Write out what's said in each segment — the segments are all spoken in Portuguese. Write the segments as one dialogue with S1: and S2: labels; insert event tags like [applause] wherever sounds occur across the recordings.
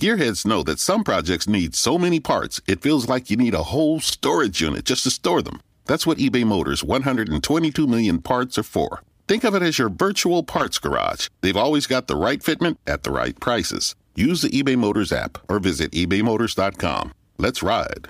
S1: Gearheads know that some projects need so many parts, it feels like you need a whole storage unit just to store them. That's what eBay Motors' 122 million parts are for. Think of it as your virtual parts garage. They've always got the right fitment at the right prices. Use the eBay Motors app or visit ebaymotors.com. Let's ride.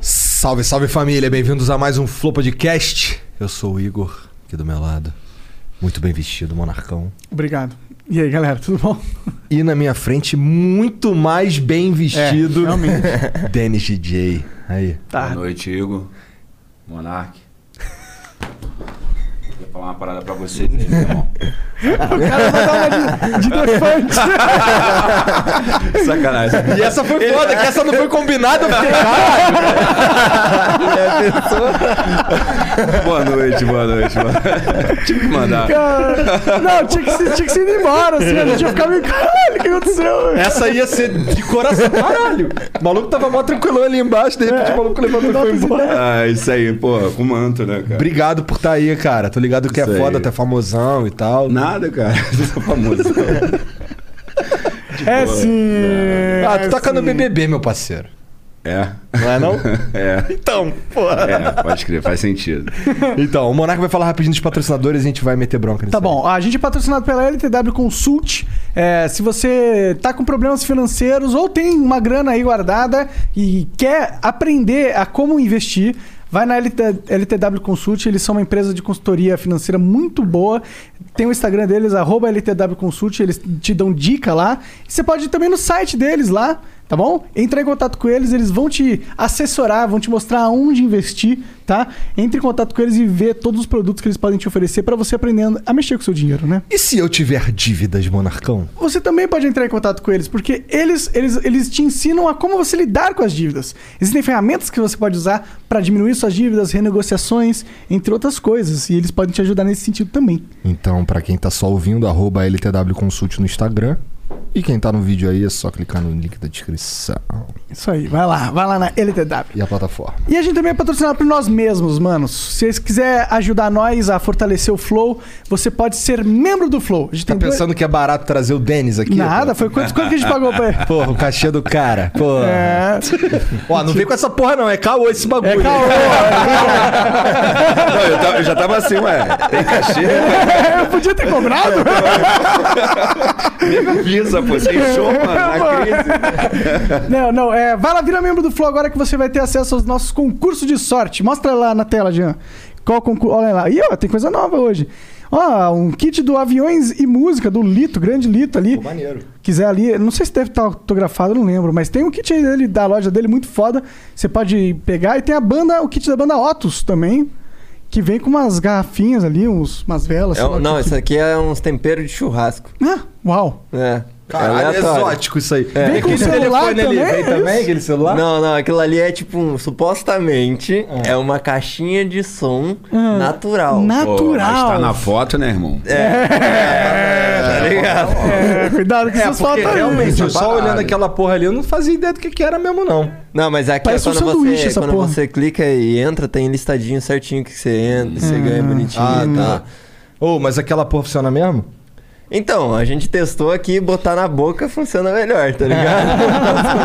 S2: Salve, salve família, bem-vindos a mais um Flow Podcast. Eu sou o Igor, aqui do meu lado. Muito bem vestido, monarcão.
S3: Obrigado. E aí, galera, tudo bom?
S2: E na minha frente, muito mais bem vestido, [laughs]
S3: realmente.
S2: Dennis DJ. Aí.
S3: Tá.
S4: Boa noite, Igor. Monark. Vou falar uma parada pra né? vocês aí, meu irmão.
S3: De né, defante.
S4: Sacanagem.
S2: E essa foi foda, que essa não foi combinada,
S4: boa noite, boa noite. Boa... Tive que mandar.
S3: Não, tinha que, se- tinha que se ir embora, assim, a gente ia ficar meio. Caralho, o que aconteceu?
S2: Essa ia ser de coração, caralho. O maluco tava mó tranquilão ali embaixo, de repente o maluco levantou e foi embora.
S4: Ah, isso aí, porra, com manto, né, cara?
S2: Obrigado por tá aí, cara. Tô ligado que é
S4: Isso aí.
S2: foda, tá famosão e tal.
S4: Nada, [laughs] cara. Você tá famoso.
S3: É sim. É,
S2: Ah, tu toca no
S3: sim.
S2: BBB, meu parceiro.
S4: É. [laughs]
S2: Não é não?
S4: É.
S2: Então, porra.
S4: É, pode crer, faz sentido.
S2: Então, o Monarca vai falar rapidinho dos patrocinadores e a gente vai meter bronca nisso.
S3: Tá
S2: aí.
S3: bom, a gente é patrocinado pela LTW Consult. É, se você tá com problemas financeiros ou tem uma grana aí guardada e quer aprender a como investir, vai na LT, LTW Consult. Eles são uma empresa de consultoria financeira muito boa. Tem o Instagram deles, arroba LTW Consult. Eles te dão dica lá. E você pode ir também no site deles lá. Tá bom? Entra em contato com eles, eles vão te assessorar, vão te mostrar onde investir, tá? Entre em contato com eles e vê todos os produtos que eles podem te oferecer pra você aprendendo a mexer com o seu dinheiro, né?
S2: E se eu tiver dívidas, Monarcão?
S3: Você também pode entrar em contato com eles, porque eles, eles, eles te ensinam a como você lidar com as dívidas. Existem ferramentas que você pode usar pra diminuir suas dívidas, renegociações, entre outras coisas. E eles podem te ajudar nesse sentido também.
S2: Então, pra quem tá só ouvindo, arroba LTW Consult no Instagram. E quem tá no vídeo aí, é só clicar no link da descrição.
S3: Isso aí, vai lá, vai lá na LTW.
S2: E a plataforma.
S3: E a gente também é patrocinado por nós mesmos, manos. Se vocês quiserem ajudar nós a fortalecer o Flow, você pode ser membro do Flow. A gente
S2: Tá
S3: tem dois-
S2: pensando que é barato trazer o Denis aqui?
S3: Nada,
S2: pô?
S3: foi quanto, quanto que a gente
S2: [laughs]
S3: pagou pra ele?
S2: Porra, o cachê do cara. Pô.
S3: É,
S2: Ó, não vem com essa porra, não. É caô esse bagulho.
S3: é caô. [laughs]
S4: Não, eu, tava- eu já tava assim, ué. Tem cachê,
S5: É
S3: Eu podia ter cobrado.
S4: teve visa, pô. Sem show, mano, na crise.
S3: Não, não. É, vai lá, vira membro do Flow agora que você vai ter acesso aos nossos concursos de sorte. Mostra lá na tela, Jean. Qual concurso? Olha lá. Ih, ó, tem coisa nova hoje. Ó, um kit do Aviões e Música, do Lito, grande Lito ali.
S2: maneiro.
S3: quiser ali, não sei se deve estar autografado, eu não lembro, mas tem um kit aí dele, da loja dele muito foda, você pode pegar e tem a banda, o kit da banda Otus também, que vem com umas garrafinhas ali, uns, umas velas.
S5: É
S3: sei
S5: um-
S3: lá o
S5: não,
S3: que
S5: isso aqui é uns temperos de churrasco.
S3: que- Ah, uau.
S5: É. é
S2: Caralho, é
S5: aleatório.
S2: exótico isso aí.
S5: É.
S3: Vem com o celular
S2: telefone
S3: também,
S2: ali. Vem
S3: é
S2: também
S3: isso?
S2: aquele celular?
S5: Não, não, aquilo ali é tipo um. Supostamente é uma caixinha de som natural.
S4: Pô, mas
S3: Natural.
S4: tá na foto, né, irmão?
S5: Tá ligado?
S3: É, cuidado com essas
S2: Porque
S3: fotos aí.
S2: realmente, eu
S4: Essa
S2: só
S4: parada.
S2: olhando aquela porra ali, eu não fazia ideia do que, que era mesmo, não.
S5: Não, mas aqui é
S3: Parece um
S5: quando,
S3: sanduíche
S5: você,
S3: essa
S5: quando
S3: porra.
S5: você clica e entra, tem listadinho certinho que você entra, você ganha bonitinho
S2: Ah,
S5: e
S2: tá.
S5: tal.
S2: Ô, mas aquela porra funciona mesmo?
S5: Então, a gente testou aqui, botar na boca funciona melhor, tá ligado?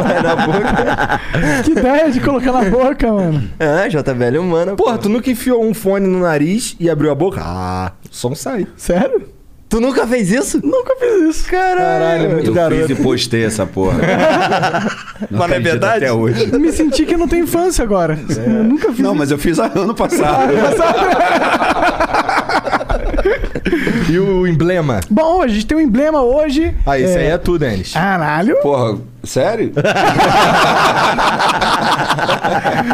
S5: Vai na boca.
S3: Que ideia de colocar na boca, mano.
S5: Ah, JBL humana.
S2: Porra, tu nunca enfiou um fone no nariz e abriu a boca? Ah, o som sai.
S3: Sério?
S5: Tu nunca fez isso? Nunca fiz isso. Caralho.
S2: Caralho, muito
S4: Eu
S2: garoto.
S4: fiz e postei essa porra. Não
S5: Mas não é
S4: acredito
S5: verdade?
S4: Até hoje.
S3: Me senti que não tenho infância agora.
S2: É.
S3: Eu nunca fiz. Ah,
S4: Não, mas eu fiz ano passado.
S2: E o emblema?
S3: Bom, a gente tem um emblema hoje.
S2: Aí, isso aí é tu, Denis.
S3: Ah, Caralho.
S4: Porra, sério?
S3: [laughs]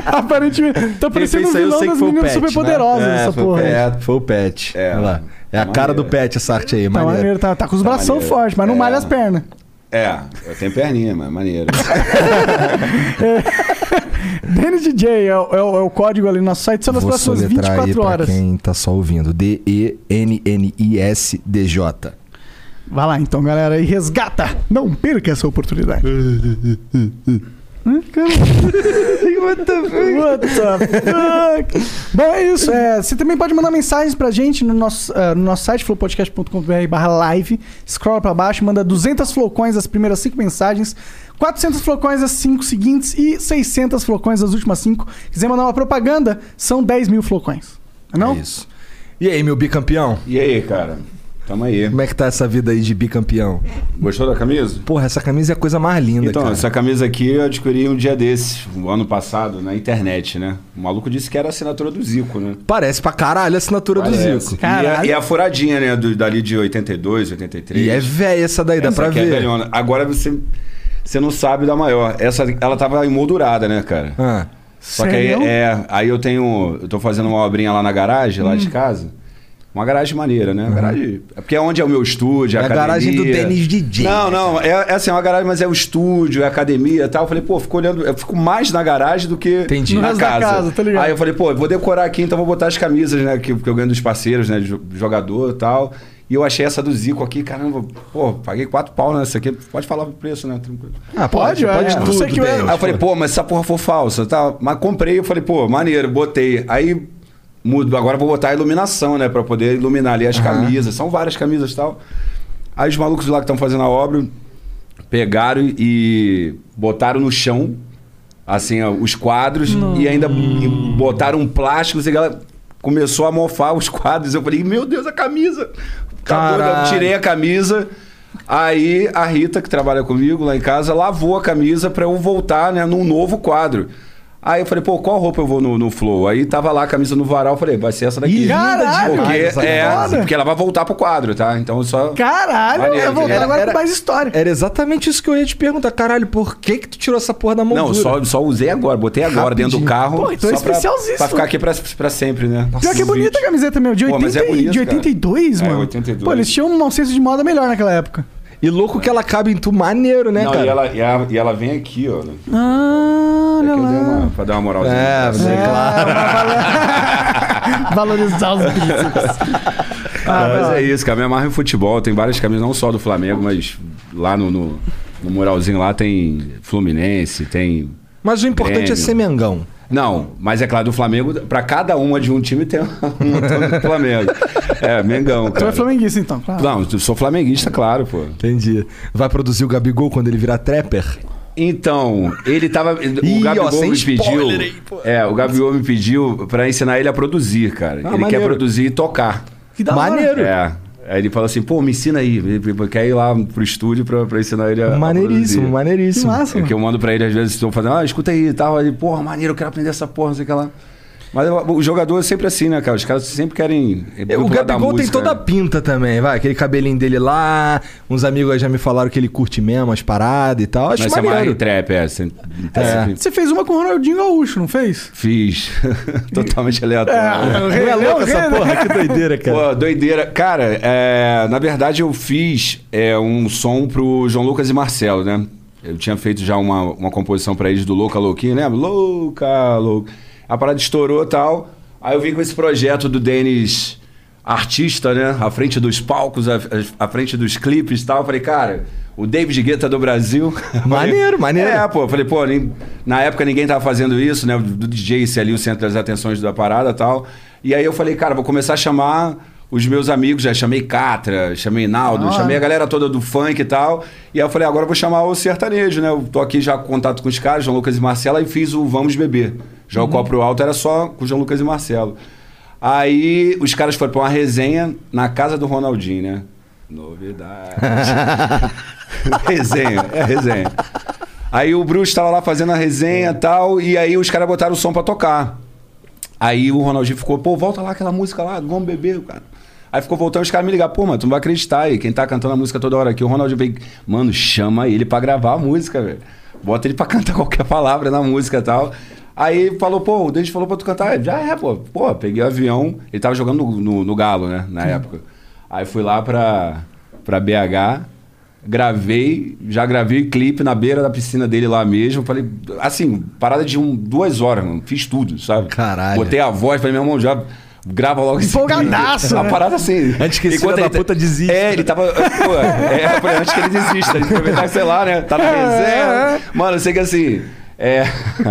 S3: Aparentemente. Tá parecendo um
S2: isso aí eu
S3: vilão
S2: sei que
S3: das
S2: foi o
S3: meninas
S2: Pet,
S3: superpoderosas,
S2: né?
S3: essa
S2: foi,
S3: porra.
S2: o Pet, foi o Pet.
S4: É,
S2: Olha lá. É a
S4: tá
S2: cara do
S4: maneiro.
S2: Pet essa arte aí,
S3: Tá
S2: maneiro.
S3: maneiro, tá, tá com os
S4: Tá
S3: bração
S4: maneiro.
S3: fortes, mas não
S4: É.
S3: malha as pernas.
S6: É, eu tenho perninha, mas é maneiro.
S3: Dennis DJ é, o- é o é o código ali no nosso site, são nas
S2: Vou
S3: próximas
S2: soletrar aí
S3: 24
S2: pra
S3: horas.
S2: quem tá só ouvindo. D-E-N-N-I-S-D-J. É
S3: Vai lá então, galera, e resgata! Não perca essa oportunidade. Hum, cara. What the fuck? Bom, é isso. É, você também pode mandar mensagens pra gente no nosso, ah, no nosso site, flowpodcast.com.br live. Scrolla pra baixo, manda 200 flocões as primeiras 5 mensagens, 400 flocões as 5 seguintes e 600 flocões as últimas 5. Quiser mandar uma propaganda, são 10 mil flocões. Não?
S2: É isso. E aí, meu bicampeão?
S6: E aí, cara? Tamo aí.
S2: Como é que tá essa vida aí de bicampeão?
S6: Gostou da camisa?
S2: Porra, essa camisa é a coisa mais linda,
S6: Então,
S2: cara.
S6: essa camisa aqui eu adquiri um dia desse, o ano passado, na internet, né? O maluco disse que era a assinatura do Zico, né?
S2: Parece pra caralho a assinatura do
S6: Parece.
S2: Zico.
S6: E a,
S3: Caralho.
S6: e a furadinha, né? Do, dali de 82, 83.
S2: E é velha essa daí, dá
S6: Essa
S2: pra
S6: aqui é
S2: ver.
S6: velhona. Agora você, você não sabe da maior. Essa, ela tava emoldurada, né, cara?
S2: Ah,
S6: Só que aí,
S3: Sério?
S6: é, aí eu tenho. Eu tô fazendo uma obrinha lá na garagem, lá de casa. Uma garagem maneira, né? Garagem, é porque é onde é o meu estúdio, é
S2: É a
S6: academia.
S2: garagem do Dennis DJ,
S6: Não, não. É, é assim, é uma garagem, mas é o estúdio, é academia e tal. Eu falei, pô, fico olhando. Eu fico mais na garagem do que
S2: Entendi.
S6: na
S3: No resto da
S6: casa.
S3: casa, tá ligado?
S6: Aí eu falei, pô, eu vou decorar aqui, então vou botar as camisas, né? Que, que eu ganho dos parceiros, né? De jo- jogador e tal. E eu achei essa do Zico aqui, caramba, pô, paguei quatro pau nessa aqui. Pode falar o preço, né? Tranquilo.
S2: Ah,
S3: Pode,
S2: pode,
S3: é.
S2: pode
S3: Não
S2: tudo.
S3: sei que é.
S2: Dennis,
S6: Aí eu falei, pô, mas essa porra for falsa, tá? Mas comprei, eu falei, pô, maneiro, botei. Aí mudo, agora eu vou botar a iluminação, né? Pra poder iluminar ali as camisas. São várias camisas e tal. Aí os malucos lá que estão fazendo a obra pegaram e botaram no chão, assim, ó, os quadros e ainda e botaram um plástico, assim, ela começou a mofar os quadros. Eu falei, meu Deus, a camisa! Acabou, eu
S2: Caralho.
S6: tirei a camisa. Aí a Rita, que trabalha comigo lá em casa, lavou a camisa pra eu voltar, né, num novo quadro. Aí eu falei, pô, qual roupa eu vou no, no Flow? Aí tava lá a camisa no varal, eu falei, vai ser essa daqui.
S2: Ih,
S3: caralho,
S6: porque,
S2: essa
S6: é,
S3: camisa.
S6: porque ela vai voltar pro quadro, tá? Então só.
S3: Caralho,
S6: Maneiro,
S3: eu vou
S6: era-
S3: agora
S2: era-
S3: com mais história.
S2: Era exatamente isso que eu ia te perguntar. Caralho, por que que tu tirou essa porra da moldura?
S6: Não, só, só usei agora, botei agora dentro do carro.
S3: Pô, então é
S6: só pra-
S3: especialzíssimo.
S6: Pra ficar aqui pra, pra sempre, né?
S3: Pior que é bonita a camiseta, meu. De,
S6: Pô,
S3: 80,
S6: mas é bonito,
S3: de
S6: cara.
S3: 82,
S6: É,
S3: mano.
S6: 82.
S3: Pô, eles tinham um senso de moda melhor naquela época.
S2: E louco que ela cabe em tu maneiro, né,
S6: Não,
S2: cara?
S6: e ela, e, a- e ela vem aqui, ó. né?
S3: Ah,
S6: É que
S3: olha
S6: eu dei
S3: lá.
S6: uma, pra dar uma moralzinha.
S2: É, você é claro.
S3: [laughs] Valorizar os bíceps.
S6: Ah, mas
S3: não.
S6: é isso, cara. Me amarra em futebol. Tem várias camisas, não só do Flamengo, mas lá no, no, no muralzinho lá tem Fluminense, tem.
S2: Mas o importante é
S6: Grêmio.
S2: ser Mengão.
S6: Não, mas é claro, do Flamengo, pra cada uma de um time tem [laughs] uma do Flamengo. É, Mengão.
S3: Tu
S6: Cara.
S3: é flamenguista, então, claro.
S6: Não, eu sou flamenguista, claro, pô.
S2: Entendi. Vai produzir o Gabigol quando ele virar trapper?
S6: Então, ele tava.
S2: Ih,
S6: o Gabigol
S2: ó, sem
S6: me pediu.
S2: spoiler aí, pô. Ah,
S6: é, o Gabigol me pediu pra ensinar ele a produzir, cara. ele
S2: maneiro.
S6: quer produzir e tocar.
S3: Que da hora.
S2: Maneiro.
S6: É. Aí ele fala assim, pô, me ensina aí. Ele quer ir lá pro estúdio pra, pra ensinar ele a. a
S2: maneiríssimo,
S6: produzir.
S3: Que
S2: maneiríssimo.
S3: massa,
S6: É
S3: mano.
S6: que eu mando pra ele, às vezes, estou fazendo, ah, escuta aí e tal. Aí Ele, porra, maneiro, eu quero aprender essa porra, não sei o que lá. Mas eu- o jogador é sempre assim, né, cara? Os caras sempre querem.
S2: É, O
S6: pro lado da
S2: Gabigol tem
S6: música,
S2: toda a
S6: né?
S2: pinta também, vai. Aquele cabelinho dele lá. Uns amigos aí já me falaram que ele curte mesmo as paradas e tal. Acho
S6: Mas é
S2: maneiro.
S6: mais trap, é. Você,
S2: É.
S3: Você fez uma com o Ronaldinho Gaúcho, não fez?
S6: Fiz. [laughs] Totalmente aleatório.
S3: Não
S2: Não é louco essa porra? Que doideira, cara.
S6: Pô, doideira. Cara, é, na verdade eu fiz é, um som pro João Lucas e Marcelo, né? Eu tinha feito já uma, uma composição pra eles do Louca Louquinha, lembra? Louca, louca. A parada estourou e tal. Aí eu vim com esse projeto do Denis artista, né? À frente dos palcos, à, à frente dos clipes e tal. Eu falei, cara, o David Guetta do Brasil. [laughs]
S2: Maneiro, maneiro.
S6: É, pô, eu falei, pô, nem- na época ninguém tava fazendo isso, né? Do DJ ser ali o centro das atenções da parada e tal. E aí eu falei, cara, vou começar a chamar os meus amigos, já chamei Catra, chamei Naldo,
S2: Ah.
S6: chamei a galera toda do funk e tal. E aí eu falei, agora eu vou chamar o sertanejo, né? Eu tô aqui já com contato com os caras, João Lucas e Marcelo, e fiz o Vamos Beber. Já
S2: Uhum.
S6: o copo alto era só com o João Lucas e Marcelo. Aí os caras foram pra uma resenha na casa do Ronaldinho, né? [laughs] Novidade. resenha, é resenha. Aí o Bruce tava lá fazendo a resenha e tal, e aí os caras botaram o som pra tocar. Aí o Ronaldinho ficou, pô, volta lá aquela música lá, vamos beber, cara. Aí ficou voltando, os caras me ligaram, pô, mano, tu não vai acreditar aí, quem tá cantando a música toda hora aqui, o Ronaldinho veio, mano, chama ele pra gravar a música, velho. Bota ele pra [laughs] cantar qualquer palavra na música e tal. Aí ele falou, pô, o Denis falou pra tu cantar, Eu, já é, pô, pô, peguei o avião, ele tava jogando no, no- no Galo, né, na época. Aí fui lá pra, pra BH, Gravei, já gravei clipe na beira da piscina dele lá mesmo. Falei, assim, parada de um, duas horas, mano. Fiz tudo, sabe?
S2: Caralho.
S6: Botei a voz, falei, meu irmão, já grava logo esse
S3: Empolgadaço,
S6: clipe. A
S3: né?
S6: parada assim.
S2: Antes que esse filho da puta desista.
S6: É, ele tava. Pô, é, eu falei, antes que ele desista. Ele aproveitar, sei lá, né? Tá na
S3: É,
S6: reserva. Mano, eu sei que assim. É. [laughs]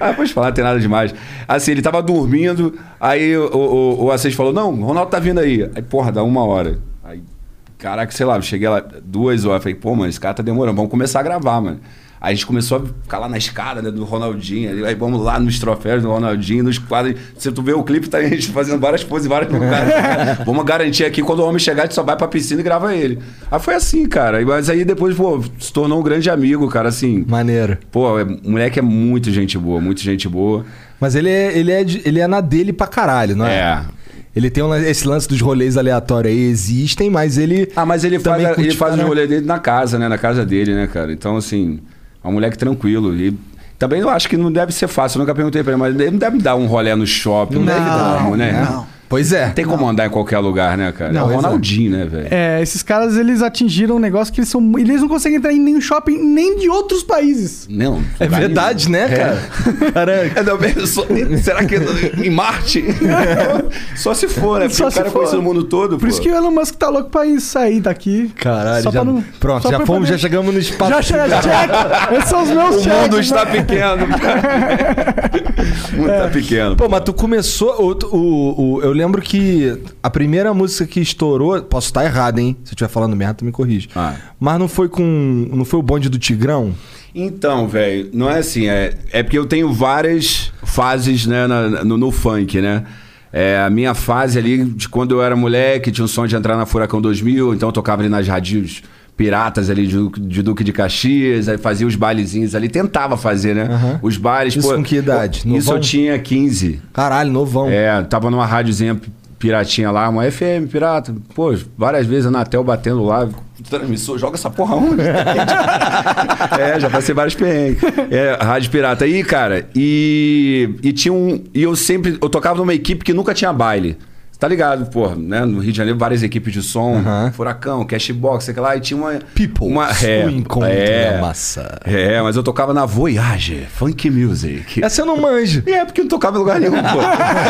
S6: ah, pode falar, não tem nada demais. Assim, ele tava dormindo, aí o, o, o Assis falou: Não, o Ronaldo tá vindo aí. Aí, porra, dá uma hora. Aí, caraca, sei lá, eu cheguei lá duas horas. Falei, pô, mano, esse cara tá demorando, vamos começar a gravar, mano. Aí a gente começou a ficar lá na escada né, do Ronaldinho. ali, Aí vamos lá nos troféus do Ronaldinho, nos quadros. Se tu vê o clipe, tá a gente fazendo várias poses, várias cara, Vamos garantir aqui, quando o homem chegar, a gente só vai pra piscina e grava ele. Aí foi assim, cara. E- Mas aí depois, pô, se tornou um grande amigo, cara, assim.
S2: Maneiro.
S6: Pô, é, o moleque é muito gente boa, muito gente boa.
S2: Mas ele é, ele, é, de- ele é na dele pra caralho, não é?
S6: É.
S2: Ele tem um lan- esse lance dos rolês aleatórios aí, existem, mas ele.
S6: Ah, mas ele faz,
S2: também
S6: ele
S2: curte
S6: faz
S2: pra-
S6: o rolê dele na casa, né? Na casa dele, né, cara? Então, assim, é um moleque tranquilo. E também eu acho que não deve ser fácil, eu nunca perguntei pra ele, mas ele não deve dar um rolê no shopping, não, deve dar,
S3: não,
S6: né?
S3: não.
S2: Pois é.
S6: Tem como andar em qualquer lugar, né, cara?
S2: Não,
S6: é o
S2: exato.
S6: Ronaldinho, né, velho?
S3: É, esses caras, eles atingiram um negócio que eles são... Eles não conseguem entrar em nenhum shopping, nem de outros países.
S6: Não.
S2: É verdade, né,
S6: [laughs]
S2: cara? Caraca.
S6: É, não, eu só- será que
S3: [laughs]
S6: em Marte? Só se for, né? Porque
S3: Só
S6: o
S3: se
S6: cara
S3: for.
S6: conhece o mundo todo.
S3: Por isso que o Elon Musk tá louco pra ir sair daqui.
S2: Caralho,
S3: Só
S2: já,
S3: pra não-
S2: pronto,
S3: só
S2: já
S3: pra
S2: fomos,
S3: poder-
S2: já chegamos no espaço.
S3: Já chega,
S6: [laughs]
S3: check. Esses são os meus
S6: um o
S3: checks,
S6: mundo
S3: né? É.
S6: está
S3: [laughs]
S6: pequeno. o mundo está pequeno.
S2: Pô, mas tu começou. O, tu- o- o- eu lembro que a primeira música que estourou. Posso estar errado, hein? Se eu estiver falando merda, tu me corrige.
S6: Ah.
S2: Mas não foi com. Não foi o bonde do Tigrão?
S6: Então, velho, não é assim. É, é porque eu tenho várias fases né, na- na- no, no funk, né? É, a minha fase ali, de quando eu era moleque, tinha um sonho de entrar na Furacão 2000, então eu tocava ali nas radios piratas ali de, Du- de Duque de Caxias, aí fazia os bailezinhos ali, tentava fazer, né?
S2: Aham.
S6: Os bailes...
S2: Isso com que idade?
S6: eu- isso
S2: Novão?
S6: eu tinha 15.
S2: Caralho, novão.
S6: É, tava numa rádiozinha pi- piratinha lá, uma FM pirata. Pô, várias vezes a Anatel batendo lá. Transmissor, joga essa porra onde? [laughs] é, já passei vários perrengues. É, rádio pirata. aí cara, e, e tinha um... E eu sempre... Eu tocava numa equipe que nunca tinha baile. Tá ligado, porra, né? No Rio de Janeiro, várias equipes de som.
S2: Aham.
S6: Furacão, Cashbox, sei lá. E tinha uma...
S2: People,
S6: uma,
S2: o encontro
S6: é,
S2: da massa.
S6: É, mas eu tocava na Voyage, Funk Music.
S2: Essa eu não manjo.
S6: E é, porque eu não tocava em lugar nenhum, pô.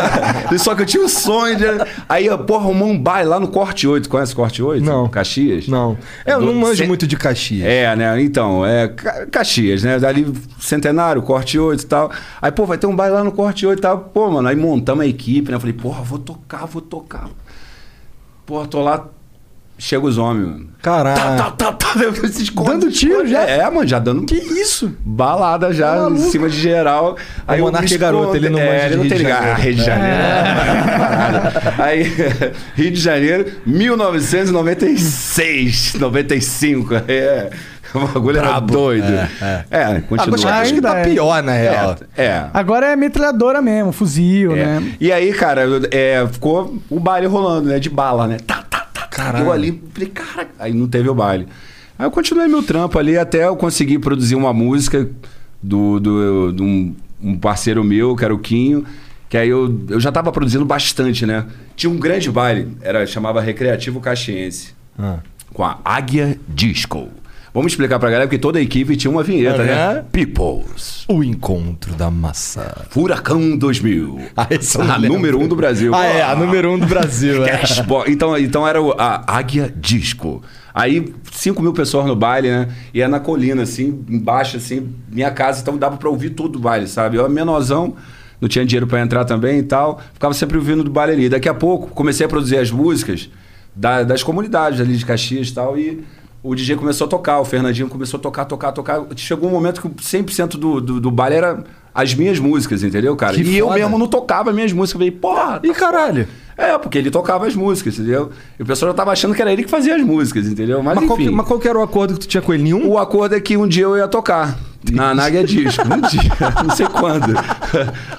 S2: [laughs]
S6: E Só que eu tinha um sonho de... Aí, eu, pô, arrumou um baile lá no Corte 8. Conhece o Corte 8?
S2: Não.
S6: Caxias?
S2: Não. É, Eu
S6: Do-
S2: não manjo
S6: cen-
S2: muito de Caxias.
S6: É, né? Então, é Ca- Caxias, né? Dali, Centenário, Corte 8 e tal. Aí, pô, vai ter um baile lá no Corte 8 e tal. Pô, mano, aí montamos a equipe, né? Eu falei, porra, vou tocar, vou tocar. Porra, tô lá... Chega os homens, mano. Tá,
S2: Caralho.
S6: tá, tá, tá. Esses
S3: Dando tiro já?
S6: É, é, mano, já dando. Que isso? Balada já em cima de geral.
S2: Tá O Monarca
S6: bicho
S2: é garoto, ele não
S6: é,
S2: manja de
S6: ele não
S2: Rio
S6: tem
S2: de
S6: ligado. Ah,
S2: Janeiro. É.
S6: Rio de Janeiro. é Parada. Aí, [laughs] Rio de Janeiro, 1996, 95. É. O bagulho era doido. É, continua.
S2: Agora acho que tá
S3: Ainda é.
S2: pior, na real.
S6: é, é.
S3: Agora é metralhadora mesmo, fuzil,
S6: É.
S3: né?
S6: E aí, cara, eu- é, ficou o baile rolando, né? De bala, né? Tá, tá, tá. Caralho. Eu ali, falei, cara. Aí não teve o baile. Aí eu continuei meu trampo ali até eu conseguir produzir uma música do, do, de um, um parceiro meu, que era o Quinho. Que aí eu, eu já tava produzindo bastante, né? Tinha um grande baile, era, chamava Recreativo Caxiense
S2: Ah.
S6: com a Águia Disco. Vamos explicar pra galera, porque toda a equipe tinha uma vinheta, né?
S2: Aham.
S6: Peoples.
S2: O encontro da massa.
S6: Furacão 2000.
S2: Ah, esse eu não
S6: a
S2: lembro.
S6: número um do Brasil.
S2: Ah, é, a número um do Brasil. é.
S6: Cashbox. Então, então era o- a Águia Disco. Aí, 5 mil pessoas no baile, né? E é na colina, assim, embaixo, assim, minha casa. Então dava pra ouvir todo o baile, sabe? Eu era menorzão, não tinha dinheiro pra entrar também e tal. Ficava sempre ouvindo do baile ali. Daqui a pouco, comecei a produzir as músicas da- das comunidades ali de Caxias e tal. E o DJ começou a tocar, o Fernandinho começou a tocar, tocar, tocar. Chegou um momento que 100% do, do, do baile era as minhas músicas, entendeu, cara?
S2: Que
S6: e eu
S2: foda.
S6: mesmo não tocava as minhas músicas. Eu falei, porra, tá
S2: Ih, caralho.
S6: é, porque ele tocava as músicas, entendeu? E o pessoal já tava achando que era ele que fazia as músicas, entendeu? Mas,
S2: Mas qual,
S6: enfim,
S2: que, mas qual que era o acordo que tu tinha com ele? Nenhum?
S6: o acordo é que um dia eu ia tocar. Na Náguia Disco, um dia, [laughs] não sei quando.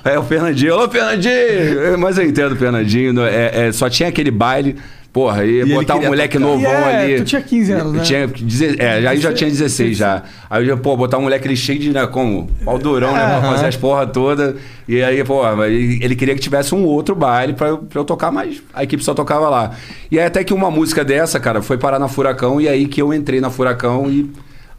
S6: Aí o Fernandinho, ô Fernandinho! Mas eu entendo o Fernandinho, não- é, é, só é, tinha aquele baile Porra, e,
S2: ele
S6: botar um
S2: queria
S6: moleque
S2: tocar.
S6: novão
S3: E é,
S6: ali.
S3: tu tinha 15 anos, né?
S6: Tinha, deze- é, aí já tinha 16 já. Aí, eu, pô, botar um moleque ali cheio de, né, como? Pau durão, né? Pra fazer as porra toda. E aí, pô, mas ele ele queria que tivesse um outro baile pra, eu- pra eu tocar, mas a equipe só tocava lá. E aí, até que uma música dessa, cara, foi parar na Furacão. E aí que eu entrei na Furacão e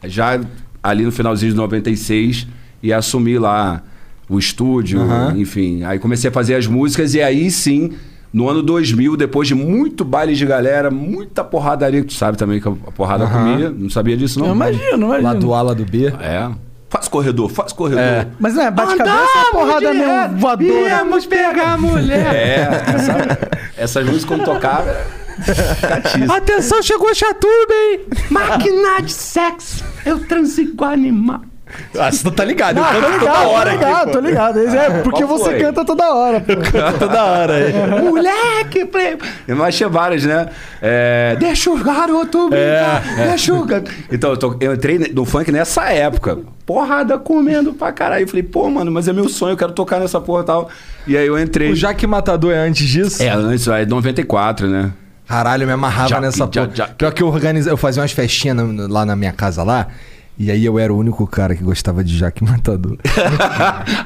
S6: já ali no finalzinho de 96 e assumi lá o estúdio, enfim. Aí comecei a fazer as músicas e aí sim, no ano 2000, depois de muito baile de galera, muita porradaria, que tu sabe também que a porrada comia, não sabia disso não.
S3: Eu imagino, imagino.
S2: Lá do A, lá do B.
S6: É. Faz corredor, faz corredor. É.
S3: Mas não é bate-cabeça, é porrada mesmo, voadora.
S6: pegar
S3: [laughs]
S6: a mulher. É, essa, essas músicas quando
S7: [laughs]
S6: é tocava era chatice.
S7: Atenção, chegou a Chaturba, hein? Máquina de sexo. Eu transigo com animal.
S2: Ah, você tá ligado. Eu
S3: Tô
S2: canto
S3: ligado, tô ligado, tô ligado. É, porque
S6: Qual
S3: você
S6: foi?
S3: canta toda hora, pô.
S2: toda hora. aí.
S6: Moleque, pre... Mas tinha várias, né? É, deixa o
S2: É,
S6: garoto brincar, deixa o garoto... Então, eu, to- eu entrei no funk nessa época. Porrada, comendo pra caralho. Eu falei, pô, mano, mas é meu sonho, eu quero tocar nessa porra e tal. E aí eu entrei...
S2: O Jaque Matador é antes disso?
S6: É, antes, é 94, né? [laughs]
S2: Caralho, eu me amarrava
S6: Jaque,
S2: nessa
S6: Jaque,
S2: porra.
S6: Jaque.
S2: Pior que eu organizava, eu fazia umas festinhas na- na- lá na minha casa lá. E aí eu era o único cara que gostava de Jaque Matador.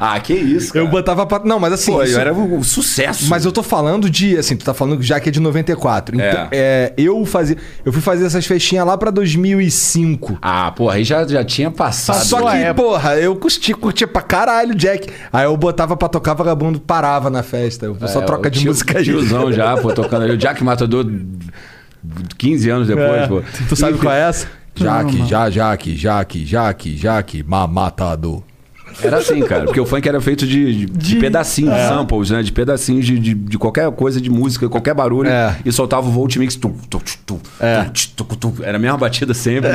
S6: ah, que isso, cara.
S2: Eu botava pra... Não, mas assim...
S6: Pô,
S2: isso-
S6: eu era um sucesso.
S2: Mas eu tô falando de, assim, tu tá falando que já que é de 94. Então,
S6: É.
S2: é, eu fazia, eu fui fazer essas festinhas lá pra 2005.
S6: Ah, porra, aí já, já tinha passado.
S2: Só que, porra, eu curtia, curtia pra caralho, Jack. Aí eu botava pra tocar, vagabundo parava na festa. O pessoal
S6: É,
S2: troca
S6: o
S2: de
S6: tio-
S2: música aí.
S6: tiozão já, pô, tocando ali. O Jack Matador, 15 anos depois, pô.
S2: [laughs] Tu sabe qual é
S3: [laughs]
S2: essa? Jaque, já, Jaque, Jaque, Jaque, Jaque, mamatador.
S6: Era assim, cara. Porque o funk era feito de, de, de pedacinhos, de samples, né? De pedacinhos de, de, de qualquer coisa, de música, qualquer barulho.
S2: É.
S6: E soltava o Voltmix. Tum, tum, tch, tum, tum, tch, tum, tum. Era a mesma batida sempre.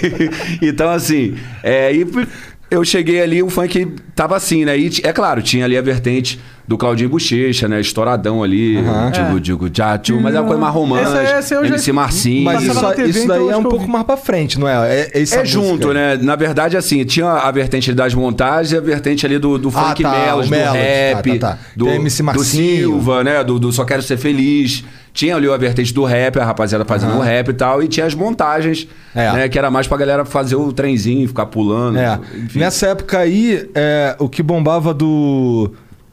S6: [laughs] então, assim... É, e p- eu cheguei ali, o funk tava assim, né? E, t- é claro, tinha ali a vertente do Claudinho Bochecha, né? Estouradão ali. Digo, digo, já, tchu, Mas era uma coisa mais romântica.
S3: Essa- essa eu já-
S6: MC Marcinho.
S2: Mas
S3: Passava
S2: isso,
S3: na TV,
S2: isso
S3: então
S2: daí é
S3: eu acho
S2: um
S3: que eu
S2: pouco
S3: vi.
S2: mais pra frente, não é? É, essa
S6: É
S2: música.
S6: junto, né? Na verdade, assim, tinha a vertente das montagens e a vertente ali do, do
S2: Ah,
S6: funk
S2: tá,
S6: Melos,
S2: o
S6: do
S2: Melos,
S6: rap,
S2: tá, tá, tá.
S6: Do,
S2: Tem MC
S6: do
S2: Marcinho.
S6: Silva, né? Do, do Só Quero Ser Feliz. Tinha ali a vertente do rap, a rapaziada fazendo o rap e tal. E tinha as montagens,
S2: É.
S6: né? Que era mais pra galera fazer o trenzinho, ficar pulando.
S2: É.
S6: enfim.
S2: Nessa época aí, é, o que bombava do.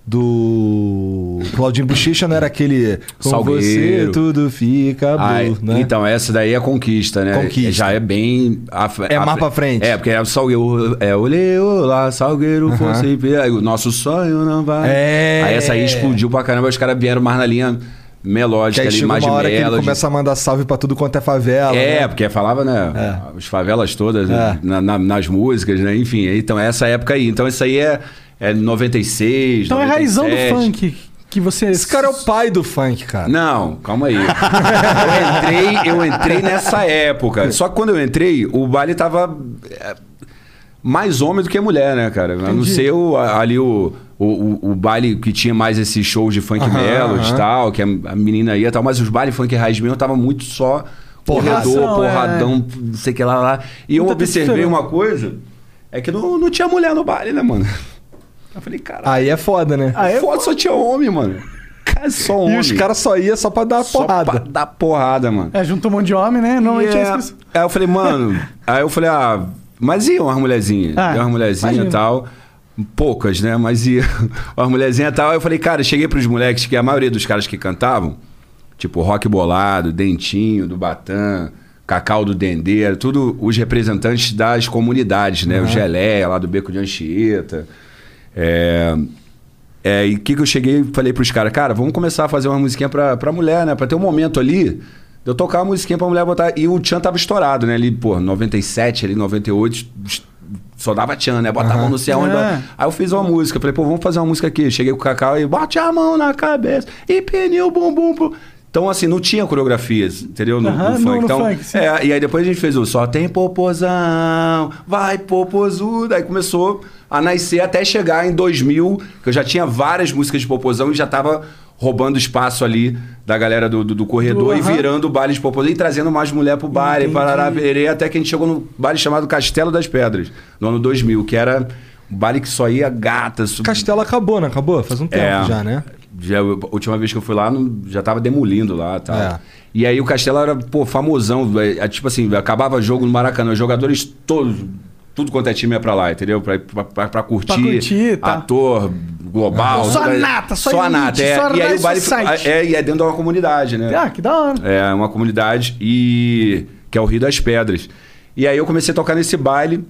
S2: Do Claudinho Bochecha não era aquele. Com
S6: Salgueiro.
S2: você tudo fica bom,
S6: Ah,
S2: né?
S6: Então, essa daí é a conquista, né?
S2: Conquista.
S6: Já é bem. à fre-
S2: É
S6: à
S2: mais
S6: fre-
S2: pra frente.
S6: É, porque é o Salgueiro. É, olê, olá, Salgueiro, força e pe- aí O nosso sonho não vai.
S2: É.
S6: Aí essa aí explodiu pra caramba, os caras vieram mais na linha
S2: que
S6: melódica
S2: aí
S6: ali,
S2: chega uma
S6: mais de
S2: hora que ele
S6: melody.
S2: começa a mandar salve pra tudo quanto é favela.
S6: É,
S2: né? É.
S6: porque falava, né? As favelas todas né, na- na- nas músicas, né? Enfim, então é essa época aí. Então isso aí é, é 96.
S3: Então é raizão do
S6: 97.
S3: funk que você...
S2: Esse cara é o pai do funk, cara.
S6: Não, calma aí. eu, entrei, eu entrei nessa época. Só que quando eu entrei, o baile tava é, mais homem do que mulher, né, cara? A não ser o, a- ali o, o, o, o baile que tinha mais esses shows de funk melos e tal, que a, a menina ia e tal, mas os baile funk raiz mesmo tava muito só
S3: Porração,
S6: corredor,
S3: é.
S6: porradão, não sei o que lá, lá. E eu
S3: Muita
S6: observei
S3: testosterona.
S6: uma coisa, é que não, não tinha mulher no baile, né, mano? Eu falei, caralho,
S2: Aí é foda, né?
S6: foda só tinha homem, mano. Cara, só homem.
S2: e os caras só iam só pra dar uma
S6: Só
S2: porrada.
S6: pra dar porrada, mano.
S3: É, junto um monte de homem, né? Normalmente
S6: E,
S3: é
S6: é,
S3: isso. que-
S6: Aí eu falei, mano. aí eu falei, ah, mas iam umas mulherzinhas?
S3: Ah,
S6: Iam umas mulherzinhas e
S3: imagino.
S6: tal. Poucas, né? Mas [laughs] iam umas mulherzinhas e tal. Aí eu falei, cara, cheguei pros moleques, que a maioria dos caras que cantavam, tipo Rock Bolado, Dentinho, do Batan. Cacau do Dendeiro, tudo os representantes das comunidades, né? O Geleia, lá do Beco de Anchieta. É, é, e o que, que eu cheguei e falei pros caras, cara, vamos começar a fazer uma musiquinha pra, pra mulher, né? Pra ter um momento ali de eu tocar uma musiquinha pra mulher botar. E o Tchan tava estourado, né? Ali, pô, 97, ali, 98, só dava Tchan, né? Bota a mão no céu.
S3: É.
S6: bota- Aí eu fiz uma música, falei, pô, vamos fazer uma música aqui. Cheguei com o Cacau e bote a mão na cabeça e pneu bumbum. Bum. Então, assim, não tinha coreografias, entendeu? No,
S3: Aham, no-
S6: no funk.
S3: no
S6: Então,
S3: funk, sim.
S6: é, é, e aí depois a gente fez o Só tem popozão, vai popozudo. Aí começou a nascer até chegar em 2000, que eu já tinha várias músicas de popozão e já tava roubando espaço ali da galera do, do, do corredor
S3: Do,
S6: e
S3: aham.
S6: virando o baile de popozão e trazendo mais mulher pro baile, parará, perê, até que a gente chegou no baile chamado Castelo das Pedras, no ano 2000, que era um baile que só ia gata, sub... É.
S2: Castelo acabou, não acabou? Faz um tempo já, né?
S6: já, a última vez que eu fui lá, não- já tava demolindo lá e tal.
S2: É.
S6: E aí o Castelo era, pô, famosão. é, é, tipo assim, acabava jogo no Maracanã, os jogadores todos, tudo quanto é time ia pra lá, entendeu? Pra, pra, pra, pra curtir,
S3: curtir, tá.
S6: ator, global.
S3: Só a
S6: tudo aí.
S3: nata, só
S6: só a
S3: elite,
S6: nata. É.
S3: só
S6: e aí
S3: Rise
S6: o baile
S3: Society.
S6: é, e é dentro de uma comunidade, né?
S3: Ah, que da hora.
S6: É uma comunidade e que é o Rio das Pedras. E aí eu comecei a tocar nesse baile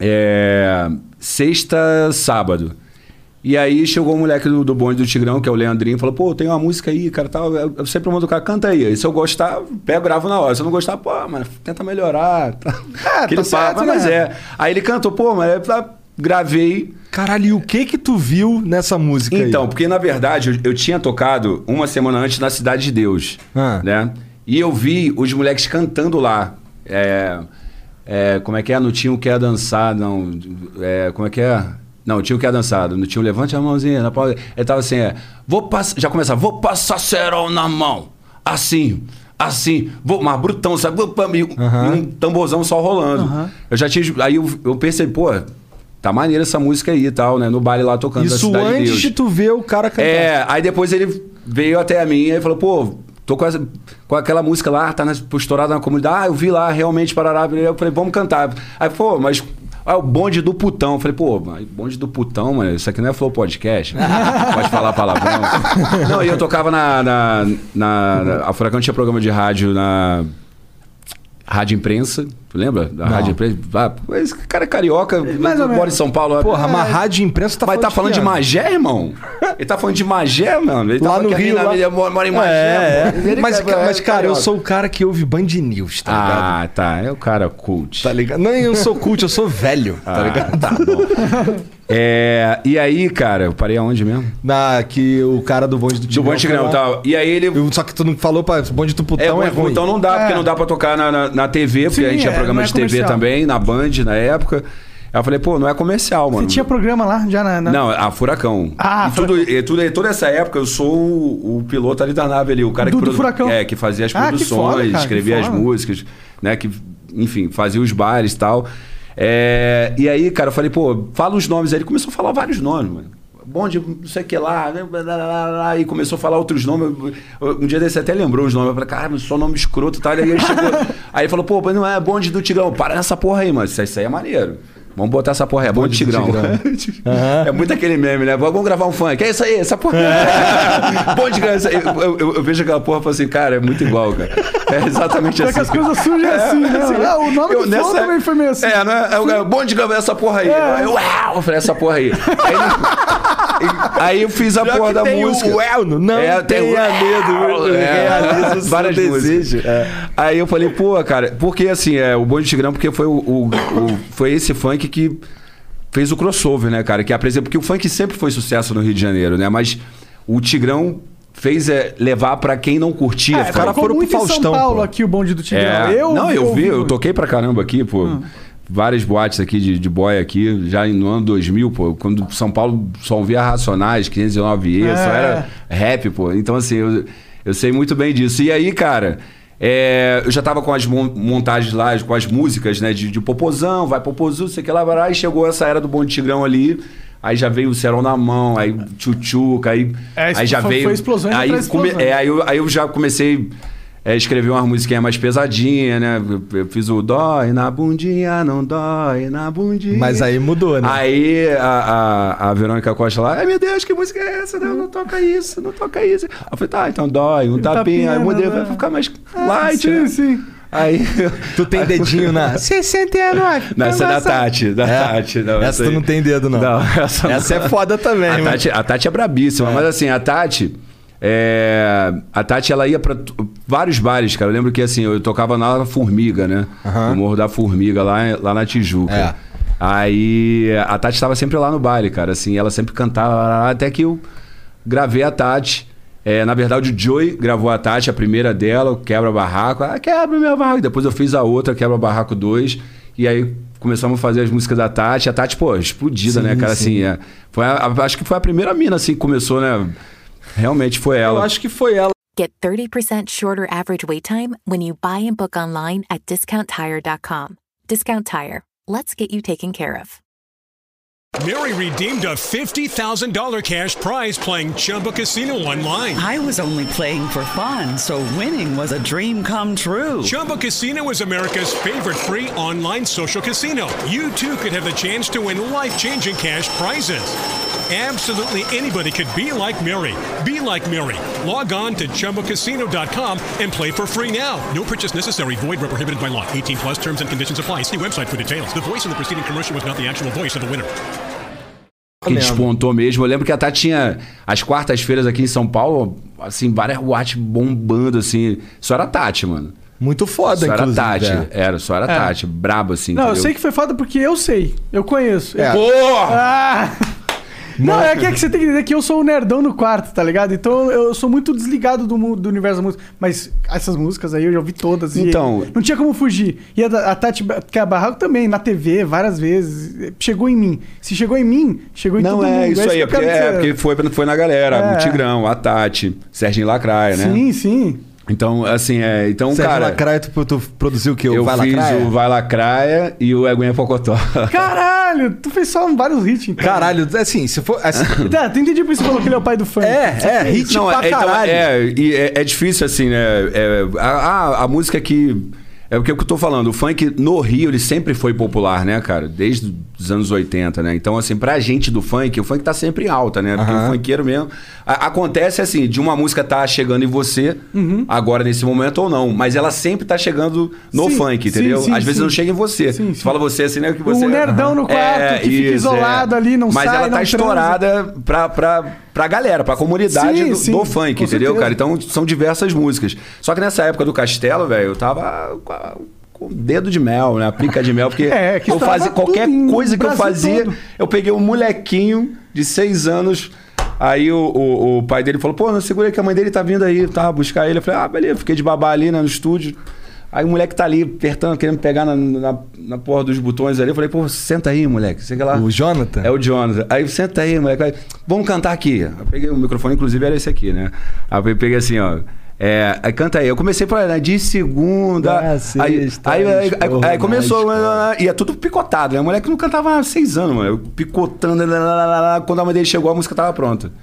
S6: é, sexta, sábado. E aí chegou o moleque do, do bonde do Tigrão, que é o Leandrinho, e falou, pô, tem uma música aí, cara, tal. Eu eu sempre mando o cara, canta aí. E se eu gostar, eu pego, gravo na hora. Se eu não gostar, pô, mano, tenta melhorar. [laughs] Tá.
S3: É,
S6: Aquele
S3: tá certo,
S6: papo,
S3: né?
S6: mas é. Aí ele cantou, pô, mas eu gravei.
S2: Caralho, e o que que tu viu nessa música
S6: Então,
S2: aí?
S6: porque na verdade eu, eu tinha tocado uma semana antes na Cidade de Deus,
S2: Ah.
S6: né? E eu vi os moleques cantando lá. É, é, como é que é? Não tinha o que é dançar, não. É, como é que é? Não, tinha o que é dançar. Não tinha o levante a mãozinha na palma. Ele tava assim, é, vou passar, já começava, vou passar cerol na mão, assim. Assim, vou, mas brutão, sabe? Vou pra mim, E um tamborzão só rolando. Eu já tinha. Aí eu, eu pensei, pô, tá maneira essa música aí e tal, né? No baile lá tocando da
S2: Isso
S6: Cidade de
S2: antes
S6: Deus.
S2: de tu ver o cara cantar.
S6: É, aí depois ele veio até a mim e falou, pô, tô com, essa- com aquela música lá, tá na, estourada na comunidade. Ah, eu vi lá, realmente, parará. Eu falei, vamos cantar. Aí, pô, mas... Ah, o bonde do putão. Eu falei, pô, mas bonde do putão, mano, isso aqui não é Flow Podcast. né? Pode falar palavrão. não, e eu tocava na... na, na, na- a Furacão tinha programa de rádio na... Rádio Imprensa, tu lembra? Da Rádio Imprensa. Ah, esse cara é carioca,
S3: Mais ou
S6: mora em
S3: menos.
S6: São Paulo.
S2: Porra, mas rádio e imprensa tá
S6: É. Mas tá falando de
S2: quê?
S6: Magé, irmão? Ele tá falando de Magé, mano? Ele tá
S2: Lá
S6: falando
S2: no
S6: que a
S2: Rio,
S6: mina-
S2: lá-
S6: ele mora mora em Magé.
S2: É,
S6: mano.
S2: é.
S6: Ele
S2: Mas,
S6: quer-
S2: ca- mas, cara, eu
S6: carioca.
S2: sou o cara que ouve Band News, tá ligado?
S6: Ah, tá. É o cara cult.
S2: Tá ligado? Não, eu sou cult, eu sou velho, tá ligado?
S6: Tá bom. É, e aí, cara, eu parei aonde mesmo?
S2: Na, que o cara do bonde do
S6: Do
S2: Tigrão.
S6: Bonde
S2: foi
S6: Tigrão
S2: lá.
S6: e tal. tá. E aí ele.
S2: Eu- Só que tu não falou pra bonde do
S6: Então É,
S2: putão
S6: o
S2: é,
S6: é
S2: ruim.
S6: então não dá, porque não dá pra tocar na, na, na TV, porque
S3: Sim,
S6: a gente tinha
S3: é,
S6: programa
S3: não é
S6: de TV
S3: comercial.
S6: também, na Band, na época. Aí eu falei, pô, não é comercial, mano.
S3: Você tinha programa lá já na. na-
S6: Não, a Furacão.
S3: né? Ah,
S6: e tudo, e tudo- e toda essa época eu sou o, o piloto ali da nave ali, o cara
S3: Do-
S6: que
S3: do Furacão.
S6: é que fazia as
S3: Ah, que
S6: produções,
S3: foda, cara, que
S6: escrevia as
S3: foda.
S6: músicas, né, que enfim, fazia os bares e tal. É, e aí, cara, eu falei, pô, fala os nomes aí, ele começou a falar vários nomes, mano. Bonde, não sei o que lá, né, blá, blá, blá, blá, e começou a falar outros nomes. Eu- eu- Um dia desse até lembrou os nomes. Eu falei, caramba, só nome escroto e tal. Aí ele
S3: [laughs]
S6: chegou. aí ele falou, pô, mas não é bonde do Tigrão. Para nessa porra aí, mano. Isso, isso aí é maneiro. Vamos botar essa porra aí, é bonde, do Tigrão. É muito aquele meme, né? Vamos gravar um funk. É isso aí, essa porra.
S3: É.
S6: Bonde criança. Eu, eu- eu- eu vejo aquela porra e falo assim, cara, é muito igual, cara. É exatamente
S3: Só
S6: assim.
S3: que as coisas surgem assim, né? Ah, o nome do
S6: nessa-
S3: flow também foi meio assim. É.
S6: É, né? É o cara, bonde criança, essa porra aí. Aí eu, uau, eu falei, essa porra aí. Aí, aí eu fiz a porra da
S2: tem o
S6: música.
S2: uau, não- não
S6: É,
S2: tenha
S6: [laughs]
S2: medo, realiza o seu
S6: várias
S2: desejo. É.
S6: músicas.
S8: É.
S6: Aí eu falei, pô, cara, porque assim, é, o Bonde Tigrão, porque foi, o, o- o- foi esse funk que fez o crossover, né, cara? Que apresenta, porque o funk sempre foi sucesso no Rio de Janeiro, né? Mas o Tigrão fez é, levar pra quem não curtia.
S3: É,
S6: funk.
S2: Ah, cara
S3: cara
S2: foram
S3: ficou
S2: pro
S3: muito em São
S2: Faustão,
S3: Paulo
S2: pô.
S3: aqui o bonde do Tigrão. Ah.
S6: É. não, eu vi, eu
S3: muito.
S6: toquei pra caramba aqui, pô. Várias boates aqui de, de boy aqui, já no ano 2000, pô. Quando São Paulo só ouvia Racionais, 509E, só
S3: É.
S6: era rap, pô. Então, assim, eu, eu sei muito bem disso. E aí, cara, é, eu já tava com as mon- montagens lá, com as músicas, né? De, de popozão, vai popozu, sei que lá, vai lá. E chegou essa era do Bonde Tigrão ali. Aí já veio o Serol na mão, aí Tchutchuca, aí,
S3: É, isso
S6: aí já
S3: foi-
S6: veio.
S3: foi explosão
S6: aí
S3: atrás de
S6: come-
S3: explosão.
S6: é, aí eu, aí eu já comecei a escrever umas musiquinhas mais pesadinhas, né? Eu, eu fiz o dói na bundinha, não dói na bundinha.
S2: Mas aí mudou, né?
S6: Aí a, a, a Verônica Costa lá, ai meu Deus, que música é essa? Não, não toca isso, não toca isso. Eu falei, tá, então dói, um tapinha,
S3: tapinha,
S6: aí eu mudei,
S3: né?
S6: vai ficar mais light.
S3: sim,
S6: né?
S3: sim.
S6: Aí.
S2: Tu tem dedinho
S6: [laughs]
S2: na... 69.
S6: Não, essa é da
S2: Nossa.
S6: Tati, da
S2: É.
S6: Tati.
S2: Essa tu
S6: aí-
S2: não tem dedo, não.
S6: essa, não. [laughs]
S2: Essa é foda também,
S6: a
S2: mano.
S6: Tati, a Tati é brabíssima, mas assim, a Tati. é, a Tati, ela ia pra t- vários bares, cara. Eu lembro que assim, eu tocava na Formiga, né? No Morro da Formiga, lá, lá na Tijuca.
S2: É.
S6: Aí a Tati estava sempre lá no baile, cara. Assim, ela sempre cantava, lá, lá, lá, até que eu gravei a Tati. É, na verdade, o Joey gravou a Tati, a primeira dela, o Quebra Barraco. Ah, quebra meu barraco. Depois eu fiz a outra, Quebra Barraco 2. E aí começamos a fazer as músicas da Tati. A Tati, pô, explodida, né, cara? Assim, é. foi a- a- acho que foi a primeira mina, assim, que começou, né? Realmente foi ela.
S2: Eu acho que foi ela.
S9: Get 30% shorter average wait time when you buy and book online at discounttire.com. Discount Tire. Let's get you taken care of.
S10: Mary redeemed a $50,000 cash prize playing Chumba Casino online.
S11: I was only playing for fun, so winning was a dream come true.
S10: Chumba Casino is America's favorite free online social casino. You too could have the chance to win life changing cash prizes. Absolutely anybody could be like Mary. Be like Mary. Log on to chumbacasino.com and play for free now. No purchase necessary. Void where prohibited by law. 18 plus terms and conditions apply. See website for details. The voice in the preceding commercial was not the actual voice of the winner.
S6: Que despontou mesmo. Eu lembro que a Tati tinha as quartas-feiras aqui em São Paulo, assim, várias boates bombando, assim. Só era a Tati, mano.
S2: Muito foda,
S6: Só era a
S2: inclusive.
S6: Tati.
S2: é.
S6: Era, só era a
S3: É.
S6: Tati. Brabo, assim.
S3: Não, eu
S6: entendeu?
S3: sei que foi foda porque eu sei. Eu conheço.
S2: É.
S6: Porra!
S2: [laughs]
S3: Ah! Não, é que, é que você tem que entender que eu sou o nerdão no quarto, tá ligado? Então eu sou muito desligado do, mu- do universo da música. Mas essas músicas aí eu já ouvi todas. e
S4: Então-
S3: Não tinha como fugir. E a, da- a Tati Ba- que é a Barraco também, na TV, várias vezes. eh, Chegou em mim. Se chegou em mim, chegou em
S6: Não,
S3: todo mundo.
S6: é isso
S3: que
S6: aí. É
S3: eu
S6: porque,
S3: quero
S6: é,
S3: dizer.
S6: porque foi, foi na galera.
S3: É.
S6: O Tigrão, a Tati, Serginho
S2: é
S6: Lacraia, né?
S3: Sim, sim.
S6: Então, assim, é. Então,
S2: Sérgio
S6: cara.
S2: Lacraia, tu, tu produziu o quê? O
S6: eu
S2: Vai
S6: fiz
S2: Lacraia?
S6: o Vai Lacraia e o Eguinha Pocotó.
S3: Caralho, tu fez só vários hits, então.
S2: Caralho, assim, se for...
S6: [laughs]
S2: assim,
S3: Tá, tu entendi por isso que você falou que ele é o pai do funk.
S2: é, é, hit
S6: Não,
S2: pra
S6: é, então,
S2: caralho.
S6: é, e é, é difícil, assim, né? É, a, a- a música que. É o que eu tô falando. O funk no Rio, ele sempre foi popular, né, cara? Desde os anos 80, né? Então, assim, pra gente do funk, o funk tá sempre em alta, né? Porque o funkeiro mesmo. a- acontece, assim, de uma música tá chegando em você,
S3: Uhum.
S6: agora nesse momento ou não. Mas ela sempre tá chegando no
S3: Sim,
S6: funk,
S3: sim,
S6: entendeu?
S3: sim,
S6: Às vezes
S3: sim.
S6: não chega em você.
S3: Sim, sim.
S6: Fala você, assim, né? Que você, É,
S3: Um nerdão no quarto, que fica isolado ali, não
S6: Mas
S3: sai,
S6: ela
S3: não
S6: tá
S3: transa.
S6: estourada pra, pra, pra galera, pra comunidade
S3: Sim,
S6: do,
S3: sim,
S6: do funk,
S3: com
S6: entendeu,
S3: certeza.
S6: cara? Então são diversas músicas. Só que nessa época do Castelo, velho, eu tava com, a- com o dedo de mel, né? A pica de mel, porque
S3: [laughs] É, que
S6: eu
S3: tava
S6: fazia
S3: tudo
S6: qualquer
S3: em
S6: coisa que eu
S3: Brasil
S6: fazia,
S3: todo.
S6: eu peguei um molequinho de seis anos. Aí o, o- o pai dele falou, pô, não segura aí que a mãe dele tá vindo aí, tava buscar ele. Eu falei, ah, beleza, fiquei de babá ali né, no estúdio. Aí o moleque tá ali apertando, querendo pegar na, na, na porra dos botões ali. Eu falei, pô, senta aí, moleque. Sei que lá.
S2: O Jonathan?
S6: É o Jonathan. Aí senta aí, moleque. Aí, Vamos cantar aqui. Eu peguei o microfone, inclusive era esse aqui, né? Aí eu peguei assim, ó. É, aí canta aí. Eu comecei pra né, de segunda.
S2: Da
S6: aí-
S2: sexta,
S6: aí, aí, aí,
S2: esporra
S6: aí começou.
S2: na escola.
S6: E é tudo picotado, né? O moleque não cantava há seis anos, mano. Eu Picotando. lá, lá, lá, lá. Quando a mãe dele chegou, a música tava pronta.
S2: [laughs]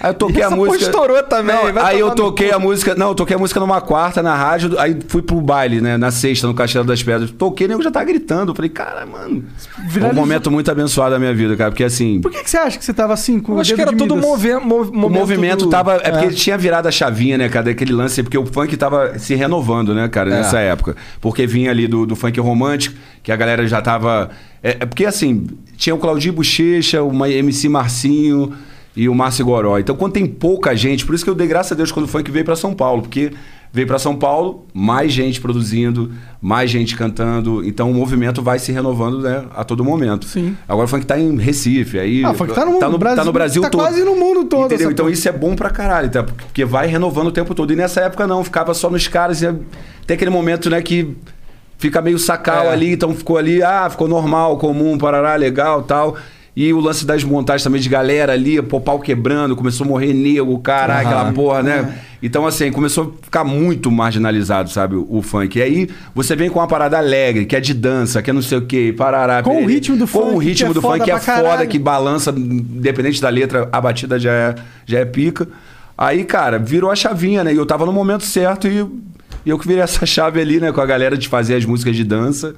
S6: Aí eu toquei
S2: Essa
S6: a música.
S2: porra estourou também,
S6: Não,
S2: vai
S6: aí eu
S2: tomar no
S6: toquei a música. Não, eu toquei a música numa quarta na rádio. Aí fui pro baile, né? Na sexta, no Castelo das Pedras. Toquei, o nego já tá gritando. Eu falei, cara, mano. Foi um
S3: Viralizou.
S6: momento muito abençoado da minha vida, cara. Porque assim.
S3: Por que, que você acha que você tava assim, com
S2: Eu
S3: o
S2: acho
S3: dedo
S2: que era
S3: de
S2: todo
S3: Midas?
S2: move, mov,
S6: O
S2: momento
S6: movimento
S2: do-
S6: tava. É porque
S2: É.
S6: tinha virado a chavinha, né, cara? Daquele lance, porque o funk tava se renovando, né, cara, nessa época. Porque vinha ali do, do funk romântico, que a galera já tava. É, é porque assim, tinha o Claudinho Bochecha, o Ma- MC Marcinho e o Márcio Goró. Então, quando tem pouca gente, por isso que eu dei graças a Deus quando o funk veio pra São Paulo, porque veio pra São Paulo, mais gente produzindo, mais gente cantando. Então o movimento vai se renovando, né, a todo momento.
S3: Sim.
S6: Agora o funk tá em Recife, aí
S3: Ah, o funk tá no
S6: tá no Brasil,
S3: Brasil-
S6: tá no Brasil
S3: tá
S6: todo.
S3: quase no mundo todo,
S6: Entendeu?
S3: essa
S6: Então
S3: porra.
S6: isso é bom pra caralho, tá? Porque vai renovando o tempo todo. E nessa época não, ficava só nos caras. E é- tem aquele momento, né, que fica meio sacal
S2: É.
S6: ali, então ficou ali, ah, ficou normal, comum, parará, legal tal. E o lance das montagens também de galera ali, pô, pau quebrando, começou a morrer nego, caralho, aquela porra, né?
S3: É.
S6: Então, assim, começou a ficar muito marginalizado, sabe, o, o funk. E aí você vem com uma parada alegre, que é de dança, que é não sei o quê, parará.
S3: Com o
S6: pererê.
S3: ritmo do
S6: Com
S3: funk,
S6: o
S3: que
S6: ritmo
S3: é
S6: do
S3: foda
S6: funk, que é
S3: pra
S6: foda,
S3: caralho.
S6: que balança, independente da letra, a batida já é, já é pica. Aí, cara, virou a chavinha, né? E eu tava no momento certo e, e eu que virei essa [laughs] chave ali, né? Com a galera de fazer as músicas de dança.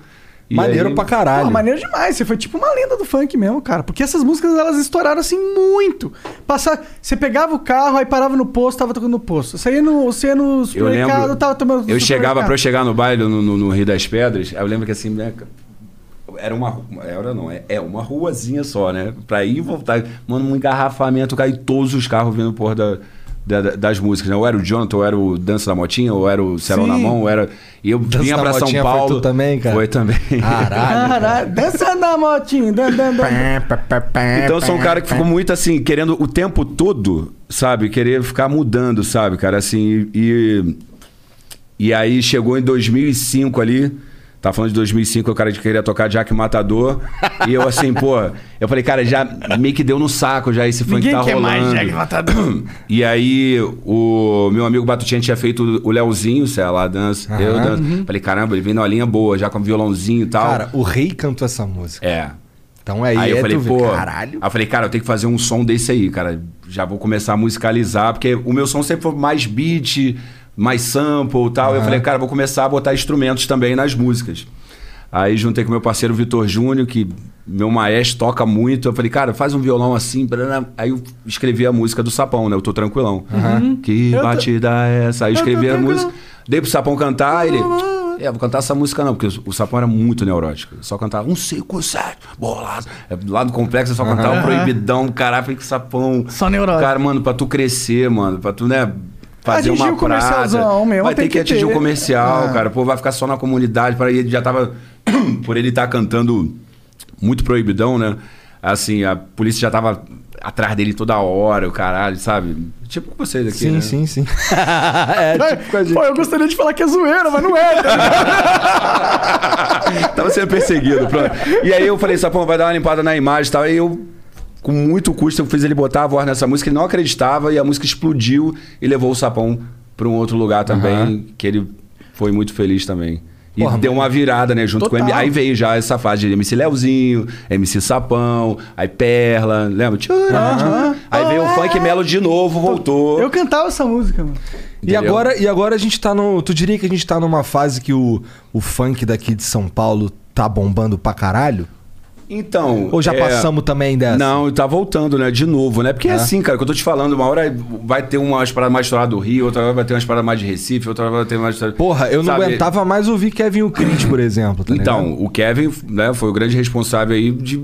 S6: E
S2: Maneiro
S6: aí-
S2: pra caralho.
S3: Pô, maneiro demais. Você foi tipo uma lenda do funk mesmo, cara. Porque essas músicas, elas estouraram assim muito. Passar, você pegava o carro, aí parava no posto, tava tocando no posto. Você ia no, você ia no
S6: Eu lembro.
S3: supermercado, tava tomando
S6: eu
S3: supermercado.
S6: chegava pra eu chegar no baile no, no- no Rio das Pedras, aí eu lembro que assim, né, Era uma rua. Era não, é, é uma ruazinha só, né? Pra ir e voltar. Mano, um engarrafamento cai todos os carros vindo por da. da- da- das músicas, né? Ou era o Jonathan, ou era o Dança da Motinha, ou era o Serão na
S3: Sim.
S6: Mão, ou era. E eu
S2: Dança
S6: vinha
S2: da
S6: pra São
S2: Motinha foi
S6: Paulo.
S2: tu também, cara?
S6: Foi também.
S2: Caralho.
S6: né,
S3: Caralho, dança na motinha. Dan, dan, dan.
S6: [laughs] Então sou um cara que ficou muito assim, querendo o tempo todo, sabe? Querer ficar mudando, sabe, cara? Assim, e. E aí chegou em 2005 ali. Tá falando de 2005, o cara que queria tocar Jack Matador. e eu assim, pô, eu falei, cara, já meio que deu no saco já esse funk
S7: Ninguém
S6: tá
S7: quer
S6: rolando.
S7: mais Jack Matador.
S6: E aí, o meu amigo Batutinha tinha feito o Leozinho, sei lá, dança. Eu
S2: um
S6: danço. Falei, caramba, ele vem numa linha boa, já com violãozinho e tal.
S2: Cara, o rei cantou essa música.
S6: É.
S2: Então aí,
S6: eu
S2: é
S6: falei,
S2: tu ver,
S6: pô.
S2: caralho.
S6: Aí eu falei, cara, eu tenho que fazer um som desse aí, cara. Já vou começar a musicalizar, porque o meu som sempre foi mais beat, mais sample e tal. Eu falei, cara, vou começar a botar instrumentos também nas músicas. Aí juntei com meu parceiro Vitor Júnior, que meu maestro toca muito. Eu falei, cara, faz um violão assim. brana. Aí eu escrevi a música do Sapão, né? Eu tô tranquilão.
S7: Uhum.
S6: Que
S7: Eu tô-
S6: batida é essa? Aí eu
S7: Eu tô
S6: escrevi a
S7: tranquilão. Uhum.
S6: música. Dei pro Sapão cantar, ele. É, vou cantar essa música não, porque o- o Sapão era muito neurótico. Só cantava um cinco sete bolado. É, Lá do complexo eu só cantava
S3: Aham.
S6: proibidão, caralho, falei que Sapão.
S3: Só neurótico.
S6: Cara, mano, pra tu crescer, mano, pra tu, né, fazer
S3: Atingir
S6: uma
S3: o comercialzão
S6: parada.
S3: mesmo,
S6: vai
S3: tem
S6: ter que
S3: que
S6: atingir o
S3: ter.
S6: comercial,
S3: Ah.
S6: cara. Pô, vai ficar só na comunidade. Para ele já tava. [clears throat] por ele estar cantando muito proibidão, né? Assim, a polícia já tava atrás dele toda hora, o caralho, sabe? Tipo vocês aqui.
S2: Sim,
S6: né?
S2: sim, sim.
S6: É, tipo,
S3: É, Pô, eu gostaria de falar que é zoeira, mas não é.
S6: [laughs]
S3: tá ligado?
S6: Tava sendo perseguido, pronto. E aí eu falei, Sapão, vai dar uma limpada na imagem e tal. E eu, com muito custo, eu fiz ele botar a voz nessa música, ele não acreditava, e a música explodiu e levou o Sapão pra um outro lugar também, que ele foi muito feliz também. E
S2: Porra,
S6: deu uma virada, né? Junto com o
S3: Total.
S6: M... Aí veio já essa fase de MC Leozinho, MC Sapão, aí Perla, lembra? Tchurá, tchurá. Aí veio o funk Melo de novo, voltou.
S3: É. Eu cantava essa música, mano.
S2: E
S6: Entendeu?
S2: agora, e agora a gente tá no. Tu diria que a gente tá numa fase que o, o funk daqui de São Paulo tá bombando pra caralho?
S6: Então.
S2: Ou já
S6: é,
S2: passamos também dessa?
S6: Não, tá voltando, né? De novo, né? Porque é assim, cara, que eu tô te falando, uma hora vai ter umas paradas mais estouradas do Rio, outra hora vai ter umas paradas mais de Recife, outra hora vai ter mais.
S2: Porra, eu não
S6: Sabe?
S2: aguentava mais ouvir Kevin o Crit, por exemplo. Tá
S6: Então,
S2: ligado?
S6: o Kevin né, foi o grande responsável aí de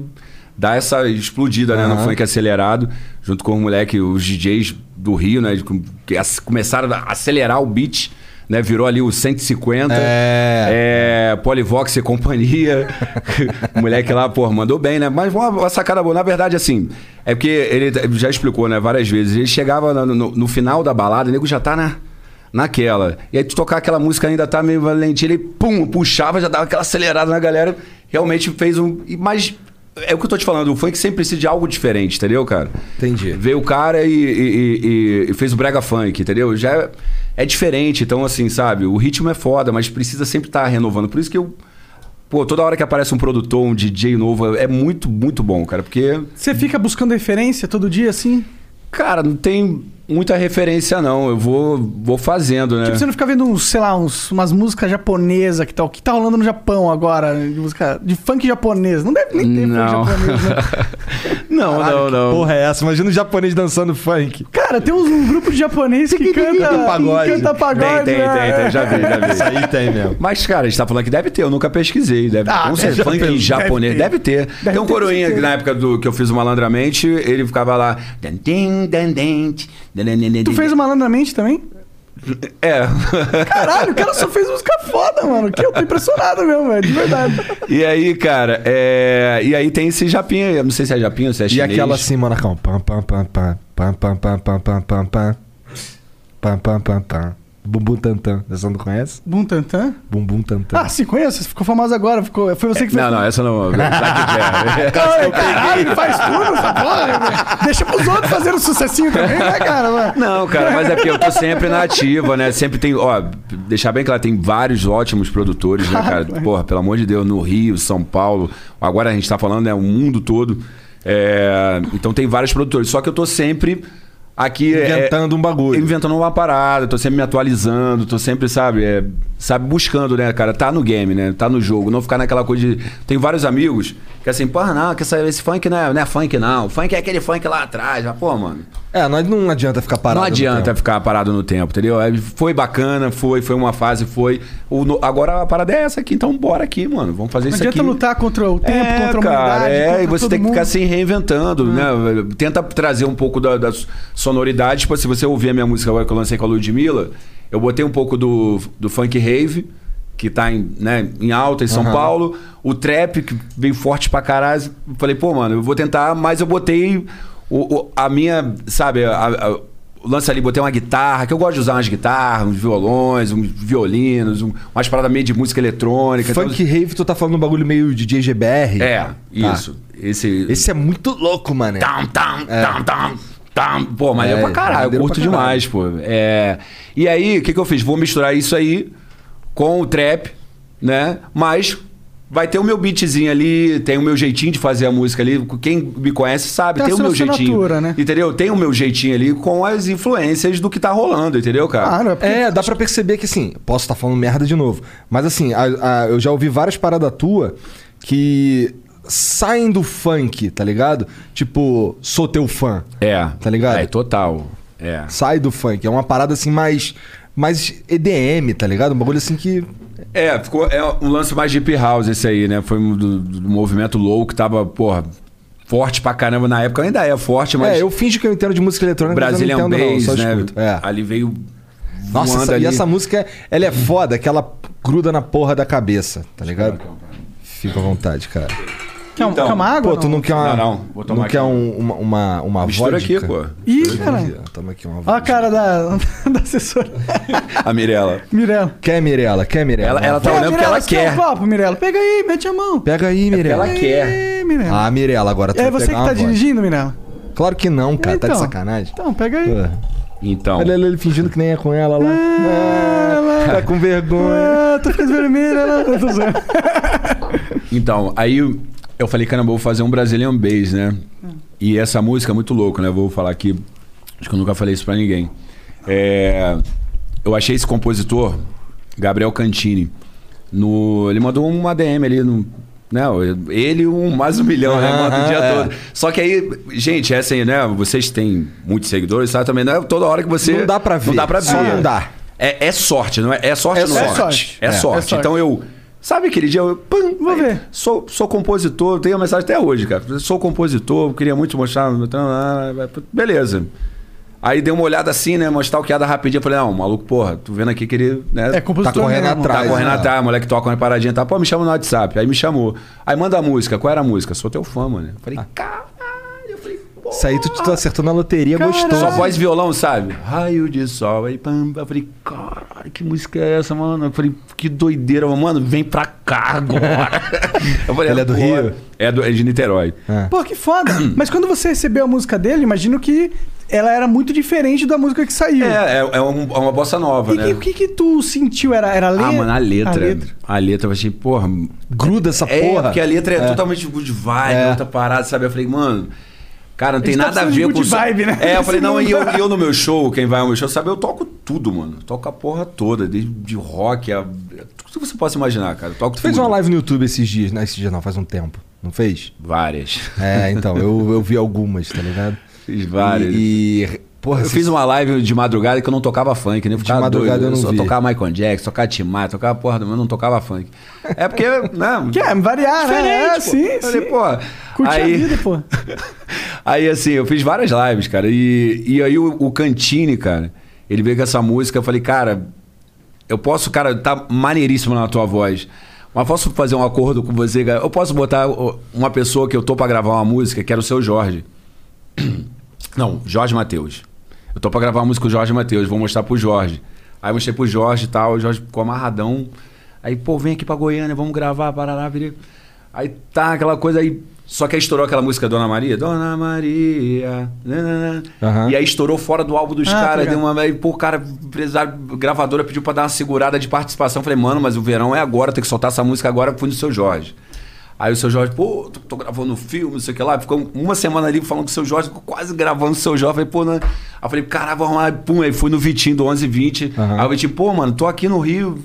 S6: dar essa explodida né, no
S2: Aham.
S6: funk acelerado, junto com o moleque, os DJs do Rio, né? Que ac- começaram a acelerar o beat. Né, virou ali o 150, é. Polivox e companhia. [laughs] o moleque lá, pô, mandou bem, né? Mas uma, uma sacada boa. Na verdade, assim, é porque ele t- já explicou, né, várias vezes. Ele chegava no, no- no final da balada, o nego já tá na, naquela. E aí tu tocar aquela música ainda tá meio valentinha, ele pum, puxava, já dava aquela acelerada na galera. Realmente fez um. e- Mas é o que eu tô te falando, o funk sempre precisa de algo diferente, entendeu, cara?
S2: Entendi.
S6: Veio o cara e, e- e- e fez o brega funk, entendeu? Já é, é diferente, então assim, sabe? O ritmo é foda, mas precisa sempre estar renovando. Por isso que eu. Pô, toda hora que aparece um produtor, um DJ novo, é muito, muito bom, cara, porque.
S3: Você fica buscando referência todo dia, assim?
S6: Cara, não tem muita referência, não. Eu vou, vou fazendo, né?
S3: Tipo, você não fica vendo, uns, sei lá, uns, umas músicas japonesas que tal. O que tá rolando no Japão agora? De música de funk japonês. Não deve nem ter
S6: Não.
S3: funk japonês,
S6: [laughs]
S3: né?
S6: Não, não, não.
S2: Porra, é essa? Imagina o japonês dançando funk.
S3: Cara, tem uns- um grupo de japonês que canta
S2: é pagode.
S3: Canta pagode
S6: Tem, tem,
S3: né?
S6: tem, tem, já vi, já vi.
S2: Isso aí tem mesmo.
S6: Mas, cara, a gente tá falando que deve ter, eu nunca pesquisei. Deve
S3: Ah,
S6: ter. Com certeza,
S2: já
S6: funk
S2: pensou.
S6: em japonês. Deve ter. tem um
S3: ter,
S6: coroinha
S3: com
S6: que na época do, que eu fiz o Malandramente, ele ficava lá.
S3: Tu fez o Malandramente também?
S6: É. [laughs]
S3: Caralho, o cara só fez música foda, mano. Que eu tô impressionado mesmo, velho. De verdade.
S6: E aí, cara, é... e aí tem esse japinha, eu não sei se é japinha ou se é
S2: E
S6: chinês.
S2: aquela assim, Monarcão. Pam, pam, pam, pam, pam, pam, pam, pam, pam, pam, pam. Pam, pam, pam, pam. Bumbum Tantan. Essa não conhece?
S3: Bum Tantan?
S2: Bumbum Tantan.
S3: Ah, se conhece? Ficou famoso agora. Ficou... Foi você que fez.
S6: Não, é não, essa não.
S3: Cara, caralho, ele faz tudo essa porra, né, velho. Deixa pros outros fazerem um sucessinho também, né, cara? Mano?
S6: Não, cara, mas é porque eu tô sempre na ativa, né? Sempre tem, ó, deixar bem claro, tem vários ótimos produtores, né, cara? Porra, pelo amor de Deus, no Rio, São Paulo, agora a gente tá falando, né, o mundo todo. É, então tem vários produtores, só que eu tô sempre aqui... é,
S2: Inventando um bagulho.
S6: Inventando uma parada, tô sempre me atualizando, tô sempre, sabe, é, sabe, buscando, né, cara? Tá no game, né? Tá no jogo, não ficar naquela coisa de. Tem vários amigos que assim, porra, não, que essa- esse funk não é, não é funk, não. Funk é aquele funk lá atrás, mas, pô, mano.
S2: É, nós não adianta ficar parado. no
S6: Não adianta
S2: tempo.
S6: ficar parado no tempo, entendeu? É, Foi bacana, foi, foi uma fase, foi. O no- Agora a parada é essa aqui, então bora aqui, mano. Vamos fazer
S3: Não
S6: isso aqui.
S3: adianta lutar contra o tempo,
S6: É,
S3: contra a
S6: cara,
S3: humanidade.
S6: É,
S3: contra
S6: e você
S3: todo
S6: tem que
S3: mundo.
S6: ficar se reinventando,
S2: Ah.
S6: né? Tenta trazer um pouco da, da sonoridade. Tipo, se você ouvir a minha música agora que eu lancei com a Ludmilla, eu botei um pouco do, do funk rave, que tá em, né, em alta em São Paulo, o trap, que veio forte pra caralho. Falei, pô, mano, eu vou tentar, mas eu botei o, o- a minha, sabe, a- a- o lance ali, botei uma guitarra, que eu gosto de usar umas guitarras, uns violões, uns violinos, um- umas paradas meio de música eletrônica. então-
S2: Funk rave, tu tá falando um bagulho meio DJ GBR?
S6: É,
S2: Tá.
S6: isso. Esse,
S2: Esse é muito louco, mano.
S6: Tam, tam, tam, tam, tam. Pô, mas é,
S2: É,
S6: pra caralho, eu
S2: maneiro
S6: curto
S2: pra caralho.
S6: demais, pô. É... E aí, o que, que eu fiz? Vou misturar isso aí com o trap, né? Mas Vai ter o meu beatzinho ali, tem o meu jeitinho de fazer a música ali. Quem me conhece sabe,
S3: Tem
S6: tem,
S3: a
S6: o meu
S3: sua
S6: jeitinho.
S3: assinatura, né?
S6: Entendeu? Tem o meu jeitinho ali com as influências do que tá rolando, entendeu, cara?
S2: é, dá pra perceber que assim, posso estar falando merda de novo, mas assim, a- a- eu já ouvi várias paradas tua que saem do funk, tá ligado? Tipo, sou teu fã.
S6: É.
S2: Tá ligado? É,
S6: total. É.
S2: Sai do funk. É uma parada assim mais. Mais EDM, tá ligado? Um bagulho assim que.
S6: É, ficou, é um lance mais deep house esse aí, né? Foi um do, do movimento low que tava, porra, forte pra caramba na época. Ainda é forte, mas
S2: É, eu finjo que eu entendo de música eletrônica. mas eu
S6: Brazilian
S2: não entendo, não,
S6: Bass,
S2: só
S6: né?
S2: escuto. É.
S6: Ali veio
S2: Nossa,
S6: voando
S2: essa,
S6: ali.
S2: e essa música, ela é foda, que ela gruda na porra da cabeça, tá ligado? Fica à vontade, cara.
S3: Quer, um- quer uma água?
S2: então. Pô, tu não quer uma.
S6: Não, não, vou tomar
S2: não quer
S6: aqui.
S2: um- uma, uma, uma
S6: Mistura
S2: vodka?
S6: aqui, pô.
S3: Ih, caralho.
S2: Toma aqui uma
S3: Olha a cara da, [laughs] da assessora.
S2: [laughs]
S6: A Mirella.
S3: Mirella.
S2: Quer, Mirella? Quer, Mirella?
S6: Ela- ela tá
S2: Uma
S3: Ô,
S6: olhando porque
S3: Mirella,
S6: ela
S3: você quer
S6: quer.
S3: um copo, Mirella? Pega aí, mete a mão.
S2: vodka. Pega
S6: É
S2: aí, Mirella.
S6: Ela quer.
S3: Ei, Mirella.
S2: Ah, Mirella, agora tu
S3: é
S2: vai
S3: você que
S2: pegar
S3: tá
S2: uma vodka.
S3: dirigindo, Mirella?
S2: Claro que não, cara. Tá de
S3: Então.
S2: sacanagem.
S3: Então, pega
S6: É.
S3: aí.
S2: Pô.
S6: Então.
S2: Olha ele, ele fingindo que nem é com ela lá.
S3: É.
S2: Ah, tá com vergonha.
S3: Ah, tô ficando vermelha. Ela... tá Eu tô zoando.
S6: Então, aí eu eu falei, caramba, vou fazer um Brazilian Bass, né? E essa música é muito louca, né? Vou falar aqui, acho que eu nunca falei isso pra ninguém. É, eu achei esse compositor, Gabriel Cantini, no, ele mandou uma DM ali no... Né? Ele e um, mais um milhão, né? Manda o dia
S2: Aham, é.
S6: todo. Só que aí, gente, é assim, né? Vocês têm muitos seguidores, sabe? Também não é toda hora que você...
S2: Não dá pra ver.
S6: Não dá pra ver.
S2: Só não dá.
S6: É, é sorte, não é? É sorte
S2: É
S6: ou não
S2: sorte.
S6: É,
S2: É, é
S6: sorte.
S3: sorte.
S6: Então eu... Sabe aquele dia? Eu, pam,
S3: Vou
S6: aí,
S3: ver.
S6: Sou, sou compositor, tenho a mensagem até hoje, cara. Sou compositor, queria muito mostrar. então, ah, Beleza. Aí dei uma olhada assim, né? Mostrar o que era rapidinho. Falei, não, maluco, porra, tô vendo aqui que ele. Né,
S3: É compositor
S2: Tá correndo
S3: mesmo.
S2: atrás.
S6: Tá correndo
S2: né?
S6: atrás, moleque toca uma paradinha, tá? Pô, me chama no WhatsApp. Aí me chamou. Aí manda a música. Qual era a música? Sou teu fã, mano. Eu Falei, caralho. Eu falei, pô.
S2: Isso aí tu
S3: Ah.
S2: tu acertou na loteria gostoso.
S6: Só voz e violão, sabe? Raio de sol. Aí, pam, eu falei, caralho, que música é essa, mano? Eu falei, que doideira, mano. Vem pra cá agora. [laughs] Eu falei,
S2: Ele é do
S6: "Pô,
S2: Rio?"
S6: É, do, é de Niterói.
S3: Pô, que foda. Mas quando você recebeu a música dele, imagino que ela era muito diferente da música que saiu.
S6: É, é, é um- é uma bossa nova,
S3: E
S6: né?
S3: que- o que, que tu sentiu? Era, era a letra?
S6: Ah, mano, a letra. A letra, eu achei, porra.
S2: Gruda essa
S6: É,
S2: porra.
S6: porque a letra é, totalmente good vibe,
S2: É.
S6: outra parada, sabe? Eu falei, mano. Cara, não tem
S3: gente tá
S6: nada a
S3: precisando de
S6: ver com
S3: good
S6: o-
S3: vibe, né?
S6: É, eu falei, não,
S3: Esse
S6: e eu,
S2: [laughs]
S3: mundo.
S6: e eu no meu show, quem vai ao meu show, sabe, eu toco tudo, mano. Eu Toco a porra toda, desde de rock, a, tudo que você possa imaginar, cara. Eu toco
S2: Tu fez
S6: tudo.
S2: uma live no YouTube esses dias. Não, esses dias não, faz um tempo. Não fez?
S6: Várias.
S2: É, então, eu, eu vi algumas, tá ligado?
S6: [laughs] Fiz várias.
S2: E, e, porra,
S6: Eu fiz uma live de madrugada que eu não tocava funk, nem ficava
S2: madrugada
S6: doido.
S2: eu não
S6: só
S2: vi.
S6: tocava Michael Jackson, tocava Tim Maia, tocava porra do meu, não tocava funk. É porque, né?
S3: Que é, variar, né? É,
S6: diferente, pô.
S3: sim,
S6: Eu falei,
S3: sim.
S6: porra.
S3: Curtir
S6: aí,
S3: a vida, pô.
S6: [laughs] Aí, assim, eu fiz várias lives, cara. E, e aí o, o Cantini, cara, ele veio com essa música. Eu falei, cara, eu posso, cara, tá maneiríssimo na tua voz. Mas posso fazer um acordo com você, cara? Eu posso botar ó, uma pessoa que eu tô pra gravar uma música, que era o seu Jorge. Não, Jorge Matheus. Eu tô pra gravar uma música com o Jorge Matheus, vou mostrar pro Jorge. Aí eu mostrei pro Jorge e tal, o Jorge ficou amarradão. Aí, pô, vem aqui pra Goiânia, vamos gravar, parará, virei. Aí tá aquela coisa aí. Só que aí estourou aquela música Dona Maria. Dona Maria. nananã.
S2: Aham.
S6: E aí estourou fora do álbum dos
S3: Ah, tá
S6: caras.
S3: ligado.
S6: Deu uma. Aí, pô, o cara, empresário, gravadora pediu pra dar uma segurada de participação. Eu Falei, mano, mas o verão é agora, tem que soltar essa música agora. Fui no seu Jorge. Aí o seu Jorge, pô, tô, tô gravando um filme, não sei o que lá. Ficou uma semana ali falando com o seu Jorge, ficou quase gravando o seu Jorge. Falei, pô, né? Aí eu falei, caralho, vou arrumar. Pum, aí fui no Vitinho do 1120. Aí o Vitinho, pô, mano, tô aqui no Rio,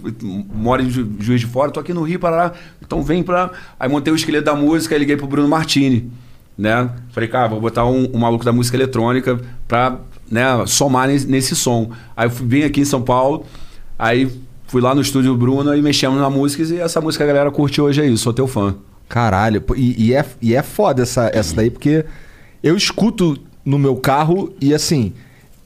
S6: moro em Ju- Juiz de Fora, tô aqui no Rio, Pará. Então vem pra. lá. Aí montei o esqueleto da música e liguei pro Bruno Martini, né? Falei, cara, vou botar um, um maluco da música eletrônica pra né, somar nesse, nesse som. Aí eu fui, vim aqui em São Paulo, aí fui lá no estúdio Bruno e mexemos na música e essa música a galera curte hoje aí, sou teu fã.
S2: Caralho, pô, e, e é, e é foda essa, essa daí, porque eu escuto no meu carro e assim.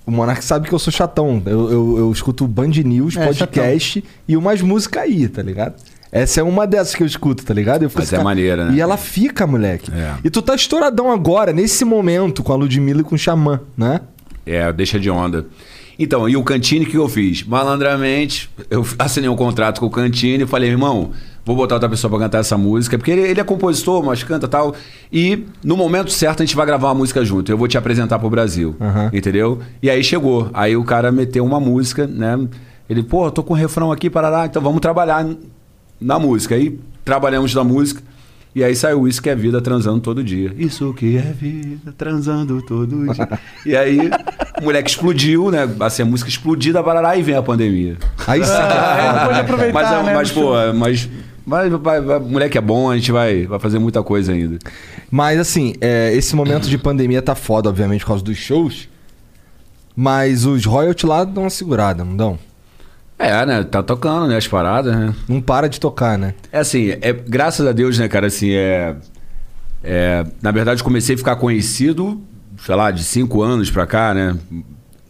S2: O Monark sabe que eu sou chatão. Eu, eu, eu escuto Band News,
S3: É,
S2: podcast e umas músicas aí, tá ligado? Essa é uma dessas que eu escuto, tá ligado? Eu fico
S6: Mas é
S2: "Cara-"
S6: maneira, né?
S2: E ela fica, moleque.
S6: É.
S2: E tu tá estouradão agora, nesse momento, com a Ludmilla e com o Xamã, né?
S6: É, deixa de onda. Então, e o Cantini, o que eu fiz? Malandramente, eu assinei um contrato com o Cantini e falei, irmão, vou botar outra pessoa pra cantar essa música, porque ele, ele é compositor, mas canta e tal. E no momento certo a gente vai gravar uma música junto. Eu vou te apresentar pro Brasil.
S2: Aham.
S6: Entendeu? E aí chegou. Aí o cara meteu uma música, né? Ele, pô, tô com um refrão aqui, parará, então vamos trabalhar na música. Aí trabalhamos na música. E aí saiu Isso Que É Vida transando todo dia. Isso que é vida transando
S3: [laughs]
S6: todo dia. E aí o moleque explodiu, né? Assim, a música explodida, barará, e vem a pandemia.
S2: Aí sim.
S6: [laughs] Ah,
S3: pode aproveitar,
S6: mas, é-
S3: né,
S6: mas,
S3: no
S6: pô, mas... Mas, vai- vai- moleque é bom, a gente vai, vai fazer muita coisa ainda.
S2: Mas assim, é, esse momento de pandemia tá foda, obviamente, por causa dos shows. Mas os royalties lá dão uma segurada, não dão?
S6: É, né? Tá tocando, né? As paradas, né?
S2: Não para de tocar, né?
S6: É assim, é, graças a Deus, né, cara, assim, é, é, Na verdade, eu comecei a ficar conhecido, sei lá, de cinco anos pra cá, né?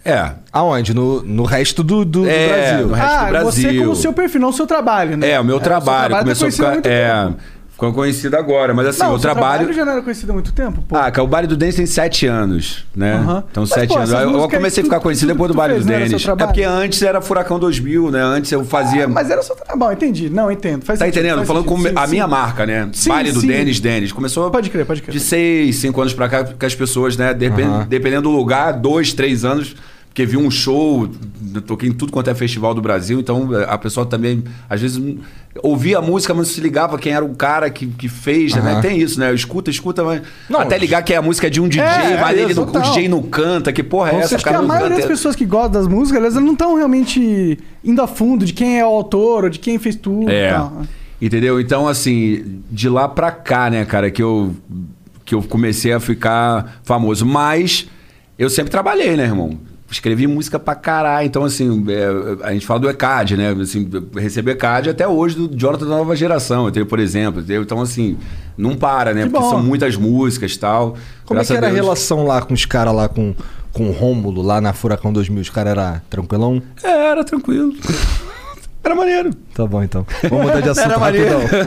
S6: É.
S2: Aonde? No, no resto do, do, do
S6: É,
S2: Brasil.
S6: no resto do
S3: Ah, você
S6: Brasil.
S3: como seu perfil, não o seu trabalho, né?
S6: É, o meu
S3: seu
S6: trabalho.
S3: tá
S6: começou a
S3: conhecido há
S6: ficar.
S3: muito
S6: É,
S3: tempo.
S6: ficou conhecido agora, mas assim,
S3: não,
S6: o
S3: seu trabalho...
S6: trabalho.
S3: já não era conhecido há muito tempo, pô.
S6: Ah, cara, o baile do Dente tem sete anos, né?
S3: Aham.
S6: Então,
S3: Mas,
S6: sete
S3: pô,
S6: anos.
S3: essas
S6: Eu- Eu,
S3: músicas aí,
S6: comecei a
S3: tudo-
S6: ficar conhecido
S3: tudo
S6: depois do
S3: que tu
S6: baile do
S3: fez, né, era
S6: Denis.
S3: seu
S6: É
S3: trabalho? Ah,
S6: porque antes era Furacão 2000, né? Antes eu fazia.
S3: Mas era só trabalho, entendi. Não, entendo. Faz
S6: Tá
S3: sentido,
S6: entendendo?
S3: faz
S6: Falando
S3: sentido.
S6: com
S3: Sim,
S6: a
S3: sim.
S6: minha marca, né?
S3: Sim,
S6: Baile do
S3: sim.
S6: Denis, Denis. Começou
S3: Pode crer, pode crer.
S6: de seis, cinco anos pra cá, que as pessoas, né? depen-
S2: Aham.
S6: Dependendo do lugar, dois, três anos. Porque vi um show, eu toquei em tudo quanto é festival do Brasil, então eh, a pessoa também, às vezes, hum, ouvia a música, mas não se ligava quem era o cara que, que fez, né?
S2: Aham.
S6: Tem isso, né? Escuta, escuta, mas.
S2: Não,
S6: até ligar que a música é de um DJ,
S3: é
S6: mas ele
S3: isso,
S6: não-
S3: total.
S6: o DJ não canta, que porra é
S3: Acho
S6: essa?
S3: que a maioria das pessoas que gostam das músicas, elas não estão realmente indo a fundo de quem é o autor ou de quem fez tudo. e
S6: É.
S3: tal.
S6: Entendeu? Então, assim, de lá pra cá, né, cara, que eu, que eu comecei a ficar famoso. Mas eu sempre trabalhei, né, irmão? Escrevi música pra caralho. Então, assim, é, a gente fala do ECAD, né? Assim, eu recebo ECAD até hoje do Jonathan da Nova Geração, entendeu? por exemplo. entendeu? Então, assim, não para, né?
S3: Que
S6: Porque
S3: bom.
S6: são muitas músicas e tal.
S2: Como é
S6: Graças
S2: que era a
S6: Deus.
S2: relação lá com os caras lá com, com o Rômulo, lá na Furacão 2000? Os caras eram tranquilão?
S6: É, era tranquilo. [laughs] Era maneiro.
S2: Tá bom, então. Vamos
S6: [laughs]
S2: mudar de assunto
S6: Era maneiro.
S2: rapidão.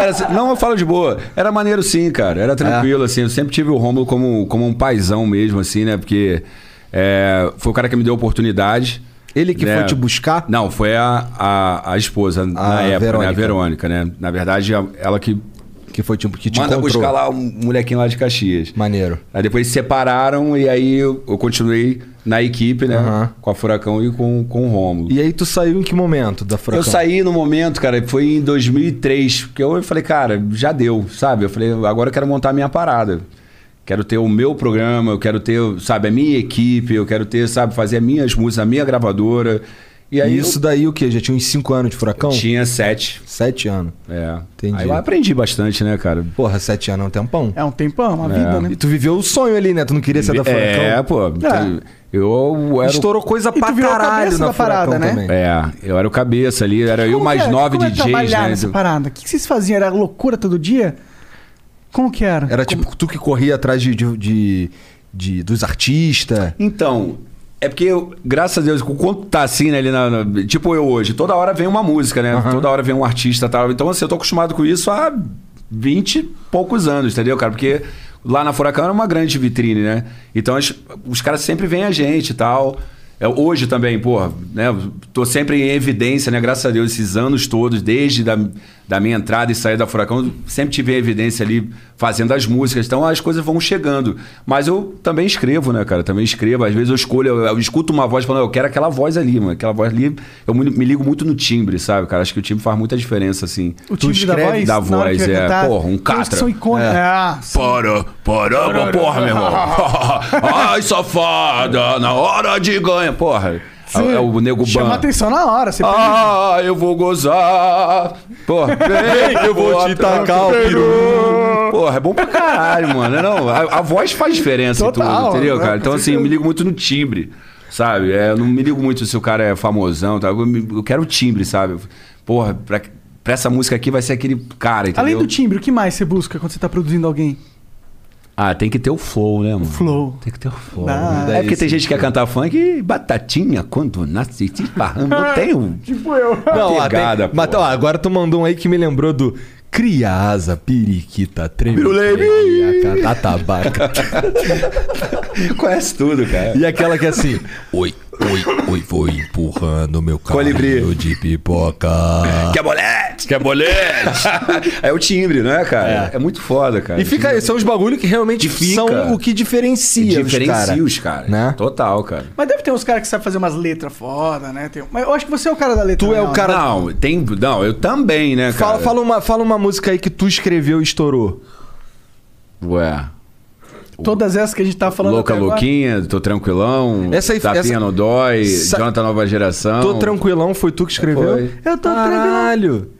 S6: Era assim- não, eu falo de boa. Era maneiro sim, cara. Era tranquilo,
S2: É.
S6: assim. Eu sempre tive o Rômulo como, como um paizão mesmo, assim, né? Porque é, foi o cara que me deu a oportunidade.
S2: Ele que
S6: né?
S2: foi te buscar?
S6: Não, foi a, a, a esposa na época, né? A
S2: Verônica.
S6: Verônica, né? Na verdade, a- ela que
S2: Que foi tipo que te
S6: manda
S2: encontrou.
S6: buscar lá um molequinho lá de Caxias.
S2: Maneiro.
S6: Aí depois se separaram e aí eu, eu continuei na equipe, né?
S2: Aham.
S6: Com a Furacão e com, com o Rômulo.
S2: E aí tu saiu em que momento da Furacão?
S6: Eu saí no momento, cara, foi em 2003, porque eu falei, cara, já deu, sabe? Eu falei, agora eu quero montar a minha parada. Quero ter o meu programa, eu quero ter, sabe, a minha equipe, eu quero ter, sabe, fazer as minhas músicas, a minha gravadora. E aí
S2: E isso daí o quê? Já tinha uns 5 anos de Furacão?
S3: um-
S6: eu tinha sete.
S2: Sete anos.
S6: É.
S2: Entendi.
S6: Aí eu aprendi bastante, né, cara?
S2: Porra, sete anos é um tempão.
S3: É um tempão, uma vida, né?
S2: E tu viveu o sonho ali, né? Tu não queria ser da Furacão.
S6: É, pô. então, Eu era. o-
S2: Estourou coisa
S3: tu
S2: pra
S3: virou a
S2: caralho
S3: cabeça
S2: na
S3: da
S2: Furacão
S3: parada, né?
S2: também.
S6: É, eu era o cabeça ali, era eu
S3: Como
S6: mais
S3: que é?
S6: nove
S3: Como é
S6: DJs,
S3: trabalhar
S6: né?
S3: nessa parada? O que que vocês faziam? Era loucura todo dia? Como que era?
S2: Era tipo tu que corria atrás de, de, de- de- dos artistas.
S6: Então, é porque, eu, graças a Deus, o quanto tá assim, né, ali na, na- Tipo eu hoje, toda hora vem uma música, né? Toda hora vem um artista e tal. Então, assim, eu tô acostumado com isso há 20 e poucos anos, entendeu, cara? Porque lá na Furacão era uma grande vitrine, né? Então, as- os caras sempre vêm a gente e tal. É, hoje também, porra, né? Tô sempre em evidência, né? Graças a Deus, esses anos todos, desde da, da minha entrada e saída da Furacão, sempre tive em evidência ali fazendo as músicas. Então as coisas vão chegando. Mas eu também escrevo, né, cara? Também escrevo. Às vezes eu escolho, eu, eu escuto uma voz falando, eu quero aquela voz ali, mano. Aquela voz ali. Eu me, me ligo muito no timbre, sabe, cara? Acho que o timbre faz muita diferença, assim.
S3: o time da
S6: escreve
S3: voz?
S6: Da
S3: na hora que
S6: voz,
S3: vai
S6: é.
S3: cantar?
S6: Porra,
S3: Tem
S6: um
S3: uns que
S6: catra.
S3: são icônicos. Ah, sim.
S6: Para, paramba, porra, meu irmão. [laughs] Ai, safada, na hora de ganhar. Porra, é, é o nego
S3: Chama
S6: ban.
S3: atenção na hora. Você
S6: Ah, eu vou gozar.
S3: [laughs]
S6: Porra, eu vou te
S3: tá
S6: tacar o peru. Porra, é bom pra caralho, mano. É, Não, a, a voz faz diferença em
S3: Total,
S6: tudo, entendeu,
S3: né?
S6: cara? Então,
S3: Com
S6: assim, eu me ligo muito no timbre, sabe? É, eu não me ligo muito se o cara é famosão, tá? eu, me- eu quero o timbre, sabe? Porra, pra, pra essa música aqui vai ser aquele cara, entendeu?
S3: Além do timbre, o que mais você busca quando você tá produzindo alguém?
S6: Ah, tem que ter o flow, né, mano?
S3: Flow.
S6: Tem que ter o flow.
S3: Ah,
S6: é porque tem gente que quer cantar funk e batatinha quando nasce se
S2: [laughs]
S6: esparrama. Não tem um.
S3: Tipo eu.
S6: Não,
S2: ó,
S6: pegada,
S2: mas,
S6: pô.
S2: ó, agora tu mandou um aí que me lembrou do Criasa, Periquita, Treme,
S6: Pirulê.
S2: Treme, Catatabaca.
S6: Conhece tudo,
S2: [laughs]
S6: cara.
S2: E aquela que é assim: Oi, oi, oi, vou empurrando meu
S6: Colibri.
S2: carrinho de pipoca.
S6: Que é mulher! bolete! [laughs] Quer bolete? [laughs] é o timbre, né, cara? É, muito foda, cara.
S2: E fica aí, são os bagulhos que realmente são o que diferencia,
S6: Diferencia
S2: os Né?
S6: os caras. Total, cara.
S3: Mas deve ter uns caras que sabem fazer umas letras foda, né? Tem... Mas eu acho que você é o cara da letra.
S6: Tu é
S3: né?
S6: o cara. Não, tem. Não, eu também, né, cara?
S2: Fala, fala, uma, fala uma música aí que tu escreveu e estourou.
S6: Ué.
S3: Todas essas que a gente tá falando
S6: Louca
S3: até agora.
S6: Louquinha, tô tranquilão.
S2: Essa aí-
S6: Tapinha
S2: essa-
S6: no dói,
S2: Sa-
S6: Jonathan Nova Geração.
S2: Tô tranquilão, foi tu que escreveu?
S6: Foi.
S3: Eu tô tranquilo.
S2: Caralho.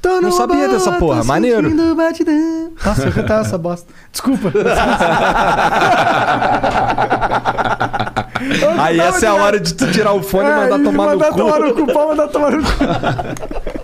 S3: Tô
S2: Não
S3: numa
S2: sabia dessa
S3: boa,
S2: porra,
S3: tô
S2: maneiro.
S3: sentindo batidão. Nossa, eu cantava essa bosta. Desculpa.
S2: Aí essa é a hora de tu tirar o fone e mandar
S3: Ai,
S2: tomar
S3: mandar
S2: no cu.
S3: tomar no cu, pau, mandar tomar no cu.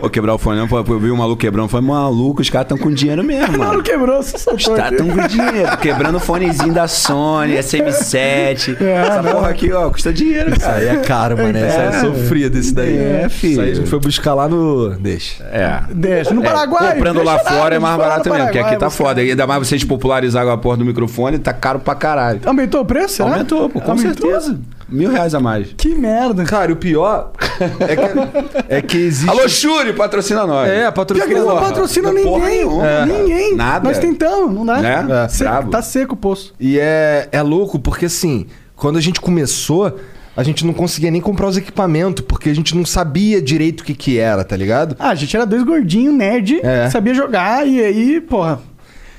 S6: Vou quebrar o fone, não, pô, eu vi o maluco quebrando. Falei, maluco, os caras tão com
S2: [laughs]
S6: dinheiro mesmo,
S3: Não,
S6: mano.
S3: não quebrou, só soltou.
S6: Tá
S3: aqui.
S6: tão com dinheiro. Quebrando o fonezinho da Sony, SM7. essa porra aqui, ó, custa dinheiro,
S2: Isso
S6: cara.
S2: aí é caro, mano. Isso aí é sofrido esse daí.
S6: É, filho.
S2: Isso aí a gente foi buscar lá no. Deixa.
S6: É.
S3: Deixa. No
S6: É,
S3: Paraguai.
S6: comprando lá
S3: deixa
S6: fora é
S3: deixa lá
S6: mais
S3: no
S6: barato mesmo, porque aqui
S3: Paraguai, é
S6: tá
S3: você-
S6: foda. E ainda mais vocês popularizaram a porra do microfone, tá caro pra caralho. Tá
S3: Aumentou o preço? será?
S6: Aumentou, pô, com
S3: Aumentou?
S6: certeza. Mil reais a mais.
S3: Que merda.
S2: Cara, o pior é que, é que existe.
S6: Alô, Shuri, patrocina nós.
S2: É,
S3: Pior que eles não
S2: patrocina.
S3: patrocinam
S6: Porra
S3: ninguém.
S6: nenhuma.
S3: Ninguém.
S6: Nada.
S3: Nós tentamos, não dá.
S6: Né? É.
S3: Seco,
S6: Brabo.
S3: tá seco o poço.
S2: E é, é louco porque assim, quando a gente começou, a gente não conseguia nem comprar os equipamentos, porque a gente não sabia direito o que, que era, tá ligado?
S3: Ah, a gente era dois gordinhos, nerd,
S2: É.
S3: sabia jogar e aí, porra,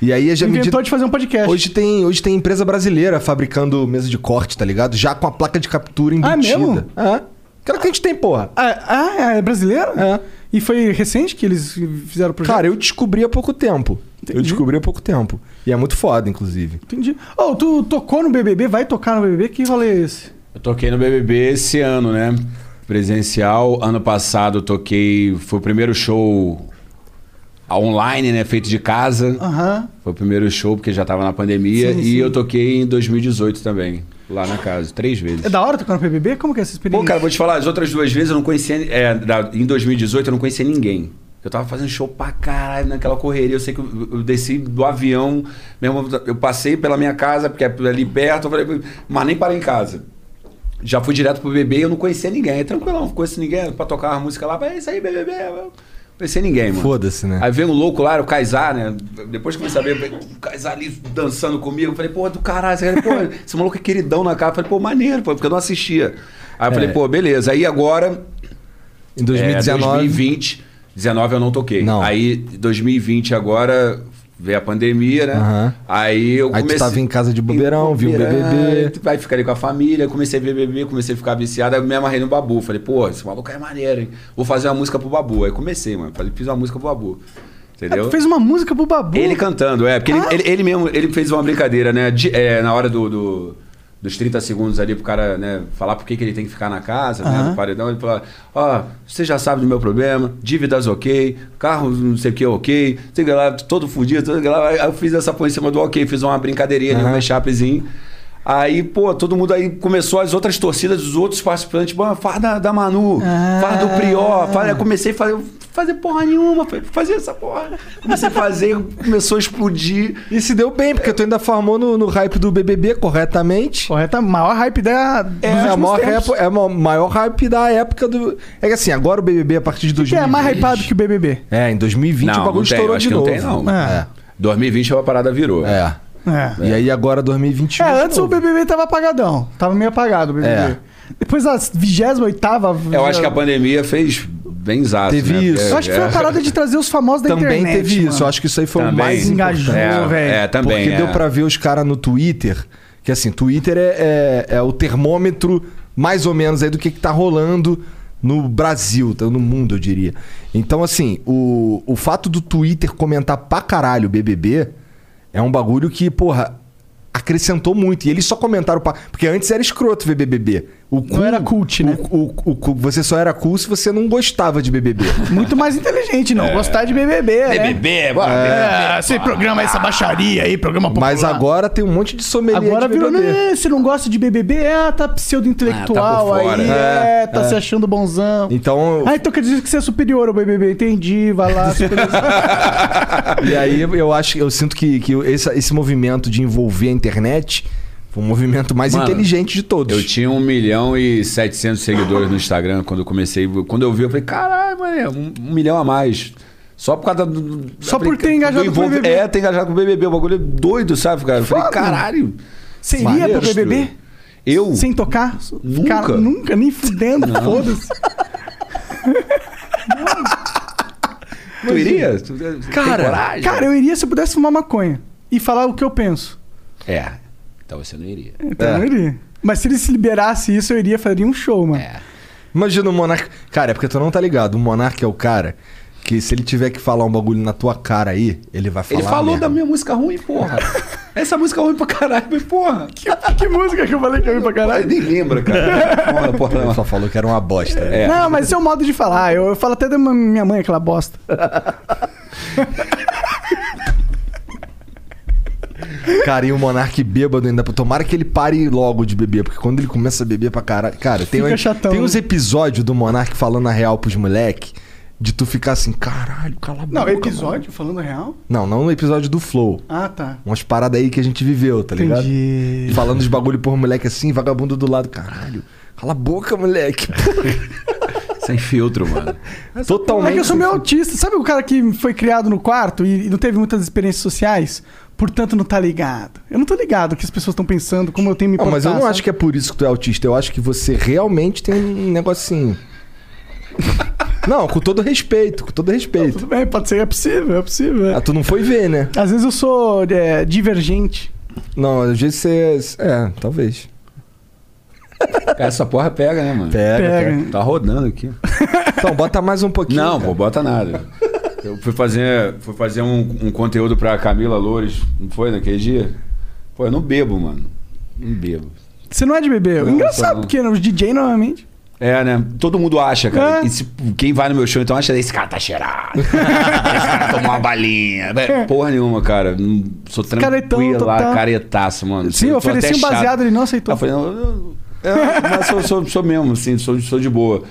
S2: E aí a gente.
S3: inventou de fazer um podcast.
S2: Hoje tem, hoje tem empresa brasileira fabricando mesa de corte, tá ligado? Já com a placa de captura embutida.
S3: Ah, mesmo?
S2: É. Aquela que a gente tem, porra.
S3: Ah, ah, é brasileiro?
S2: É.
S3: E foi recente que eles fizeram o projeto?
S2: Cara, eu descobri há pouco tempo. Eu descobri há pouco tempo. E é muito foda, inclusive.
S3: Entendi. Ô, tu tocou no BBB? Vai tocar no BBB? Que rolê é esse?
S6: Eu toquei no BBB esse ano, né? Presencial. Ano passado eu toquei. Foi o primeiro show online, né? Feito de casa.
S3: Aham.
S6: Foi o primeiro show, porque já tava na pandemia.
S3: Sim,
S6: e
S3: sim.
S6: eu toquei em 2018 também, lá na casa, três vezes.
S3: É da hora tocar no BBB? Como que é essa experiência?
S6: Pô, cara, vou te falar, as outras duas vezes eu não conhecia. é, da- em 2018 eu não conhecia ninguém. Eu tava fazendo show pra caralho naquela correria. Eu sei que eu, eu desci do avião, mesmo, eu passei pela minha casa, porque é ali perto, eu falei, mas nem parei em casa. Já fui direto pro BBB e eu não conhecia ninguém. Aí, Tranquilão, não conhecia ninguém pra tocar uma música lá. É isso aí, BBB. Não conhecia ninguém, mano.
S2: Foda-se, né?
S6: Aí vem um louco lá, era o Kaysar, né? Depois que eu comecei a ver o Kaysar ali dançando comigo, eu falei, porra, do caralho. Esse cara- pô, esse maluco é queridão na cara. Eu falei, pô, maneiro, pô, porque eu não assistia. Aí eu
S2: É.
S6: falei, pô, beleza. Aí agora,
S2: Em
S6: é,
S2: 2019.
S6: 2020, 19 eu não toquei.
S2: Não.
S6: Aí, 2020 agora, veio a pandemia, né?
S2: Aham.
S6: Aí eu
S2: Aí tu
S6: comecei...
S2: tava em casa de bobeirão, viu um o
S6: bobeirão,
S2: BBB.
S6: tu Vai ficar ali com a família, comecei a ver BBB, comecei a ficar viciado, aí eu me amarrei no Babu. Falei, pô, esse maluco é maneiro, hein? Vou fazer uma música pro Babu. Aí comecei, mano. Falei, fiz uma música pro Babu.
S3: Ah,
S2: É,
S6: Entendeu?
S3: tu fez uma música pro Babu.
S6: Ele cantando, é, porque ele- ele, ele mesmo ele fez uma brincadeira, né? de- é, na hora do, do- dos 30 segundos ali pro cara né, falar por que que ele tem que ficar na casa, né? Do paredão, ele falou: Ó, você já sabe do meu problema, dívidas ok, carro não sei o que ok, sei que lá, todo fudido, todo que lá. Aí eu fiz essa põe em cima do ok, fiz uma brincadeirinha ali, um mechapzinho. Aí, pô, todo mundo aí começou as outras torcidas dos outros participantes, tipo, ah, faz da, da Manu, faz do
S3: Ah.
S6: Prior, faz, eu comecei a fazer, fazer porra nenhuma, falei, fazer essa porra. Comecei a fazer, começou a explodir.
S2: E se deu bem, porque tu ainda farmou no, no hype do BBB corretamente.
S3: Correta, é tá, maior hype da...
S2: É,
S3: dos
S2: a
S3: últimos
S2: maior,
S3: tempos.
S2: épo- é a ma- maior hype da época do. É que assim, agora o BBB a partir de
S3: Que é
S2: 2020.
S3: mais hypado que o BBB.
S2: É, em 2020 o bagulho estourou
S6: acho
S2: de
S6: que
S2: novo.
S6: Não tem, não.
S3: É.
S6: 2020 a parada virou.
S2: É.
S3: É.
S2: E aí agora 2021.
S3: É,
S2: de
S3: antes o
S2: novo.
S3: BBB tava apagadão. Tava meio apagado o BBB. Depois a 28 ª
S6: É, Eu acho que a pandemia fez bem exato.
S2: Teve
S6: né?
S2: isso.
S6: Porque-
S3: Eu acho que foi
S6: é.
S3: uma parada de trazer os famosos da
S2: Também
S3: internet.
S2: teve
S3: mano.
S2: isso. Eu acho que isso aí foi o
S6: Também.
S2: mais
S3: Engajou,
S2: importante.
S6: É,
S3: velho.
S6: é, também.
S2: Porque
S6: é.
S2: deu pra ver os caras no Twitter, que assim, Twitter é, é- é o termômetro mais ou menos aí do que, que tá rolando no Brasil, tá? no mundo, eu diria. Então, assim, o, o fato do Twitter comentar pra caralho o BBB é um bagulho que, porra, acrescentou muito. E eles só comentaram pra... Porque antes era escroto ver BBB. O cu-
S3: era cult, né?
S2: o- o- o cu- você só era cool se você não gostava de
S3: [laughs]
S2: BBB.
S3: Muito mais inteligente,
S6: É.
S3: não. Gostar de BBB, né?
S6: BBB, bora, BBB.
S3: É, esse programa, essa baixaria aí, programa popular.
S2: Mas agora tem um monte de sommelier
S3: Agora
S2: de
S3: virou,
S2: BBB.
S3: né? Você não gosta de BBB? Ah, tá pseudo-intelectual
S6: Ah, tá por fora.
S3: aí, é, tá se achando bonzão.
S2: Então,
S3: Ah, então quer dizer que você é superior ao BBB. Entendi, vai lá.
S6: [laughs]
S3: superior.
S2: E aí eu acho, eu sinto que, que esse, esse movimento de envolver a internet Foi um movimento mais
S6: Mano,
S2: inteligente de todos.
S6: Eu tinha 1 milhão e 700 seguidores no Instagram quando eu comecei. Quando eu vi, eu falei, caralho, mano, um, um milhão a mais. Só por causa do. do-
S3: Só por
S6: aplica-
S3: ter engajado
S6: do
S3: com o
S6: envolve-
S3: BBB.
S6: É, ter engajado com o BBB. O bagulho é doido, sabe, cara? Eu falei,
S3: Foda.
S6: caralho.
S3: Seria
S6: maneiro,
S3: pro BBB?
S6: Eu?
S3: Sem tocar?
S6: Nunca.
S3: Cara, nunca, nem fudendo,
S6: Não. [laughs]
S3: foda-se.
S6: Tu iria? Tu- tem coragem?
S3: cara, eu iria se eu pudesse fumar maconha e falar o que eu penso.
S6: É. Então você não iria.
S3: Então eu iria. Mas se ele se liberasse isso, eu iria fazer um show,
S6: É.
S3: mano.
S2: Imagina o Monark. Cara, é porque tu não tá ligado. O Monark é o cara que se ele tiver que falar um bagulho na tua cara aí, ele vai falar.
S6: Ele falou
S2: mesmo.
S6: da minha música
S3: [laughs]
S6: ruim, porra. Essa música é ruim pra caralho, mas porra.
S3: Que, que música que eu falei que é ruim pra caralho?
S6: Nem lembra,
S3: [laughs]
S6: cara. Porra, porra,
S2: Ele só falou que era uma bosta. né?
S3: Não, mas esse é o modo de falar. Eu, eu falo até da minha mãe aquela bosta.
S2: Cara, e o Monark bêbado ainda. Tomara que ele pare logo de beber, porque quando ele começa a beber pra caralho. Cara, tem,
S3: Fica
S2: um-
S3: chatão,
S2: tem
S3: né?
S2: uns episódios do Monark falando a real pros moleque de tu ficar assim, caralho, cala a boca.
S3: Não,
S2: mano."
S3: episódio, falando real.
S2: Não, não no episódio do Flow.
S3: Ah, tá.
S2: Umas paradas aí que a gente viveu, tá ligado?
S3: Entendi.
S2: Falando os bagulho por moleque assim, vagabundo do lado. Caralho, cala a boca, moleque.
S6: Sem filtro, mano.
S2: Totalmente.
S3: É que eu sou meio autista. Sabe o cara que foi criado no quarto e e não teve muitas experiências sociais? Portanto, não tá ligado. Eu não tô ligado o que as pessoas estão pensando, como eu tenho me
S2: Não,
S3: importar,
S2: mas eu não
S3: tá, sabe?
S2: acho que é por isso que tu é autista. Eu acho que você realmente tem um
S3: [laughs]
S2: negocinho. não, com todo respeito, com todo respeito.
S3: Tudo bem, pode ser, é possível, é possível.
S2: Ah, tu não foi ver, né?
S3: Às vezes eu sou é, divergente.
S2: Não, às vezes você. É, talvez.
S6: Essa porra pega, né, mano?
S2: Pega.
S8: É.
S3: Pega.
S2: pega.
S6: Tá rodando aqui.
S2: Então, bota mais um pouquinho.
S6: Não,
S2: cara.
S6: pô, bota nada. Eu fui fazer, fui fazer um, um conteúdo pra Camila Loures, não foi naquele dia? Pô, eu não bebo, mano. Não bebo.
S3: Você não é de bebê.
S6: Não,
S3: Engraçado,
S6: sou não.
S3: porque os DJ normalmente.
S6: É, né? Todo mundo acha, cara.
S3: É.
S6: E se- quem vai no meu show, então acha esse cara tá cheirado. esse cara tomou uma balinha. Vé, Porra nenhuma, cara. Não- Sou
S3: Caretão,
S6: tranquilo lá,
S3: total.
S6: caretaço, mano.
S3: Sim, eu
S6: tô até
S3: ofereci um
S6: chato.
S3: baseado, ele não aceitou.
S6: Eu falei, não, eu, eu- mas sou, sou- sou mesmo, assim, sou, sou de boa.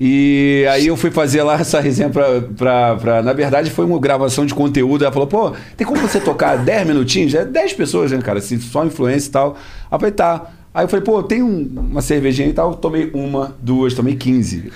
S6: E aí eu fui fazer lá essa resenha pra, pra, pra- Na verdade, foi uma gravação de conteúdo. Ela falou, pô, tem como você tocar 10 minutinhos? É 10 pessoas, né, cara? Assim, só influência e tal. Aí eu falei, tá. Aí eu falei, pô, tem um- uma cervejinha e tal. Eu tomei uma, duas, tomei 15.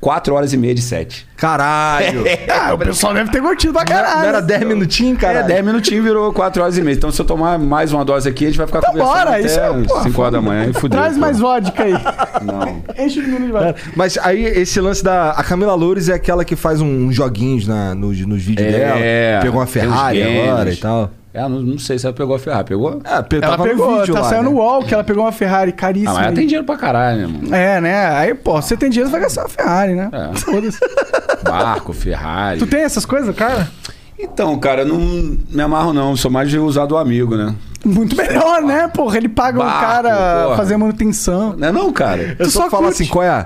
S6: 4 horas e meia de sete.
S2: Caralho.
S8: É.
S3: Ah, o pessoal deve ter curtido pra caralho.
S2: Não era 10 minutinhos, cara?
S6: É, 10 minutinhos virou 4 horas e meia. Então, se eu tomar mais uma dose aqui, a gente vai ficar
S3: Então
S6: conversando
S3: bora,
S6: até
S3: isso é- pô,
S6: 5 horas
S3: [laughs]
S6: da manhã. E fudeu,
S3: Traz
S6: pô.
S3: mais um. vodka aí.
S6: Não.
S3: Enche o menino de vodka.
S2: Mas aí, esse lance da. A Camila Loures é aquela que faz uns joguinhos na, nos, nos vídeos
S6: É,
S2: dela. Pegou uma
S6: tem
S2: Ferrari
S6: uns games.
S2: agora e tal.
S6: Ela não, não sei se ela pegou a Ferrari. Pegou?
S2: É, pe-
S3: Ela
S2: tava no
S3: pegou,
S2: vídeo
S3: tá
S2: lá,
S3: saindo
S2: né?
S3: no UOL que ela pegou uma Ferrari
S6: Ah,
S3: caríssima.
S6: mas ela tem dinheiro pra caralho, né, [laughs] mano?
S3: É, né? Aí, pô, você tem dinheiro, você vai gastar uma Ferrari, né?
S6: É. [laughs]
S3: Foda-se.
S6: Barco, Ferrari.
S3: Tu tem essas coisas, cara?
S6: Então, cara, eu não me amarro não. Sou mais de usar do amigo, né?
S3: Muito melhor, né? Porra, ele paga o
S6: Barco,
S3: cara
S6: porra.
S3: fazer manutenção.
S6: Não é não, cara?
S2: Eu
S3: Tu
S2: só,
S3: só
S2: falo
S3: curte.
S2: assim, qual é?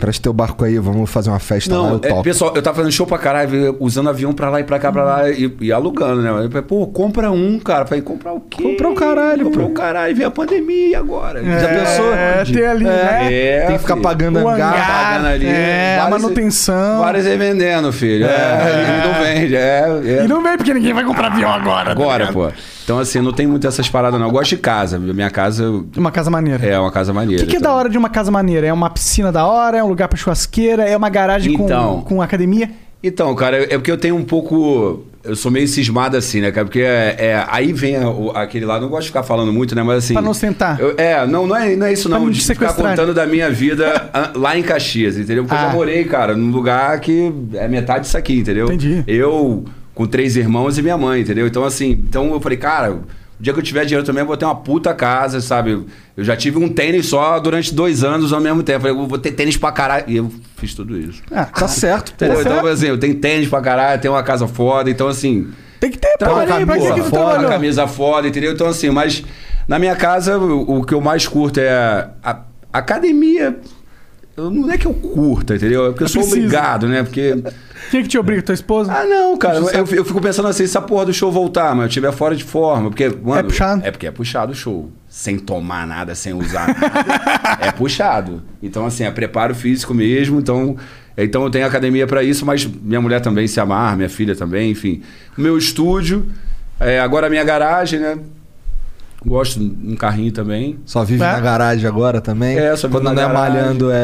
S2: Presta teu barco aí, vamos fazer uma festa lá,
S6: Não,
S2: eu
S6: é,
S2: topo.
S6: pessoal, eu tava fazendo show pra caralho, usando avião pra lá e pra cá, pra lá e, e alugando, né? Eu falei, pô, compra um, cara. Eu Falei, comprar o quê? Comprar o caralho. Comprar o caralho. Vem a pandemia e agora. Já pensou?
S3: É, tem ali, né?
S6: É,
S2: Tem que ficar
S6: filho.
S2: pagando
S3: O
S2: hangar.
S3: hangar.
S6: Pagando ali.
S3: É,
S6: Vários-
S3: manutenção.
S6: Vários aí vendendo, filho. É, e não vende. É, é.
S3: E não vem porque ninguém vai comprar avião agora. tá
S6: Agora,
S3: ligado?
S6: pô. Então, assim, não tem muito essas paradas, não. Eu gosto de casa. Minha casa
S3: Uma casa maneira.
S6: é uma casa
S3: O
S6: maneira.
S3: que, que é
S6: então.
S3: da hora de uma casa maneira? É uma piscina da hora? É um lugar pra churrasqueira? É uma garagem com-
S6: Então.
S3: com, academia?
S6: Então, cara, é porque eu tenho um pouco. Eu sou meio cismado assim, né, cara? Porque é, é- aí vem a- o- aquele lado, não gosto de ficar falando muito, né? Mas assim.
S3: Pra não ostentar.
S6: Eu- é, não, não, é, não é isso,
S3: Pra
S6: não.
S3: não
S6: de
S3: te
S6: ficar
S3: sequestrar.
S6: contando da minha vida ah, lá em Caxias, entendeu? Porque eu
S3: Ah.
S6: já morei, cara, num lugar que é metade disso aqui, entendeu?
S3: Entendi.
S6: Eu com três irmãos e minha mãe, entendeu? Então, assim, então eu falei, cara, o dia que eu tiver dinheiro também, eu vou ter uma puta casa, sabe? Eu já tive um tênis só durante dois anos ao mesmo tempo. Eu falei, eu vou ter tênis pra caralho. E eu fiz tudo isso.
S3: Ah,
S6: [laughs]
S2: Tá certo, pô.
S6: Entendeu?
S3: Tá
S6: Então,
S3: certo.
S6: assim, eu tenho tênis pra caralho, tenho uma casa foda, então assim.
S3: Tem que ter, pô.
S6: Trabalho
S3: ali, Pra que tá que tu
S6: foda,
S3: trabalhou?
S6: camisa foda, entendeu? Então, assim, mas na minha casa, o, o que eu mais curto é a academia. Eu- não é que eu curta, entendeu? É porque eu sou
S3: Precisa.
S6: obrigado, né? Porque.
S3: Quem que te obriga? Tua esposa?
S6: Ah, não, cara. Eu, eu fico pensando assim, se a porra do show voltar, mas eu estiver fora de forma. Porque, mano,
S3: É puxado.
S6: É porque é puxado o show. Sem tomar nada, sem usar
S2: [laughs]
S6: nada. é puxado. Então, assim, é preparo físico mesmo. Então, então eu tenho academia pra isso, mas minha mulher também se amarra, minha filha também, enfim. O meu estúdio, é, agora a minha garagem, né? Gosto de um carrinho também.
S2: Só vive
S3: É.
S2: na garagem agora também?
S6: É, só vive
S2: Quando
S6: na
S2: não é
S6: garagem.
S2: malhando, é.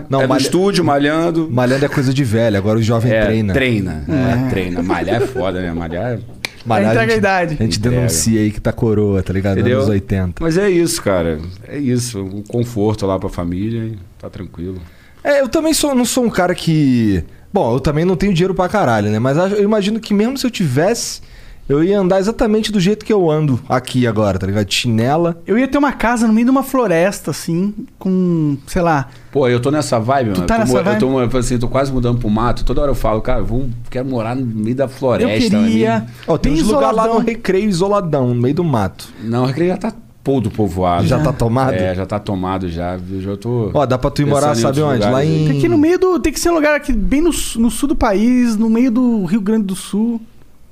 S6: É, é no estúdio, malhando.
S2: Malhando é coisa de velho, agora o jovem
S6: É,
S2: treina.
S6: Treina, é, treina. Malhar é foda, né? Malhar é...
S2: Malhar,
S3: É entrega
S2: a gente,
S3: a idade.
S2: A gente
S6: Entrega.
S2: denuncia aí que tá coroa, tá ligado?
S6: Entendeu?
S2: Anos 80.
S6: Mas é isso, cara. É isso. O conforto lá pra família e tá tranquilo.
S2: É, eu também sou, não sou um cara que. Bom, eu também não tenho dinheiro pra caralho, né? Mas acho- eu imagino que mesmo se eu tivesse, eu ia andar exatamente do jeito que eu ando aqui agora, tá ligado? De Chinela.
S3: Eu ia ter uma casa no meio de uma floresta, assim, com, sei lá.
S6: Pô, eu tô nessa vibe,
S3: tá
S6: mano. Eu tô
S3: nessa
S6: mo- eu
S3: vibe?
S6: tô, mo- eu falo assim, tô quase mudando pro mato. Toda hora eu falo, cara, vamos, quero morar no meio da floresta.
S3: Eu queria.
S6: né?
S2: Ó, tem
S3: Bem
S2: uns lugares lá no
S3: isoladão.
S2: recreio isoladão, no meio do mato.
S6: Não, o recreio já tá todo povoado.
S2: Já tá tomado?
S6: É, já tá tomado já. Eu já tô...
S2: Ó, dá pra tu ir
S6: pensando
S2: morar,
S6: em
S2: sabe
S6: outros
S2: onde? Lá
S6: lugares aí.
S2: em.
S3: Aqui no meio do. Tem que ser um lugar aqui bem no, su- no sul do país, no meio do Rio Grande do Sul.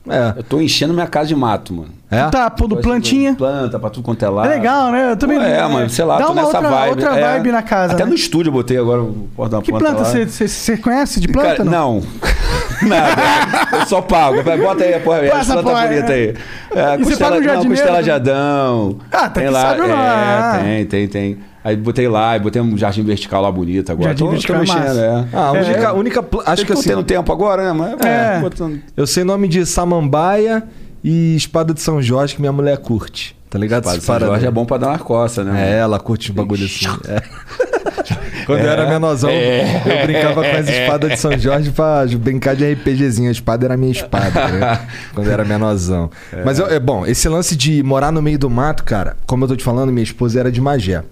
S2: É.
S6: Eu tô enchendo minha casa de mato, mano.
S2: É?
S3: Tu tá pondo plantinha.
S6: Planta pra tudo quanto é
S3: É
S6: lado.
S3: legal, né? Eu também.
S6: Pô, é, mano, sei lá,
S3: Dá
S6: tô
S3: uma
S6: nessa
S3: outra,
S6: vibe.
S3: outra
S6: é.
S3: vibe na casa.
S6: Até
S3: né?
S6: no estúdio eu botei agora o porta da
S3: Que
S6: planta
S3: planta
S6: lá.
S3: você- você você conhece de
S6: Cara,
S3: planta? não?
S6: não. [laughs] Nada. Eu só pago. Vai, Bota aí a porra,
S3: Passa
S6: essa planta
S3: porra,
S6: bonita
S3: é.
S6: aí. É,
S3: E você paga um
S6: não,
S3: jardineiro?
S6: costela de Adão.
S3: Ah, tá que sabe o nome. Ah.
S6: é, Tem, tem, tem. Aí botei lá, e botei um jardim vertical lá bonito agora.
S3: Jardim
S6: Tô- tô
S3: vertical é
S6: mexendo,
S3: massa.
S6: é.
S2: Ah, a
S3: É.
S2: única. única pla- Acho
S6: Acho
S2: que
S6: que eu tô
S2: assim.
S6: tendo tempo agora, né? Mas,
S3: É.
S6: botando-
S2: Eu sei nome de Samambaia e Espada de São Jorge, que minha mulher curte. Tá ligado?
S6: Padre
S2: Essas
S6: São Jorge
S2: paradas.
S6: é bom pra dar uma coça, né?
S2: É,
S6: mano?
S2: ela curte um bagulho assim. É. [laughs] Quando eu era menorzão, eu brincava com as espadas de São Jorge pra brincar de RPGzinho. A espada era a minha espada, tá [laughs] ligado? Quando eu era menorzão. Mas, eu- é bom, esse lance de morar no meio do mato, cara, como eu tô te falando, minha esposa era de Magé.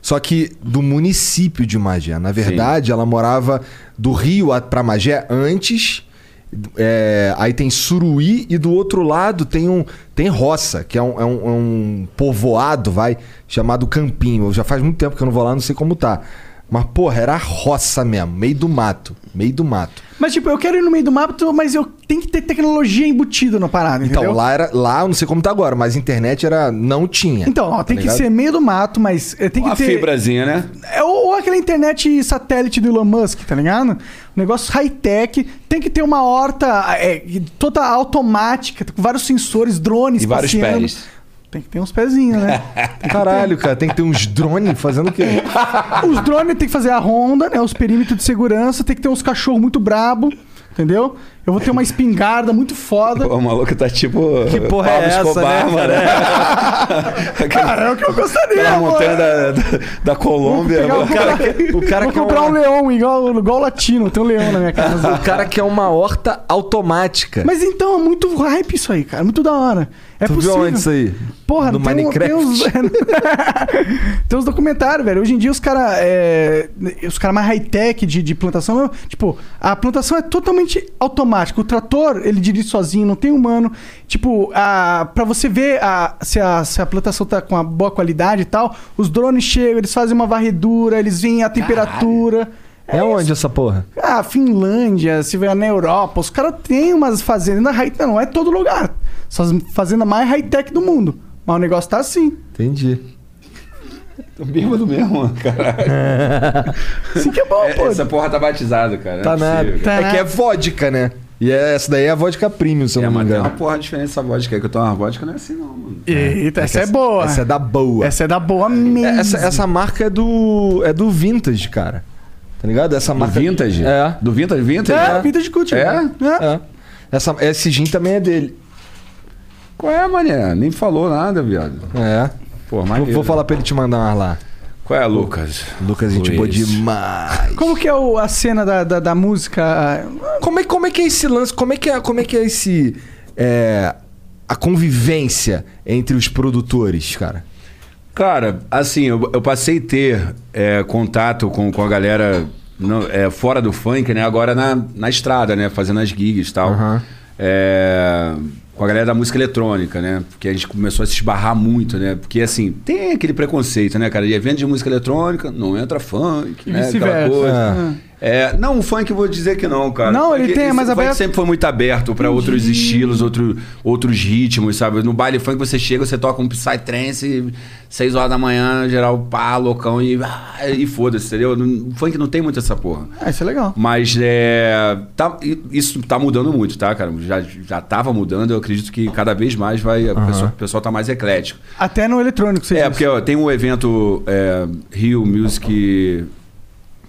S2: Só que do município de Magé. Na verdade, ela morava do Rio a- pra Magé antes. É, aí tem Suruí e do outro lado tem um tem Roça, que é um, é um- é um povoado, vai, chamado Campinho. Já faz muito tempo que eu não vou lá, não sei como tá. Mas, porra, era roça mesmo, meio do mato. Meio do mato.
S3: Mas, tipo, eu quero ir no meio do mato, mas eu tenho que ter tecnologia embutida na parada,
S2: Então,
S3: entendeu?
S2: lá era. Lá, eu não sei como tá agora, mas internet era. não tinha.
S3: Então, ó, tem que
S2: Tá ligado?
S3: ser meio do mato, mas eh, tem que
S6: Uma
S3: ter.
S6: fibrazinha, né?
S3: É, ou, ou aquela internet satélite do Elon Musk, tá ligado? Um negócio high-tech. Tem que ter uma horta é, toda automática, com vários sensores, drones,
S6: E vários
S3: passeando.
S6: pés.
S3: Tem que ter uns pezinhos, né?
S2: Caralho, cara, tem que ter uns drones fazendo o quê?
S3: [laughs] os drones tem que fazer a ronda, né? Os perímetros de segurança, tem que ter uns cachorros muito brabo, entendeu? Eu vou ter uma espingarda muito foda.
S6: Pô, o maluco tá tipo.
S2: Que porra é
S6: Pablo
S2: essa,
S6: Escobar,
S2: né,
S6: mano. [laughs]
S3: Cara, é o que eu gostaria,
S6: Aquela
S3: mano.
S6: montanha da, da, da Colômbia.
S3: Pegar,
S6: mano.
S3: vou comprar-
S2: o cara
S3: [laughs] vou
S2: que é
S3: comprar
S2: uma-
S3: um leão igual, igual latino, tem um leão na minha casa.
S2: O cara que é uma horta automática.
S3: Mas então é muito hype isso aí, cara. Muito da hora. É
S2: tu
S3: possível.
S2: viu onde isso aí?
S3: Porra,
S2: no
S3: tem um-
S2: Minecraft.
S3: tem, uns... [laughs] tem uns documentários, velho. Hoje em dia os caras. Os caras mais high-tech de, de plantação. Tipo, a plantação é totalmente automática. O trator, ele dirige sozinho, não tem humano. Tipo, a, pra você ver a- se, a, se a plantação tá com uma boa qualidade e tal, os drones chegam, eles fazem uma varredura, eles veem a temperatura.
S2: É, onde essa porra?
S3: Ah, Finlândia, se vai na Europa, os caras têm umas fazendas high Não é todo lugar. São as fazendas mais high-tech do mundo. Mas o negócio tá assim.
S2: Entendi.
S6: Tô bêbado mesmo, mano, caralho.
S2: É.
S3: Assim que é
S6: [laughs]
S3: bom, pô.
S6: Essa porra tá batizada, cara.
S2: Tá
S6: não é
S2: nada.
S6: possível,
S3: Tá
S2: É
S3: nada.
S2: que é vodka, né? E é- essa daí é a vodka premium, se eu
S6: cara. É,
S2: não me
S6: mas tem uma
S2: engano.
S6: porra de diferença essa vodka aí, que eu tomo uma vodka, não é assim não, mano.
S3: Eita, essa, é boa.
S2: Essa é da boa. Essa,
S3: Essa é da boa mesmo.
S2: essa, marca é do é do vintage, cara. Tá ligado? Essa
S6: Do
S2: marca
S6: vintage?
S2: É.
S6: Do vintage, vintage?
S3: É, vintage cult.
S6: É?
S2: É. Essa esse gin também é dele.
S6: Qual é, mané? Nem falou nada, viado.
S2: É.
S6: Pô,
S2: Vou,
S6: maneiro.
S2: vou falar pra ele te mandar umas lá.
S6: Qual é, Lucas?
S2: Lucas, gente boa
S6: Luiz.
S2: demais.
S3: Como que é o- a cena da, da, da música?
S2: Como é, como é que é esse lance? Como é que é, como é, que é esse. é, a convivência entre os produtores, cara?
S6: Cara, assim, eu, eu passei a ter é, contato com, com a galera não- é, fora do funk, né? Agora na, na estrada, né? Fazendo as gigs e tal.
S2: Aham.
S6: É, com a galera da música eletrônica, né? Porque a gente começou a se esbarrar muito, né? Porque, assim, tem aquele preconceito, né, cara? De evento de música eletrônica, não entra funk, né? Aquela
S3: vice-versa.
S6: coisa.
S2: É.
S6: É, não, o funk eu vou dizer que não, cara.
S3: Não, ele tem, é
S6: esse-
S3: mais
S6: o funk
S3: aberto.
S6: sempre foi muito aberto pra outros estilos, outro, outros ritmos, sabe? No baile funk você chega, você toca um psytrance, 6 horas da manhã, geral pá, loucão e, ah, e foda-se, entendeu? Não- O funk não tem muito essa porra.
S3: Ah, isso é legal.
S6: Mas é, tá- i- isso tá mudando muito, tá, cara? Já, já tava mudando, eu acredito que cada vez mais vai. a pessoa- o pessoal tá mais eclético.
S3: Até no eletrônico, você
S6: É, porque ó, tem um evento é, Rio Music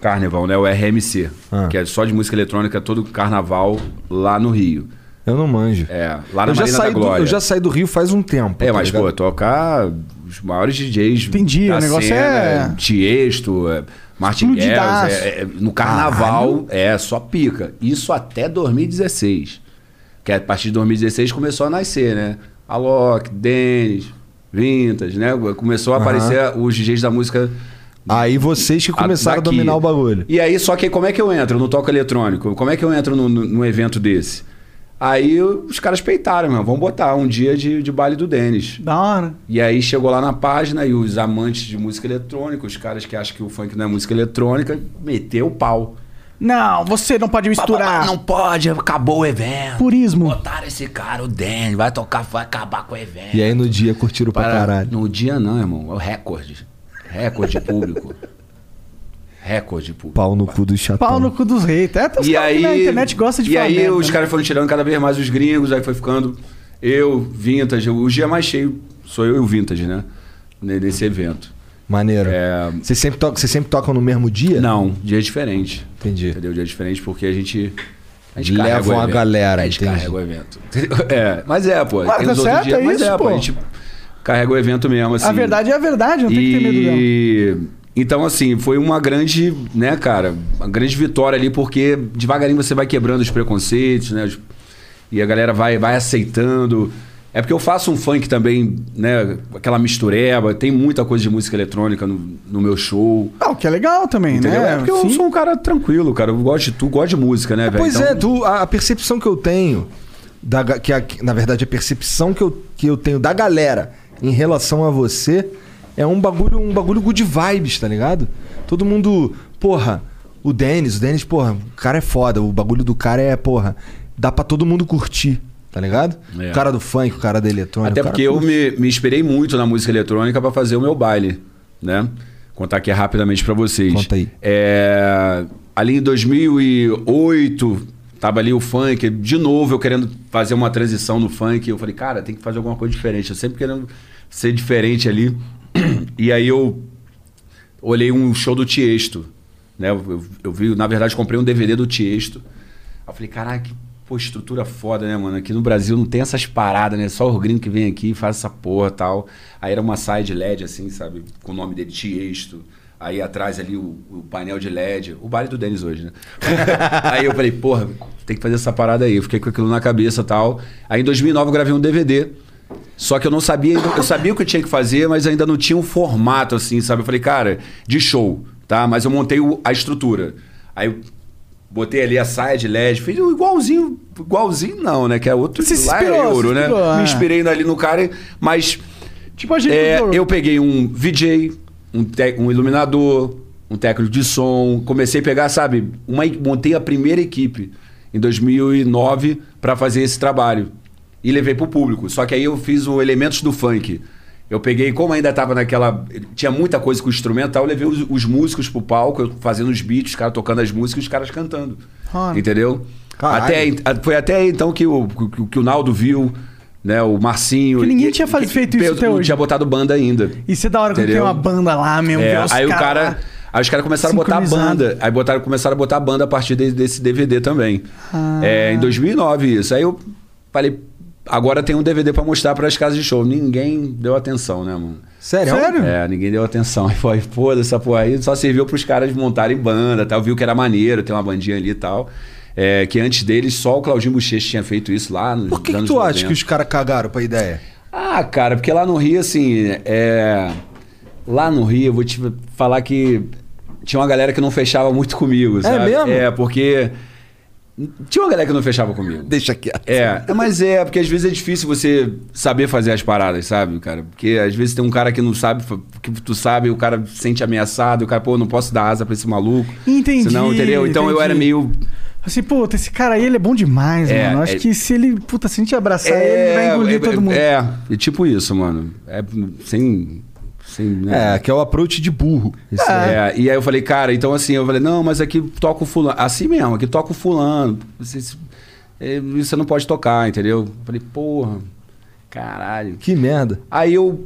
S6: Carnival, né? O RMC,
S2: Ah.
S6: que é só de música eletrônica, todo carnaval lá no Rio.
S2: Eu não manjo.
S6: É, lá na
S2: eu, já
S6: Marina da
S2: saí do,
S6: Glória.
S2: eu já saí do Rio faz um tempo.
S6: É,
S2: tá
S6: mas,
S2: ligado?
S6: pô, tocar os maiores DJs.
S3: Entendi,
S6: da
S3: o negócio
S6: cena,
S3: é-
S6: Tiesto, é, Martin
S3: Explodidaço.
S6: Garrix, é, é, no carnaval, é, só pica. Isso até 2016. Que é, a partir de 2016 começou a nascer, né? Alok, Denis, Vintas, né? Começou a
S2: Aham.
S6: aparecer os DJs da música.
S2: Aí vocês que começaram a
S6: daqui.
S2: dominar o bagulho.
S6: E aí, só que como é que eu entro no toque eletrônico? Como é que eu entro num, num- num evento desse? Aí os caras peitaram, meu, vamos botar um dia de, de baile do Denis.
S3: Da hora.
S6: E aí chegou lá na página e os amantes de música eletrônica, os caras que acham que o funk não é música eletrônica, meteu o pau. Ah,
S3: Não, você não pode misturar.
S6: Não pode, acabou o evento.
S3: Purismo.
S6: Botaram esse cara, o Danny, vai tocar, vai acabar com o evento.
S2: E aí no dia curtiram pra
S6: Para-
S2: caralho.
S6: No dia não, irmão, é o recorde. Recorde de
S3: [laughs]
S6: público. recorde de público.
S2: Pau no cu do chatão.
S3: Pau no cu dos reis. É, tem uns
S6: E
S3: caras que
S6: aí,
S3: na internet gostam de
S6: e
S3: falar
S6: aí
S3: merda,
S6: os
S3: né?
S6: caras foram tirando cada vez mais os gringos, aí foi ficando eu, Vintage. O dia mais cheio sou eu e o Vintage, né? Ne- Nesse evento.
S2: Maneiro.
S6: É,
S2: Vocês sempre, tocam- vocês sempre tocam no mesmo dia?
S6: Não, dia diferente.
S2: Entendi.
S6: Entendeu? Dia diferente porque a gente. A gente
S2: Levam
S6: carrega o
S2: a
S6: evento.
S2: galera,
S6: A gente
S2: entendi.
S6: carrega o evento. [laughs] É, mas é, pô.
S3: Mas
S6: tem
S3: tá
S6: os outros
S3: certo,
S6: dias,
S3: é
S6: mas
S3: isso,
S6: é, pô.
S3: pô.
S6: A gente carrega o evento mesmo, assim.
S3: A verdade é a verdade, não tem que ter medo dela.
S6: E então assim, foi uma grande, né, cara, uma grande vitória ali porque devagarinho você vai quebrando os preconceitos, né? os- E a galera vai vai aceitando. É porque eu faço um funk também, né, aquela mistureba, tem muita coisa de música eletrônica no, no meu show.
S3: Ah, o que é legal também,
S6: Entendeu?
S3: né?
S6: É porque eu
S3: Sim.
S6: sou um cara tranquilo, cara. Eu gosto de tu, gosto de música, né, velho?
S2: Pois
S6: Então-
S2: é, tu- a, a percepção que eu tenho, da, ga- que, a- que, na verdade a percepção que eu, que eu tenho da galera em relação a você é um bagulho, um bagulho good vibes, tá ligado? Todo mundo, porra, o Denis, o Denis, porra, o cara é foda, o bagulho do cara é, porra, dá pra todo mundo curtir, tá ligado?
S6: É.
S2: O cara do funk, o cara da eletrônica.
S6: Até
S2: o cara
S6: porque eu
S2: curte.
S6: me, me esperei muito na música eletrônica pra fazer o meu baile, né? Contar aqui rapidamente pra vocês.
S2: Conta aí.
S6: É, ali em 2008, tava ali o funk, de novo eu querendo fazer uma transição no funk. Eu falei, cara, tem que fazer alguma coisa diferente. Eu sempre querendo ser diferente ali. [clears throat] E aí eu olhei um show do Tiesto, né? Eu, eu- eu vi, na verdade, comprei um DVD do Tiesto. Aí eu falei, caralho, que pô, estrutura foda, né, mano? Aqui no Brasil não tem essas paradas, né? Só o gringos que vem aqui e faz essa porra e tal. Aí era uma saia de LED, assim, sabe? Com o nome dele, Tiesto. Aí atrás ali o, o painel de LED. O baile do Denis hoje, né? [laughs] aí eu falei, porra, tem que fazer essa parada aí. Eu fiquei com aquilo na cabeça e tal. Aí em 2009 eu gravei um DVD. Só que eu não sabia, eu sabia o que eu tinha que fazer, mas ainda não tinha um formato assim, sabe? Eu falei, cara, de show, tá? Mas eu montei o- a estrutura. Aí eu botei ali a saia de LED, fiz o igualzinho, igualzinho não, né? Que é outro
S3: Você se
S6: lá
S3: inspirou,
S6: é
S3: se
S6: euro, né?
S3: inspirou, é.
S6: Me inspirei ali no cara, mas
S3: Tipo a gente
S6: é,
S3: do-
S6: eu peguei um VJ, um, te- um iluminador, um técnico de som. Comecei a pegar, sabe, uma, e- montei a primeira equipe em 2009 para fazer esse trabalho. E levei pro público. Só que aí eu fiz o Elementos do Funk. Eu peguei, como ainda tava naquela. Tinha muita coisa com o instrumental, eu levei os, os músicos pro palco, eu fazendo os beats, os caras tocando as músicas e os caras cantando.
S3: Ah.
S6: Entendeu?
S2: Caralho.
S6: Até, en- a- foi até então que o, que, o- que o Naldo viu, né? O Marcinho.
S3: Que ninguém
S6: E-
S3: tinha faz-
S6: que-
S3: feito isso
S6: eu
S3: até
S6: não
S3: hoje.
S6: tinha botado banda ainda.
S3: E você é da hora quando tem
S6: Entendeu?
S3: uma banda lá mesmo.
S6: É,
S3: vê os
S6: aí o
S3: cara
S6: cara.
S3: lá.
S6: Aí os caras começaram a botar a
S3: Sincronizado.
S6: banda. Aí botaram, começaram a botar a banda a partir de- desse DVD também.
S3: Ah.
S6: É, em 2009 isso. Aí eu falei, agora tem um DVD pra mostrar pras casas de show. Ninguém deu atenção, né, mano?
S2: Sério?
S6: É, ninguém deu atenção. [laughs] Aí foi, pô, essa porra aí só serviu pros caras montarem banda, tal. Viu que era maneiro, tem uma bandinha ali e tal. É, que antes deles só o Claudinho Bochecha tinha feito isso lá nos
S2: Por que, que
S6: anos
S2: tu acha
S6: 90.
S2: que os caras cagaram pra ideia?
S6: Ah, cara, porque lá no Rio, assim, é. Lá no Rio, eu vou te
S3: É
S6: falar que tinha uma galera que não fechava muito comigo, sabe?
S2: mesmo?
S6: É, porque Tinha uma galera que não fechava comigo.
S2: Deixa quieto.
S6: É, é, mas é, porque às vezes é difícil você saber fazer as paradas, sabe, cara? Porque às vezes tem um cara que não sabe, que tu sabe, o cara se sente ameaçado, o cara, pô, eu não posso dar asa pra esse maluco.
S3: Entendi.
S6: Senão, entendeu? Então eu
S3: entendi.
S6: era meio.
S3: Assim, puta, esse cara aí, ele é bom demais,
S6: É,
S3: mano. Eu acho
S6: é-
S3: que se ele, puta, se a gente abraçar ele, ele vai engolir
S6: é,
S3: todo mundo.
S6: É, é tipo isso, mano. É sem. sem né?
S2: É, que é o approach de burro. Esse
S6: É, e aí eu falei, cara, então assim, eu falei, não, mas aqui toca o fulano. Assim mesmo, aqui toca o fulano. Você, é, você não pode tocar, entendeu? Eu falei, porra, caralho.
S2: Que merda.
S6: Aí eu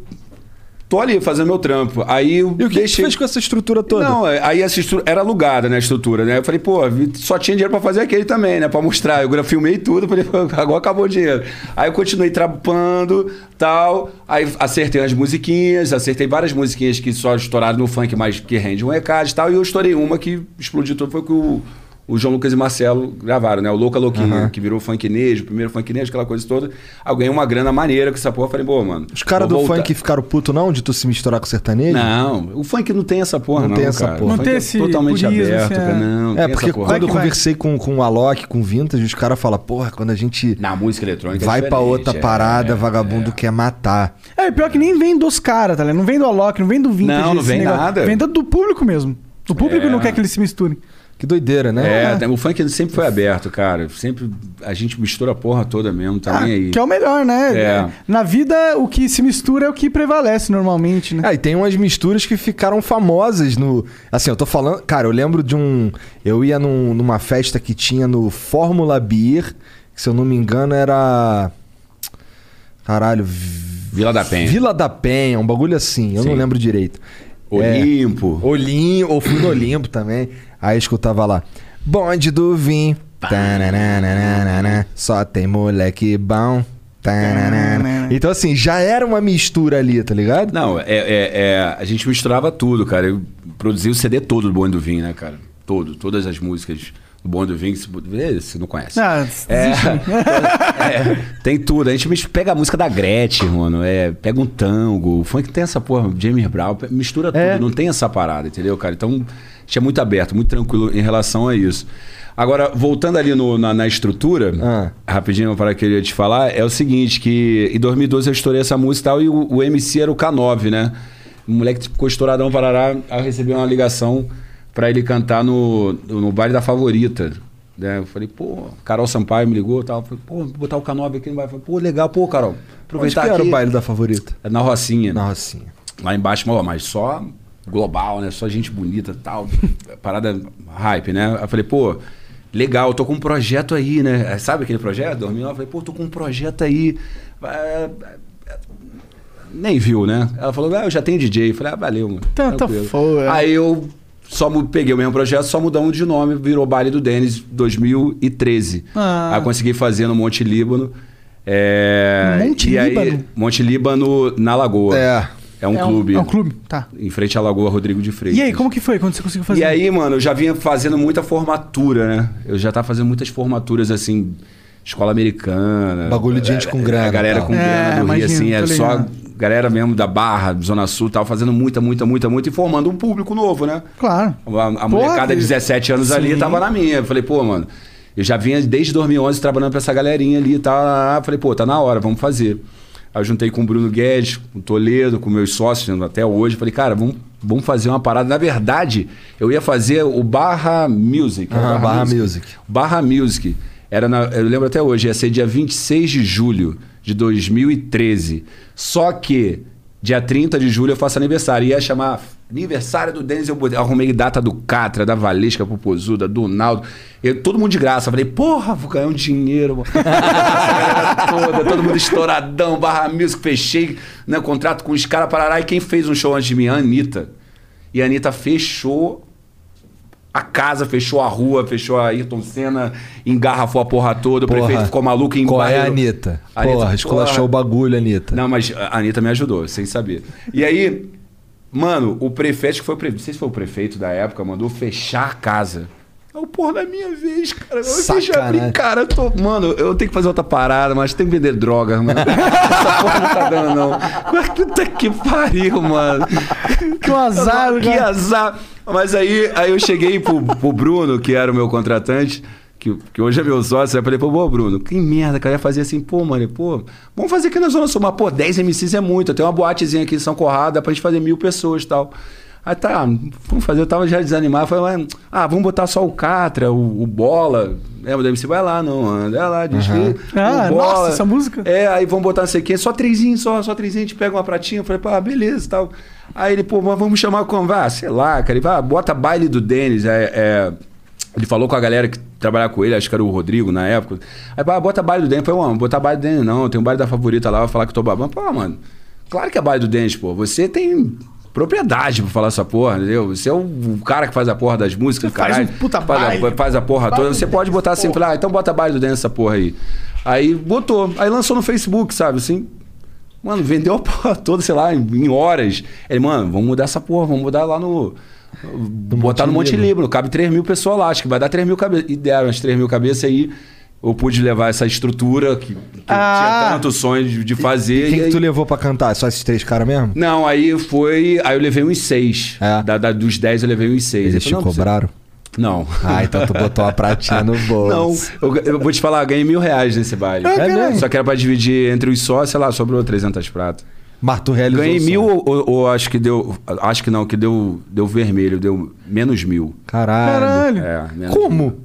S6: tô ali fazendo meu trampo. Aí eu
S2: E o que, que tu
S6: deixei...
S2: fez com essa estrutura toda?
S6: Não, é, aí essa estrutura era alugada, né, a estrutura, né? Eu falei, pô, vi- só tinha dinheiro pra fazer aquele também, né? Pra mostrar. Eu gra- filmei tudo, falei, pô, agora acabou o dinheiro. Aí eu continuei trampando, tal. Aí acertei as musiquinhas, acertei várias musiquinhas que só estouraram no funk, mas que rende um recado e tal. E eu estourei uma que explodiu tudo, foi que o, o João Lucas e Marcelo gravaram, né? O Louca Louquinha, que virou funk nejo, o primeiro funk nejo, aquela coisa toda. Aí eu ganhei uma grana maneira com essa porra. Falei, pô, mano.
S2: Os caras do
S6: vou voltar.
S2: funk ficaram puto não de tu se misturar com o sertanejo?
S6: Não, o funk não tem essa porra,
S2: Não
S6: não.
S2: tem essa
S6: cara.
S2: porra.
S6: O
S2: Não
S6: funk
S3: tem
S6: é
S3: esse
S6: totalmente
S3: purismo, assim,
S6: aberto,
S3: é.
S6: cara. Não,
S2: É,
S6: tem
S2: porque
S6: essa porra.
S2: quando eu
S3: Vai que vai.
S2: conversei com, com o Alok, com o Vintage, os caras falam, porra, quando a gente
S6: Na música eletrônica. é
S2: vai pra
S6: diferente,
S2: outra
S6: é.
S2: parada, vagabundo quer matar.
S3: É, e pior que nem vem dos caras, tá ligado? Não vem do Alok, não vem do Vintage.
S6: Não, não
S3: esse
S6: vem nada.
S3: Vem do- do público mesmo. O público
S6: É.
S3: não quer que eles se misturem.
S2: Que doideira, né?
S6: É, tem- o funk sempre foi aberto, cara. Sempre a gente mistura a porra toda mesmo, tá
S2: Ah,
S6: nem aí.
S3: Que é o melhor, né?
S6: É.
S3: Na vida, o que se mistura é o que prevalece normalmente, né?
S2: Ah, e tem umas misturas que ficaram famosas no. Assim, eu tô falando. Cara, eu lembro de um. Eu ia num- numa festa que tinha no Fórmula Beer, que se eu não me engano era. Caralho. Vi-
S6: Vila da Penha.
S2: Vila da Penha, um bagulho assim, eu não
S6: Sim.
S2: lembro direito. É.
S6: Olimpo.
S2: Olimpo, ou fui no Olimpo também. Aí eu escutava lá. Bonde do vinho. Tananana, só tem moleque bom. Tananana. Então, assim, já era uma mistura ali, tá ligado?
S6: Não, é, é- é- a gente misturava tudo, cara. Eu produzi o CD todo do Bonde do Vinho, né, cara? Todo, todas as músicas do Bonde do Vinho. que se- Você não conhece.
S3: Ah,
S6: É,
S3: desiste, né?
S6: Tem tudo. A gente mis- pega a música da Gretchen, mano. É, pega um tango. O funk tem essa porra, James Brown, pe- mistura tudo. Não tem essa parada, entendeu, cara? Então, a gente é muito aberto, muito tranquilo em relação a isso. Agora, voltando ali no- na, na estrutura,
S2: Ah.
S6: rapidinho para que eu ia te falar, é o seguinte, que em 2012 eu estourei essa música e tal, e o, o MC era o K9, né? O moleque tipo, ficou estouradão, parará, aí eu recebi uma ligação pra ele cantar no, no baile da Favorita. Né? Eu falei, pô, Carol Sampaio me ligou e tal. Eu Falei, pô, vou botar o K9 aqui no baile. Eu Falile. Pô, legal, pô, Carol,
S2: Onde
S6: aproveitar
S2: que era
S6: aqui.
S2: o baile da favorita?
S6: É Na Rocinha.
S2: Na Rocinha.
S6: Lá embaixo, mas, ó, mas só global, né? Só gente bonita
S3: [laughs]
S6: e tal. Parada hype, né? Aí eu falei, pô, legal, eu tô com um projeto aí, né? Aí, Sabe aquele projeto? Dormi lá, eu falei, pô, tô com um projeto aí. Ah, Nem viu, né? Ela falou, ah, eu já tenho DJ. Eu falei, ah, valeu, mano.
S3: Tanta né?
S6: Tranquilo.
S3: foda.
S6: Aí eu só mu- peguei o mesmo projeto, só mudamos de nome, virou Baile do Denis 2013.
S3: Ah.
S6: Aí eu consegui fazer no Monte Líbano. É...
S3: Monte
S6: e aí-
S3: Líbano?
S6: Monte Líbano na Lagoa.
S2: É.
S6: É um
S3: É um-
S6: clube.
S3: é um clube, tá.
S6: Em frente à Lagoa Rodrigo de Freitas.
S3: E aí, como que foi quando você conseguiu fazer?
S6: É E aí, mano, eu já vinha fazendo muita formatura, né? Eu já tava fazendo muitas formaturas, assim, escola americana.
S2: Bagulho de gente com
S6: A-
S2: grana, tá?
S6: A galera
S2: tal.
S6: com
S3: É,
S6: grana do Rio,
S3: imagino,
S6: assim,
S3: tô
S6: é só
S3: ligado.
S6: galera mesmo da Barra, Zona Sul, tava fazendo muita, muita, muita, muita e formando um público novo, né?
S3: Claro.
S6: A, a molecada é de 17 anos ali tava na minha. Eu falei, pô, mano, eu já vinha desde 2011 trabalhando pra essa galerinha ali e tal. Falei, pô, tá na hora, vamos fazer. Aí eu juntei com o Bruno Guedes, com o Toledo, com meus sócios né, até hoje. Falei, cara, vamos, vamos fazer uma parada. Na verdade, eu ia fazer o Barra Music. é o
S2: Aham, Barra Music.
S6: Barra Music. Era na- eu lembro até hoje, ia ser dia 26 de julho de 2013. Só que dia 30 de julho eu faço aniversário. Ia chamar aniversário do Denis. Eu botei- arrumei data do Catra, da Valesca Popozuda, do Naldo. Eu, todo mundo de graça. Falei, porra, vou ganhar um dinheiro. mano. [laughs] Essa galera toda, todo mundo estouradão, Barra Music. Fechei né, contrato com os caras, parará. E quem fez um show antes de mim? A Anitta. E a Anitta fechou a casa, fechou a rua, fechou a Ayrton Senna, engarrafou a porra toda, o
S2: Porra.
S6: prefeito ficou maluco em
S2: Qual é a Anitta? Porra, esculachou o bagulho, Anitta.
S6: Não, mas a Anitta me ajudou, sem saber. E aí, mano, o prefeito, que foi o prefeito, não sei se foi o prefeito da época, mandou fechar a casa. É o porra da minha vez, cara. Eu deixa eu
S2: Sacanagem.
S6: abrir, cara. Eu tô, mano, eu tenho que fazer outra parada, mas tenho que vender
S3: [laughs]
S6: droga, mano. Essa porra não tá dando, não. Mas Puta que pariu, mano.
S3: Que um azar,
S6: Que
S3: cara.
S6: azar. Mas aí, aí eu cheguei pro, pro Bruno, que era o meu contratante, que que, que hoje é meu sócio, eu falei, pô, pô, Bruno, que merda, cara, eu ia fazer assim, pô, mano, pô, vamos fazer aqui na Zona Sul, mas, pô, 10 MCs é muito, tem uma boatezinha aqui em São Corrado, dá pra gente fazer mil pessoas e tal. Aí tá, vamos fazer, eu tava já desanimado, falei, mas, ah, vamos botar só o Catra, o, o Bola, é, o MC vai lá, não, anda lá, diz
S3: Uhum.
S6: que...
S3: Ah,
S6: o Bola,
S3: nossa, essa música?
S6: É, aí vamos botar não sei o quê, só trezinho, só, só trezinho, a gente pega uma pratinha, eu falei, pô, ah, beleza e tal. Aí ele, pô, mas vamos chamar como? Ah, sei lá, cara, ele vai, ah, bota baile do Denis, é, é... Ele falou com a galera que trabalhava com ele, acho que era o Rodrigo na época. Aí, pá, bota baile do Denis. Eu Falei, mano, botar baile do Denis não, tem um baile da favorita lá, vai falar que eu tô babando. Pô, mano, claro que é baile do Denis, pô. Você tem propriedade pra falar essa porra, entendeu? Você é o cara que faz a porra das músicas,
S3: Você faz
S6: caralho.
S3: um puta
S6: faz, a,
S3: baile. um
S6: faz a porra
S3: Baile
S6: toda.
S3: do
S6: Você pode botar assim, falar, ah, então bota baile do Denis essa porra aí. Aí botou. Aí lançou no Facebook, sabe? Assim, Mano, vendeu a porra [laughs] toda, sei lá, em- em horas. Ele, mano, vamos mudar essa porra, vamos mudar lá no. botar no Monte Líbano, cabe 3 mil pessoas lá, acho que vai dar 3 mil cabeças. E deram as 3 mil cabeças aí. Eu pude levar essa estrutura que, que
S3: Ah.
S6: eu tinha tanto sonho de, de fazer.
S2: E quem
S6: e
S2: que
S6: aí-
S2: tu levou pra cantar? Só esses três caras mesmo?
S6: Não, aí foi. Aí eu levei uns 6.
S2: É?
S6: Da, da- dos 10 eu levei uns 6.
S2: Eles te cobraram?
S6: Não.
S2: Ah, então tu botou uma pratinha no
S6: [laughs] Não,
S2: bolso.
S6: eu, eu vou te falar, eu ganhei mil reais nesse baile.
S2: É mesmo?
S6: Só que era pra dividir entre os sócios, sei lá, sobrou 300 pratas.
S2: Mas tu realizou
S6: Ganhei
S2: o
S6: mil ou, ou- ou acho que deu. Acho que não, que deu, deu vermelho, deu menos mil.
S2: Caralho.
S6: É, menos
S2: Como?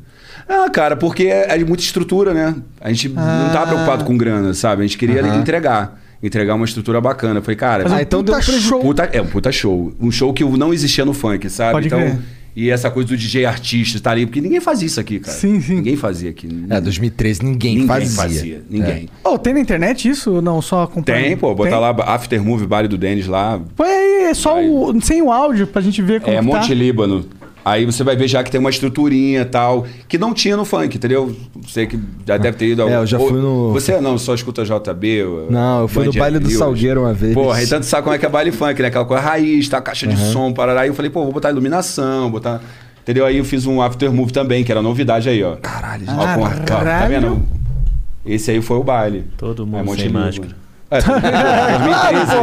S6: Ah, cara, porque é, é muita estrutura, né? A gente não
S2: Ah.
S6: tava preocupado com grana, sabe? A gente queria
S2: Aham.
S6: entregar. Entregar uma estrutura bacana. Eu Falei, cara,
S2: Mas um Ah, então deu puta um prejuízo. show.
S6: Puta- é um puta show. Um show que não existia no funk, sabe?
S2: Pode
S6: então.
S2: crer.
S6: E essa coisa do DJ artista tá ali, porque ninguém fazia isso aqui, cara. Sim, sim. Ninguém fazia aqui.
S2: É, 2013 ninguém,
S6: Ninguém
S2: fazia. É.
S6: fazia, ninguém.
S3: Ô, tem na internet isso? ou Não, só acompanha.
S6: Tem, pô, botar lá After Movie, Baile do Denis lá,
S3: Põe aí, é só o, sem o áudio pra gente ver como
S6: É,
S3: que tá.
S6: Monte Líbano. Aí você vai ver já que tem uma estruturinha e tal, que não tinha no funk, entendeu? Você que já deve ter ido ao.
S2: É, eu já
S6: ou-
S2: fui no-
S6: Você não, só escuta JB.
S2: Não, eu fui no
S6: Band
S2: baile do
S6: News.
S2: Salgueiro uma vez.
S6: Porra, então tu sabe como é que é baile funk, né? Aquela coisa raiz, tá? Caixa de
S2: Uhum.
S6: som, parará. Aí eu falei, pô, vou botar iluminação, botar. Entendeu? Aí eu fiz um after move também, que era novidade aí, ó. Caralho, gente. Tá
S8: Caralho.
S6: vendo? Esse aí foi o baile. Todo mundo
S8: sem máscara.
S3: [laughs]
S6: É, todo mundo- 2013.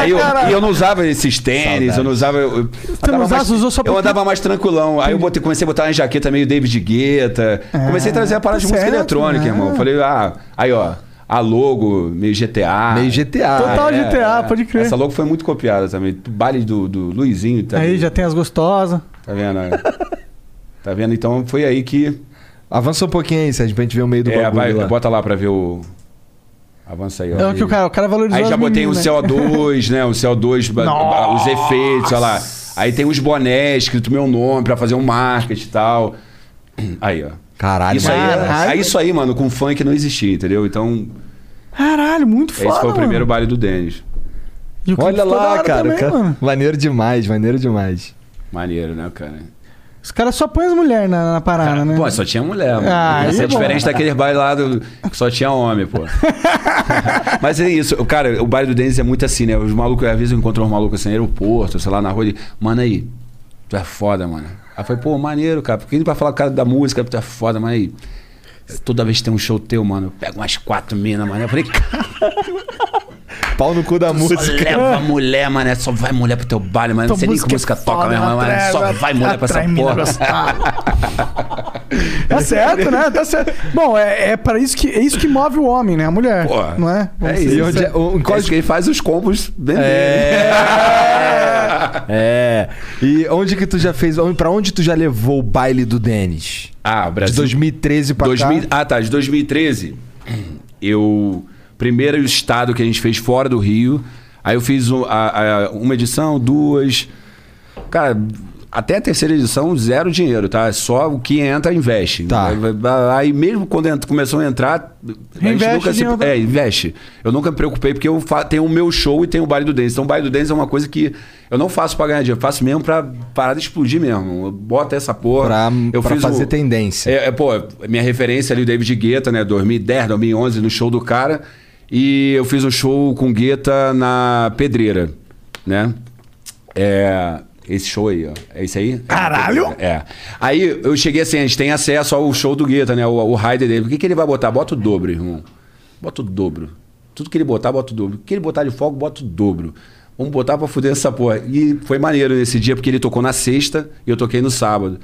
S6: Aí eu- e eu não usava esses tênis,
S8: Saudades.
S6: eu não usava. Eu, eu andava
S3: usava,
S6: mais,
S3: usou só
S6: eu
S3: porque-
S6: andava mais tranquilão. Aí eu botei- comecei a botar uma jaqueta meio David Guetta. comecei a trazer a parada
S3: tá
S6: de música
S3: certo,
S6: eletrônica,
S3: né?
S6: irmão. Falei, ah, aí ó, a logo, meio GTA. Meio
S2: GTA.
S3: Total GTA, pode crer.
S6: É, Essa logo foi muito copiada também. O Baile do, do Luizinho, tá,
S3: Aí já tem as gostosas.
S6: tá vendo? [laughs] tá vendo? Então foi aí que.
S2: Avança um pouquinho aí, Sérgio, pra gente ver o meio do
S6: É,
S2: bagulho
S6: vai,
S2: lá.
S6: bota lá pra ver o. Avança aí, ó.
S3: É o que o cara, o cara valorizou
S6: Aí já
S3: as
S6: botei um
S3: meninas.
S6: CO2, né? Um CO2, ba- ba- os efeitos, olha lá. Aí tem uns bonés escrito meu nome pra fazer um marketing e tal. Aí, ó.
S3: Ah,
S2: Caralho,
S6: isso aí, é- era-
S3: Caralho.
S6: aí isso aí, mano, com funk não existia, entendeu? Então,
S3: Caralho, muito foda,
S6: esse foi o
S3: mano.
S6: primeiro baile do Denis.
S3: E o clipe
S2: Olha
S3: ficou da
S2: lá,
S3: hora
S2: cara.
S3: também,
S2: cara.
S3: mano.
S2: Maneiro demais, maneiro demais.
S6: Maneiro, né, cara?
S3: Os caras só põem as mulheres na, na parada, né?
S6: Pô, só tinha mulher, mano.
S3: Ah,
S6: Isso
S3: aí
S6: é
S3: é bom.
S6: diferente daquele baile lá do, que só tinha homem, [laughs] pô. Mas é isso. Cara, o baile do Denis é muito assim, né? Os malucos, às vezes eu encontro uns malucos assim, no aeroporto, sei lá, na rua, e mano, aí, tu é foda, mano. Aí foi, pô, maneiro, cara. Porque indo pra falar com o cara da música, tu é foda, mas aí. Toda vez que tem um show teu, mano, eu pego umas quatro minas, mano. Eu falei, cara.
S2: Pau no cu da
S6: [laughs] Só
S2: música.
S6: leva mulher, mano. é Só vai mulher pro teu baile, mano. Não
S2: Tua
S6: sei nem que
S2: música é
S6: música toca,
S2: foda,
S6: meu irmão, mano.
S2: atrai-
S6: Só vai mulher pra essa
S2: atrai mina
S6: porra. [laughs]
S3: Tá certo, né? Tá certo. Bom, é, é para isso que é isso que move o homem, né? A mulher,
S6: Porra.
S3: não é? Vamos
S6: É
S3: ser
S6: isso. E onde
S3: sinceros.
S6: é- o- em qual- [laughs] É isso que ele faz os combos bem
S2: [laughs] É. E onde que tu já fez? onde- Pra onde tu já levou o baile do Denis?
S6: Ah, Brasil.
S2: De 2013 pra
S6: 2000
S2: cá.
S6: Ah, tá. De 2013, eu. Primeiro estado que a gente fez fora do Rio. Aí eu fiz um- a- a- uma edição, duas. Cara, até a terceira edição, zero dinheiro, tá? É Só o que entra, investe. Tá. Aí mesmo quando ent- começou a entrar.
S3: Reinveste
S6: a gente
S3: dinheiro
S6: nunca
S3: pra-
S2: né?
S6: se, é, investe. Eu nunca me preocupei, porque eu fa- tenho o meu show e tenho o baile do Dance. Então o baile do Dance é uma coisa que eu não faço pra ganhar dinheiro, eu faço mesmo pra parar de explodir mesmo. Eu boto essa porra.
S2: Pra,
S6: eu
S2: pra
S6: fiz
S2: fazer
S6: o-
S2: tendência.
S6: é, é, pô, minha referência ali, o David Guetta, né? 2010, 2011, no show do cara. E eu fiz um show com Guetta na Pedreira, né? É. Esse show aí, ó. É isso aí? Caralho! É. Aí eu cheguei assim, a gente tem acesso ao show do Guetta, né? O, o rider dele. O que, que ele vai botar? Bota o dobro, irmão. Bota o dobro. Tudo que ele botar, bota o dobro. O que ele botar de fogo, bota o dobro. Vamos botar pra fuder essa porra. E foi maneiro nesse dia, porque ele tocou na sexta e eu toquei no sábado.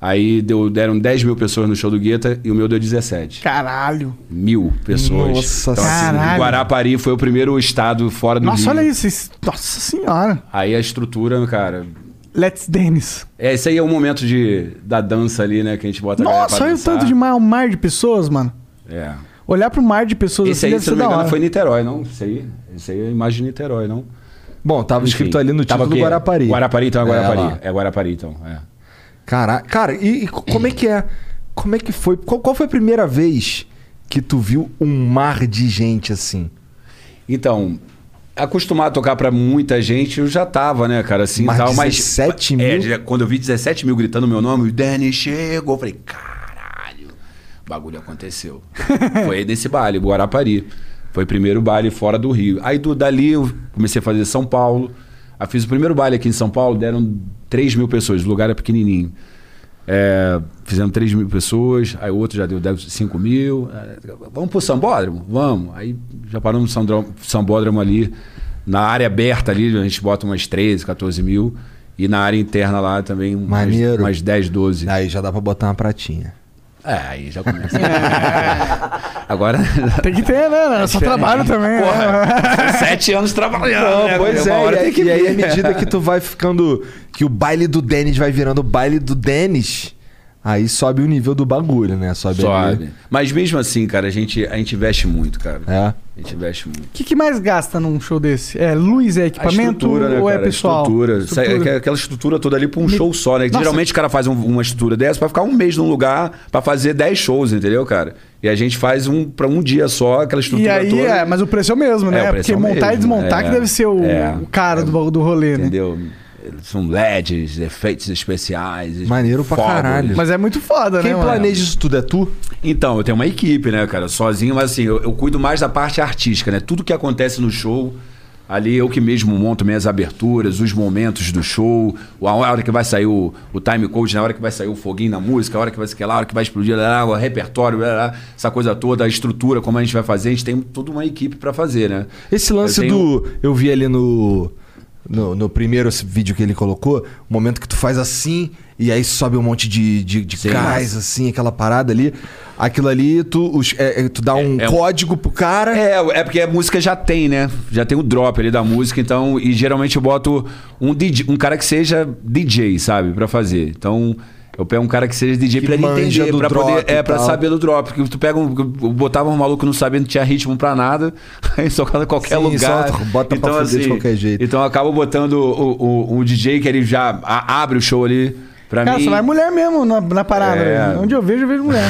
S6: Aí deu, deram 10 mil pessoas no show do Guetta e o meu deu 17.
S3: Caralho.
S6: Mil pessoas.
S3: Nossa,
S6: assim,
S3: caralho.
S6: Guarapari foi o primeiro estado fora do
S3: Nossa,
S6: Rio.
S3: olha isso. isso- Nossa senhora.
S6: Aí a estrutura, cara.
S3: Let's Dennis.
S6: É, esse aí é o momento de, da dança ali, né? Que a gente bota a galera
S3: Nossa,
S6: pra
S3: olha o
S6: dançar.
S3: tanto de mar, um mar de pessoas, mano.
S6: É.
S3: Olhar pro mar de pessoas assim
S6: Esse aí,
S3: deve ser
S6: se não me
S3: da
S6: engano,
S3: hora.
S6: foi em Niterói, não? Esse aí, esse aí é a imagem de Niterói, não?
S2: Bom, tava
S6: Enfim,
S2: escrito ali no
S6: tava
S2: título do
S6: aqui.
S2: Guarapari.
S6: Guarapari, então é
S2: lá.
S6: Guarapari. É, Guarapari, então. É.
S2: Caraca, cara, e, e co- como é que é? Como é que foi? Qual, qual foi a primeira vez que tu viu um mar de gente assim?
S6: Então, acostumado a tocar pra muita gente, eu já tava, né, cara, assim
S2: Mas
S6: tal, mas...
S2: 17
S6: É,
S2: mil?
S6: já- quando eu vi 17 mil gritando meu nome, o Danny chegou, eu falei, caralho, o bagulho
S2: [laughs]
S6: aconteceu. Foi nesse baile, Guarapari. Foi o primeiro baile fora do Rio. Aí do, dali eu comecei a fazer São Paulo. Aí fiz o primeiro baile aqui em São Paulo, deram 3 mil pessoas, o lugar era pequenininho. É, fizemos 3 mil pessoas, aí outro já deu 10, 5 mil. É, Vamos pro sambódromo? Vamos. Aí já paramos no sandro- sambódromo ali, na área aberta ali, a gente bota umas 13, 14 mil. E na área interna lá também umas-
S2: Maneiro.
S6: umas 10, 12.
S2: Aí já dá pra botar uma pratinha.
S6: É, aí já começa. [laughs]
S2: [laughs]
S6: Agora.
S3: Tem que ter, né? Só trabalho também.
S6: É Porra, [laughs] sete anos trabalhando.
S2: Não,
S6: né?
S2: pois
S6: Uma hora
S2: é, e,
S6: tem
S2: aí- e aí
S6: ver.
S2: à medida que tu vai ficando. Que o baile do Denis vai virando o baile do Denis, aí sobe o nível do bagulho, né? Sobe,
S6: Sobe.
S2: ali.
S6: Mas mesmo assim, cara, a gente, a gente investe muito, cara.
S2: É.
S6: A gente investe muito.
S3: O que, que mais gasta num show desse? É luz, é
S6: A
S3: equipamento ou é
S6: né, cara? A
S3: pessoal?
S6: Estrutura. é
S3: Estrutura.
S6: Sa- Aquela estrutura toda ali pra um
S3: Me-
S6: show só, né? Que
S3: Nossa.
S6: Geralmente o cara faz um- uma estrutura dessa pra ficar um mês num lugar pra fazer 10 shows, entendeu, cara? E a gente faz um pra um dia só, aquela
S3: E
S6: estrutura
S3: aí,
S6: toda.
S3: é, mas o preço é o mesmo,
S6: É,
S3: né?
S6: o
S3: Porque
S6: preço é o
S3: montar e
S6: mesmo,
S3: desmontar
S6: é.
S3: que deve ser o,
S6: É.
S3: o cara do, ba- do rolê, né?
S6: Entendeu? São LEDs, efeitos especiais.
S2: Maneiro pra
S6: fogos.
S2: caralho.
S3: Mas é muito foda,
S2: Quem
S3: né? mano?
S2: planeja isso tudo é tu?
S6: Então, eu tenho uma equipe, né, cara? Sozinho, mas assim, eu, eu cuido mais da parte artística, né? Tudo que acontece no show, ali eu que mesmo monto minhas aberturas, os momentos do show, a hora que vai sair o, o time code, na hora que vai sair o foguinho na música, a hora que vai ser lá, a hora que vai explodir, lá, lá, o repertório, lá, lá, essa coisa toda, a estrutura, como a gente vai fazer, a gente tem toda uma equipe pra fazer, né?
S2: Esse lance
S6: Eu tenho-
S2: do. Eu vi ali no, no. no primeiro vídeo que ele colocou, o momento que tu faz assim, e aí sobe um monte de, de, de
S6: Sim.
S2: gás, assim, aquela parada ali. Aquilo ali, tu, os- é- é- tu dá um
S6: é um-
S2: código pro cara.
S6: É, é porque a música já tem, né? Já tem o drop ali da música, então. E geralmente eu boto um, DJ, um cara que seja DJ, sabe? Pra fazer. Então. Eu pego um cara que seja DJ
S2: Que
S6: pra ele
S2: manja
S6: entender,
S2: do
S6: pra poder.
S2: drop e
S6: É, pra
S2: tal.
S6: saber do drop. Porque tu pega um. Eu botava um maluco não sabendo, não tinha ritmo pra nada, [laughs] aí só coloca em qualquer
S2: Sim,
S6: lugar.
S2: só bota pra fuder de qualquer jeito.
S6: Então eu acabo botando o, o- o DJ que ele já a- abre o show ali pra
S3: Cara,
S6: mim.
S3: só vai mulher mesmo na, na parada.
S6: É.
S3: velho. Onde eu vejo, eu vejo
S6: [laughs]
S3: mulher.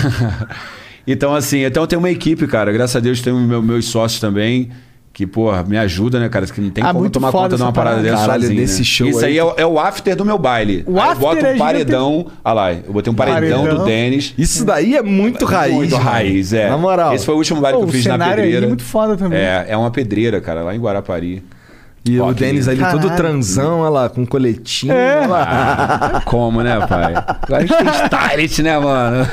S6: Então, assim, então eu tenho uma equipe, cara. Graças a Deus tenho meu- meus sócios também. Que, porra, me ajuda, né, cara? Que não tem
S3: Ah,
S6: como
S3: muito
S6: tomar
S3: foda
S6: conta de uma
S3: essa
S6: parada
S3: parada.
S6: dessa
S2: Caralho,
S6: sozinho,
S2: nesse
S6: né?
S2: show
S6: Isso aí,
S2: aí-
S6: é, o- é o after do meu baile.
S3: O
S6: aí eu
S3: after
S6: boto
S3: é
S6: um paredão... Olha lá, eu botei um paredão,
S3: Paredão.
S6: do Denis.
S2: Isso daí é muito raiz.
S6: Muito
S2: mano.
S6: raiz, é.
S2: Na moral.
S6: Esse foi o último baile
S3: Pô,
S6: que eu
S3: o
S6: fiz na
S3: cenário aí é
S6: pedreira.
S3: muito foda também.
S6: É, é uma pedreira, cara, lá em Guarapari.
S2: E
S6: Ó,
S2: o
S6: que
S2: Denis ali
S6: lindo.
S2: todo
S3: Caralho.
S2: transão, olha lá, com um coletinho.
S6: É.
S2: olha lá.
S6: Ah, como, né,
S3: [laughs]
S6: pai? Agora a gente tem stylist, né, mano?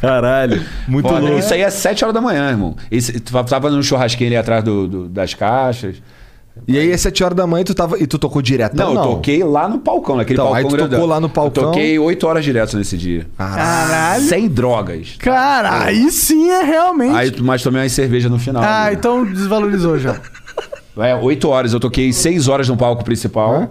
S2: Caralho. Muito
S6: Foda.
S2: louco.
S6: Isso aí é 7 horas da manhã, irmão. Esse, tu tava fazendo um churrasquinho ali atrás do- do- das caixas.
S2: E aí, às 7 horas da manhã, tu tava. E tu tocou direto?
S6: Não, eu toquei lá no palcão, naquele
S2: Então, aí
S6: palcão
S2: tu
S6: grandão.
S2: tocou lá no palcão?
S6: Eu toquei 8 horas direto nesse dia.
S3: Caralho.
S6: Sem drogas.
S3: Cara, aí sim é realmente.
S6: Aí, mas tomei uma cerveja no final.
S3: ah,
S6: né?
S3: então desvalorizou já.
S6: É, 8 horas. Eu toquei 6 horas no palco principal.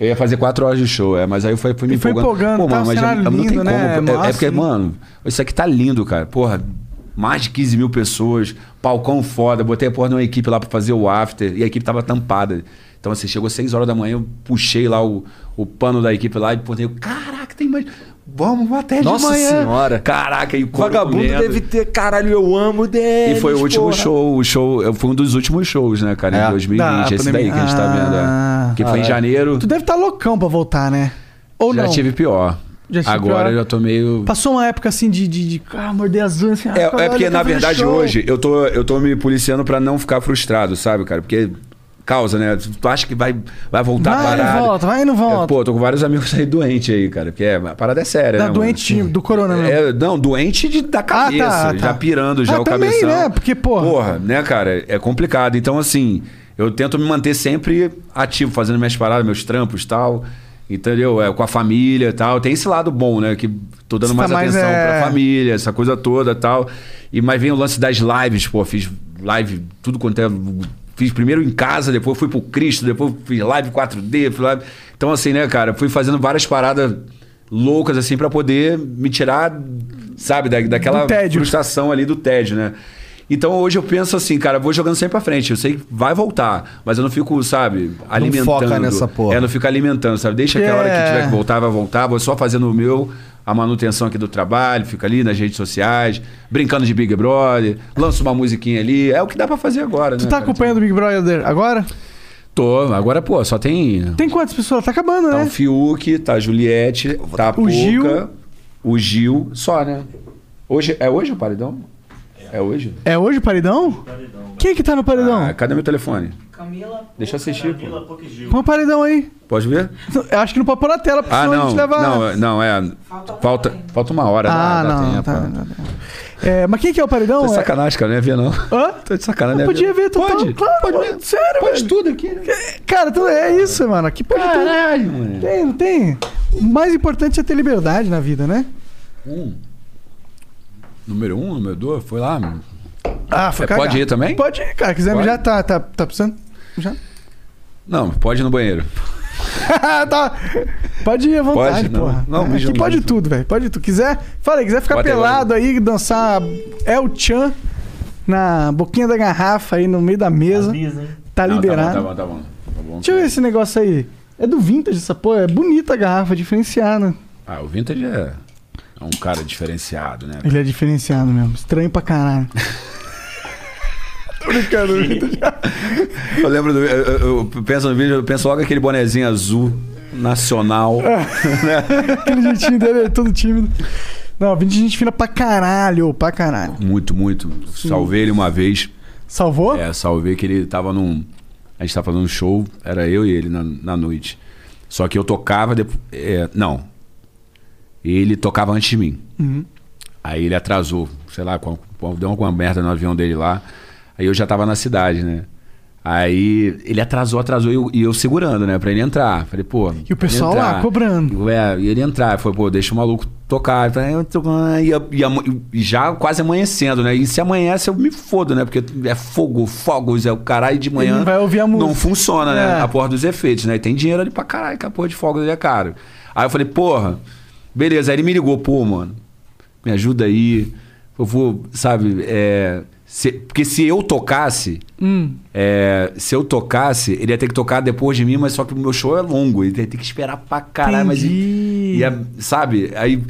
S6: Eu ia fazer 4 horas de show, é, mas aí eu fui, fui me
S3: E foi
S6: empolgando.
S3: empolgando,
S6: Pô,
S3: tá
S6: mano,
S3: um
S6: mas
S3: cenário
S6: não, não tem
S3: lindo, né?
S6: como. É,
S3: Massa,
S6: é porque,
S3: né?
S6: mano, isso aqui tá lindo, cara. Porra, mais de 15 mil pessoas, palcão foda. Botei a porra de uma equipe lá pra fazer o after e a equipe tava tampada. Então, assim, chegou 6 horas da manhã, eu puxei lá o, o pano da equipe lá e botei, caraca, tem mais. Vamos até de
S2: Nossa
S6: manhã.
S2: Senhora.
S6: Caraca, e o coro
S2: Vagabundo
S6: comendo.
S2: deve ter, caralho, eu amo Denis.
S6: E foi o último
S2: porra.
S6: show, o show, eu- foi um dos últimos shows, né, cara,
S2: É.
S6: em 2020,
S3: Da
S6: esse daí que a gente tá
S3: pandemia.
S6: vendo,
S3: Ah,
S6: é. que foi em
S2: caralho.
S6: janeiro.
S3: Tu deve estar loucão pra voltar, né? Ou
S6: já
S3: não?
S6: tive pior.
S3: Já tive
S6: Agora
S3: pior.
S6: eu já tô meio
S3: Passou uma época assim de, de, de ah, morder as unhas. Assim, ah,
S6: É, é
S3: caralho,
S6: porque,
S3: eu
S6: na
S3: quero
S6: verdade,
S3: show.
S6: hoje eu tô, eu tô me policiando pra não ficar frustrado, sabe, cara? Porque causa, né? Tu acha que vai, vai voltar
S3: Vai,
S6: a parada.
S3: volta, vai, não volta. Tá
S6: Eu, Pô, tô com vários amigos aí doentes aí, cara. Porque é, a parada é séria,
S3: Da
S6: né?
S3: doente
S6: mano?
S3: do corona né? mesmo.
S6: É, não, doente de, da cabeça.
S3: tá,
S6: Já
S3: tá.
S6: pirando já
S3: Ah,
S6: o
S3: também,
S6: cabeção.
S3: né? Porque, porra.
S6: Porra, né, cara? É complicado. Então, assim, eu tento me manter sempre ativo, fazendo minhas paradas, meus trampos e tal. Entendeu? É, com a família e tal. Tem esse lado bom, né? Que tô dando
S3: Você tá
S6: mais,
S3: mais,
S6: atenção
S3: é,
S6: pra família, essa coisa toda e tal. E, mas vem o lance das lives, pô. Fiz live, tudo quanto é. Fiz primeiro em casa, depois fui pro Cristo, depois fiz live 4D, fui live. Então, assim, né, cara, fui fazendo várias paradas loucas, assim, pra poder me tirar, sabe, da, daquela
S3: Do tédio.
S6: frustração ali do tédio, né? Então hoje eu penso assim, cara, vou jogando sempre pra frente. Eu sei que vai voltar, mas eu não fico, sabe, alimentando.
S2: foca nessa porra.
S6: É, não fico alimentando, sabe? Deixa aquela hora que
S2: É.
S6: tiver que voltar, vai voltar. Vou só fazendo o meu, a manutenção aqui do trabalho, fica ali nas redes sociais, brincando de Big Brother, lança uma musiquinha ali. É o que dá pra fazer agora,
S3: Tu
S6: né?
S3: tá
S6: cara?
S3: acompanhando o Big Brother agora?
S6: Tô, agora, pô, só tem.
S3: Tem quantas pessoas? Tá acabando,
S6: Tá
S3: né?
S6: o Fiuk, tá a Juliette, tá a Pouca,
S3: Gil.
S6: o Gil, só, né? Hoje, é hoje o paredão? É hoje?
S3: É hoje o paredão? Quem que tá no paredão?
S6: Ah, cadê meu telefone? Camila. Deixa eu assistir, pô.
S3: Põe o paredão aí.
S6: Pode ver?
S3: Eu acho que não pode pôr na tela, porque
S6: Ah,
S3: senão a
S6: não.
S3: gente leva.
S6: Não, não, é. Falta, falta uma hora.
S3: Ah,
S6: da- da
S3: não,
S6: tempo. né?
S3: tá, É, mas quem que é o paredão?
S6: Tô Tá de
S3: É-
S6: sacanagem, cara. Não ia ver, não.
S3: Hã?
S6: Tô de sacanagem.
S3: Eu
S6: não ia
S3: podia ver, tu
S6: Pode,
S3: claro,
S6: pode
S3: mano. sério, Pode
S6: tudo aqui. Tá
S3: Cara, tu- é isso, mano. Aqui pode
S6: Caralho,
S3: tudo.
S6: mano.
S3: Tem, não tem. O mais importante é ter liberdade na vida, né?
S6: Um. Número um, número dois, foi lá. mano.
S3: Ah, foi
S6: É, Pode
S3: cagar.
S6: ir também?
S3: Pode ir, cara. Quiser
S6: Pode?
S3: já tá, tá, tá precisando? Já? [laughs]
S6: Não, pode ir no banheiro.
S3: tá. Pode ir à vontade,
S6: Pode? Não.
S3: porra.
S6: Não,
S3: Aqui
S6: bicho, não.
S3: pode tudo, velho. Pode tudo. Quiser, fala aí, quiser ficar
S6: Bota aí,
S3: pelado aí, dançar El Chan na boquinha da garrafa aí no meio da mesa. Tá
S6: Não,
S3: liberado.
S6: Tá bom, tá bom. Tá bom. Tá bom.
S3: Deixa eu ver esse negócio aí. É do vintage essa porra. É bonita a garrafa, diferenciada.
S6: Ah, o Vintage é, é um cara diferenciado, né?
S3: Ele é diferenciado mesmo. Estranho pra caralho. [laughs] Tô brincando,
S6: [laughs]
S3: Vintage. é-
S6: Eu lembro do. Eu, eu- eu penso no vídeo, eu penso logo aquele bonezinho azul, nacional.
S3: É. Aquele jeitinho dele é todo tímido. Não, vintage gente fina pra caralho, pra caralho.
S6: Muito, muito. Salvei ele uma vez.
S3: Salvou?
S6: É, salvei que ele tava num. A gente tava fazendo um show, era eu e ele na, na noite. Só que eu tocava depois. não. Ele tocava antes de mim.
S7: Uhum.
S6: Aí ele atrasou, sei lá, com- com- deu alguma merda no avião dele lá. Aí eu já tava na cidade, né? Aí ele atrasou, atrasou e eu, e eu segurando, né? Pra ele entrar. Falei, pô.
S3: E o pessoal lá cobrando.
S6: É, e ele entrar. Foi, pô, deixa o maluco tocar. Ele falou, "Ah, "Eu tô com-" E, a- e a- e já quase amanhecendo, né? E se amanhece eu me fodo, né? Porque é fogo, fogos, é o caralho de manhã.
S3: não vai ouvir a música.
S6: Não funciona, né?
S3: É.
S6: A porra dos efeitos, né? E tem dinheiro ali pra caralho, que a porra de fogos ali é caro. Aí eu falei, porra, beleza. Aí ele me ligou, pô, mano me ajuda aí. Eu vou, sabe, é, se- porque se eu tocasse,
S3: Hum.
S6: é, se eu tocasse, ele ia ter que tocar depois de mim, mas só que o meu show é longo, ele ia ter que esperar pra caralho, mas e- e é- sabe? Aí,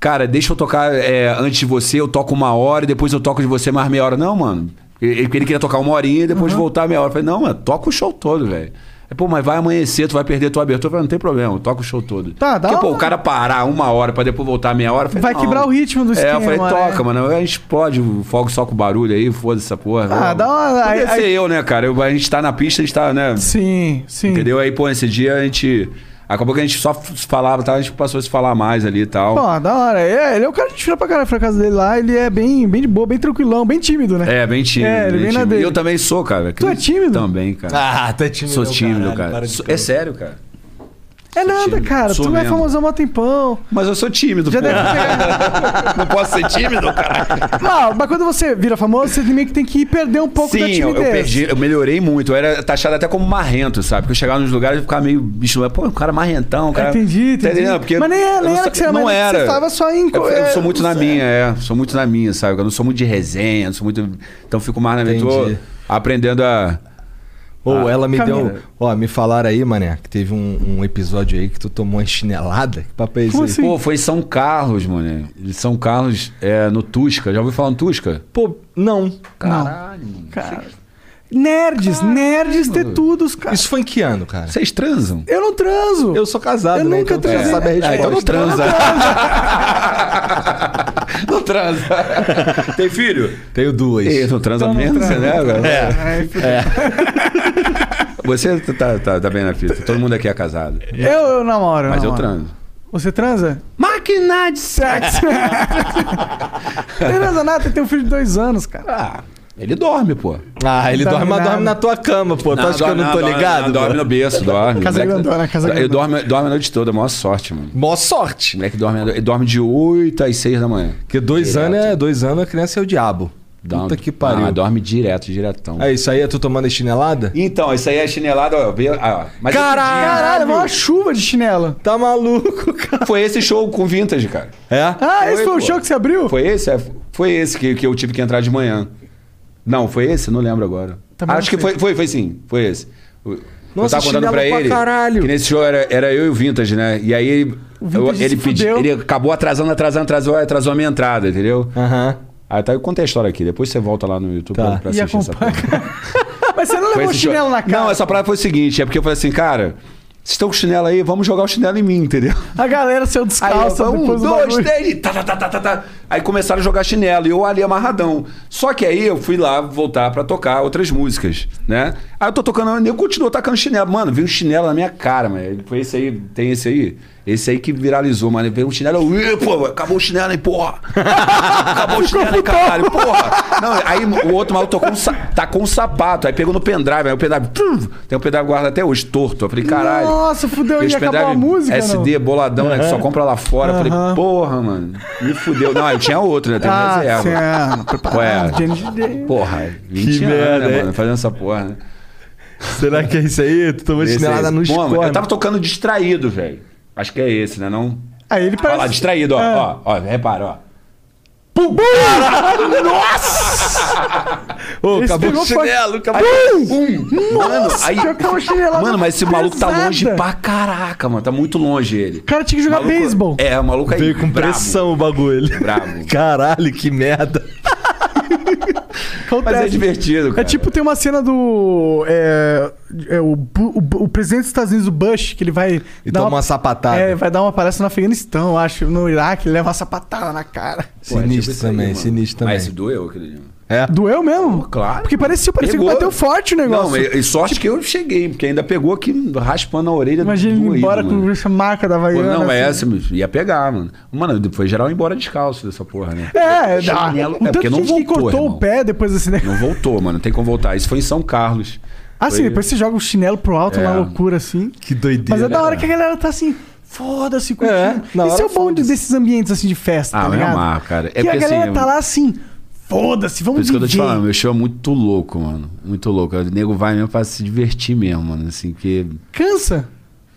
S6: cara, deixa eu tocar é, antes de você, eu toco uma hora e depois eu toco de você mais meia hora. Não, mano. Ele, ele queria tocar uma horinha e depois voltar meia hora. Eu falei, não, mano, toca o show todo, velho. Aí, Pô, mas vai amanhecer, tu vai perder tua abertura. Eu falei, não tem problema, toca o show todo.
S3: Tá, dá
S6: Porque, pô,
S3: uma-
S6: o cara parar uma hora pra depois voltar meia hora, eu falei,
S3: Vai
S6: não.
S3: quebrar o ritmo do
S6: É, eu
S3: esquema,
S6: falei,
S3: né?
S6: toca, mano. A gente explode o fogo só com barulho aí, foda-se essa porra.
S3: Ah,
S6: Eu-
S3: dá uma- aí-
S6: Podia ser
S3: aí-
S6: eu, né, cara? Eu- a gente tá na pista, a gente tá, né?
S3: Sim, sim.
S6: Entendeu? Aí, pô, esse dia a gente. Acabou que a gente só f- falava, tá? a gente passou a se falar mais ali e tal.
S3: Pô, da hora. É, ele é o cara de fina pra caralho. Foi a casa dele lá, ele é bem, bem de boa, bem tranquilão, bem tímido, né?
S6: É, bem tímido.
S3: É, ele
S6: bem
S3: vem na
S6: tímido.
S3: dele.
S6: E eu também sou, cara.
S3: Tu é tímido?
S6: Também, cara.
S3: Ah, tu é tímido,
S6: Sou tímido,
S3: caralho, para
S6: cara.
S3: de
S6: Sou-
S3: cara.
S6: É sério, cara.
S3: É nada,
S6: tímido.
S3: cara.
S6: Sou
S3: tu é
S6: mesmo.
S3: famosão há um tempão.
S6: Mas eu sou tímido,
S3: Já
S6: pô.
S3: deve
S6: [laughs]
S3: pegar.
S6: Não posso ser tímido, cara?
S3: Não, mas quando você vira famoso, você meio que tem que perder um pouco da
S6: Sim, eu,
S3: timidez.
S6: eu perdi, eu melhorei muito. Eu era taxado até como marrento, sabe? Porque eu chegava nos lugares e ficava meio bicho, pô, o cara é marrentão, o cara.
S3: Entendi,
S6: Tá
S3: entendi.
S6: entendendo? Porque
S3: Mas nem é-
S6: eu
S3: nem
S6: não
S3: era
S6: sa-
S3: que você era
S6: não
S3: marrento,
S6: era.
S3: você tava só em-
S6: Eu, eu
S3: é,
S6: sou muito na minha, é. Sou muito na minha, sabe? Eu não sou muito de resenha, não sou muito. Então fico mais na minha. Tô
S2: Entendi.
S6: aprendendo a.
S2: Ou
S6: a-
S2: ela me
S6: Caminho.
S2: deu. um, Ó, me falaram aí, mané, que teve um, um episódio aí que tu tomou uma chinelada. Que papo é esse aí?
S6: Pô, foi em São Carlos, mano. Em São Carlos, é, no Tusca. Já ouviu falar no Tusca?
S2: Pô, não.
S6: Caralho,
S3: mano. Cara. Nerds, nerds de tudo, os cara.
S2: Isso foi em que ano, cara?
S6: Vocês transam?
S3: Eu não transo.
S2: Eu sou casado,
S3: Eu
S2: né?
S3: nunca
S2: então tu já
S3: transei. É,
S2: sabe a resposta.
S6: Ah, então não transa. [laughs] Não [laughs] transa. Tem filho?
S2: Tenho duas.
S6: Ih, não transa
S3: Então
S6: mesmo, né? Agora?
S3: É.
S6: Você tá, tá, tá bem na fita. Todo mundo aqui é casado.
S3: Eu, eu namoro.
S6: Mas eu
S3: namoro.
S6: transo.
S3: Você transa?
S7: Máquina de sexo.
S3: Transa nada, tem um filho de dois anos, cara.
S6: Ah, Ele dorme, pô.
S8: Ah, ele dorme, mas dorme na tua cama, pô. Tu acha que eu não tá tô ligado? pô?
S6: dorme no berço, dorme.
S8: Casa
S6: Moleque-
S8: grandona, casa
S6: Ele
S8: grandona.
S6: dorme, dorme a noite toda, maior sorte, mano.
S8: Mó sorte.
S6: Moleque dorme, ele dorme de 8 às 6 da manhã.
S8: Porque dois anos, é, dois anos a criança é o diabo.
S6: Puta
S8: que pariu.
S6: Ah, dorme direto, diretão.
S8: É isso aí, é tu tomando a chinelada?
S6: Então, isso aí é chinelada, ó. veio- ah, ó. Mas
S8: Caralho!
S3: Caralho, uma chuva de chinelo.
S8: Tá maluco, cara.
S6: Foi esse show com vintage, cara.
S8: É?
S3: Ah, esse foi o show que você abriu?
S6: Foi esse? É, foi esse que, que eu tive que entrar de manhã. Não, foi esse? Não lembro agora.
S8: Também
S6: Acho
S8: não
S6: que
S8: sei.
S6: foi, foi, foi sim. Foi esse. O-
S8: Nossa,
S6: eu tava contando
S8: chinelo
S6: pra
S8: pra
S6: ele
S8: caralho.
S6: que nesse show era, era eu e o Vintage, né? E aí ele- eu- ele pediu, ele acabou atrasando, atrasando, atrasou, atrasou a minha entrada, entendeu?
S8: Aham.
S2: né?
S8: Tá.
S6: Aí tá, eu contei a história aqui, depois você volta lá no YouTube pra, pra
S3: E
S6: assistir
S8: [laughs]
S6: essa porra.
S3: [laughs] Mas você não
S6: Foi
S3: levou
S6: esse show.
S3: chinelo na cara?
S6: Não, essa parada foi o seguinte, é porque eu falei assim, cara, vocês estão com chinelo aí, vamos jogar o chinelo em mim, entendeu?
S3: A galera saiu descalça.
S6: Aí eu, um,
S3: depois do
S6: dois,
S3: bagulho.
S6: três, e tá, tá, tá, tá, tá, tá. Aí começaram a jogar chinelo e eu ali amarradão. Só que aí eu fui lá voltar pra tocar outras músicas, né? Aí eu tô tocando, eu continuo tacando chinelo. Mano, veio um chinelo na minha cara, mano. Foi esse aí, tem esse aí? Esse aí que viralizou, mano. Veio um chinelo, eu, "Ih, pô, acabou o chinelo, hein, porra. Acabou o chinelo, hein, caralho, porra. Não, aí o outro maluco tocou um, sa- tacou um sapato, aí pegou no pendrive, aí o pendrive, tum, tem um pendrive guardado até hoje, torto. Eu falei, caralho.
S3: Nossa, fudeu,
S6: Esse
S3: e acabou a
S6: pendrive
S3: música, não?
S6: SD, boladão, né? Que só
S3: Aham.
S6: compra lá fora. Eu
S3: Aham.
S6: Falei, porra, mano, me fudeu. Não, eu tinha outro, né? Tem
S3: Ah,
S6: reserva.
S3: certo, preparado, James Day.
S6: Porra, 20
S8: Que
S6: anos,
S8: merda,
S6: né,
S8: hein?
S3: é.
S6: mano? Fazendo essa porra, né?
S8: Será que é isso aí? Tu tomou
S6: Esse
S8: chinelada
S6: aí.
S8: no
S6: Pô, mano,
S8: escorre.
S6: Eu tava tocando distraído, velho. Acho que é esse, né? Não.
S3: Aí ele
S6: Olha lá, distraído, ó.
S3: É.
S6: Ó, ó, repara, ó.
S3: Pum!
S6: Caralho,
S3: Nossa!
S6: Ô,
S3: Esse
S6: acabou o
S3: pegou pra-
S6: chinelo, acabou.
S3: Pum!
S6: Pum! um. Mano,
S3: Nossa,
S6: aí.
S3: pior que é uma chinelada
S6: Mano, mas esse maluco tá
S3: pesada.
S6: longe pra caraca, mano. Tá muito longe ele. O
S3: cara tinha que jogar beisebol.
S6: É, o maluco aí.
S8: Veio com
S6: brabo.
S8: pressão o bagulho.
S6: Bravo.
S8: Caralho, que merda.
S3: Acontece.
S6: Mas é divertido, cara.
S3: É tipo, tem uma cena do. É, é, o, Bu- o Bu- o presidente dos Estados Unidos, o Bush, que ele vai. E
S8: toma uma sapatada.
S3: É, vai dar uma palestra no Afeganistão, eu acho. No Iraque, ele leva uma sapatada na cara.
S8: Sinistro também, sinistro também.
S6: Mas esse doeu, acredito.
S8: É.
S3: Doeu mesmo?
S6: claro.
S3: Porque parecia, parecia que
S6: Pegou.
S3: bateu forte o negócio.
S6: Não, e e sorte que eu cheguei, porque ainda pegou aqui raspando a orelha
S3: Imagina ele
S6: doído,
S3: indo embora
S6: mano.
S3: com essa marca da
S6: Pô,
S3: Havaiana.
S6: não, mas
S3: assim.
S6: essa bicho, ia pegar, mano. Mano, foi geral embora descalço dessa porra, né?
S3: É, dá.
S6: Chinelo-
S3: O
S6: é,
S3: tanto
S6: porque
S3: de gente
S6: não
S3: que
S6: voltou,
S3: cortou
S6: irmão.
S3: o pé depois desse negócio.
S6: Não voltou, mano. Não tem como voltar. Isso foi em São Carlos.
S3: Ah, sim,
S6: Foi-
S3: depois você joga o chinelo pro alto,
S6: É.
S3: uma loucura assim.
S8: Que doideira.
S3: Mas é da hora que a galera tá assim, foda-se, curtindo.
S8: É, na
S3: Esse
S8: hora
S3: é o bom de- desses ambientes assim de festa,
S6: Ah,
S3: tá
S6: eu
S3: ligado?
S6: amar, cara. É
S3: que a
S6: porque,
S3: galera
S6: assim,
S3: tá lá assim, foda-se,
S6: Por
S3: vamos
S6: isso que eu tô te
S3: viver.
S6: falando, meu show é muito louco, mano. Muito louco. O nego vai mesmo pra se divertir mesmo, mano. Assim, que.
S3: Cansa.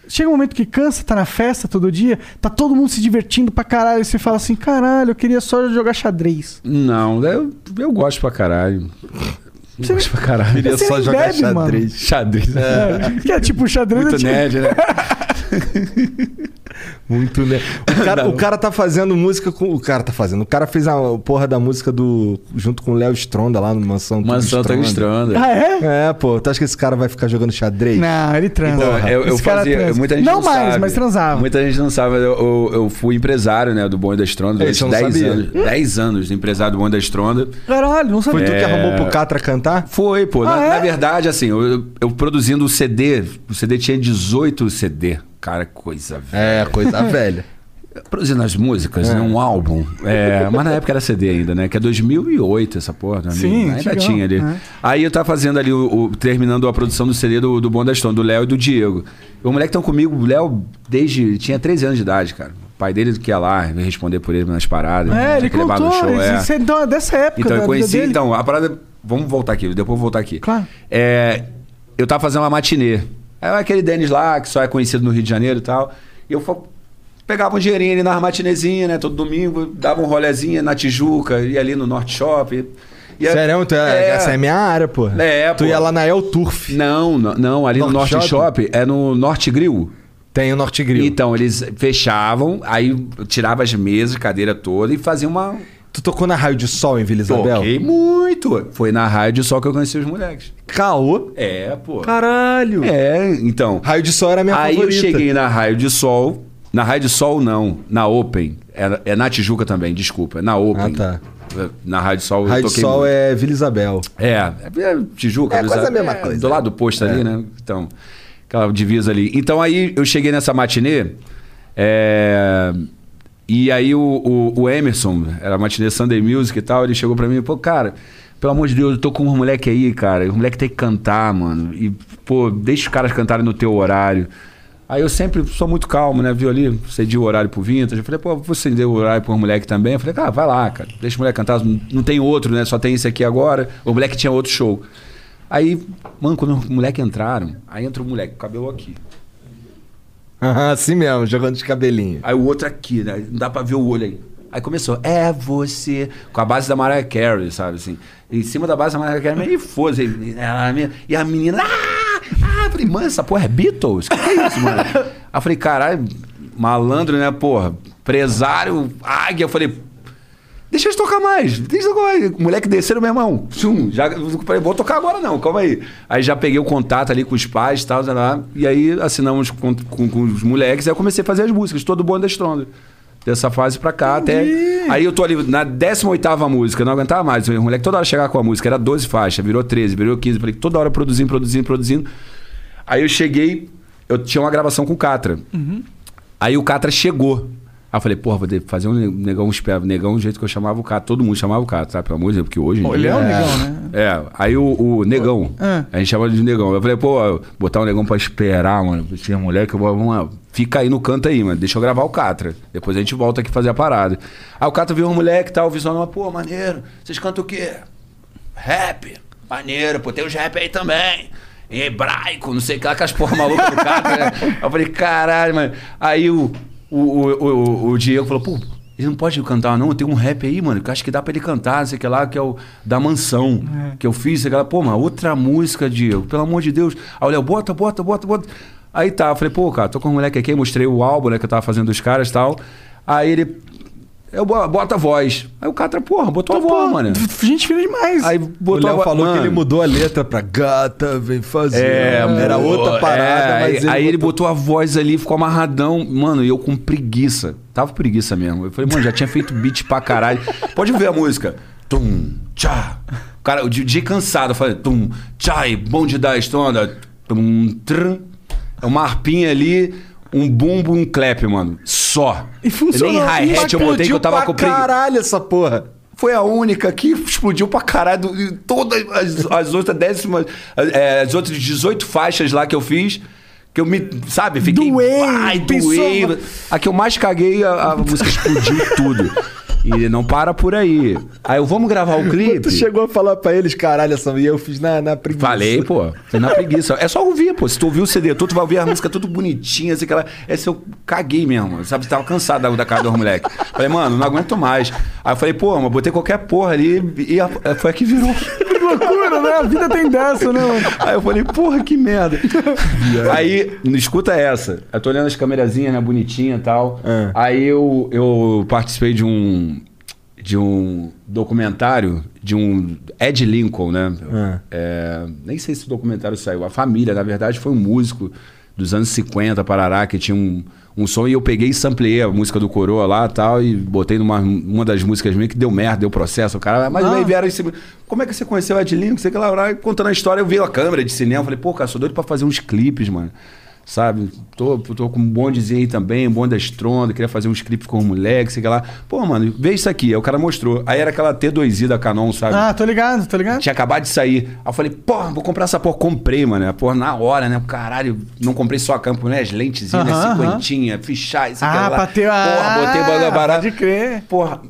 S3: Chega um momento que cansa, tá na festa todo dia, tá todo mundo se divertindo pra caralho. E você fala assim, caralho, eu queria só jogar xadrez.
S6: Não, eu, eu gosto pra caralho. Eu gosto pra caralho.
S3: Queria Você só nem jogar bebe, xadrez. mano.
S6: [laughs] Xadrez.
S3: É. Que é tipo xadrez. é
S6: Muito
S3: tipo-
S6: nerd,
S8: [laughs]
S6: né?
S8: Muito, né? O cara, o cara tá fazendo música com. O cara tá fazendo. O cara fez a porra da música do. junto com o Léo Stronda lá no Mansão Tudo
S6: Mansão Tudo Stronda.
S3: Ah, é?
S8: É, pô. Tu acha que esse cara vai ficar jogando xadrez?
S3: Não, ele transa.
S8: Porra.
S6: Então, É, eu, eu
S3: Esse cara
S6: fazia,
S3: transa.
S6: muita gente
S3: Não
S6: não,
S3: mais,
S6: sabe.
S3: mas transava.
S6: Muita gente não sabe, eu, eu, eu fui empresário, né, do Bonho da Estronda
S8: É, isso eu
S6: durante
S8: não
S6: 10
S8: sabia.
S6: anos. 10 anos de empresário do Bonho da Estronda.
S3: Caralho, não sabia.
S8: Foi tu que
S6: É.
S8: arrumou pro Catra cantar?
S6: Foi, pô. na,
S8: Ah, é?
S6: na verdade, assim, eu, eu produzindo o CD, o CD tinha 18 CD. Cara, coisa velha.
S8: É, coisa [laughs] velha.
S6: Produzindo as músicas, né, um álbum. É, mas na época era CD ainda, né? Que é 2008 essa porra. né,
S3: Sim,
S6: menina? ainda
S3: antigão,
S6: tinha ali.
S3: é.
S6: Aí eu tava fazendo ali, o, o- terminando a produção do CD do, do Bom da Stone, do Léo e do Diego. O moleque estão comigo, o Léo, desde. tinha 13 anos de idade, cara. O pai dele que ia lá responder por ele nas paradas.
S3: É,
S6: tinha
S3: ele
S6: que levar no
S3: contou.
S6: show,
S3: ele-
S6: é.
S3: Isso é então, é dessa época
S6: Então, eu
S3: da vida
S6: conheci.
S3: dele.
S6: Então, a parada. Vamos voltar aqui, depois eu vou voltar aqui.
S3: Claro.
S6: É, eu tava fazendo uma matinê. Aí aquele Denis lá, que só é conhecido no Rio de Janeiro e tal. E eu fa- pegava um dinheirinho ali nas matinezinhas, né? Todo domingo, dava um rolezinho na Tijuca, ia ali no Norte Shopping. Ia-
S8: Sério, tu é- essa é minha área, pô.
S6: É,
S8: tu
S6: pô.
S8: ia lá na El Turf.
S6: Não, não, não, ali no
S8: Norte
S6: Norte Shopping é no Norte Grill.
S8: Tem o Norte Grill.
S6: Então, eles fechavam, aí tirava as mesas, cadeira toda e fazia uma.
S8: Tu tocou na Raio de Sol em Vila Isabel?
S6: Toquei muito. Foi na rádio só que eu conheci os moleques.
S8: Caô?
S6: É, pô.
S8: Caralho.
S6: É, então.
S8: Raio de Sol era a minha
S6: Aí
S8: favorita.
S6: eu cheguei na Raio de Sol. Na Raio de Sol, não. Na Open. É, é na Tijuca também, desculpa. É na Open.
S8: Ah,
S6: tá. Na Raio de Sol
S8: Raio
S6: eu
S8: de
S6: toquei
S8: Sol
S6: muito.
S8: é Vila Isabel.
S6: É, é Tijuca.
S8: É
S6: Vila
S8: quase a
S6: Isabel.
S8: mesma coisa.
S6: Do lado do posto ali, né? Então, aquela divisa ali. Então aí eu cheguei nessa matinê. é, E aí o, o- o Emerson, era matinê Sunday Music e tal, ele chegou pra mim, pô, cara, Pelo amor de Deus, eu tô com um moleque aí, cara. O moleque tem que cantar, mano. E, pô, deixa os caras cantarem no teu horário. Aí eu sempre sou muito calmo, né? Viu ali, cedi o horário pro Vintage. Eu falei, pô, vou ceder o horário pro moleque também. Eu falei, cara, vai lá, cara. Deixa o moleque cantar. Não tem outro, né? Só tem esse aqui agora. O moleque tinha outro show. Aí, mano, quando o moleque entraram, aí entra o moleque, o cabelo aqui.
S8: assim mesmo, jogando de cabelinho.
S6: Aí o outro aqui, né? Não dá pra ver o olho aí. Aí começou, é você, com a base da Mariah Carey, sabe assim. Em cima da base da Mariah Carey, e foda-se. E a menina, ah! ah! Eu falei, mano, essa porra é Beatles? O que, que é isso, mano? Aí eu falei, caralho, malandro, né, porra? Presário, águia. Eu falei, Deixa eles tocar mais. Deixa eu tocar mais. O moleque desceram, meu irmão. Tchum, já, falei, vou tocar agora não, calma aí. Aí já peguei o contato ali com os pais e tal, sei lá, e aí assinamos com, com, com os moleques. Aí eu comecei a fazer as músicas, todo bom da Stronda. Dessa fase pra cá até. Aí eu tô ali na 18 música, não aguentava mais. O moleque toda hora chegava com a música, era 12 faixas, virou 13, virou 15. Falei, toda hora produzindo, produzindo, produzindo. Aí eu cheguei, eu tinha uma gravação com o Catra. Uhum. Aí o Catra chegou. Aí eu falei, porra, vou fazer um negão, um negão do jeito que eu chamava o cara. Todo mundo chamava o cara, tá? Pelo amor de Deus, porque hoje.
S3: Olha, é o negão, né?
S6: É, aí o, o negão. Ah. A gente chamava de negão. Eu falei, pô, botar um negão pra esperar, mano. Esse moleque, vamos lá. Fica aí no canto aí, mano. Deixa eu gravar o Catra. Depois a gente volta aqui fazer a parada. Aí o Catra viu um moleque e tal, visual, pô, maneiro. Vocês cantam o quê? Rap. Maneiro, pô, tem os rap aí também em hebraico, não sei o que lá, com as porra maluca do cara. Né? Eu falei, caralho, mano. Aí o, o, o, o, o Diego falou, pô, ele não pode cantar, não. Tem um rap aí, mano, que acho que dá pra ele cantar, não sei o que lá, que é o da mansão, é. que eu fiz, sei lá. Pô, mas outra música, Diego, pelo amor de Deus. Aí o Léo, bota, bota, bota, bota. Aí tá, eu falei, pô, cara, tô com um moleque aqui, mostrei o álbum, né, que eu tava fazendo dos caras e tal. Aí ele, eu boto a voz. Aí o Catra, porra, botou então, a voz, mano.
S3: [laughs] Gente fina demais.
S6: Aí botou
S8: o Léo falou mano. que ele mudou a letra pra gata, vem fazer.
S6: É,
S8: Era outra parada,
S6: é,
S8: mas
S6: aí, ele, aí botou... ele botou a voz ali, ficou amarradão. Mano, e eu com preguiça. Tava preguiça mesmo. Eu falei, mano, já tinha feito beat pra caralho. Pode ver a música. Tum, tchá. O cara, o DJ cansado. Eu falei, tum, tchai, bonde da estonda. Tum, trum. É uma harpinha ali um bumbo, um clap, mano. Só.
S3: E funcionou.
S6: Nem hi-hat é, eu botei que eu tava com
S8: caralho essa porra.
S6: Foi a única que explodiu pra caralho. E todas as, as outras décimas... É, as outras 18 faixas lá que eu fiz... Que eu me, sabe, fiquei.
S3: Doei,
S6: ai, doei. A que eu mais caguei, a, a música explodiu tudo. E não para por aí. Aí eu vamos gravar o clipe.
S8: Tu chegou a falar pra eles, caralho, essa e eu fiz na, na preguiça.
S6: Falei, pô. Na preguiça. É só ouvir, pô. Se tu ouvir o CD todo, tu vai ouvir a música tudo bonitinha, assim, aquela. Essa eu caguei mesmo. Sabe, tava cansado da, da cara dos moleque. Falei, mano, não aguento mais. Aí eu falei, pô, mas botei qualquer porra ali e a, foi a que virou.
S3: Que loucura, né? A vida tem dessa, né, mano?
S6: [laughs] Aí eu falei, porra, que [laughs] merda. aí, escuta essa. Eu tô olhando as camerazinhas, né, bonitinha e tal. É. Aí eu, eu participei de um de um documentário de um Ed Lincoln, né? Ah. É, nem sei se o documentário saiu. A família, na verdade, foi um músico dos anos 50, Parará, que tinha um, um som. E eu peguei e samplei a música do Coroa lá tal, e botei numa uma das músicas minhas que deu merda, deu processo. O cara, mas ah. aí vieram esse, Como é que você conheceu o Ed Lincoln? Você que lá, contando a história, eu vi a câmera de cinema. Falei, pô, cara, sou doido pra fazer uns clipes, mano sabe? Tô, tô com um bondezinho aí também, um bonde estrondo, queria fazer um script com o moleque, sei lá. Pô, mano, vê isso aqui. Aí o cara mostrou. Aí era aquela T2i da Canon, sabe?
S3: Ah, tô ligado, tô ligado.
S6: Tinha acabado de sair. Aí eu falei, pô, vou comprar essa porra. Comprei, mano. A porra na hora, né? Caralho, não comprei só a campo, né? As
S3: Aham,
S6: lentezinhas, né?
S3: aham.
S6: cinquentinha, fichar, isso aqui
S3: Ah,
S6: lá.
S3: pra ter a- Ah,
S6: Porra, botei bagulho barato.
S3: pode crer.
S6: Porra,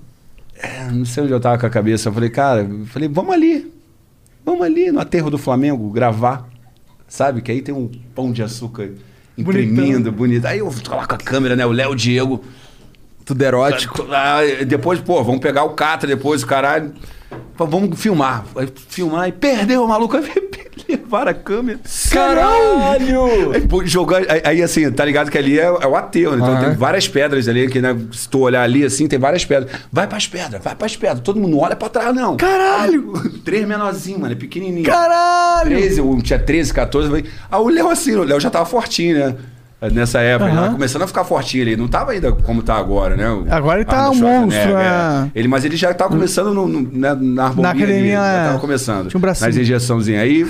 S6: é, não sei onde eu tava com a cabeça. Eu falei, cara, eu falei, vamos ali. Vamos ali no aterro do Flamengo gravar. Sabe? Que aí tem um pão de açúcar imprimindo, bonito. Aí eu tô lá com a câmera, né? O Léo o Diego.
S8: Tudo erótico.
S6: Ah, Depois, pô, vamos pegar o Catra depois, o caralho. Pô, Vamos filmar. Aí Filmar e perdeu o maluco. [laughs] Aí levaram a câmera.
S8: Caralho!
S6: Aí, É, pô, jogou- aí- aí, assim, tá ligado que ali é, é o ateu, né? Então
S8: Aham.
S6: tem várias pedras ali, que né, se tu olhar ali assim, tem várias pedras. Vai pras pedras, vai pras pedras. Todo mundo não olha pra trás, não.
S3: Caralho!
S6: Aí, [laughs] Três menorzinhos, mano, é pequenininho.
S3: Caralho!
S6: 13, eu tinha 13, 14. Aí o Léo assim, o Léo já tava fortinho, né? Nessa época, ele tava começando a ficar fortinho ali. Não tava ainda como tá agora, né? O
S3: Agora ele tá
S6: Arnold
S3: um monstro,
S6: Schwarzenegger,
S3: é.
S6: Ele, mas ele já tava começando no, no- né, na harmonia. ali,
S3: academia,
S6: Já
S3: é.
S6: tava começando.
S3: Tinha um bracinho.
S6: Nas injeçãozinhas. Aí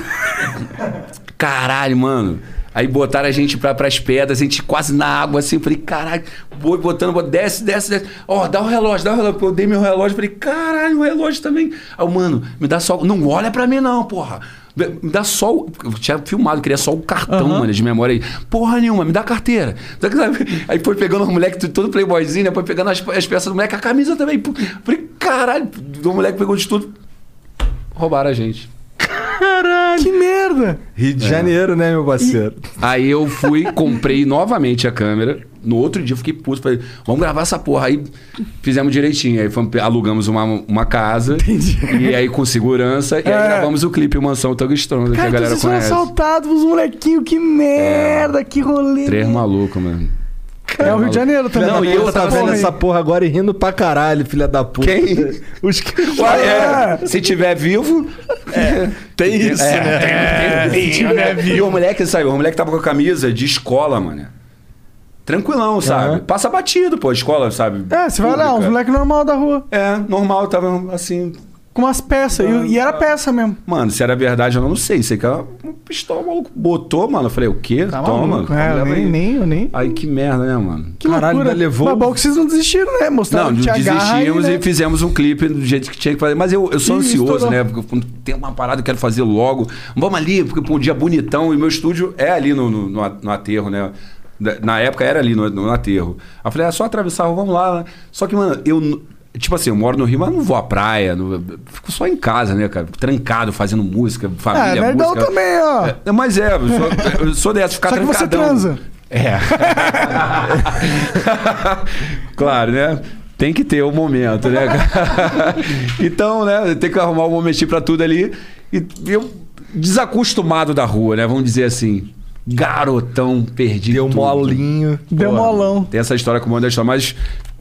S6: Caralho, mano. Aí botaram a gente pra, pras pedras, a gente quase na água, assim. Eu falei, caralho, boi botando, boi, desce, desce, desce. Ó, dá o relógio, dá o relógio. Eu dei meu relógio, falei, caralho, o relógio também. Aí, eu, mano, me dá só. Não olha pra mim, não, porra. Me dá só o. Eu tinha filmado, queria só o cartão,
S3: Aham.
S6: mano, de memória aí. Porra nenhuma, me dá a carteira. Dá- Aí foi pegando os moleques, todo playboyzinho, né? Foi pegando as, as peças do moleque, a camisa também. Pô, Falei, caralho, o moleque pegou de tudo. Roubaram a gente.
S3: Caralho. Que merda.
S2: Rio
S6: É.
S2: de Janeiro, né, meu parceiro?
S6: Aí eu fui, comprei novamente a câmera. No outro dia eu fiquei puto, falei, vamos gravar essa porra. Aí fizemos direitinho. Aí fomos- alugamos uma, uma casa. E aí com segurança. E aí
S3: É.
S6: gravamos o clipe Mansão Thug Stronda, que a
S3: Cara, então
S6: galera
S3: vocês foram
S6: conhece.
S3: assaltados, os molequinhos, que merda, que rolê. né,
S6: Três malucos, mano.
S3: É o Rio de Janeiro também.
S2: Não, e eu tá vendo essa porra agora e rindo pra caralho, filha da puta.
S6: Quem?
S2: Os que...
S6: [laughs] Ué, é, se tiver vivo. É,
S2: tem isso,
S6: né? se tiver vivo. E o moleque, sabe? O moleque tava com a camisa de escola, mano. Tranquilão, sabe? Passa batido, pô, escola, sabe?
S3: É, você vai lá, uns
S6: Pública.
S3: moleques normal da rua.
S6: É, normal, tava assim.
S3: Com umas peças. e- e, era peça mesmo.
S6: Mano, se era verdade, eu não sei. Sei que ela um pistola o maluco botou, mano. Eu falei, o quê?
S3: Tá
S6: Toma.
S3: maluco, é,
S6: leva
S3: nem,
S6: aí.
S3: nem, eu nem.
S6: Aí que merda, né, mano?
S3: Que loucura. Mas bom que vocês não desistiram, né? Mostraram
S6: Não,
S3: que tinha garra aí,
S6: desistimos
S3: né?
S6: e fizemos um clipe do jeito que tinha que fazer. Mas eu, eu sou
S3: Ih,
S6: ansioso,
S3: estourou.
S6: né? Porque quando tem uma parada, eu quero fazer logo. Vamos ali, porque pô, um dia bonitão. E meu estúdio é ali no, no, no a- no aterro, né? Da- Na época era ali no, no aterro. Aí eu falei, é só atravessar, vamos lá. Só que, mano, eu. n- Tipo assim, eu moro no Rio, mas não vou à praia. não- fico só em casa, né, cara? Trancado, fazendo música,
S3: Ah,
S6: família,
S3: nerdão
S6: música.
S3: também, ó.
S6: É, Mas é, eu sou, eu sou dessa, ficar
S3: Só que você
S6: trancadão.
S3: transa. [laughs]
S6: É. claro, né? Tem que ter o momento, né? [laughs] cara? então, né? Tem que arrumar um momentinho pra tudo ali. E eu, desacostumado da rua, né? Vamos dizer assim. Garotão perdido. Deu
S2: molinho.
S3: Deu um molão.
S6: Tem essa história com o Mano da História, mas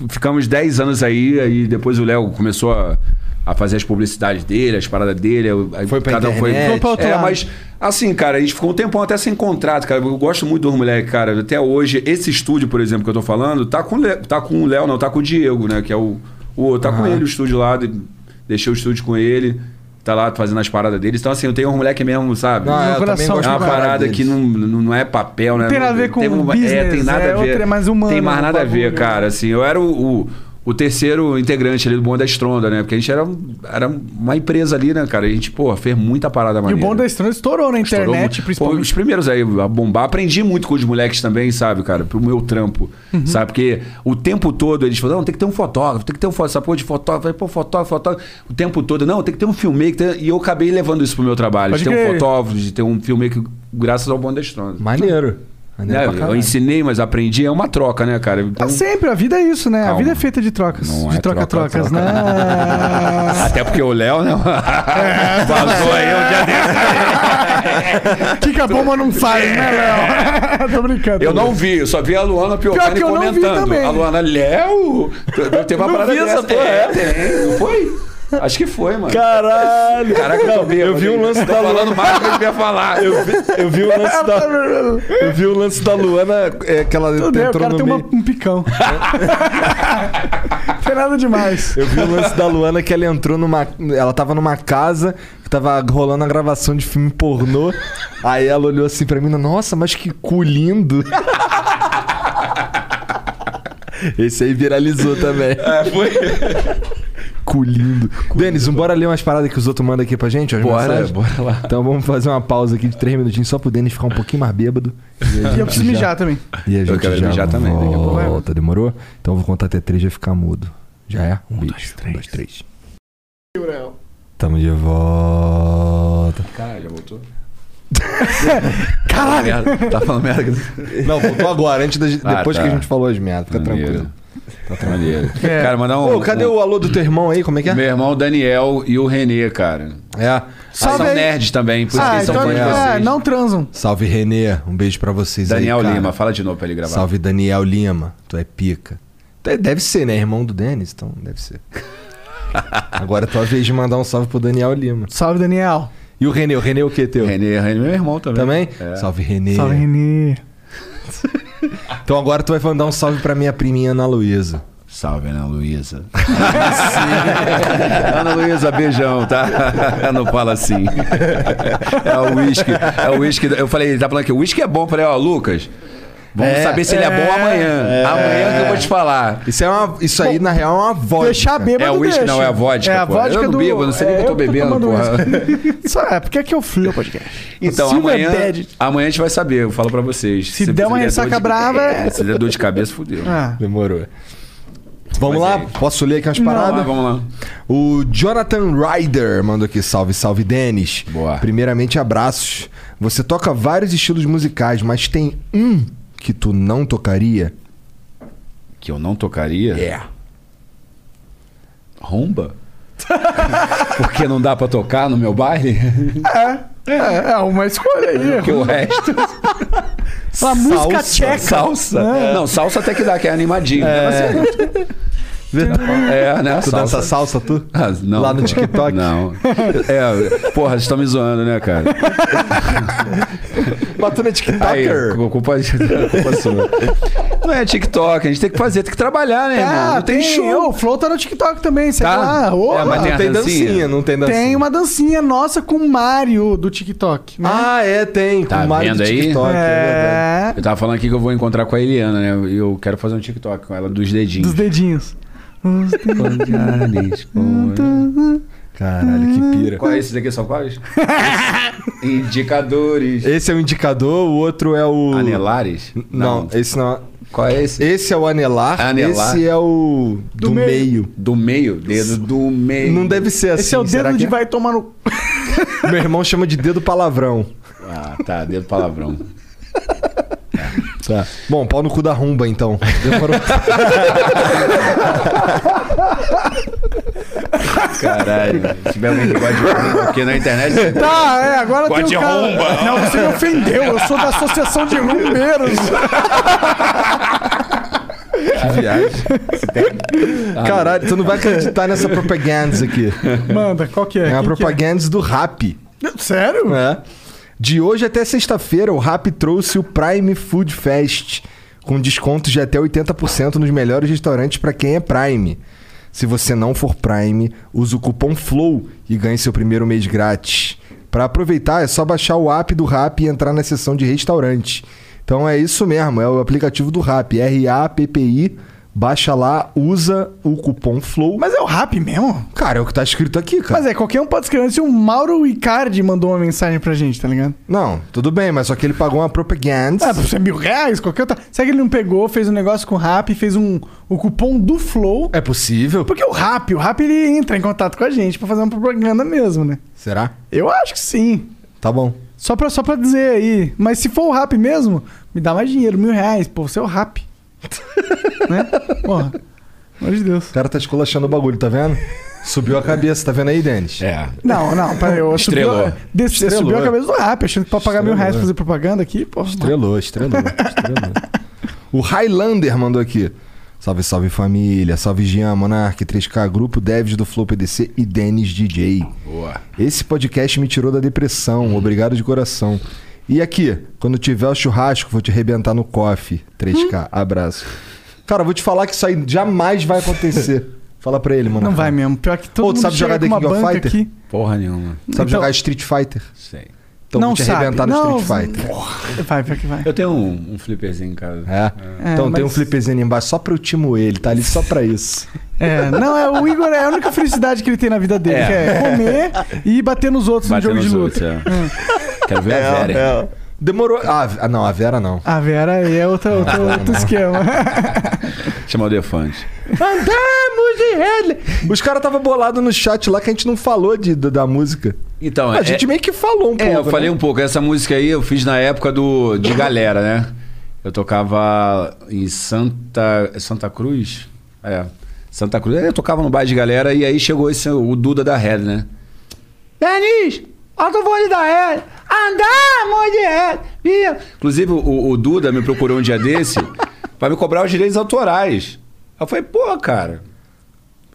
S6: ficamos 10 anos aí, aí depois o Léo começou a, a fazer as publicidades dele, as paradas dele. eu- Aí foi
S2: pra
S6: cada Um
S2: internet.
S6: foi...
S2: Foi pra outro
S6: é,
S2: lado.
S6: mas assim, cara, a gente ficou um tempão até sem contrato, cara. Eu gosto muito dos moleques, cara. Até hoje, esse estúdio, por exemplo, que eu tô falando, tá com, o Le- tá com o Léo, não, tá com o Diego, né? Que é o. o outro. tá com ele o estúdio lá, de- deixei o estúdio com ele. Tá lá fazendo as paradas deles. Então, assim, eu tenho um moleque mesmo, sabe?
S2: Ah, eu
S3: coração,
S6: é
S3: gosto
S6: uma
S3: pra caralho
S6: parada
S2: deles.
S6: que não, não não é papel, né?
S3: tipo Não tem nada a ver com
S6: tem uma- É,
S3: business,
S6: tem nada
S3: é
S6: a ver.
S3: outra- é mais humano
S6: Tem mais
S3: o
S6: nada a ver,
S3: bagulho.
S6: cara. Assim, eu era o, o, o terceiro integrante ali do Bonde da Estronda, né? Porque a gente era, um- era uma empresa ali, né, cara? E a gente, pô, fez muita parada
S3: E o
S6: maneira.
S3: bom da Estranho estourou na internet,
S6: Estourou muito.
S3: principalmente.
S6: Pô, os primeiros aí a bombar. Aprendi muito com os moleques também, sabe, cara? Pro meu trampo.
S2: Uhum.
S6: Sabe? Porque o tempo todo eles falam, não, tem que ter um fotógrafo, tem que ter um fotógrafo. Essa porra de fotógrafo, aí, pô, fotógrafo, fotógrafo. O tempo todo, não, tem que ter um filme. E eu acabei levando isso pro meu trabalho.
S2: Pode
S6: de ter um
S2: crer.
S6: fotógrafo, de ter um filme que graças ao Bonde da Estronda.
S2: Maneiro. Maneiro
S6: Né?
S2: pra
S6: eu
S2: caralho. Tá
S6: ensinei, mas aprendi. É uma troca, né, cara? Então-
S3: Ah, sempre, a vida é isso, né? A
S6: Calma.
S3: vida é feita de trocas. de troca-trocas, né?
S6: [laughs] Até porque o
S2: [laughs]
S6: Léo, né? Vazou aí um dia
S2: [laughs]
S3: que que a bomba não faz, né, Léo?
S6: [laughs]
S3: Tô brincando.
S6: Eu não vi, eu só vi a Luana
S3: Pior
S6: Piovani
S3: que eu não vi
S6: comentando.
S3: também.
S6: A Luana, Léo! Teve uma
S3: [laughs] Não
S6: parada
S3: vi essa
S6: dessa.
S3: porra.
S6: É, tem, não foi? Acho que foi, mano.
S8: Caralho!
S6: Caraca, eu tô bêbado,
S8: Eu vi
S6: hein?
S8: um lance
S6: Tô
S8: da
S6: falando
S8: Luana.
S6: mais do que eu devia falar.
S8: Eu vi, eu vi o lance da. Eu vi o lance da Luana, é, que ela
S3: Tudo bem, o
S8: entrou
S3: cara
S8: no
S3: tem
S8: meio.
S3: uma- um
S6: [laughs]
S3: picão. Foi nada demais.
S8: Eu vi o lance da Luana que ela entrou numa. Ela tava numa casa que tava rolando a gravação de filme pornô. Aí ela olhou assim pra mim, nossa, mas que cu lindo. Esse aí viralizou também.
S6: É, foi.
S8: Cu lindo. Denis, bora ler umas paradas que os outros mandam aqui pra gente? umas
S6: Bora,
S8: mensagens?
S6: bora lá.
S8: Então vamos fazer uma pausa aqui de três minutinhos só pro Denis ficar um pouquinho mais bêbado. a
S3: E
S8: gente
S3: eu preciso
S8: já-
S3: mijar também.
S8: E a gente
S6: quero
S8: já
S6: mijar também, daqui a pouco.
S8: Volta, demorou? Então eu vou contar até três e vai ficar mudo. Já é? Um, beijo. Um, dois, três. Tamo de volta.
S6: Caralho, já voltou?
S3: [laughs] Caralho!
S6: Merda, Tá falando merda.
S8: Não, voltou agora, antes da gente-
S6: Ah,
S8: depois
S6: tá.
S8: que a gente falou as merdas. Fica
S6: Maneiro.
S8: tranquilo. Tá tranquilo.
S6: Maneiro.
S3: É.
S6: Cara, mandar um.
S8: Ô, cadê o alô do teu irmão aí? Como é que é?
S6: Meu irmão Daniel e o Renê, cara.
S8: É.
S6: São
S3: Salve aí.
S6: nerds também, por isso que
S3: Ah,
S6: eles são
S3: então
S6: fãs de
S3: é,
S6: vocês.
S3: não transam.
S8: Salve, Renê. Um beijo pra vocês
S6: Daniel
S8: aí, cara.
S6: Lima, fala de novo pra ele gravar.
S8: Salve, Daniel Lima. Tu é pica. Tu é- Deve ser, né? Irmão do Denis, então deve [laughs] ser. Agora é tua vez de mandar um salve pro Daniel Lima.
S3: Salve, Daniel.
S8: E o Renê? O Renê é o que teu?
S6: Renê, Renê é meu irmão também.
S8: Também? Salve,
S6: É.
S8: Renê.
S3: Salve, Renê.
S8: Então agora tu vai mandar um salve pra minha priminha Ana Luísa.
S6: Salve,
S3: [laughs]
S6: Ana Luísa. Ana Luísa, beijão, tá? [laughs] Não fala assim. É o uísque. É o uísque. Eu falei, ele tá falando que o uísque é bom. Eu falei, ó, Lucas, vamos
S2: É,
S6: saber se ele é bom
S2: é,
S6: amanhã.
S2: é.
S6: Amanhã que eu vou te falar.
S2: Isso, é uma, isso aí, na real, é uma vodka.
S3: Deixar bêbado
S6: É o uísque,
S3: deixa.
S6: não, é a vodka,
S3: É a
S6: pô.
S3: vodka
S6: Eu não
S3: do... é,
S6: bebo, eu não sei nem o que eu tô bebendo,
S3: tomando
S6: porra.
S3: uísque. [laughs] Isso é, porque aqui eu fui o podcast.
S6: Então,
S3: Silver
S6: amanhã,
S3: Bad.
S6: amanhã a gente vai saber, eu falo pra vocês.
S3: Se der uma
S6: der dor
S3: ressaca
S6: de-
S3: brava-
S6: É, se der dor de cabeça, fudeu.
S3: Ah.
S2: Demorou. Vamos lá? Posso ler aqui umas
S3: Tá
S2: paradas?
S6: Vamos lá, vamos lá.
S2: O Jonathan Ryder mandou aqui, salve, salve, Denis. Boa. Primeiramente, abraços. Você toca vários estilos musicais, mas tem um que tu não tocaria?
S6: Que eu não tocaria? É. Rumba? [laughs] Porque não dá pra tocar no
S3: [laughs]
S6: meu baile?
S3: É, é, é uma escolha aí.
S6: Porque o resto.
S3: Uma música tcheca.
S6: Salsa. É.
S2: É.
S3: né?
S6: Não, salsa até que dá, que é animadinho. É, né? Mas- é né?
S2: tu dança salsa, tu?
S6: Ah, não,
S2: Lá no
S6: pô.
S2: TikTok?
S6: Não. É, porra, vocês estão me zoando, né, cara? Tá
S2: Mas tu não é
S6: Aí,
S2: TikToker?
S6: cu- culpa, [laughs] culpa sua. Não é TikTok, a gente tem que fazer, tem que trabalhar, né, irmão?
S3: Ah,
S6: Não tem, show.
S3: O Flow tá no TikTok também, sei
S6: Tá?
S3: lá. Ô,
S6: É, mas tem a
S2: Ah, tem
S6: dancinha?
S2: dancinha, não tem dancinha.
S3: Tem uma dancinha nossa com o Mario do TikTok. né?
S2: Ah, é, tem.
S6: Tá
S2: com o Mário
S6: vendo
S2: do
S6: aí?
S2: TikTok, é verdade.
S3: é.
S6: Eu tava falando aqui que eu vou encontrar com a Eliana, né? E eu quero fazer um TikTok com ela dos dedinhos.
S3: Dos dedinhos.
S6: Caralho,
S2: Caralho, que pira.
S6: Qual é esse daqui?
S2: [laughs]
S6: São quais? Indicadores.
S2: Esse é o indicador, o outro é o...
S6: Anelares?
S2: Não, esse não. é-
S6: Qual é esse?
S2: Esse é o anelar,
S6: Anelar.
S2: esse é o do, meio.
S6: Do meio? Dedo do meio.
S2: Não deve ser assim.
S3: Esse é o
S2: será
S3: dedo
S2: que
S3: de
S2: é?
S3: vai tomar no.
S2: [laughs] Meu irmão chama de dedo palavrão.
S6: Ah, tá. Dedo
S2: [laughs]
S6: palavrão. É.
S2: Tá. Bom, pau no cu da rumba, então. Demorou.
S6: Caralho. Se tiver alguém que gosta de rumba, porque
S2: [laughs]
S6: na internet...
S3: Tá, é, agora
S10: Gosta
S3: tem
S10: de
S3: o cara...
S10: rumba.
S3: Não, você me ofendeu. Eu sou da Associação de Rumbeiros.
S2: Caralho, tu não vai acreditar nessa propaganda aqui.
S3: Manda, qual [laughs] que é?
S2: É a
S3: Quem que
S2: propaganda do rap.
S3: é?
S2: [laughs]
S3: Sério?
S2: né? De hoje até sexta-feira, o Rap trouxe o Prime Food Fest, com descontos de até 80% nos melhores restaurantes para quem é Prime. Se você não for Prime, use o cupom FLOW e ganhe seu primeiro mês grátis. Para aproveitar, é só baixar o app do Rap e entrar na seção de restaurante. Então é isso mesmo, é o aplicativo do Rap, R-A-P-P-I. Baixa lá, usa o cupom FLOW.
S3: Mas é o rap mesmo?
S2: Cara, é o que tá escrito aqui, cara.
S3: Mas é, qualquer um pode escrever. Se o Mauro Icardi mandou uma mensagem pra gente, tá ligado?
S2: Não, tudo bem, mas só que ele pagou uma propaganda.
S3: Ah, você é mil reais, qualquer outra. Será que ele não pegou, fez um negócio com o rap, fez um, o cupom do Flow?
S2: É possível?
S3: Porque o rap, o rap ele entra em contato com a gente pra fazer uma propaganda mesmo, né?
S2: Será?
S3: Eu acho que sim.
S2: Tá bom.
S3: Só pra, só pra dizer aí. Mas se for o rap mesmo, me dá mais dinheiro, mil reais. Pô, você é o rap. [laughs] né? Porra. Pelo amor de Deus.
S2: O cara tá esculachando o bagulho, tá vendo? Subiu a cabeça, tá vendo aí, Denis?
S6: É.
S3: Não, não, peraí. Eu
S6: Estrelou.
S3: Subiu, desci-
S2: Estrelou.
S3: subiu a cabeça do rap, achando que pra pagar mil
S2: Estrelou.
S3: reais pra fazer propaganda aqui, pô.
S2: Estrelou, estrelou, estrelou. O Highlander mandou aqui. Salve, salve família. Salve Jean, Monark, 3K, Grupo Devs do Flow PDC e Denis DJ.
S6: Boa.
S2: Esse podcast me tirou da depressão. Obrigado de coração. E aqui, quando tiver o churrasco, vou te arrebentar no coffee. 3K, abraço. Cara, eu vou te falar que isso aí jamais vai acontecer. Fala pra ele, mano.
S3: Não vai mesmo. Pior que todo
S2: Ô, tu
S3: mundo
S2: sabe
S3: chega
S2: jogar
S3: com
S2: The
S3: uma
S2: King of
S3: banca
S2: Fighter?
S3: aqui.
S6: Porra nenhuma.
S2: Sabe
S3: Então-
S2: jogar Street Fighter?
S6: Sei.
S2: Então
S3: não
S2: vou te
S3: sabe.
S2: arrebentar no
S3: não,
S2: Street Fighter.
S3: Vai, pior que
S6: [laughs]
S3: vai.
S6: Eu tenho um, um flipperzinho em casa.
S2: É. então tem um
S3: mas-
S2: flipperzinho ali embaixo só pra eu timo ele, tá ali só pra isso.
S3: É, não, é o Igor é a única felicidade que ele tem na vida dele,
S6: É.
S3: que é comer e bater nos outros
S6: Bater
S3: no jogo
S6: nos
S3: de
S6: outros,
S3: luta.
S6: é. Quero ver
S2: É,
S6: a Vera.
S2: Demorou. Ah, ah, não, a Vera não.
S3: A Vera aí é outra, outra-
S6: [laughs]
S3: outro esquema. [laughs]
S2: é.
S6: Chamar o Defante.
S2: Andamos de ele! Os caras estavam bolados no chat lá que a gente não falou de, da, da música.
S6: Então,
S2: A gente meio que falou um pouco.
S6: É, eu falei
S2: né?
S6: um pouco. Essa música aí eu fiz na época
S2: [laughs]
S6: do de galera, né? Eu tocava em Santa Santa Cruz. É. Santa Cruz. Eu tocava no bar de galera e aí chegou esse o Duda da Red, né? Denis, alto o vôlei da Red. Andamos de Red. Via. Inclusive o, o Duda me procurou um
S2: [laughs]
S6: dia desse pra me cobrar os direitos autorais. Eu falei, pô, cara,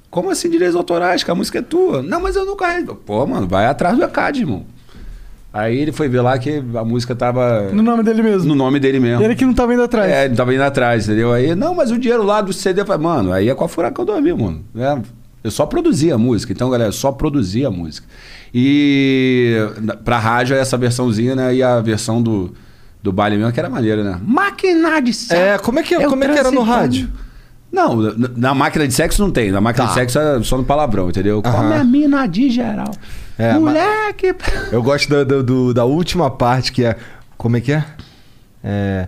S6: como assim direitos autorais? Que a música é tua. Não, mas eu nunca. Pô, mano, vai atrás do ECAD, irmão. Aí ele foi ver lá que a música tava.
S3: No nome dele mesmo.
S6: No nome dele mesmo.
S3: Ele que não tava indo atrás.
S6: É, ele tava indo atrás, entendeu? Aí, não, mas o dinheiro lá do CD. Eu falei, mano, aí é com a Furacão 2000, mano. né? eu só produzia a música. Então, galera, eu só produzia a música. E na- pra rádio é essa versãozinha, né? E a versão do, do baile mesmo, que era maneira, né?
S12: Máquina de sexo.
S6: É, como é que- como é que era no rádio? Não, na, na máquina de sexo não tem. Na máquina de sexo é só no palavrão, entendeu? é
S12: Come a mina de geral.
S2: É,
S12: Moleque.
S2: Eu gosto da, da- do- da última parte que é. Como é que é? É.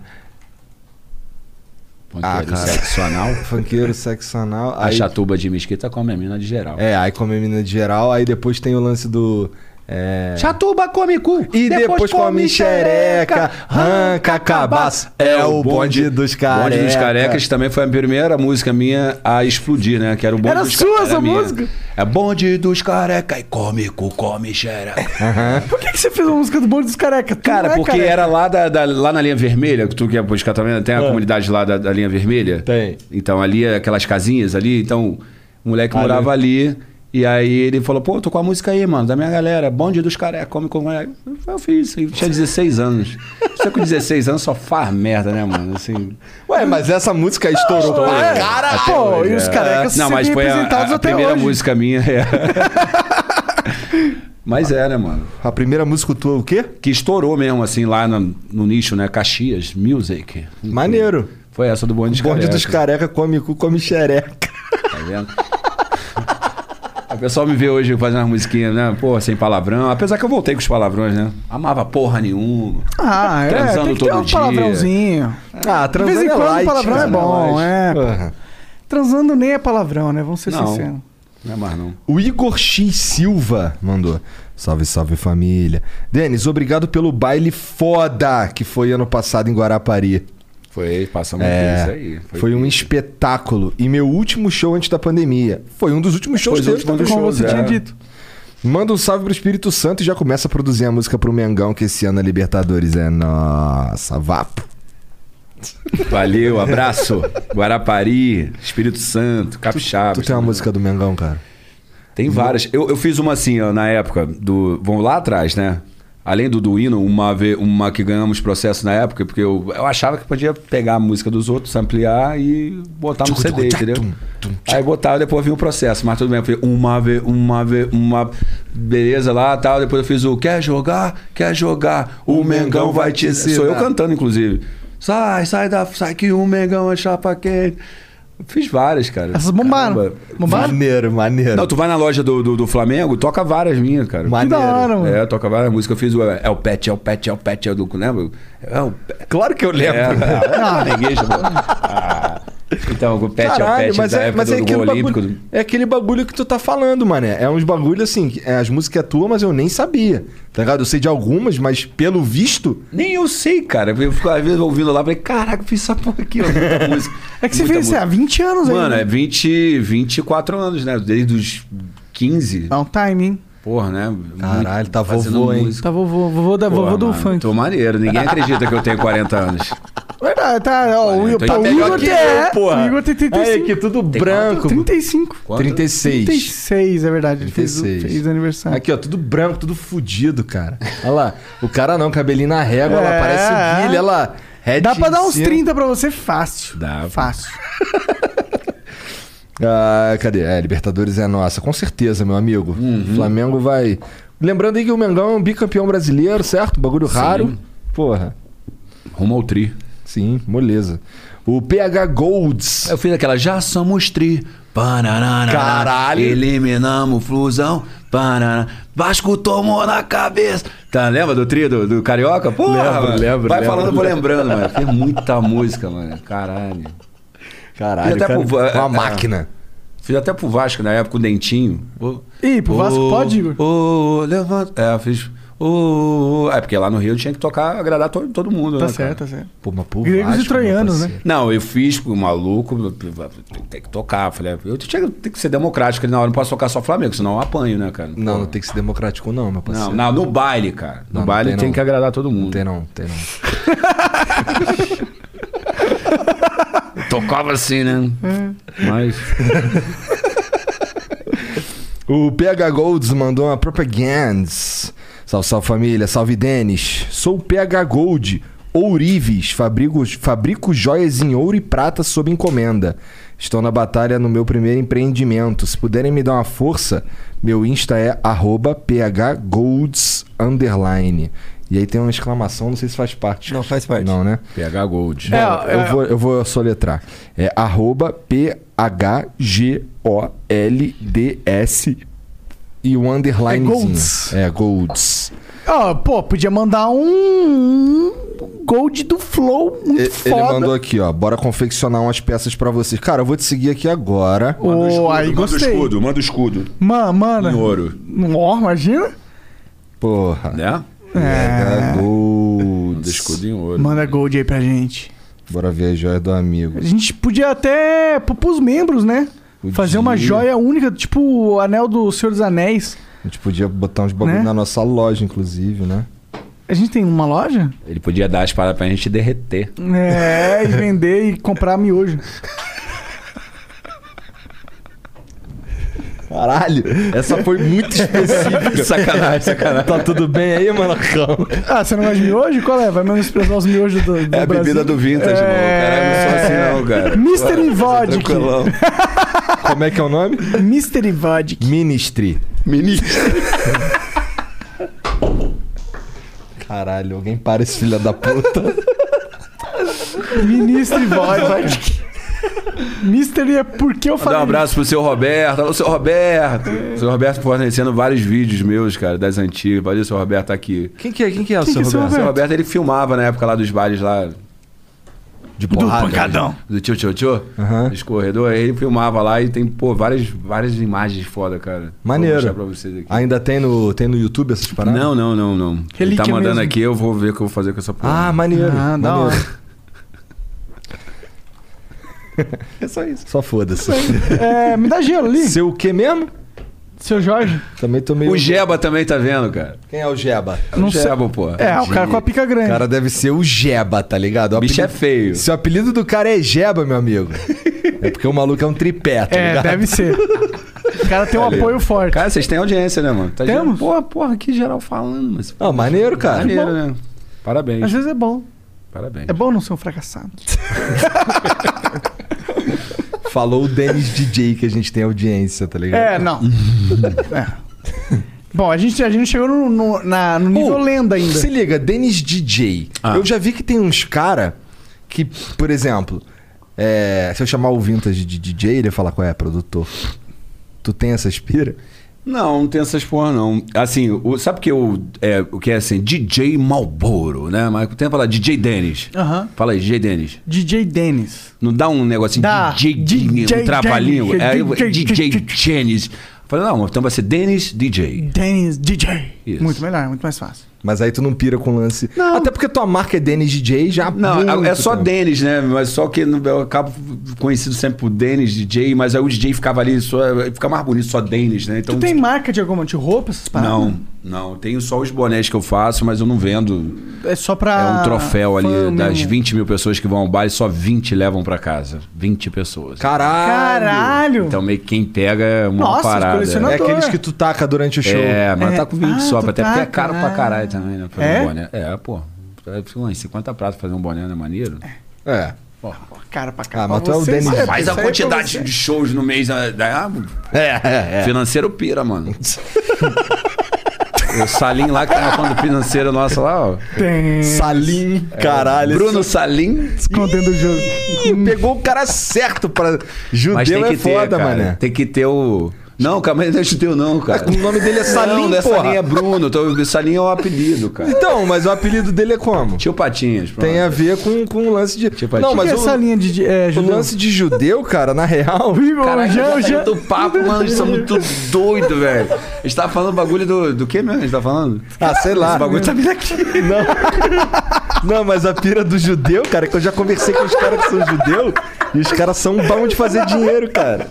S2: ah,
S6: Funkeiro Tá sexo anal.
S2: Funkeiro sexo anal.
S6: A
S2: aí-
S6: chatuba de mesquita come a mina de geral.
S2: É, aí come a mina de geral, aí depois tem o lance do. É...
S12: Chatuba come cu.
S2: E depois come xereca, arranca cabaço. É o bonde dos
S6: O
S2: carecas.
S6: Bonde dos Carecas também foi a primeira música minha a explodir, né? Que era o bonde
S12: Era
S6: dos
S12: sua
S6: Ca-
S12: essa
S6: minha.
S12: música?
S6: É Bonde dos Carecas e come cu, come xereca.
S3: Por que, que você fez uma música do Bonde dos Carecas? Tu
S6: Cara,
S3: não é
S6: porque
S3: careca.
S6: era lá, da, da- lá na linha vermelha, que tu que é buscar também, tem a comunidade lá da, da linha vermelha? Tem. Então, ali, aquelas casinhas ali, então, o moleque
S13: Ali.
S6: morava ali. E aí ele falou, pô, tô com a música aí, mano, da minha galera, bonde dos carecas, come com. Eu fiz isso, eu tinha 16 anos. Você com 16 anos só faz merda, né, mano? Assim.
S2: Ué, mas essa música estourou
S6: Estourou. né?
S2: pra
S6: Até
S2: caralho.
S6: hoje, é. Não, mas foi a, a, a primeira música minha. É. mas é, né, mano?
S2: A primeira música tua, é o quê?
S6: Que estourou mesmo, assim, lá no, no nicho, né? Caxias Music.
S2: Maneiro.
S6: Foi essa do Bonde dos
S2: Bonde
S6: Carecas.
S2: dos careca come cu, come xereca.
S6: Tá vendo? [laughs] O pessoal me vê hoje fazendo umas musiquinhas, né? Pô, sem palavrão. Apesar que eu voltei com os palavrões, né? Amava porra nenhuma.
S3: Ah, é.
S6: Transando
S3: tem que ter
S6: todo
S3: um
S6: dia.
S3: palavrãozinho.
S2: Ah,
S3: De vez
S2: transando
S3: em
S2: é
S3: quando
S2: light,
S3: palavrão é
S2: cara,
S6: né?
S3: bom, é.
S2: é light.
S3: pô. Transando nem é palavrão, né? Vamos ser
S2: Não.
S3: sinceros.
S6: Não é mais não.
S2: O Igor X Silva mandou. Salve, salve família. Denis, obrigado pelo baile foda que foi ano passado em Guarapari.
S6: Foi, passamos
S2: É,
S6: por isso aí.
S2: Foi,
S6: [laughs]
S2: um espetáculo. E meu último show antes da pandemia. Foi um dos últimos shows
S6: Foi os
S2: dele,
S6: últimos
S2: também,
S6: shows, é.
S2: Manda um salve pro Espírito Santo e já começa a produzir a música pro Mengão, que esse ano a Libertadores é nossa, vapo.
S6: Valeu, abraço. Guarapari, Espírito Santo, Capixaba.
S2: Tu tem uma música do Mengão, cara?
S6: Tem várias. Eu, eu fiz uma assim, ó, na época do. Vamos lá atrás, né? Além do do hino, uma, ve- uma que ganhamos processo na época, porque eu, eu achava que podia pegar a música dos outros, ampliar e botar no CD, entendeu? Aí botava, depois vinha o processo, mas tudo bem. Eu fiz uma vez, uma vez, uma. Beleza lá tal. Depois eu fiz o quer jogar, quer jogar, o, Mengão vai te. Sou eu
S2: ensinar."
S6: cantando, inclusive. Sai, sai da. Sai que o Mengão é chapa quente. Fiz várias, cara.
S3: Essas bombaram.
S6: Caramba.
S3: Bombaram?
S2: Maneiro, maneiro.
S6: Não, tu vai na loja do, do, do Flamengo, toca várias minhas, cara.
S3: Maneiro. da hora, mano.
S6: É, toca várias músicas. Eu fiz o É o Pet, é o Pet, é o Pet, é o do. Lembra? É o Pet.
S2: Claro que eu [laughs] lembro.
S6: É, ah, Flamenguista, pô. Ah, Então,
S2: [laughs]
S6: o Pet é o Pet
S2: mas,
S6: da
S2: é,
S6: época
S2: mas
S6: do
S2: é,
S6: gol
S2: aquele
S6: olímpico.
S2: bagulho, é aquele bagulho que tu tá falando, mané. É uns bagulho assim, que, é, as músicas é tua, mas eu nem sabia. Tá ligado? Eu sei de algumas, mas pelo visto.
S6: Nem eu sei, cara. Eu fico às vezes ouvindo lá e falei, caraca, eu fiz essa porra aqui, ó. Muita música.
S3: É que você
S6: Muita
S3: fez isso há 20 anos aí.
S6: Mano,
S3: né?
S6: é 20, 24 anos, né? Desde os 15.
S3: Dá um time, hein?
S6: Porra, né?
S2: Caralho, tá
S6: fazendo
S2: vovô, hein?
S6: música.
S3: Tá vovô, vovô, da,
S6: Porra,
S3: vovô do
S6: mano,
S3: funk.
S6: Tô maneiro, ninguém acredita que eu tenho 40 anos.
S3: Verdade, tá. Ó, o Igor
S6: tô
S3: tá o
S6: então melhor
S3: Igor
S6: que
S3: tem-
S6: eu,
S3: é,
S6: porra.
S3: O Igor tem 35.
S2: Aí, que tudo branco.
S3: 35.
S6: Quanto?
S2: 36.
S3: 36, é verdade. Ele fez, o-
S2: 36.
S3: fez aniversário.
S2: Aqui, ó, tudo branco, tudo fudido, cara. Olha lá. O cara não, cabelinho na régua, olha lá,
S3: É.
S2: parece o Guilherme, olha lá. head
S3: Dá pra
S2: em
S3: dar uns
S2: cima.
S3: 30 pra você fácil.
S6: Dá.
S3: Fácil.
S2: Ah, cadê? É, Libertadores é nossa, com certeza, meu amigo.
S6: Uhum.
S2: Flamengo vai. Lembrando aí que o Mengão é um bicampeão brasileiro, certo? Bagulho raro. Porra.
S6: Rumo ao tri.
S2: Sim, moleza. O PH Golds.
S6: Eu fiz aquela já somos tri. Pananana,
S2: Caralho.
S6: Eliminamos o flusão. Panana, Vasco tomou na cabeça. Tá, lembra do tri do, do Carioca? Porra,
S2: Lembro,
S6: mano.
S2: lembro,
S6: Vai
S2: lembro,
S6: falando, eu vou
S2: lembro.
S6: lembrando, mano. Tem muita música, mano. Caralho.
S2: Caralho,
S6: Fiz até
S2: cara,
S6: pro Va-
S2: uma
S6: é,
S2: máquina.
S6: Fiz até pro Vasco na época, o Dentinho. Ô,
S3: Ih, pro Vasco
S6: ô,
S3: pode, Igor?
S6: Ô, levanta. É, eu fiz. Ô, ô. é porque lá no Rio tinha que tocar, agradar todo, todo mundo,
S3: Tá
S6: né? cara?
S3: certo, tá certo.
S2: Pô, mas pô,
S3: Gregos
S2: Vasco,
S3: e troianos,
S2: meu
S3: né?
S6: Não, eu fiz pro maluco, tem- tem que tocar. Falei, eu tinha, tem que ser democrático ali na hora, não posso tocar só Flamengo, senão eu apanho, né, cara?
S2: Não, não tem que ser democrático, não, meu parceiro.
S6: Não, não, no baile, cara. No
S2: Não, não
S6: baile
S2: tem,
S6: tem
S2: não.
S6: que agradar todo
S2: Não
S6: mundo.
S2: tem não, tem não.
S6: Tocava assim, né?
S3: Hum.
S6: Mas.
S2: O PH Golds mandou uma propaganda. Salve, salve família, salve Denis. Sou PH Gold, Ourives, fabrico, fabrico joias em ouro e prata sob encomenda. Estou na batalha no meu primeiro empreendimento. Se puderem me dar uma força, meu Insta é arroba phgolds_. E aí tem uma exclamação, não sei se faz parte.
S5: Não, faz parte.
S2: Não, né?
S4: PH Gold.
S2: Não,
S3: É,
S2: eu, Vou, eu vou soletrar. É arroba phgolds e o underline.
S3: É golds.
S2: É, golds.
S3: né? Ó, pô, podia mandar um gold do Flow muito
S2: E- Ele
S3: foda.
S2: mandou aqui, ó. Bora confeccionar umas peças pra vocês. Cara, eu vou te seguir aqui agora.
S3: Ô, aí
S4: manda o
S3: gostei.
S4: escudo, manda o escudo.
S3: Mano,
S4: Em
S3: mano.
S4: ouro.
S3: Ó, imagina.
S2: Porra.
S4: Né?
S2: É.
S4: Manda o
S2: Golds.
S4: escudo em ouro.
S3: Manda gold aí pra gente.
S2: Bora ver a joia do amigo.
S3: A gente podia até pôr pros membros, né?
S2: Podia.
S3: Fazer uma joia única, tipo o anel do Senhor dos Anéis.
S2: A gente podia botar uns bagulho
S3: Né?
S2: na nossa loja, inclusive, né?
S3: A gente tem uma loja?
S6: Ele podia dar as paradas pra
S3: [laughs]
S6: gente derreter.
S3: É, e vender e comprar miojo.
S2: Caralho, essa foi [laughs] muito específica.
S6: Sacanagem, sacanagem.
S2: tá tudo bem aí, manacão?
S3: Ah, você não gosta de miojo? Qual é? Vai menosprezar os miojos do, do
S6: É a
S3: Brasil.
S6: bebida do vintage,
S3: É.
S6: mano. Cara, não sou assim
S3: Mystery
S6: não, cara.
S3: Vodka. [laughs]
S6: Tranquilão.
S2: Como é que é o nome?
S3: Mystery Vodka.
S2: Ministry.
S6: Ministro.
S2: Caralho, alguém para esse filho da puta.
S3: Ministry Vodka. Mystery é porque eu falei.
S6: Mandar um abraço pro seu Roberto. Alô, seu Roberto.
S3: É.
S6: Seu Roberto fornecendo vários vídeos meus, cara, das antigas. Valeu, seu Roberto, tá aqui.
S2: Quem que é? Quem que é o
S3: Quem
S2: seu
S3: que é seu
S2: Roberto?
S6: Seu Roberto, ele filmava na época lá dos bares lá
S2: De
S3: Do
S2: porrada.
S3: pancadão.
S6: do Tio Tio Tio,
S2: Aham.
S6: dos corredores. Ele filmava lá e tem, pô, várias, várias imagens foda, cara.
S2: Maneiro.
S6: Vou mostrar pra vocês
S3: Ah,
S6: aqui.
S2: Ainda tem no, tem no YouTube essas paradas?
S6: Não, não, não, não. Ele
S3: Relíquia
S6: tá mandando
S3: mesmo.
S6: aqui, eu vou ver o que eu vou fazer com essa porra.
S2: Ah, maneiro.
S3: Ah, da
S6: um
S2: maneiro.
S6: [laughs]
S5: É só isso.
S2: Só foda-se.
S3: É, me dá gelo ali.
S2: Seu o que mesmo?
S3: Seu Jorge.
S2: Também tomei.
S6: o Jeba também tá vendo, cara.
S2: Quem é o Jeba?
S6: Não
S3: sei.
S6: Jeba, pô.
S3: É, o cara com a pica
S2: O
S3: grande.
S2: cara deve ser o Jeba, tá ligado? O
S6: O bicho é
S2: apelido-
S6: feio.
S2: Se o apelido do cara é Jeba, meu
S3: [laughs]
S2: amigo. é porque o maluco é um tripé, tá
S3: é,
S2: ligado?
S3: deve ser. O cara tem um apoio forte.
S6: Cara, vocês têm audiência, né, mano? Tá
S3: Temos.
S6: gerando- Porra, porra, que geral falando, mas.
S2: Ah, maneiro, cara.
S6: Maneiro, né? Parabéns.
S3: Às vezes é bom.
S6: Parabéns.
S3: É bom não ser um fracassado.
S2: Falou o Dennis DJ que a gente tem audiência, tá ligado? [laughs]
S3: É, não. É. Bom, a gente, a gente chegou no, no- na, no nível
S2: Pô,
S3: lenda ainda.
S2: Oh, Se liga, Denis DJ.
S6: Ah.
S2: Eu já vi que tem uns cara que, por exemplo, é, se eu chamar o Vintage de DJ, ele ia falar qual é, produtor. Tu tem essa aspira?
S6: Não, não tem essas porra, não. Assim, o- sabe o que eu, é, o que é assim? DJ Malboro, né? Mas tenta falar DJ Denis.
S3: Aham.
S6: Fala aí, DJ Denis.
S3: DJ Dennis.
S6: Não dá um negocinho
S3: Dá.
S6: DJ,
S3: DJ
S6: um trabalhinho.
S3: Dennis,
S6: É, eu-
S3: DJ,
S6: DJ Denis. Falei, não, então vai ser Denis DJ.
S3: Dennis DJ.
S6: Isso.
S3: Muito melhor, muito mais fácil.
S2: Mas aí tu não pira com lance.
S6: Não.
S2: Até porque tua marca é Denis DJ já. há
S6: Não,
S2: muito
S6: é só
S2: tempo.
S6: Denis, né? Mas só que no- eu acabo conhecido sempre por Denis DJ, mas aí o DJ ficava ali, só, fica mais bonito só Denis, né? Então,
S3: Tu tem marca de alguma de roupa, essas paradas?
S6: Não, não. Tenho só os bonés que eu faço, mas eu não vendo.
S3: É só pra.
S6: É um troféu ali
S3: fã
S6: das
S3: mesmo.
S6: 20 mil pessoas que vão ao baile, só 20 levam pra casa. 20 pessoas.
S2: Caralho.
S3: Caralho!
S6: Então meio que quem pega é uma
S3: Nossa,
S6: parada.
S2: É
S3: colecionador.
S2: aqueles que tu taca durante o show.
S6: É, mas
S3: É.
S6: tá com 20
S3: Ah,
S6: só,
S3: tu
S6: até
S3: tá,
S6: porque é caro pra
S3: caralho.
S6: caralho também, né? Fazer
S3: É?
S6: um boné. É, pô. É, fica uns 50 pratos fazer um boné, não é maneiro?
S2: É.
S3: Pô, cara pra cá.
S2: Ah, mas tu é o Dennis.
S3: Mas
S6: Mas a quantidade de shows no mês da, da-
S2: É, é,
S6: financeiro pira, mano. [laughs] o Salim lá que tá matando financeiro nossa lá, ó.
S2: é. Salim, caralho.
S6: Bruno Salim.
S3: Escondendo o jogo.
S2: Ih, Pegou o cara certo pra. Judeu
S6: Mas tem que
S2: é foda,
S6: ter, cara.
S2: mané.
S6: Tem que ter o. Não, calma aí, não é judeu, não, cara.
S2: O nome dele é Salim,
S6: não, não é
S2: porra.
S6: Salim, é Bruno. Então, Salim é o apelido, cara.
S2: Então, mas o apelido dele é como?
S6: Tio Patinhas, pronto.
S2: Tem a ver com, com o lance de. não,
S6: Tipo, que
S2: mas
S3: que é
S2: o,
S3: essa linha de. É,
S2: o
S3: judeu?
S2: lance de judeu, cara, na real.
S6: Caralho,
S3: já- já-
S6: já, saiu do tá papo, mano. Eles são muito doidos, velho. A gente tava falando bagulho do, do que mesmo? A gente tá falando?
S2: Ah, sei lá.
S6: Esse bagulho
S2: [laughs]
S6: tá vindo aqui.
S2: Não, mas a pira do judeu, cara, é que eu já conversei com os caras que são judeu e os caras são bons de fazer dinheiro, cara.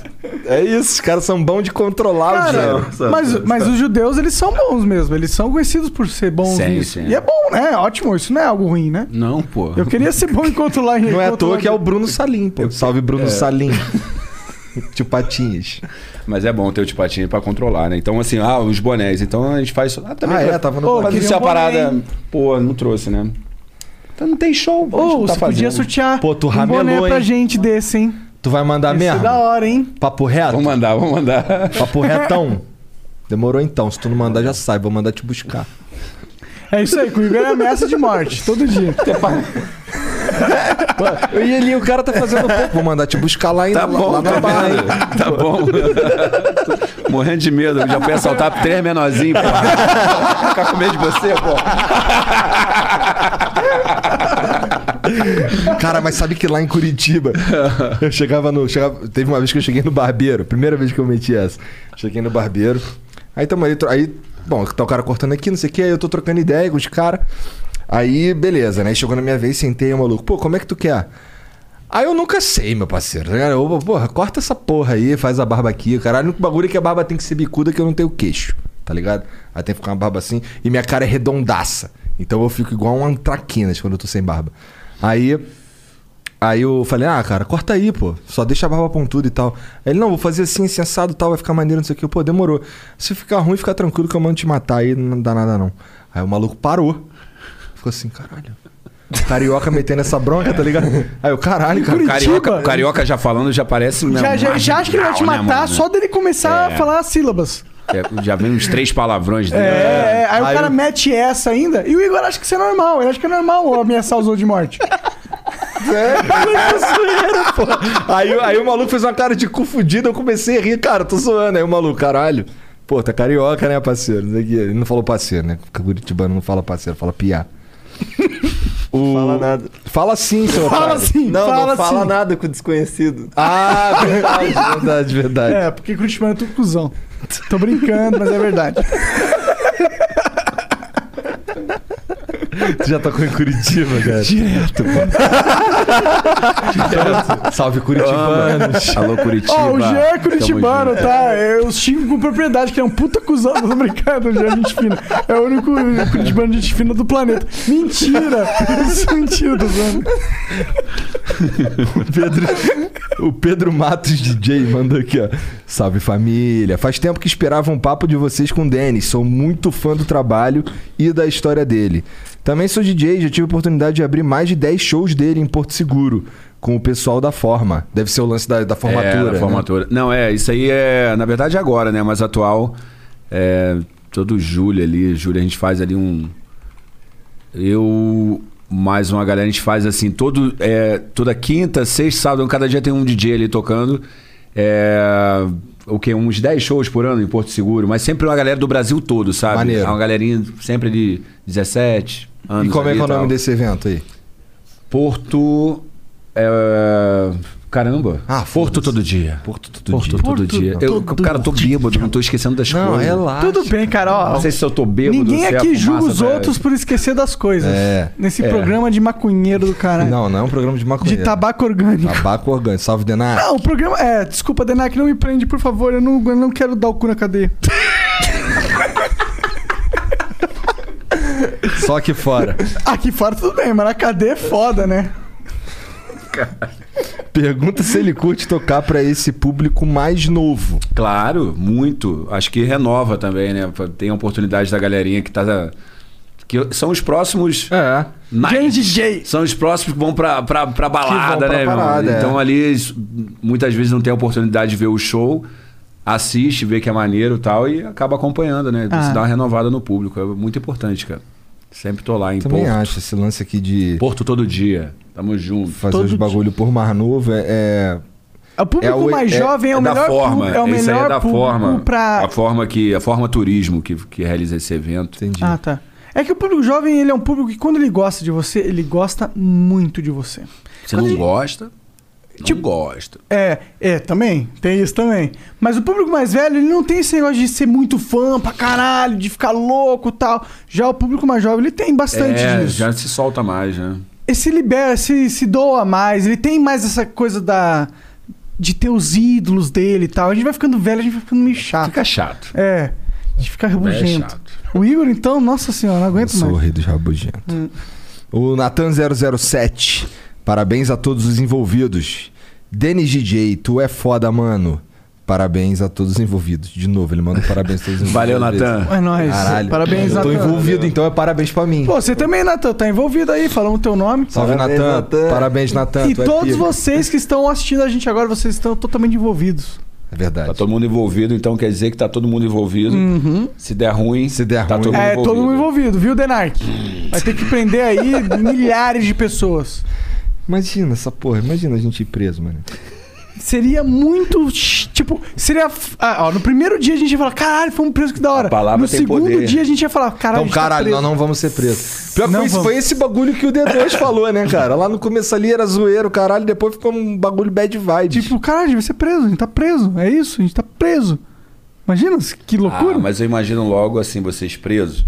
S2: É isso, os caras são bons de controlar o dinheiro.
S3: Mas, mas os judeus, eles são bons mesmo. Eles são conhecidos por ser bons
S6: Sim,
S3: nisso.
S6: sim.
S3: E é bom, né? Ótimo. Isso não é algo ruim, né?
S6: Não, pô.
S2: é
S3: Eu queria ser bom enquanto lá em
S2: Não é à toa que é o Bruno Salim, pô. Salve Bruno Salim. É. [laughs] Tio Patinhas.
S6: Mas é bom ter o tio Patinha pra controlar, né? Então, assim, ah, os bonés. Então a gente faz isso. Ah, também.
S2: Ah, é? Tava no
S6: Pô,
S2: boné.
S6: mas isso
S2: Queria
S6: é a
S2: um
S6: parada.
S2: boné.
S6: Pô, não trouxe, né? Então não tem show. a gente
S3: Ou
S6: não tá
S3: você podia
S6: fazendo.
S3: sortear
S6: Pô, tu
S3: um
S6: ramelou,
S3: boné pra
S6: hein?
S3: gente desse, hein?
S2: Tu vai mandar
S3: Isso é
S2: mesmo?
S3: da hora, hein?
S2: Papo reto? Vou
S6: mandar, vou mandar.
S2: Papo retão. Demorou então. Se tu não mandar, já sai. Vou mandar te buscar.
S3: É isso aí, comigo era ameaça de morte, todo
S6: [laughs]
S3: dia.
S2: E ali o cara tá fazendo pouco. Vou mandar te buscar lá, em,
S6: Tá
S2: lá-
S6: bom,
S2: lá
S6: tá
S2: na barra, hein?
S6: bom. Tá bom. [laughs] Morrendo de medo, já fui assaltar três menorzinhos, pô. [laughs] Ficar com medo de você, pô.
S2: Cara, mas sabe que lá em Curitiba, eu chegava no. chegava- teve uma vez que eu cheguei no barbeiro, primeira vez que eu meti essa. Cheguei no barbeiro. Aí tamo ali, tro- aí, bom, tá o cara cortando aqui, não sei o que, aí eu tô trocando ideia com os caras. Aí, beleza, né? Chegou na minha vez, sentei, o maluco, pô, como é que tu quer? Aí eu nunca sei, meu parceiro. tá ligado? Eu, porra, corta essa porra aí, faz a barba aqui. O caralho, o único bagulho é que a barba tem que ser bicuda que eu não tenho queixo, tá ligado? Aí tem que ficar uma barba assim. E minha cara é redondaça. Então eu fico igual um antraquinas quando eu tô sem barba. Aí. Aí eu falei, ah, cara, corta aí, pô. Só deixa a barba pontuda e tal. Aí ele, não, vou fazer assim, assim, assado e tal, vai ficar maneiro, não sei o que. Pô, demorou. Se ficar ruim, fica tranquilo que eu mando te matar aí, não dá nada não. Aí o maluco parou. Ficou assim, caralho. Carioca metendo essa bronca, tá ligado? Aí eu, caralho, cara.
S6: Tá, O carioca, o carioca já falando, já parece. né,
S3: Já, já, já acho que ele vai te
S6: marginal, né,
S3: matar
S6: mano?
S3: só dele começar
S6: É.
S3: a falar as sílabas.
S6: É, Já vem uns três palavrões dele.
S3: É, é, aí, o cara mete essa ainda, e o Igor acha que isso é normal. Ele acha que é normal ameaçar os outros de morte.
S2: É. Aí, aí o maluco fez uma cara de confundido, eu comecei a rir, cara, tô zoando. Aí o maluco, caralho. Pô, tá carioca, né, parceiro? Não sei o quê. Ele não falou parceiro, né? Porque Curitibano não fala parceiro, fala piá. Fala
S5: nada.
S2: Fala sim, seu otário.
S3: assim,
S5: Não, não fala
S2: sim.
S8: assim.
S5: nada com desconhecido.
S2: Ah, verdade, verdade, verdade.
S3: É, porque Curitibano é tudo cuzão. Tô brincando, mas é
S6: [laughs]
S3: verdade.
S2: Tu já tocou em Curitiba, cara? Direto, pô. Salve curitibanos.
S6: Alô, Curitiba.
S3: Ó, o Jean é
S6: Tamo
S3: curitibano,
S6: junto.
S3: tá? Eu xingo com propriedade, que ele é um puta cuzão, tô brincando, o Jean é gente fina. É o único curitibano gente fina do planeta. Mentira! Isso é mentira, tô zoando.
S2: Pedro, o Pedro Matos DJ mandou aqui, ó. Salve família. Faz tempo que esperava um papo de vocês com o Denis. Sou muito fã do trabalho e da história dele. Também sou DJ, já tive a oportunidade de abrir mais de 10 shows dele em Porto Seguro, com o pessoal da forma. Deve ser o lance da, da
S6: É,
S2: formatura.
S6: da
S2: né?
S6: formatura. Não, é, isso aí é, na verdade, agora, né? Mas atual, é, todo julho ali, julho a gente faz ali um... Eu, mais uma galera, a gente faz assim, todo, é, toda quinta, sexta, sábado, cada dia tem um DJ ali tocando. É, o quê? Uns 10 shows por ano em Porto Seguro, mas sempre uma galera do Brasil todo, sabe?
S2: Maneiro.
S6: É uma galerinha sempre ali, 17 anos.
S2: E como é
S6: ali
S2: que é o
S6: tal.
S2: nome desse evento aí?
S6: Porto. é, Caramba. Ah, Porto todo dia. Porto todo
S2: dia.
S6: Porto todo
S2: Porto
S6: dia. Eu,
S2: todo
S6: cara, eu tô bêbado, não tô esquecendo das
S2: Não, é
S6: coisas.
S2: relaxa.
S3: Tudo bem, cara, ó.
S6: Não sei se eu tô bêbado.
S3: Ninguém
S6: se é a
S3: aqui julga
S6: fumaça
S3: os
S6: da-
S3: outros por esquecer das coisas.
S2: É,
S3: Nesse
S2: é.
S3: programa de maconheiro do caralho.
S2: Não, não é um programa de maconha.
S3: De tabaco orgânico.
S2: Tabaco orgânico. Salve, Denar.
S3: Não, o programa. É, desculpa, Denac, não me prende, por favor. Eu não, eu não quero dar o cu na cadeia.
S2: Só aqui fora.
S3: Aqui fora tudo bem, mas na cadeia é foda, né?
S2: Pergunta se ele curte tocar pra esse público mais novo.
S6: Claro, muito. Acho que renova também, né? Tem a oportunidade da galerinha que tá. Que são os próximos.
S2: É.
S6: Nights. São os próximos que vão pra, pra, pra balada,
S2: pra
S6: né, meu?
S2: parada, é.
S6: Então ali, s- muitas vezes não tem a oportunidade de ver o show, assiste, vê que é maneiro e tal, e acaba acompanhando, né?
S2: Ah.
S6: Isso dá uma renovada no público. É muito importante, cara. Sempre tô lá em
S2: Também
S6: Porto.
S2: acho esse lance aqui de
S6: Porto todo dia. Tamo junto.
S2: fazer os bagulho por mar novo é. é-
S3: O público
S2: É o-
S3: mais
S2: é-
S3: jovem é, o
S6: da
S3: melhor
S6: forma.
S3: público. É o
S6: Esse
S3: melhor
S6: aí é da
S3: público
S6: forma.
S3: pra.
S6: A forma que. A forma turismo que, que realiza esse evento.
S2: Entendi.
S3: Ah, tá. É que o público jovem, ele é um público que quando ele gosta de você, ele gosta muito de você.
S6: Você
S3: Ah, Quando Tipo,
S6: não
S3: ele-
S6: gosta? Não gosta.
S3: É, é, também. Tem isso também. Mas o público mais velho, ele não tem esse negócio de ser muito fã pra caralho, de ficar louco e tal. Já o público mais jovem, ele tem bastante
S6: É,
S3: disso.
S6: já se solta mais, né?
S3: Ele se libera, se, se doa mais, ele tem mais essa coisa da. de ter os ídolos dele e tal. A gente vai ficando velho, a gente vai ficando meio chato.
S6: Fica chato.
S3: É. A gente fica
S6: É
S3: rebugento.
S6: chato.
S3: o Igor, então, nossa senhora, não aguento
S2: Sou o
S3: mais. Hum.
S2: rei dos rabugento. O Natan007. Parabéns a todos os envolvidos. Denis DJ, tu é foda, mano. Parabéns a todos os envolvidos. De novo, ele manda um parabéns a todos os
S6: [laughs] Valeu,
S2: envolvidos.
S6: Natan.
S3: É nóis.
S2: Caralho.
S3: Parabéns,
S2: Eu tô
S3: Natan.
S2: envolvido, então é parabéns pra mim.
S3: Pô, você também, Natan, tá envolvido aí, falando o teu nome.
S2: Salve,
S5: Parabéns,
S2: Natan.
S5: Natan.
S2: Parabéns, Natan.
S3: E
S2: tu é
S3: todos
S2: pica.
S3: vocês que estão assistindo a gente agora, vocês estão totalmente envolvidos.
S2: É verdade.
S6: Tá todo mundo envolvido, então quer dizer que tá todo mundo envolvido. Se der ruim,
S2: Se der
S6: tá
S2: ruim.
S6: todo mundo
S3: Uhum. É,
S6: envolvido.
S3: todo mundo envolvido, viu, Denark? Vai ter que prender aí milhares de pessoas.
S2: Imagina essa porra. Imagina a gente ir preso, mano.
S3: Seria muito. ch- Tipo, seria. ah, ó, no primeiro dia a gente ia falar, caralho, foi um preso que da hora.
S6: A palavra
S3: no
S6: tem
S3: segundo
S6: poder.
S3: dia a gente ia falar,
S2: Então,
S3: caralho. a gente tá
S2: caralho,
S3: preso."
S2: nós não vamos ser presos. Pior que
S3: Não
S2: foi, esse,
S3: vamos.
S2: foi esse bagulho que o [laughs] D2 falou, né, cara? Lá no começo ali era zoeiro, caralho, depois ficou um bagulho bad vibes.
S3: Tipo, caralho, a gente vai ser preso, a gente tá preso. É isso, a gente tá preso. Imagina que loucura.
S6: Ah, mas eu imagino logo assim, vocês presos.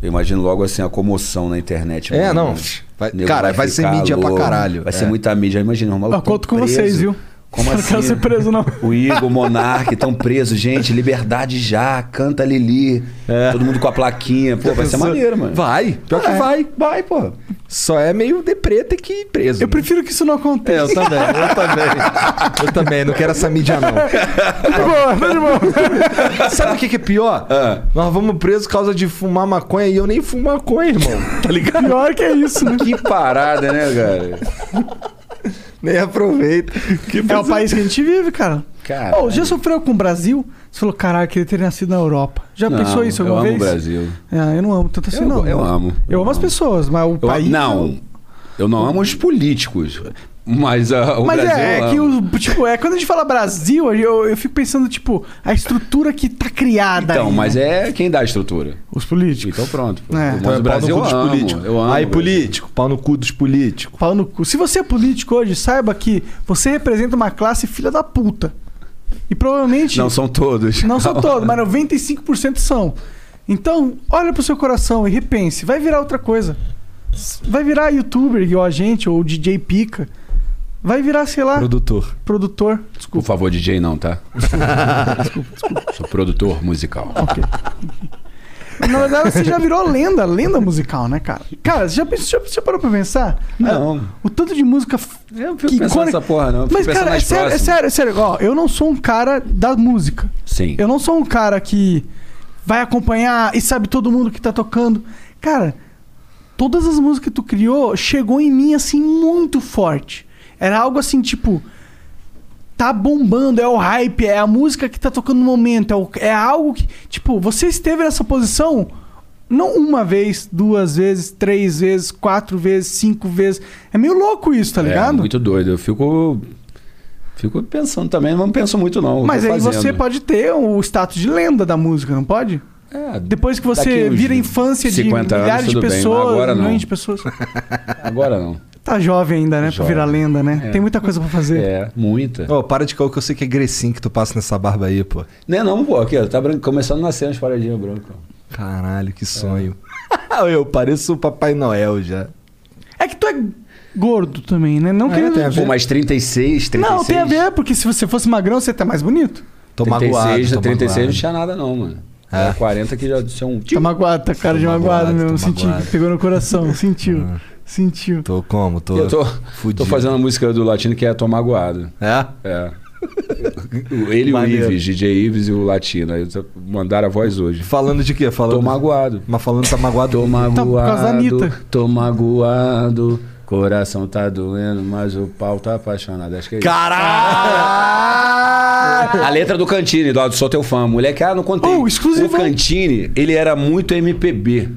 S6: Eu imagino logo assim a comoção na internet.
S2: É, não. Vai-
S6: O nego
S2: cara, vai ser
S6: ficar
S2: mídia pra caralho.
S6: Vai ser
S2: É.
S6: muita mídia. Imagina, irmão.
S3: Eu conto com vocês, viu?
S6: Como
S3: [laughs] Eu não
S6: assim?
S3: quero ser preso, não.
S6: O Igor, o Monark, estão presos, gente. Liberdade já, canta Lili.
S2: É.
S6: Todo mundo com a plaquinha. Pô, vai ser maneiro, mano.
S2: Vai, pior que é. vai.
S6: vai, pô.
S2: Só é meio de preta que ir preso.
S3: Eu
S2: né?
S3: prefiro que isso não
S2: É,
S3: aconteça.
S2: eu também, eu também. Eu também, não quero essa mídia, [laughs] não.
S6: É,
S3: Tá bom, tá de [laughs] boa.
S2: Sabe o que, que é pior?
S6: Ah.
S2: Nós vamos presos por causa de fumar maconha e eu nem fumo maconha, [laughs] irmão. Tá ligado?
S3: Pior que é isso, né?
S6: Que parada, né, cara?
S5: Nem aproveita.
S3: É o país que a gente vive, cara.
S6: Caralho.
S3: Ô, já sofreu com o Brasil? Você falou, caralho, queria ter nascido na Europa. Já
S6: Não,
S3: pensou isso
S6: eu
S3: alguma
S6: amo
S3: vez?
S6: o Brasil.
S3: É, eu não amo tanto assim,
S6: Eu-
S3: não.
S6: eu amo.
S3: Eu
S6: Eu
S3: amo as
S6: amo.
S3: pessoas, mas o
S6: Eu-
S3: país.
S6: não, eu não amo os políticos. Mas ah, o
S3: Mas
S6: Brasil
S3: é,
S6: eu
S3: é que
S6: amo.
S3: o. Tipo, é quando a gente fala Brasil, eu, eu fico pensando, tipo, a estrutura que tá criada.
S6: Então,
S3: aí,
S6: mas
S3: né?
S6: é quem dá a estrutura.
S3: Os políticos.
S6: Então pronto. pô.
S3: É.
S6: Mas
S3: Então
S6: o Brasil eu
S2: pau no cu
S6: amo.
S2: dos políticos.
S6: Eu amo.
S2: Aí,
S6: o Brasil.
S2: político, pau no cu dos políticos.
S3: Pau no cu. Se você é político hoje, saiba que você representa uma classe filha da puta. E provavelmente.
S6: Não são todos.
S3: Não
S6: [laughs]
S3: são todos, mas 95% são. Então, olha pro seu coração e repense. Vai virar outra coisa. S- Vai virar youtuber, igual a gente, ou DJ Pica. Vai virar, sei lá,
S2: Produtor.
S3: produtor.
S6: Por
S3: Desculpa.
S6: favor, DJ
S3: [laughs]
S6: não, tá? Sou produtor musical.
S3: Na verdade, você já virou lenda, lenda musical, né, cara? Cara, você já, pensou, já, já parou pra pensar? Ah,
S6: Não.
S3: O tanto de música. f-
S6: Eu não fico pensando nessa porra, não. Eu fico
S3: Mas,
S6: pensando
S3: cara, é
S6: nas
S3: sério, é
S6: próximas.
S3: sério, é sério. Ó, eu não sou um cara da música.
S6: Sim.
S3: Eu não sou um cara que vai acompanhar e sabe todo mundo que tá tocando. Cara, todas as músicas que tu criou chegou em mim assim muito forte. Era algo assim, tipo, tá bombando, é o hype, é a música que tá tocando no momento, é, o- é algo que, tipo, você esteve nessa posição não uma vez, duas vezes, três vezes, quatro vezes, cinco vezes. É meio louco isso, tá
S6: É,
S3: ligado?
S6: muito doido. Eu fico. Fico pensando também, não penso muito, não.
S3: Mas
S6: Vou
S3: aí
S6: fazendo.
S3: você pode ter o status de lenda da música, não pode?
S6: É,
S3: Depois que você
S6: daqui uns
S3: vira a infância de
S6: 50 anos,
S3: milhares de
S6: tudo bem, mas
S3: pessoas,
S6: agora não.
S3: milhões de
S6: [laughs]
S3: pessoas.
S6: Agora não.
S3: Tá jovem ainda, né?
S6: Jovem.
S3: Pra virar lenda, né?
S6: É.
S3: Tem muita coisa pra fazer.
S6: É, muita.
S2: Ô, para de caô que eu sei que é grecinho que tu passa nessa barba aí, pô.
S6: Não é não, pô. Aqui, ó, tá branco, começando a nascer umas paradinhas brancas. ó.
S2: Caralho,
S6: É.
S2: que sonho. [laughs] eu pareço o Papai Noel já.
S3: É. que tu é gordo também, né? Não querendo.
S2: É, tem a
S6: Pô, mas 36, 36...
S3: Não, tem a ver, porque se você fosse magrão, você tá mais bonito.
S2: Tô
S6: 36,
S2: magoado. tô
S6: 36 não
S2: magoado.
S6: tinha nada não, mano. Era 40 que já tinha um...
S3: Tá magoado, tá cara
S2: Tô
S3: de magoado
S2: magoado,
S3: mesmo.
S2: tô
S3: Senti,
S2: magoado.
S3: pegou no
S6: [laughs]
S3: coração, sentiu. Sentiu.
S2: Tô como? Tô,
S6: Eu Hum. tô,
S2: fudido.
S6: tô fazendo a música do Latino que é Tô Magoado.
S2: É? [laughs]
S6: É. O- Ele e o
S2: Maneiro.
S6: Ives, DJ Ives e o Latino. Aí tá- mandaram a voz hoje.
S2: Falando de quê? Falando...
S6: Tô magoado.
S2: Mas falando tá magoado.
S6: Tô
S3: Então, por causa da
S6: magoado,
S3: Anitta.
S6: tô magoado, coração tá doendo, mas o pau tá apaixonado. Acho que é isso.
S2: Caralho!
S6: A letra do Cantini, Eduardo, sou teu fã. Moleque, ah, não contei.
S3: Oh, exclusivo.
S6: O Cantini, ele era muito MPB.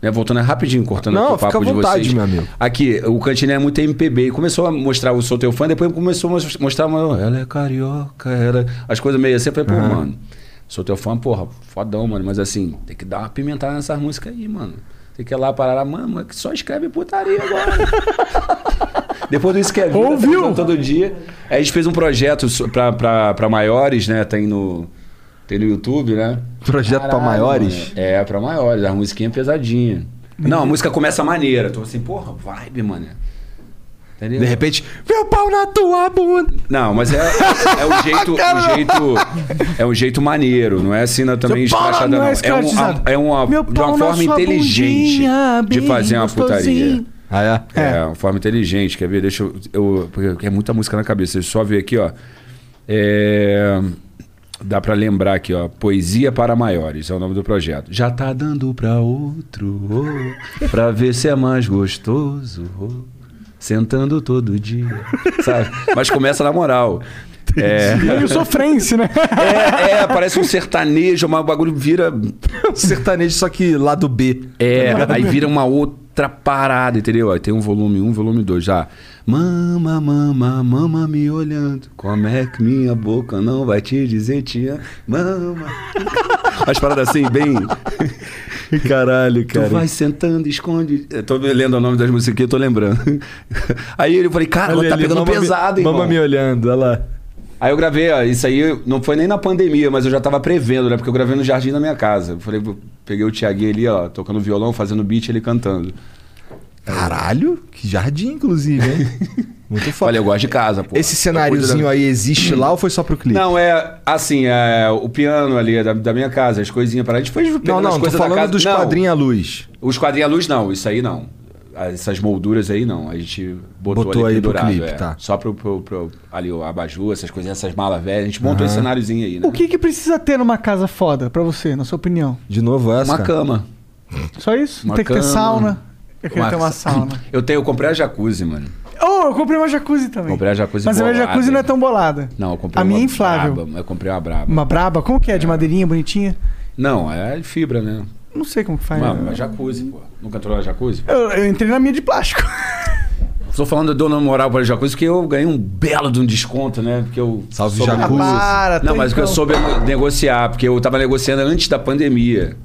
S6: Né, voltando rapidinho, cortando
S2: Não,
S6: aqui o
S2: fica
S6: papo
S2: à
S6: de
S2: vontade,
S6: vocês.
S2: meu amigo.
S6: Aqui, o Cantini é muito MPB. E começou a mostrar o Sou Teu Fã, depois começou a mos- mostrar... Uma, ela é carioca, ela... é-, As coisas meio assim. Eu falei, pô, mano, Sou Teu Fã, porra, fodão, mano. Mas assim, tem que dar uma pimentada nessas músicas aí, mano. Tem que ir lá parar, mano, mas que só escreve putaria agora. [laughs] Depois do Isso Que É Vida,
S3: Ouviu?
S6: tá todo dia. Aí a gente fez um projeto so- pra, pra, pra maiores, né? Tem no, tem no YouTube, né?
S2: Projeto pra maiores?
S6: mano. É, pra maiores. A musiquinha é pesadinha. Não, a música começa maneira. Tô assim, porra, vibe, mano. Entendeu?
S2: De repente, meu pau na tua bunda.
S6: Não, mas é, é
S3: [laughs]
S6: um jeito, um jeito. É um jeito maneiro, não é assim não, também
S3: Seu pau
S6: escrachada,
S3: não
S6: não.
S3: é
S6: É, um-
S3: escrachizado.
S6: é uma,
S3: Meu
S6: de
S3: pau
S6: uma
S3: na
S6: forma
S3: sua
S6: inteligente
S3: bundinha, bem
S6: de fazer uma
S3: gostosinho.
S6: putaria. Ah, [laughs] é? É, uma forma inteligente. Quer ver? Deixa eu. eu porque é muita música na cabeça. Deixa eu só ver aqui, ó. É, dá pra lembrar aqui, ó. Poesia para Maiores é o nome do projeto. Já tá dando pra outro, oh, pra ver se é mais gostoso. oh, sentando todo dia. Sabe? Mas começa na moral. É,
S3: Meio sofrência, né?
S6: é, é, parece um sertanejo, mas o bagulho vira.
S2: Um
S8: sertanejo, só que lá do B.
S6: É, aí vira uma outra parada, entendeu? Aí tem um volume 1, um, volume 2 já. Mama, mama, mama me olhando. Como é que minha boca não vai te dizer tia? Mama. As paradas assim, bem.
S8: Caralho,
S6: Tu vai sentando, esconde. Eu tô lendo o nome das músicas aqui, eu tô lembrando. [laughs] Aí eu falei, cara,
S8: Olha
S6: tá
S8: ali,
S6: pegando
S8: mama me-
S6: pesado, hein?
S8: Mama me olhando, olha lá.
S6: Aí eu gravei, ó, isso aí não foi nem na pandemia, mas eu já tava prevendo, né? Porque eu gravei no jardim da minha casa. Eu falei, eu peguei o Thiaguinho ali, ó, tocando violão, fazendo beat, ele cantando. É.
S8: Caralho, que jardim, inclusive,
S6: [laughs]
S8: hein? Muito foda.
S6: Olha, eu gosto de casa, pô.
S8: Esse cenáriozinho aí existe lá ou foi só pro clipe?
S6: Não, é assim, é, o piano ali da, da minha casa, as coisinhas para a gente foi
S8: não,
S6: pegando as
S8: não tô
S6: coisas da
S8: falando
S6: casa.
S8: dos
S6: Não,
S8: quadrinhos à luz.
S6: Os quadrinhos à luz não, isso aí não. Ah, Essas molduras aí não, a gente botou,
S8: Botou
S6: ali
S8: aí pro
S6: pendurado,
S8: clipe,
S6: é.
S8: tá.
S6: Só pro, pro, pro- ali o abajur, essas coisinhas, essas malas velhas, a gente montou esse cenáriozinho aí,
S3: [laughs]
S6: né?
S3: O que, que precisa ter numa casa foda, pra você, na sua opinião?
S8: De novo essa?
S6: Uma cama.
S3: Só isso?
S6: Uma
S3: Tem que ter
S6: cama,
S3: sauna. Eu queria ter uma
S6: [laughs]
S3: sauna.
S6: [clears throat] Eu tenho, eu comprei a jacuzzi, mano.
S3: Oh, eu comprei uma jacuzzi também.
S6: Comprei a jacuzzi
S3: Mas a minha
S6: bolada.
S3: jacuzzi não é tão bolada.
S6: Não, eu comprei
S3: A minha é
S6: uma
S3: inflável.
S6: braba, eu comprei uma braba.
S3: Uma braba? Como que é? De madeirinha, bonitinha?
S6: Não, é fibra, né?
S3: Não sei como que faz.
S6: Uma,
S3: né?
S6: uma jacuzzi, pô. Nunca entrou na jacuzzi?
S3: eu, eu entrei na minha de plástico.
S6: Estou falando do dona moral para jacuzzi porque eu ganhei um belo de um desconto, né? Porque eu
S8: Salve,
S3: [laughs]
S6: soube-
S8: jacuzzi.
S3: Ah, Para,
S6: Não, mas o que eu
S3: então.
S6: soube é negociar, porque eu tava negociando antes da pandemia.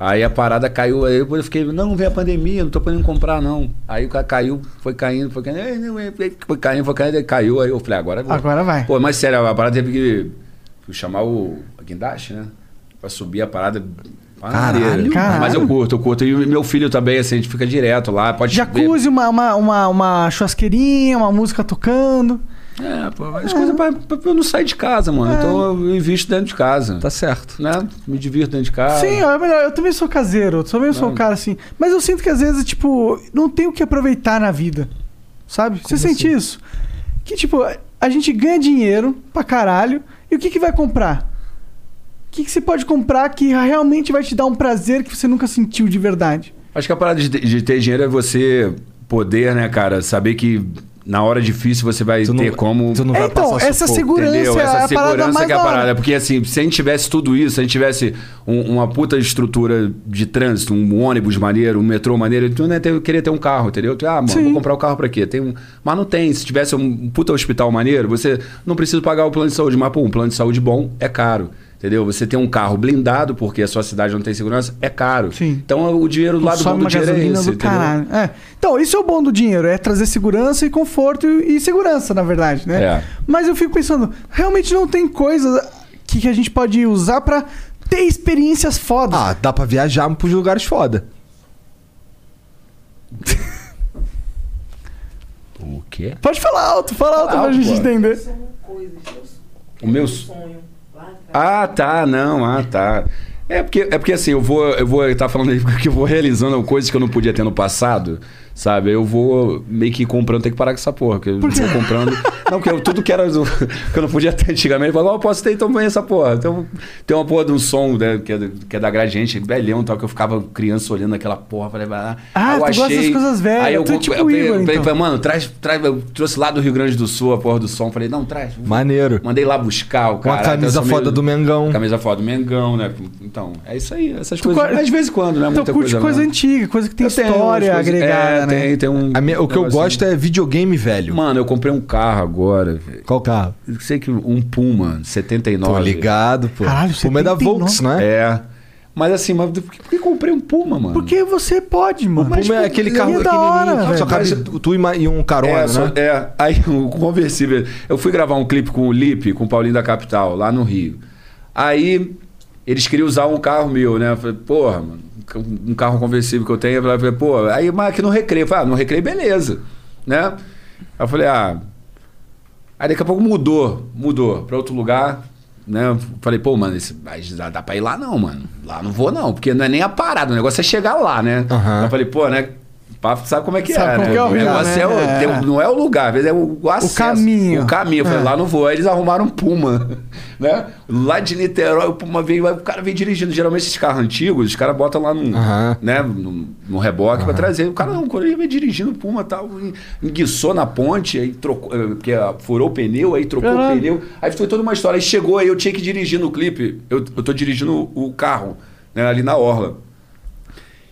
S6: Aí a parada caiu, aí eu fiquei, não, vem a pandemia, não tô podendo comprar, não. Aí o cara caiu, foi caindo, foi caindo, "Ei, não, ei, ei", foi caindo, foi caindo, aí caiu, aí eu falei, agora eu vou.
S3: Agora vai.
S6: Pô, mas sério, a parada teve que que chamar o a guindaste, né? Pra subir a parada.
S8: Caralho,
S6: maneira.
S3: caralho.
S6: Mas eu curto, eu curto. E meu filho também, assim, a gente fica direto lá, pode
S3: Jacuzzi, uma, uma, uma, uma churrasqueirinha, uma música tocando.
S6: É, pô, as coisas pra, pra- pra eu não sair de casa,
S3: É.
S6: mano. Então eu invisto dentro de casa.
S8: Tá certo.
S6: Né? Me divirto dentro de casa.
S3: Sim, é melhor. Eu também sou caseiro, eu também sou um cara assim. Mas eu sinto que às vezes, tipo, não tem o que aproveitar na vida. Sabe? Você sente isso? Que, tipo, a gente ganha dinheiro pra caralho. E o que, que vai comprar? O que, que você pode comprar que realmente vai te dar um prazer que você nunca sentiu de verdade?
S6: Acho que a parada de, te- de ter dinheiro é você poder, né, cara, saber que na hora difícil você vai
S8: Tu não-
S6: ter como.
S8: tu não
S3: É,
S8: vai
S3: então,
S8: passar
S3: essa
S8: sufoco,
S3: segurança
S6: Entendeu?
S3: é
S6: Essa
S3: a parada
S6: segurança
S3: mais
S6: que é a
S3: da hora.
S6: parada. Porque assim, se a gente tivesse tudo isso, se a gente tivesse um- uma puta estrutura de trânsito, um ônibus maneiro, um metrô maneiro, tu não ia ter- queria ter um carro, entendeu? Tu, ah, mano,
S3: Sim.
S6: vou comprar o carro pra quê? Tem um... Mas não tem. Se tivesse um puta hospital maneiro, você não precisa pagar o plano de saúde. Mas, pô, um plano de saúde bom é caro. Entendeu? Você tem um carro blindado porque a sua cidade não tem segurança, é caro.
S3: Sim.
S6: Então o dinheiro do lado bom
S3: Consome
S6: do
S3: uma
S6: dinheiro é
S3: gasolina
S6: esse,
S3: do
S6: entendeu?
S3: caralho. É. Então, isso é o bom do dinheiro, é trazer segurança e conforto e, e segurança, na verdade, né?
S6: É.
S3: Mas eu fico pensando, realmente não tem coisa que, que a gente pode usar pra ter experiências fodas.
S8: Ah, dá pra viajar pros lugares foda.
S6: O quê?
S3: Pode falar alto, fala alto
S6: Ah,
S3: pra gente entender.
S6: O meu Ah, tá, não, ah, tá. É porque, é porque assim, eu vou eu vou estar falando aí [laughs] porque eu vou realizando coisas que eu não podia ter no passado, sabe? Eu vou meio que comprando, tem que parar com essa porra, que eu vou comprando. Não, porque eu, tudo que era [laughs] do- que eu não podia ter antigamente, eu falava, "Ah, eu posso ter então vem essa porra. Então, tem uma porra de um som né, que, é, do- que é da Gradiente, belhão e tal, que eu ficava criança olhando aquela porra, falei, ah,
S3: Ah,
S6: eu
S3: tu gosta das coisas velhas,
S6: Aí eu,
S3: tu é
S6: comp-
S3: tipo
S6: eu, peguei-
S3: Igor,
S6: eu peguei e
S3: então.
S6: falei, mano, traz, traz, eu trouxe lá do Rio Grande do Sul a porra do som, falei, não, traz,
S8: Maneiro.
S6: Mandei lá buscar o cara.
S8: Uma camisa
S6: então eu sou
S8: foda
S6: meio-
S8: do Mengão.
S6: Camisa foda do Mengão, né? Então, é isso aí. Essas coisas.
S3: curte-
S6: Mas de vez em quando, né?
S3: Então
S6: Muita
S3: curte coisa,
S6: mesmo.
S3: antiga, coisa que tem
S6: Eu tenho umas
S3: história
S6: coisas-
S3: agregada,
S6: é,
S3: né?
S6: Tem, tem um,
S8: A minha- o que eu
S6: negocinho.
S8: gosto é videogame velho.
S6: Mano, eu comprei um carro agora. velho.
S8: Qual carro?
S6: Eu sei que um Puma, 79.
S8: Tô ligado, pô.
S3: Caralho,
S8: Puma é da
S3: 79.
S8: Volks, né?
S6: É. Mas assim, mas por que, por que comprei um Puma, mano?
S3: Porque você pode, mano.
S8: Puma é aquele
S3: E
S8: carro
S3: é da hora,
S8: pequenininho,
S3: velho.
S8: Só cabe tu e ma- e um carona,
S6: É,
S8: né?
S6: só- é, aí [laughs] o conversível. Eu fui gravar um clipe com o Lipe, com o Paulinho da Capital, lá no Rio. Aí eles queriam usar um carro meu, né? Eu falei, porra, mano, um carro conversível que eu tenho. Eu falei, pô, aí, mas aqui no recreio. Eu falei, ah, no recreio, beleza, né? Aí eu falei, ah. Aí daqui a pouco mudou, mudou pra outro lugar, né? Eu Falei, pô, mano, esse, mas dá, dá pra ir lá não, mano. Lá não vou não, porque não é nem a parada, o negócio é chegar lá, né?
S8: Aham.
S6: Aí eu falei, pô, né? Pá, tu sabe como é que
S3: Sabe
S6: é,
S3: como
S6: né?
S3: que é o
S6: o
S3: Rio,
S6: negócio
S3: né?
S6: é, o-
S3: É.
S6: tem um- não é o lugar, às vezes é o, o acesso.
S3: caminho.
S6: O caminho. Eu falei,
S3: É.
S6: lá no voo, aí eles arrumaram um Puma, [laughs] né? Lá de Niterói, o Puma veio, aí o cara veio dirigindo. Geralmente esses carros antigos, os caras botam lá num, né, num, num reboque pra trazer. O cara não, quando ele veio dirigindo o Puma, tal, en- enguiçou na ponte, aí trocou, eh, porque ah, furou o pneu, aí trocou
S3: Caralho.
S6: o pneu. Aí foi toda uma história. Aí chegou, aí eu tinha que dirigir no clipe. Eu, eu tô dirigindo o o carro, né, ali na orla.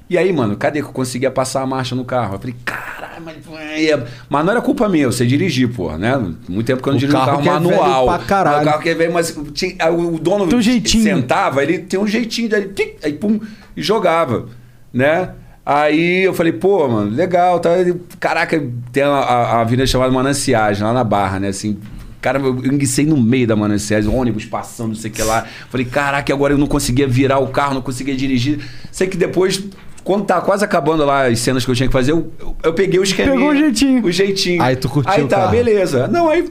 S6: E aí, mano, cadê que eu conseguia passar a marcha no carro? Eu falei, caralho, mas, é, mas não era culpa minha, eu sei dirigir, porra, né? Muito tempo que eu não
S2: O
S6: dirijo um
S2: carro
S6: carro
S2: que é velho
S6: manual.
S2: pra caralho.
S6: O carro que é velho, mas tinha- aí o dono
S3: Tem um jeitinho.
S6: sentava, ele tem um jeitinho, daí, tic, aí pum, e jogava, né? Aí eu falei, pô, mano, legal, tá? Ele, caraca, tem a, a, a avenida chamada Mananciagem, lá na Barra, né? Assim, cara, eu enguicei no meio da Mananciagem, um ônibus passando, não sei o que lá. Falei, caraca, agora eu não conseguia virar o carro, não conseguia dirigir. Sei que depois, quando tava quase acabando lá as cenas que eu tinha que fazer, eu, eu, eu peguei o esqueminha.
S3: Pegou o jeitinho.
S6: O jeitinho.
S2: Aí tu curtiu
S6: Aí
S2: o
S6: tá,
S2: carro.
S6: beleza. Não, aí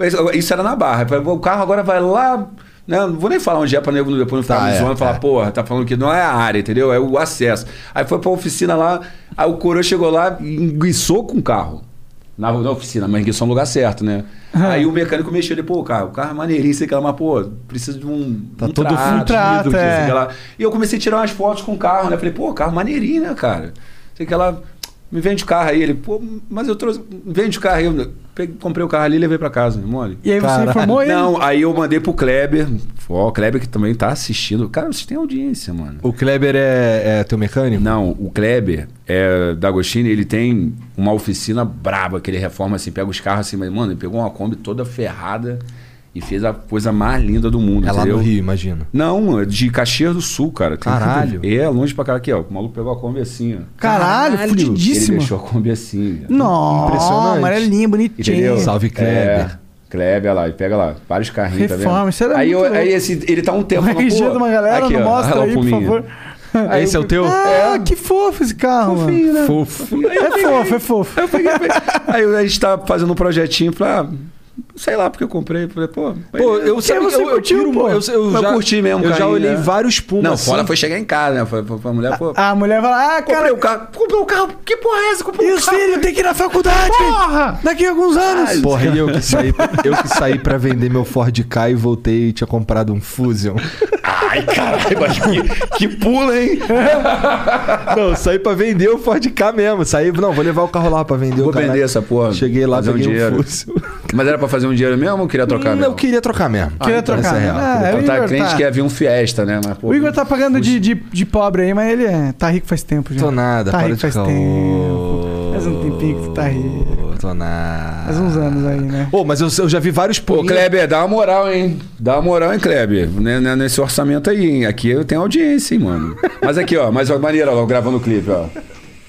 S6: isso- Isso era na barra. Eu falei, "Pô, O carro agora vai lá. né? Não vou nem falar onde é pra nego depois não ficar
S2: Tá,
S6: me
S2: é,
S6: zoando e falar,
S2: é.
S6: porra, tá falando que não é a área, entendeu? É o acesso. Aí foi pra oficina lá, aí o coroa chegou lá e enguiçou com o carro. Na, na oficina, mas enguiçou no lugar certo, né? Aí o mecânico mexeu, ele, pô, cara, o carro é maneirinho, sei que ela, mas, pô, precisa de um. Tá um
S2: todo
S6: trato,
S3: fudido,
S6: sei
S3: é.
S6: que lá. E eu comecei a tirar umas fotos com o carro, né? Falei, pô, carro maneirinho, né, cara? Sei que ela. Me vende o carro aí. Ele, pô, mas eu trouxe. Vende o carro aí. Eu peguei- comprei o carro ali e levei pra casa, mole.
S3: E aí você
S2: Caralho.
S3: informou ele?
S6: Não, aí eu mandei pro Kleber. Ó, o Kleber que também tá assistindo. Cara, vocês têm audiência, mano.
S2: O Kleber é, é teu mecânico?
S6: Não, o Kleber é, da Agostini, ele tem uma oficina braba que ele reforma assim, pega os carros assim, mas, mano, ele pegou uma Kombi toda ferrada e fez a coisa mais linda do mundo.
S2: É lá
S6: entendeu?
S2: no Rio, imagina.
S6: Não, é de Caxias do Sul, cara. Tem
S2: Caralho.
S6: tudo- É, longe pra cá. Aqui, ó. O maluco pegou a Kombi assim, ó.
S3: Caralho,
S2: Caralho.
S6: Ele
S3: fudidíssimo.
S6: deixou a Kombi assim. ó.
S3: Não,
S2: Impressionante.
S3: amarelinho, bonitinho.
S6: Entendeu?
S2: Salve, Kleber.
S6: É, Kleber, olha lá, ele pega lá, vários carrinhos, tá
S3: Reforma,
S6: vendo?
S3: isso era
S6: aí, eu-
S3: muito-
S6: aí esse, ele tá um tempo...
S3: O
S6: eu falo,
S3: RG
S6: pô,
S3: de uma galera,
S6: aqui,
S3: não
S6: ó, um olha
S3: mostra
S6: lá o
S3: aí, por
S6: pulinho.
S3: favor.
S6: Aí
S2: Esse é
S6: eu-
S2: o teu?
S3: Ah, que fofo esse carro, mano.
S2: Fofo.
S3: É fofo, é fofo.
S6: Eu peguei,
S3: [laughs]
S6: peguei. aí a gente tá fazendo um projetinho pra... Sei lá, porque eu comprei, falei, pô...
S2: Pô, eu
S3: Porque
S2: sei
S3: você curtiu,
S6: um
S3: pô.
S2: Eu, eu
S6: Mas
S2: já,
S6: curti mesmo,
S2: Eu já
S6: carrinho,
S2: olhei
S6: né?
S2: vários Pumas.
S6: Não,
S2: assim.
S6: fora foi chegar em casa, né? Foi, foi pra mulher, pô...
S3: A mulher fala, ah,
S6: comprei
S3: cara,
S6: o carro, comprei o carro, que porra é essa? Comprei
S3: e
S6: o
S3: os
S6: carro.
S3: filhos têm que ir na faculdade
S6: Porra!
S3: daqui a alguns anos.
S2: Porra, e eu que saí, eu que saí pra vender meu Ford Ka e voltei e tinha comprado um Fusion.
S6: Ai, caralho, mas que, que pula, hein?
S2: Não, eu saí pra vender o Ford Ka mesmo. Saí, não, vou levar o carro lá pra vender
S6: Vou
S2: o caralho.
S6: vender essa porra.
S2: Cheguei lá,
S6: Fazer um
S2: peguei um,
S6: dinheiro.
S2: Fusion.
S6: Mas era pra fazer um dinheiro mesmo ou queria trocar
S2: não,
S6: mesmo?
S2: eu queria trocar mesmo.
S3: Queria trocar,
S2: essa é
S3: né?
S2: real.
S3: Ah,
S6: Então
S3: o
S6: tá,
S3: Igor
S6: cliente
S3: tá-
S6: quer vir um Fiesta, né? Mas, pô,
S3: O Igor tá pagando de, de, de pobre aí, mas ele é, tá rico faz tempo já.
S2: Tô nada,
S3: tá
S2: para
S3: rico
S2: de
S3: faz
S2: caô.
S3: tempo. Faz um tempinho que tu tá rico.
S2: Tô nada.
S3: Faz uns anos aí, né?
S2: Ô, mas eu, eu já vi vários
S6: Pô,
S2: pulinhos.
S6: Kleber, dá uma moral, hein? Dá uma moral, hein, Kleber? Né- né- Nesse orçamento aí, hein? Aqui eu tenho audiência, hein, mano? Mas aqui, ó, mais uma maneira, ó, gravando o clipe, ó.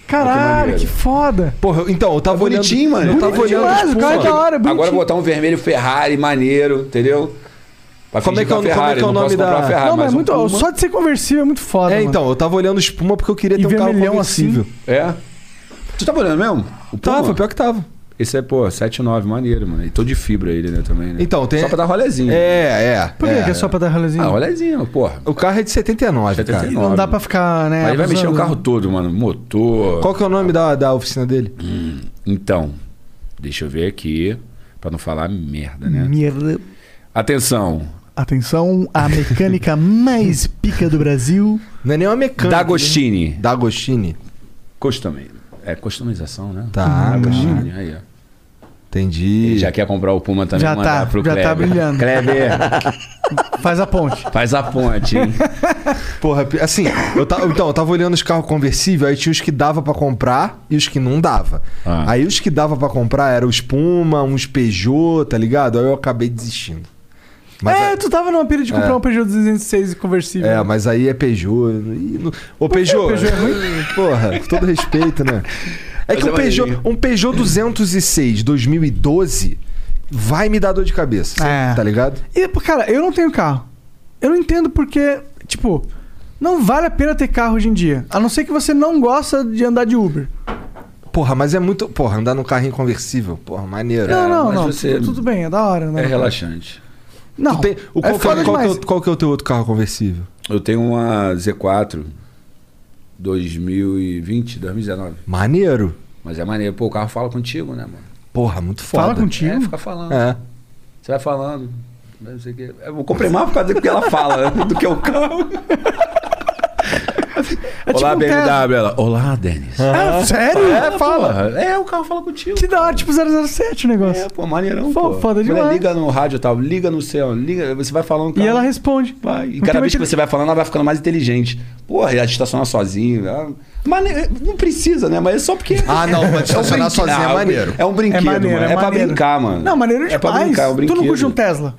S3: Caralho, que,
S6: maneiro.
S3: foda. Tá
S2: Porra, eu- então, eu tava olhando...
S6: Tá bonitinho, mano.
S2: Eu tava
S6: Bonitinho
S2: olhando
S3: demais,
S2: os
S3: o cara
S2: Pumas.
S3: é da hora. bonitinho.
S6: Agora botar um vermelho Ferrari maneiro, entendeu? Pra
S2: Como é que é o-
S6: fingir
S2: como é
S6: Ferrari,
S2: que é o
S6: não posso
S2: nome
S6: comprar
S2: da-
S6: uma Ferrari,
S3: não, mas é
S6: um
S3: muito.
S6: Puma.
S3: Só de ser conversível é muito foda.
S2: É,
S3: mano.
S2: então, eu tava olhando os Puma porque eu queria ter
S3: E
S2: um carro
S3: vermelhão
S2: conversível.
S6: É? Tu tá olhando mesmo? O Puma?
S2: Tava, pior que tava.
S6: Esse é, pô, 7,9, maneiro, mano. E todo de fibra ele, né, também, né?
S2: Então, tem-
S6: Só pra dar rolezinho.
S2: É, é.
S3: Por que que é, só pra dar rolezinho?
S6: Ah, rolezinho, porra.
S2: O carro é de 79, cara.
S6: 79.
S3: Não dá pra ficar, né?
S6: Aí vai mexer
S3: abusando.
S6: o carro todo, mano. Motor.
S2: Qual que é o nome da, da oficina dele?
S6: Então, deixa eu ver aqui, pra não falar merda,
S3: Hum.
S6: né?
S3: Merda.
S6: Atenção,
S3: Atenção, a mecânica mais pica do Brasil.
S2: Não é nem uma
S3: né?
S2: mecânica.
S6: D'Agostini.
S2: D'Agostini?
S6: Custom. É customização, né?
S3: Uhum.
S2: Tá,
S6: D'Agostini, aí, ó. Ele
S2: entendi.
S6: já quer comprar o Puma também,
S3: Já
S6: mandar
S3: tá,
S6: pro
S3: já
S6: Kleber.
S3: tá brilhando.
S6: Kleber,
S3: [laughs] Faz a ponte.
S6: faz a ponte, hein?
S2: Porra, pi- assim, eu ta- então, eu tava olhando os carros conversíveis, aí tinha os que dava pra comprar e os que não dava.
S6: Ah.
S2: Aí os que dava pra comprar eram os Puma, uns um Peugeot, tá ligado? Aí eu acabei desistindo. Mas
S3: é,
S2: a-
S3: tu tava numa pilha de comprar um Peugeot 206 e conversível.
S2: É, mas aí é Peugeot. e não- Ô, Peugeot. [laughs]
S3: Peugeot é
S2: Porra, com todo respeito, né? É
S6: Mas
S2: que
S6: é
S2: um Peugeot,
S6: maneirinho.
S2: um Peugeot 206 2012 vai me dar dor de cabeça.
S3: É.
S2: Tá ligado?
S3: E, pô, cara, eu não tenho carro. Eu não entendo porque, tipo, não vale a pena ter carro hoje em dia. A não ser que você não gosta de andar de Uber.
S2: Porra, mas é muito. Porra, andar num carrinho conversível. Porra, maneiro.
S3: não, não,
S6: mas
S3: não.
S6: você-
S3: Tudo, tudo bem, é da hora, né?
S6: É relaxante.
S3: Não,
S2: Tu tem- o, qual, que é-
S3: é foda
S2: qual que é o-
S3: demais.
S2: qual que é o teu outro carro conversível?
S6: Eu tenho uma Z4. 2020, 2019.
S2: Maneiro.
S6: Mas é maneiro. Pô, o carro fala contigo, né, mano?
S2: Porra, muito foda.
S3: Fala contigo.
S6: É, fica falando. Você vai falando. Não sei o quê. É, Eu comprei mais por causa do que ela fala [laughs] do que o carro. É, Olá,
S3: tipo um
S6: BMW. [laughs]
S3: cara-
S6: Ela, Olá, Denis.
S3: Ah, sério?
S6: É, fala. É, o carro fala contigo.
S3: Que da hora, tipo 007 o negócio. É,
S6: pô, maneirão,
S3: Pô,
S6: pô.
S3: Foda
S6: Quando
S3: demais.
S6: Liga no rádio e tal, liga no céu, liga, você vai falando.
S3: E
S6: cara,
S3: ela responde. Vai.
S6: E cada vez que você vai falando, ela vai ficando mais inteligente. Porra, ela estaciona sozinho. ela- Mas né, não precisa, né? Mas é só porque.
S2: Ah, não, mas
S6: [laughs] É um
S2: estacionar
S6: brinque-
S2: sozinho é
S6: Ah,
S2: maneiro.
S6: É um brinquedo,
S3: maneiro,
S6: mano. É,
S3: é
S6: pra
S3: maneiro.
S6: brincar, mano.
S3: Não, maneiro
S6: É pra
S3: demais.
S6: brincar, é um
S3: tu
S6: brinquedo.
S3: não curte um Tesla.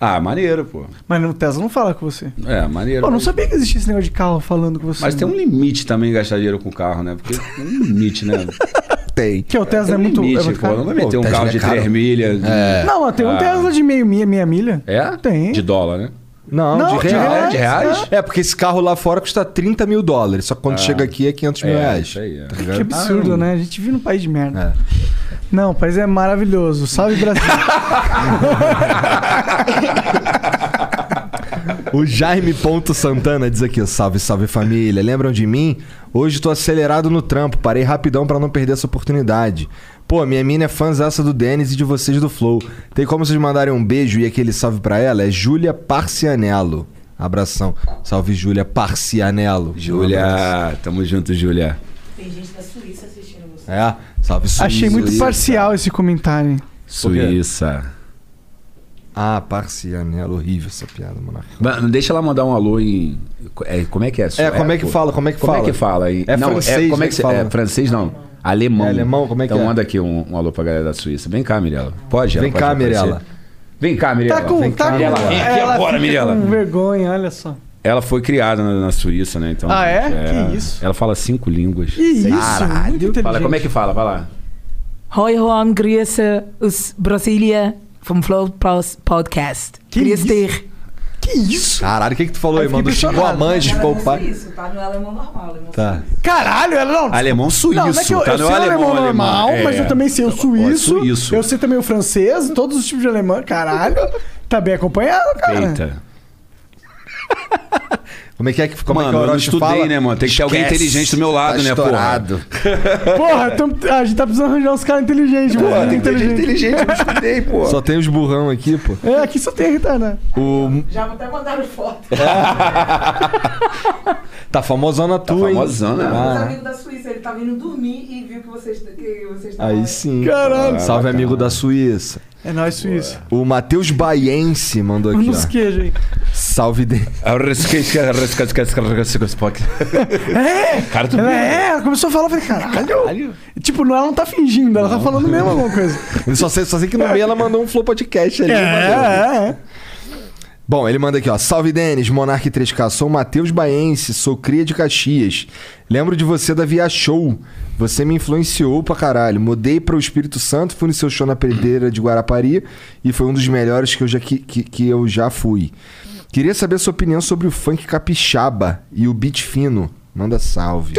S6: Ah, maneiro, pô.
S3: Mas o Tesla não fala com você.
S6: É, maneiro.
S3: Pô, não sabia que existia esse negócio de carro falando com você.
S6: Mas tem um
S3: né?
S6: limite também em gastar dinheiro com carro, né? Porque tem um
S2: [laughs]
S6: limite, né?
S2: Tem.
S3: Que o Tesla é,
S6: um
S3: muito,
S6: limite,
S3: é muito
S6: pô. Não vai
S3: caro.
S6: meter um
S2: Pô, o
S6: carro
S2: Tesla
S6: de
S2: é caro.
S6: 3 milhas.
S2: É.
S3: Não, mas tem um
S6: Ah.
S3: Tesla de meio, meia, meia milha.
S6: É?
S3: Tem.
S6: De dólar, né?
S2: Não,
S3: Não,
S2: de
S3: de
S2: reais.
S3: reais,
S2: É, porque esse carro lá fora custa 30 mil dólares, só que quando chega aqui é 500 mil
S6: Ah. É,
S2: reais.
S6: isso aí, é.
S3: Que absurdo, né? A gente vive num país de merda.
S2: É.
S3: Não, o país é maravilhoso. Salve
S6: [laughs]
S3: Brasil.
S2: O Jaime Ponto Santana diz aqui, salve, salve família, lembram de mim? Hoje tô acelerado no trampo, parei rapidão pra não perder essa oportunidade. Pô, minha mina é fãzaça do Denis e de vocês do Flow. Tem como vocês mandarem um beijo e aquele salve pra ela? É Júlia Parcianello. Abração. Salve, Júlia Parcianello.
S6: Júlia, tamo junto, Júlia.
S14: Tem gente da Suíça assistindo você.
S2: É, salve, Suíça.
S3: Achei muito parcial esse comentário. hein?
S6: Suíça.
S2: Ah, Parcianello, horrível essa piada, mano.
S6: Mano, deixa ela mandar um alô em. é, como é que é?
S2: É, como é que fala? Como é que fala?
S6: Como é que fala? aí?
S2: É
S6: não,
S2: francês,
S6: como
S2: né,
S6: é
S2: que
S6: que se-
S2: fala?
S6: É francês, não. Alemão.
S2: É alemão, como é que
S6: então
S2: é?
S6: manda aqui um, um alô pra galera da Suíça. Vem cá, Mirella. Pode, ela
S2: Vem
S6: pode
S2: cá,
S6: aparecer.
S2: Mirella.
S6: Vem cá, Mirella.
S3: Tá com.
S6: Vem cá,
S3: Tá com
S6: Mirella. Vem aqui agora,
S3: fica
S6: Mirella.
S3: Com vergonha, olha só.
S6: Ela foi criada na, na Suíça, né? Então,
S3: Ah, é? Que isso.
S6: Ela fala cinco línguas.
S3: Que isso,
S6: Caralho.
S3: muito inteligente.
S6: Fala, como é que fala? Vai lá.
S14: Hoi, Juan, grüße aus Brasília vom Flow Pros- Podcast.
S3: Que
S14: Grüß
S3: isso?
S14: dich.
S3: Que isso?
S2: Caralho, o que que tu falou
S3: Eu
S2: aí, mano?
S3: fiquei
S2: Xingou a
S3: impressionado.
S2: mãe, xingou o pai.
S14: Isso, tá? Não é alemão normal. Alemão
S2: Tá.
S3: Caralho, ela não.
S6: Alemão suíço.
S3: Não, não é que eu,
S6: tá
S3: eu
S6: no
S3: sei o alemão,
S6: alemão,
S3: normal,
S6: alemão.
S3: mas
S6: É.
S3: eu também sei o suíço,
S6: suíço.
S3: Eu sei também o francês, todos os tipos de alemão. Caralho, tá bem acompanhado, cara.
S6: Eita.
S2: Como é que é que, como é que
S6: Mano,
S2: o
S6: eu não
S2: Orochi
S6: estudei,
S2: fala?
S6: né, mano? Tem que ter alguém
S2: Esquece.
S6: inteligente do meu lado,
S2: Tá
S6: né, porra?
S2: estourado.
S3: Porra, tam- a gente tá precisando arranjar uns caras inteligentes, mano.
S6: Pô, tem que ter gente
S3: inteligente.
S6: inteligente, eu não estudei, pô.
S2: Só tem os burrão aqui, pô.
S3: É, aqui só tem né? retardado.
S2: O...
S14: Já vou até mandar foto.
S6: [laughs]
S2: Tá famosona
S6: Tá
S2: tua, hein?
S6: famosona, né?
S14: Os
S2: Ah,
S14: amigos da Suíça, ele tava indo dormir e viu que vocês que vocês estavam-
S2: aí sim.
S3: Caralho.
S2: Salve, amigo da Suíça.
S3: É nóis, suíço.
S2: O Matheus Baiense mandou aqui,
S3: Nos
S2: ó.
S3: queijos
S6: [laughs]
S3: aí.
S2: Salve, de... [laughs]
S6: Ah, Cara, tu
S3: Ela é, ela começou a falar, eu falei, caralho. Tipo, não, ela não tá fingindo, ela tá falando mesmo alguma coisa.
S2: Eu só sei, só sei que no meio ela mandou um flow podcast ali. né, mandou.
S3: É, é, é.
S2: Bom, ele manda aqui, ó. Salve, Denis, Monark 3K. Sou o Matheus Baense, sou cria de Caxias. Lembro de você da Via Show. Você me influenciou pra caralho. Mudei para o Espírito Santo, fui no seu show na Pedreira de Guarapari e foi um dos melhores que eu já, que, que, que eu já fui. Queria saber sua opinião sobre o funk capixaba e o beat fino. Manda salve.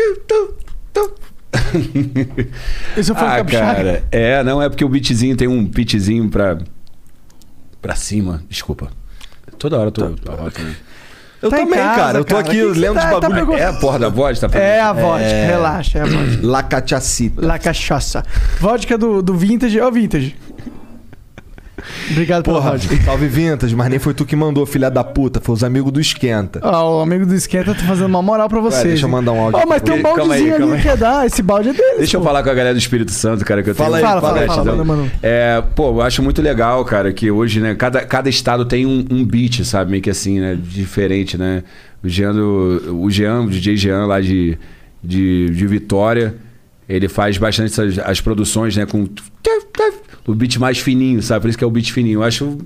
S3: Esse foi o
S6: Ah,
S3: capixaba.
S6: cara, é, não, é porque o beatzinho tem um beatzinho pra. pra cima. Desculpa. Toda hora eu tô. Tá,
S2: Eu
S3: Tá em
S2: também,
S3: casa,
S2: cara. Eu tô
S3: cara.
S2: aqui
S3: Que que
S2: lendo
S3: tá-
S2: de
S3: tá
S2: bagulho.
S3: pegou-
S6: É a porra da voz, tá
S3: É a vodka, relaxa, é a vodka.
S2: La Cachaçita.
S3: La cachaça. Vodka do, do vintage. Ó, vintage. Obrigado pela
S2: Porra,
S3: vodka.
S2: salve Vintas, mas nem foi tu que mandou, filha da puta. Foi os amigos do Esquenta.
S3: Ó, o amigo do Esquenta tá fazendo uma moral pra vocês.
S2: deixa eu
S3: hein?
S2: mandar um áudio
S3: Ó, mas
S2: pra
S3: tem um
S6: ele. Calma aí,
S3: baldezinho
S6: calma
S3: ali que é dar. Esse balde é deles.
S6: Deixa eu falar com a galera do Espírito Santo, cara, que eu
S2: Fala
S6: tenho
S2: aí,
S3: Fala, fala,
S2: Gratidão.
S3: fala. Manda, manda.
S6: É, pô, eu acho muito legal, cara, que hoje, né, cada, cada estado tem um, um beat, sabe? Meio que assim, né? Diferente, né? O Jean, do, o Jean, o DJ Jean lá de, de, de Vitória, ele faz bastante essas- as produções, né? Com o beat mais fininho, sabe? Por isso que é o beat fininho. Eu acho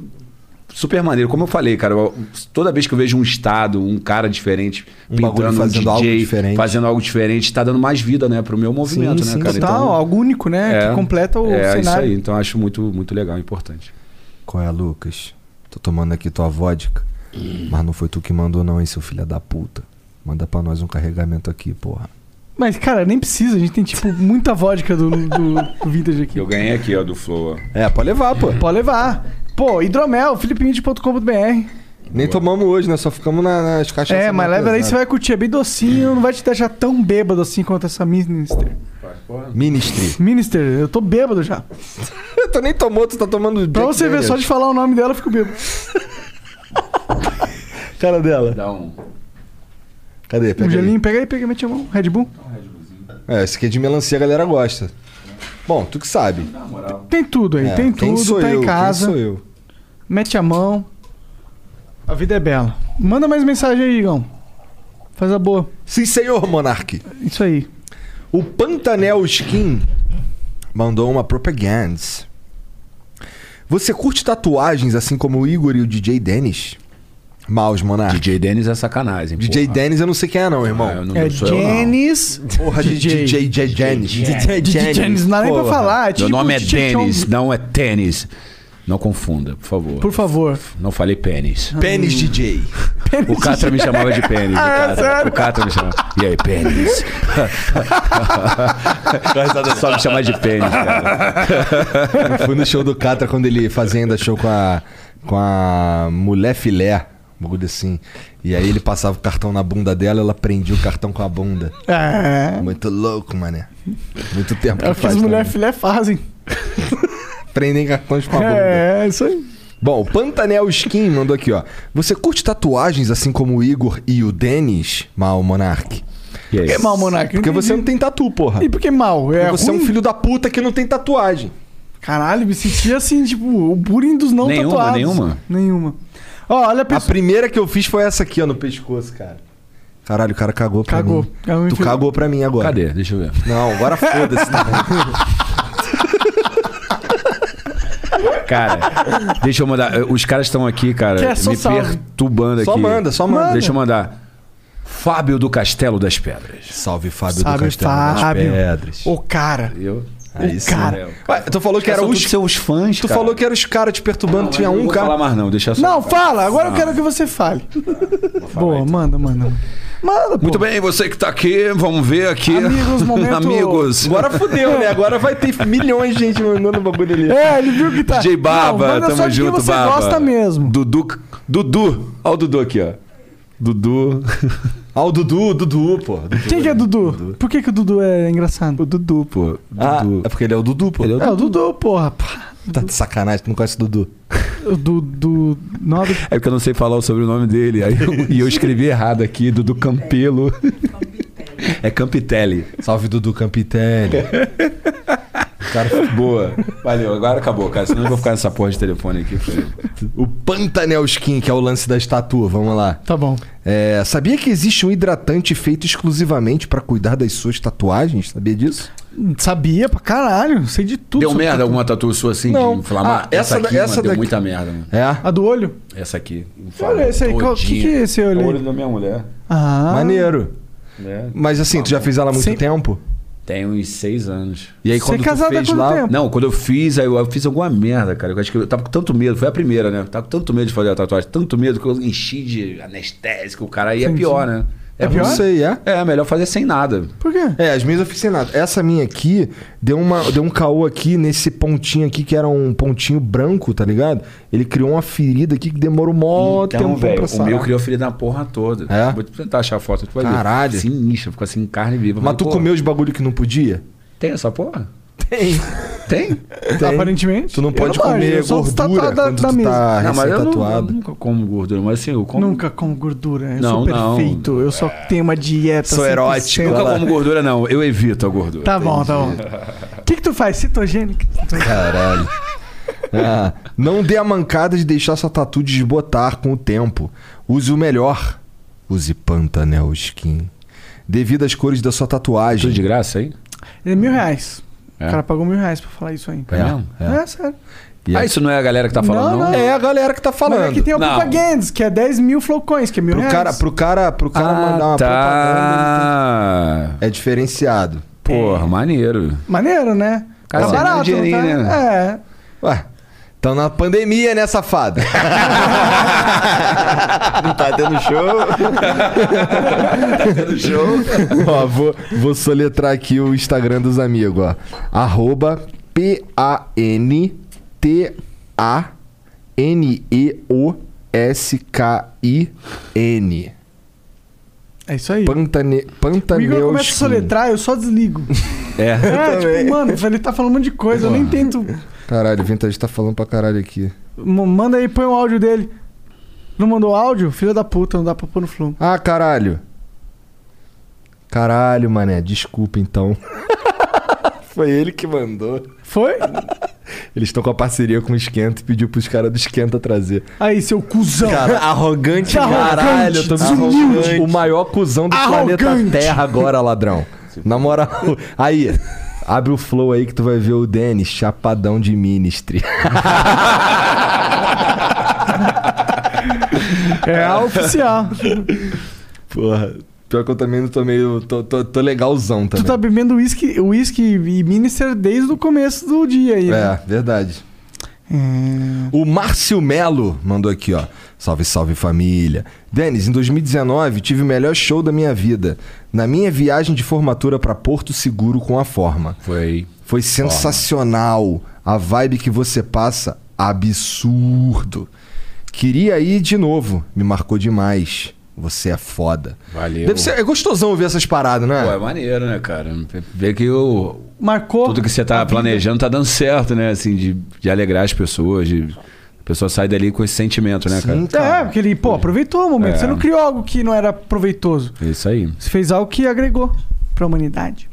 S6: super maneiro. Como eu falei, cara, eu- toda vez que eu vejo um estado, um cara diferente,
S2: Um bagulho
S6: pintando,
S2: fazendo
S6: um
S2: algo
S6: DJ,
S2: diferente.
S6: fazendo algo diferente, tá dando mais vida, né? Pro meu movimento,
S2: Sim,
S6: né,
S2: sim,
S6: cara?
S3: Total,
S6: Então-
S3: tá algo único, né? que completa o
S6: é, isso
S3: cenário.
S6: aí. Então acho muito, muito legal, importante.
S2: Qual é, Lucas? Tô tomando aqui tua vodka. Mas não foi tu que mandou, não, hein, seu filho da puta. Manda pra nós um carregamento aqui, porra.
S3: Mas, cara, nem precisa. A gente tem, tipo, muita vodka do, do, do vintage aqui.
S6: Eu ganhei aqui, ó, do Flow. ó.
S2: É, pode levar, pô.
S3: Pode levar. Pô, hidromel, filipinid.com.br.
S2: Nem tomamos hoje, né? Só ficamos na- nas caixas. né?
S3: É, mas leva daí você vai curtir, é bem docinho, não vai te deixar tão bêbado assim quanto essa Minister. [laughs]
S2: Ministry.
S3: Minister, eu tô bêbado já.
S2: tu nem tomou, tu tá tomando.
S3: Pra
S2: Jack
S3: você ver,
S2: Daniels.
S3: só de falar o nome dela, eu fico bêbado.
S2: Cara dela.
S6: Dá um.
S2: Cadê?
S3: Um
S2: Pega aí.
S3: gelinho, pega aí, pega aí, mete a mão. Red Bull.
S2: É, esse aqui é de melancia, a galera gosta. Bom, tu que sabe.
S3: Tem tudo aí,
S2: É,
S3: tem
S2: quem
S3: tudo,
S2: sou
S3: tá
S2: eu?
S3: em
S2: Quem
S3: casa.
S2: sou eu?
S3: Mete a mão. A vida é bela. Manda mais mensagem aí, Igão. Faz a boa.
S2: Sim, senhor Monark.
S3: Isso aí.
S2: O Pantanel Skin mandou uma propaganda. Você curte tatuagens assim como o Igor e o DJ Dennis? Maus, Monark.
S6: DJ Dennis é sacanagem.
S2: DJ Dennis eu não sei quem é não, irmão.
S6: Ah, eu não
S3: É
S6: sou eu, não.
S3: Janice.
S2: Porra, DJ, DJ,
S6: [laughs]
S2: Dennis.
S3: DJ Dennis, não dá nem pra
S6: Porra.
S3: falar. é
S6: Meu
S3: tipo
S6: nome é
S3: DJ
S6: Dennis,
S3: Chong.
S6: não é tênis. Não confunda, por favor.
S3: Por favor.
S6: Não falei pênis.
S2: Pênis DJ.
S6: O Catra me chamava de
S3: [laughs]
S6: pênis.
S3: Ah, é
S6: o, Catra,
S3: sério?
S6: o Catra me chamava. E aí, [laughs] pênis? O resultado é só me chamar de pênis, cara.
S2: [laughs] Eu fui no show do Catra quando ele fazia ainda show com a, com a mulher filé, um bagulho assim. E aí ele passava o cartão na bunda dela, ela prendia o cartão com a bunda.
S3: É.
S2: Muito louco, mané. Muito tempo
S3: É o que as
S2: né?
S3: mulheres filé fazem.
S2: Prendem cartões com a bunda.
S3: É, isso aí.
S2: Bom, o Pantanel Skin mandou aqui, ó. Você curte tatuagens assim como o Igor e o Denis, mal Monark?
S3: Por que mal, Monark?
S2: Porque
S3: Não
S2: você
S3: entendi.
S2: não tem tatu, porra.
S3: E por que mal? É
S2: Porque você é um
S3: ruim?
S2: filho da puta que não tem tatuagem.
S3: Caralho, me senti assim, tipo, o bullying dos não
S2: Nenhuma,
S3: tatuados.
S2: nenhuma?
S3: Nenhuma. Ó, olha a
S2: A
S3: pessoa.
S2: primeira que eu fiz foi essa aqui, ó, no pescoço, cara. Caralho, o cara cagou pra
S3: Cagou.
S2: mim.
S3: Cagou em
S2: tu
S3: fio.
S2: cagou pra mim agora.
S6: Cadê? Deixa eu ver.
S2: Não,
S3: [laughs]
S2: agora foda-se. tá?
S6: Cara, deixa eu mandar. Eh, Os caras estão aqui, cara,
S2: Quer, só
S6: me
S2: salve.
S6: perturbando
S2: Só
S6: aqui.
S2: manda, só manda.
S6: Deixa eu mandar. Fábio do Castelo das Pedras.
S2: Salve, Fábio
S3: Sabe, Fábio. O cara.
S6: Eu?
S3: Aí sim.
S6: né?
S3: cara.
S2: Ué, tu falou que era
S6: São
S2: os
S6: todos seus fãs,
S2: Tu
S6: cara.
S2: falou que era os caras te perturbando,
S6: Não, mas
S2: tinha
S6: não
S2: um
S6: vou
S2: cara.
S6: falar mais não, deixa só.
S3: Não, fala, agora eu
S6: Não.
S3: quero que você fale. [laughs] Boa, manda, manda. Manda,
S6: [laughs]
S3: pô.
S6: Muito bem, você que tá aqui, vamos ver aqui. [laughs]
S3: Amigos, momento-
S6: Amigos.
S2: Agora fudeu, né? Agora vai ter milhões de gente mandando bagulho ali.
S3: [laughs] É, ele viu que tá.
S6: DJ
S3: Não,
S6: Baba,
S3: manda só
S6: tamo
S3: de
S6: junto,
S3: quem você
S6: Baba.
S3: gosta mesmo.
S6: Dudu. Dudu. Olha o Dudu aqui, ó. Dudu.
S2: Olha o Dudu, Dudu, pô. Dudu.
S3: Quem que é Dudu? Por que, que o Dudu é engraçado? O Dudu,
S6: pô.
S2: é porque ele é o Dudu, pô.
S3: É, o Dudu, porra. pá.
S2: Tá de sacanagem, tu não conhece o Dudu.
S3: O Dudu Nobre.
S6: É porque eu não sei falar o sobrenome dele. aí eu- e eu escrevi errado aqui, Dudu Campelo. É Campitelli.
S2: Salve, Dudu Campitelli.
S6: Cara, boa. Valeu, agora acabou, cara. Senão eu vou ficar nessa porra de telefone aqui.
S2: O Pantanel Skin, que é o lance da estatua, vamos lá.
S3: Tá bom.
S2: É, sabia que existe um hidratante feito exclusivamente pra cuidar das suas tatuagens? Sabia disso?
S3: Sabia pra caralho, sei de tudo.
S6: Deu
S3: sobre
S6: merda
S3: tatu.
S6: alguma tatu sua assim?
S3: Não.
S6: De inflamar?
S2: Ah, essa
S6: essa, aqui,
S2: da-
S6: mano,
S2: essa
S6: deu
S2: daqui.
S6: muita merda, mano.
S2: É?
S3: A do olho?
S6: Essa aqui. um
S3: Olha esse aí, qual- que que é esse olho
S6: É
S3: aí?
S6: o olho da minha mulher. É.
S3: Ah.
S2: Maneiro. Mas assim, tu já fez ela há muito
S3: Sim.
S2: tempo?
S6: Tem uns seis anos.
S2: E aí
S3: Você
S2: quando
S3: é
S2: tu
S3: casado há
S2: fez
S3: quanto
S2: lá...
S3: tempo?
S6: Não, quando eu fiz, aí eu eu fiz alguma merda, cara. Eu acho que eu tava com tanto medo. Foi a primeira, né? Eu Tava com tanto medo de fazer a tatuagem. Tanto medo que eu enchi de anestésico, o cara. Aí é
S3: Entendi.
S6: pior, né?
S2: É pior? Não sei, é?
S6: É, melhor fazer sem nada.
S3: Por quê?
S2: É, as minhas eu fiz sem nada. Essa minha aqui deu, uma, deu um caô aqui nesse pontinho aqui, que era um pontinho branco, tá ligado? Ele criou uma ferida aqui que demorou mó
S6: é
S2: tempo pra
S6: Então, o
S2: sarar.
S6: meu criou ferida na porra toda.
S2: É?
S6: Vou tentar achar a foto, tu vai ver.
S2: Caralho.
S6: Sinistra, ficou assim, carne viva.
S2: Mas
S6: Falei,
S2: tu
S6: pô,
S2: comeu os bagulho que não podia?
S6: Tem essa porra?
S2: Tem.
S6: Tem?
S3: Aparentemente.
S2: Tu não
S3: Eu
S2: pode
S3: manjo,
S2: comer
S3: eu sou
S2: gordura
S3: tatuado da-
S2: quando
S3: da
S2: tu
S3: mesa.
S2: tá
S6: não, mas eu, não, eu
S2: recém-tatuado.
S6: nunca como gordura, mas assim, eu como...
S3: Nunca como gordura, eu sou
S6: Não, não.
S3: perfeito. Eu só tenho uma dieta. assim
S2: Sou
S3: 100%.
S2: erótico.
S6: Nunca
S2: Vai Tá lá.
S6: como gordura, não. Eu evito a gordura.
S3: Tá bom, tá bom. O que, que tu faz? Citogênica?
S2: Caralho. Ah, não dê a mancada de deixar sua tatu desbotar com o tempo. Use o melhor. Use Pantanel Skin. Devido às cores da sua tatuagem.
S6: Tudo de graça, hein?
S3: É mil reais.
S6: É.
S3: O cara pagou mil reais pra falar isso aí.
S6: É mesmo?
S3: É, sério.
S2: E
S6: Ah,
S2: aí,
S6: isso não é a galera que tá falando, não?
S3: Não, não.
S2: É a galera que tá
S3: Mas
S2: falando.
S3: aqui tem o
S6: Não.
S3: propagandas, que é 10 mil flocões, que é mil
S2: Pro
S3: reais.
S2: cara, pro cara, pro cara
S6: Ah,
S2: mandar uma propaganda.
S6: tá.
S2: ele tem- É diferenciado.
S6: Porra, maneiro.
S3: Maneiro, né?
S6: Cara,
S3: tá
S6: você ganha um
S3: barato, não tá?
S6: dinheirinho, né?
S3: É.
S2: Ué, tão na pandemia, né, safado?
S15: [laughs] Não tá tendo show. Tá
S2: ó, vou, vou soletrar aqui o Instagram dos amigos, ó. Arroba P-A-N-T-A-N-E-O S-K-I-N.
S3: É isso aí.
S2: Pantane...
S3: O Igor
S2: Pantaneu
S3: começa a soletrar, eu só
S6: [laughs]
S3: desligo.
S2: É.
S3: É, tipo, mano, ele tá falando um monte de coisa, eu nem tento.
S2: Caralho, o Vintage tá falando pra caralho aqui.
S3: M- Manda aí, põe o áudio dele. Não mandou áudio? Filho da puta, não dá pra pôr no flume.
S2: Ah, caralho. Caralho, mané. Desculpa, então. [laughs] Foi ele que mandou.
S3: Foi?
S2: Eles estão com a parceria com o Esquenta e pediu pros caras do Esquenta trazer.
S3: Aí, seu cuzão.
S2: Cara, arrogante,
S3: Arrogante,
S2: caralho. Eu tô me
S3: desumilde.
S2: arrogante. O maior cuzão do
S3: Arrogante.
S2: planeta Terra agora, ladrão. Na moral. Aí, abre o flow aí que tu vai ver o Denis, chapadão de ministry.
S3: [laughs] É a oficial.
S2: [laughs] Porra. Pior que eu também não tô meio. tô, tô, tô legalzão
S3: Tu
S2: também.
S3: tá bebendo uísque whisky e minister desde o começo do dia aí. né? É.
S2: É, verdade. O Márcio Melo mandou aqui, ó. Salve, salve família. Denis, em 2019 tive o melhor show da minha vida. Na minha viagem de formatura pra Porto Seguro com a Forma.
S6: Foi.
S2: Foi sensacional. A vibe que você passa, absurdo. Queria ir de novo. Me marcou demais. Você é foda.
S6: Valeu.
S2: Deve ser, é gostosão ouvir essas paradas, né?
S6: Pô, é maneiro, né, cara? Ver que o.
S3: Marcou.
S6: Tudo que você tá planejando tá dando certo, né? Assim, de, de alegrar as pessoas. De, a pessoa sai dali com esse sentimento, né, cara?
S3: É, porque ele, pô, aproveitou o momento.
S6: É.
S3: Você não criou algo que não era proveitoso.
S6: É isso aí.
S3: Você fez algo que agregou pra humanidade,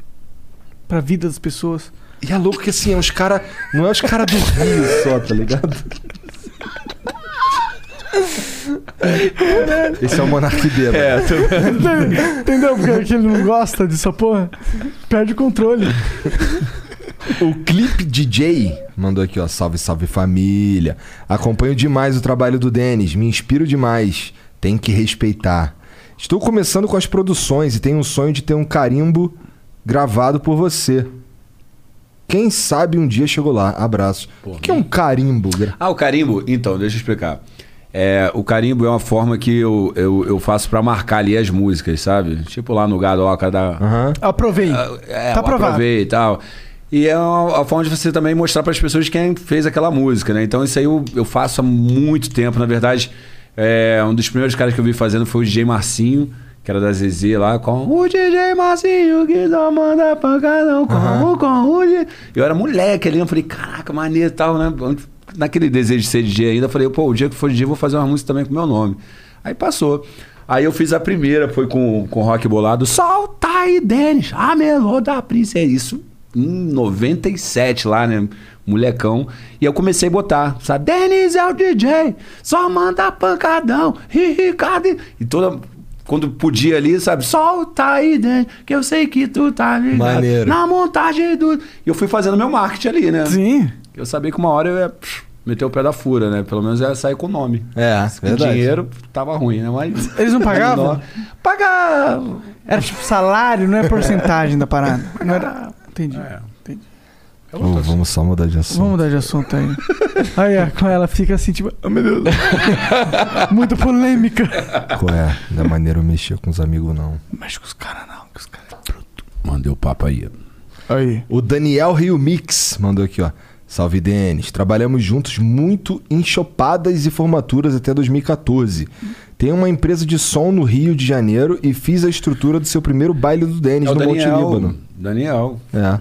S3: pra vida das pessoas.
S2: E é louco que assim, é uns cara. Não é os cara do Rio só, tá ligado? Esse é o Monark Bêbado.
S6: É, tô
S3: Entendeu? Porque que ele não gosta disso, porra. Perde o controle.
S2: O Clip DJ mandou aqui, ó. Salve, salve família. Acompanho demais o trabalho do Denis, me inspiro demais. Tem que respeitar. Estou começando com as produções e tenho um sonho de ter um carimbo gravado por você. Quem sabe um dia chegou lá. Abraço. O que que é um carimbo? gra-
S6: [laughs] Ah, o carimbo? Então, deixa eu explicar. É, o carimbo é uma forma que eu, eu, eu faço pra marcar ali as músicas, sabe? Tipo lá no Gadoca da.
S3: Aprovei.
S6: É,
S3: tá
S6: eu
S3: aprovado.
S6: aprovei e tal. E é uma, a forma de você também mostrar para as pessoas quem fez aquela música, né? Então isso aí eu, eu faço há muito tempo. Na verdade, é, um dos primeiros caras que eu vi fazendo foi o DJ Marcinho, que era da ZZ lá, com o DJ Marcinho que não manda pancadão, com o com o DJ. Eu era moleque ali, eu falei, caraca, maneiro e tal, né? Naquele desejo de ser DJ ainda, eu falei, pô, o dia que for DJ eu vou fazer uma música também com o meu nome. Aí passou. Aí eu fiz a primeira, foi com, com rock bolado. Solta aí, Denis, a melô da princesa. Isso em 97 lá, né? Molecão. E eu comecei a botar, sabe? Denis é o DJ, só manda pancadão. Ri, Ricardo. E toda. Quando podia ali, sabe? Solta aí, Denis, que eu sei que tu tá ligado.
S2: Maneiro.
S6: Na montagem do. E eu fui fazendo meu marketing ali, né?
S3: Sim.
S6: Eu sabia que uma hora eu ia psh, meter o pé da fura, né? Pelo menos eu ia sair com o nome.
S2: É,
S6: Com dinheiro tava ruim, né? [laughs] Mas.
S3: Eles não pagavam?
S6: Pagavam.
S3: Era tipo salário, não é porcentagem da parada. Não era. Entendi.
S6: É.
S3: entendi.
S2: Ô, vamos só mudar de assunto.
S3: Vamos mudar de assunto aí. Aí ó, com ela fica assim, tipo, oh, meu Deus. [laughs] Muito polêmica.
S2: Qual é? Não é maneiro mexer com os amigos, não.
S3: Mas com os caras não, que os caras.
S6: Mandei o papo aí.
S3: Aí.
S2: O Daniel Rio Mix mandou aqui, ó. Salve, Denis. Trabalhamos juntos muito em chopadas e formaturas até 2014. Tenho uma empresa de som no Rio de Janeiro e fiz a estrutura do seu primeiro baile do Denis
S6: É o
S2: no Monte
S6: Daniel.
S2: Líbano.
S3: né?
S6: Daniel.
S2: É.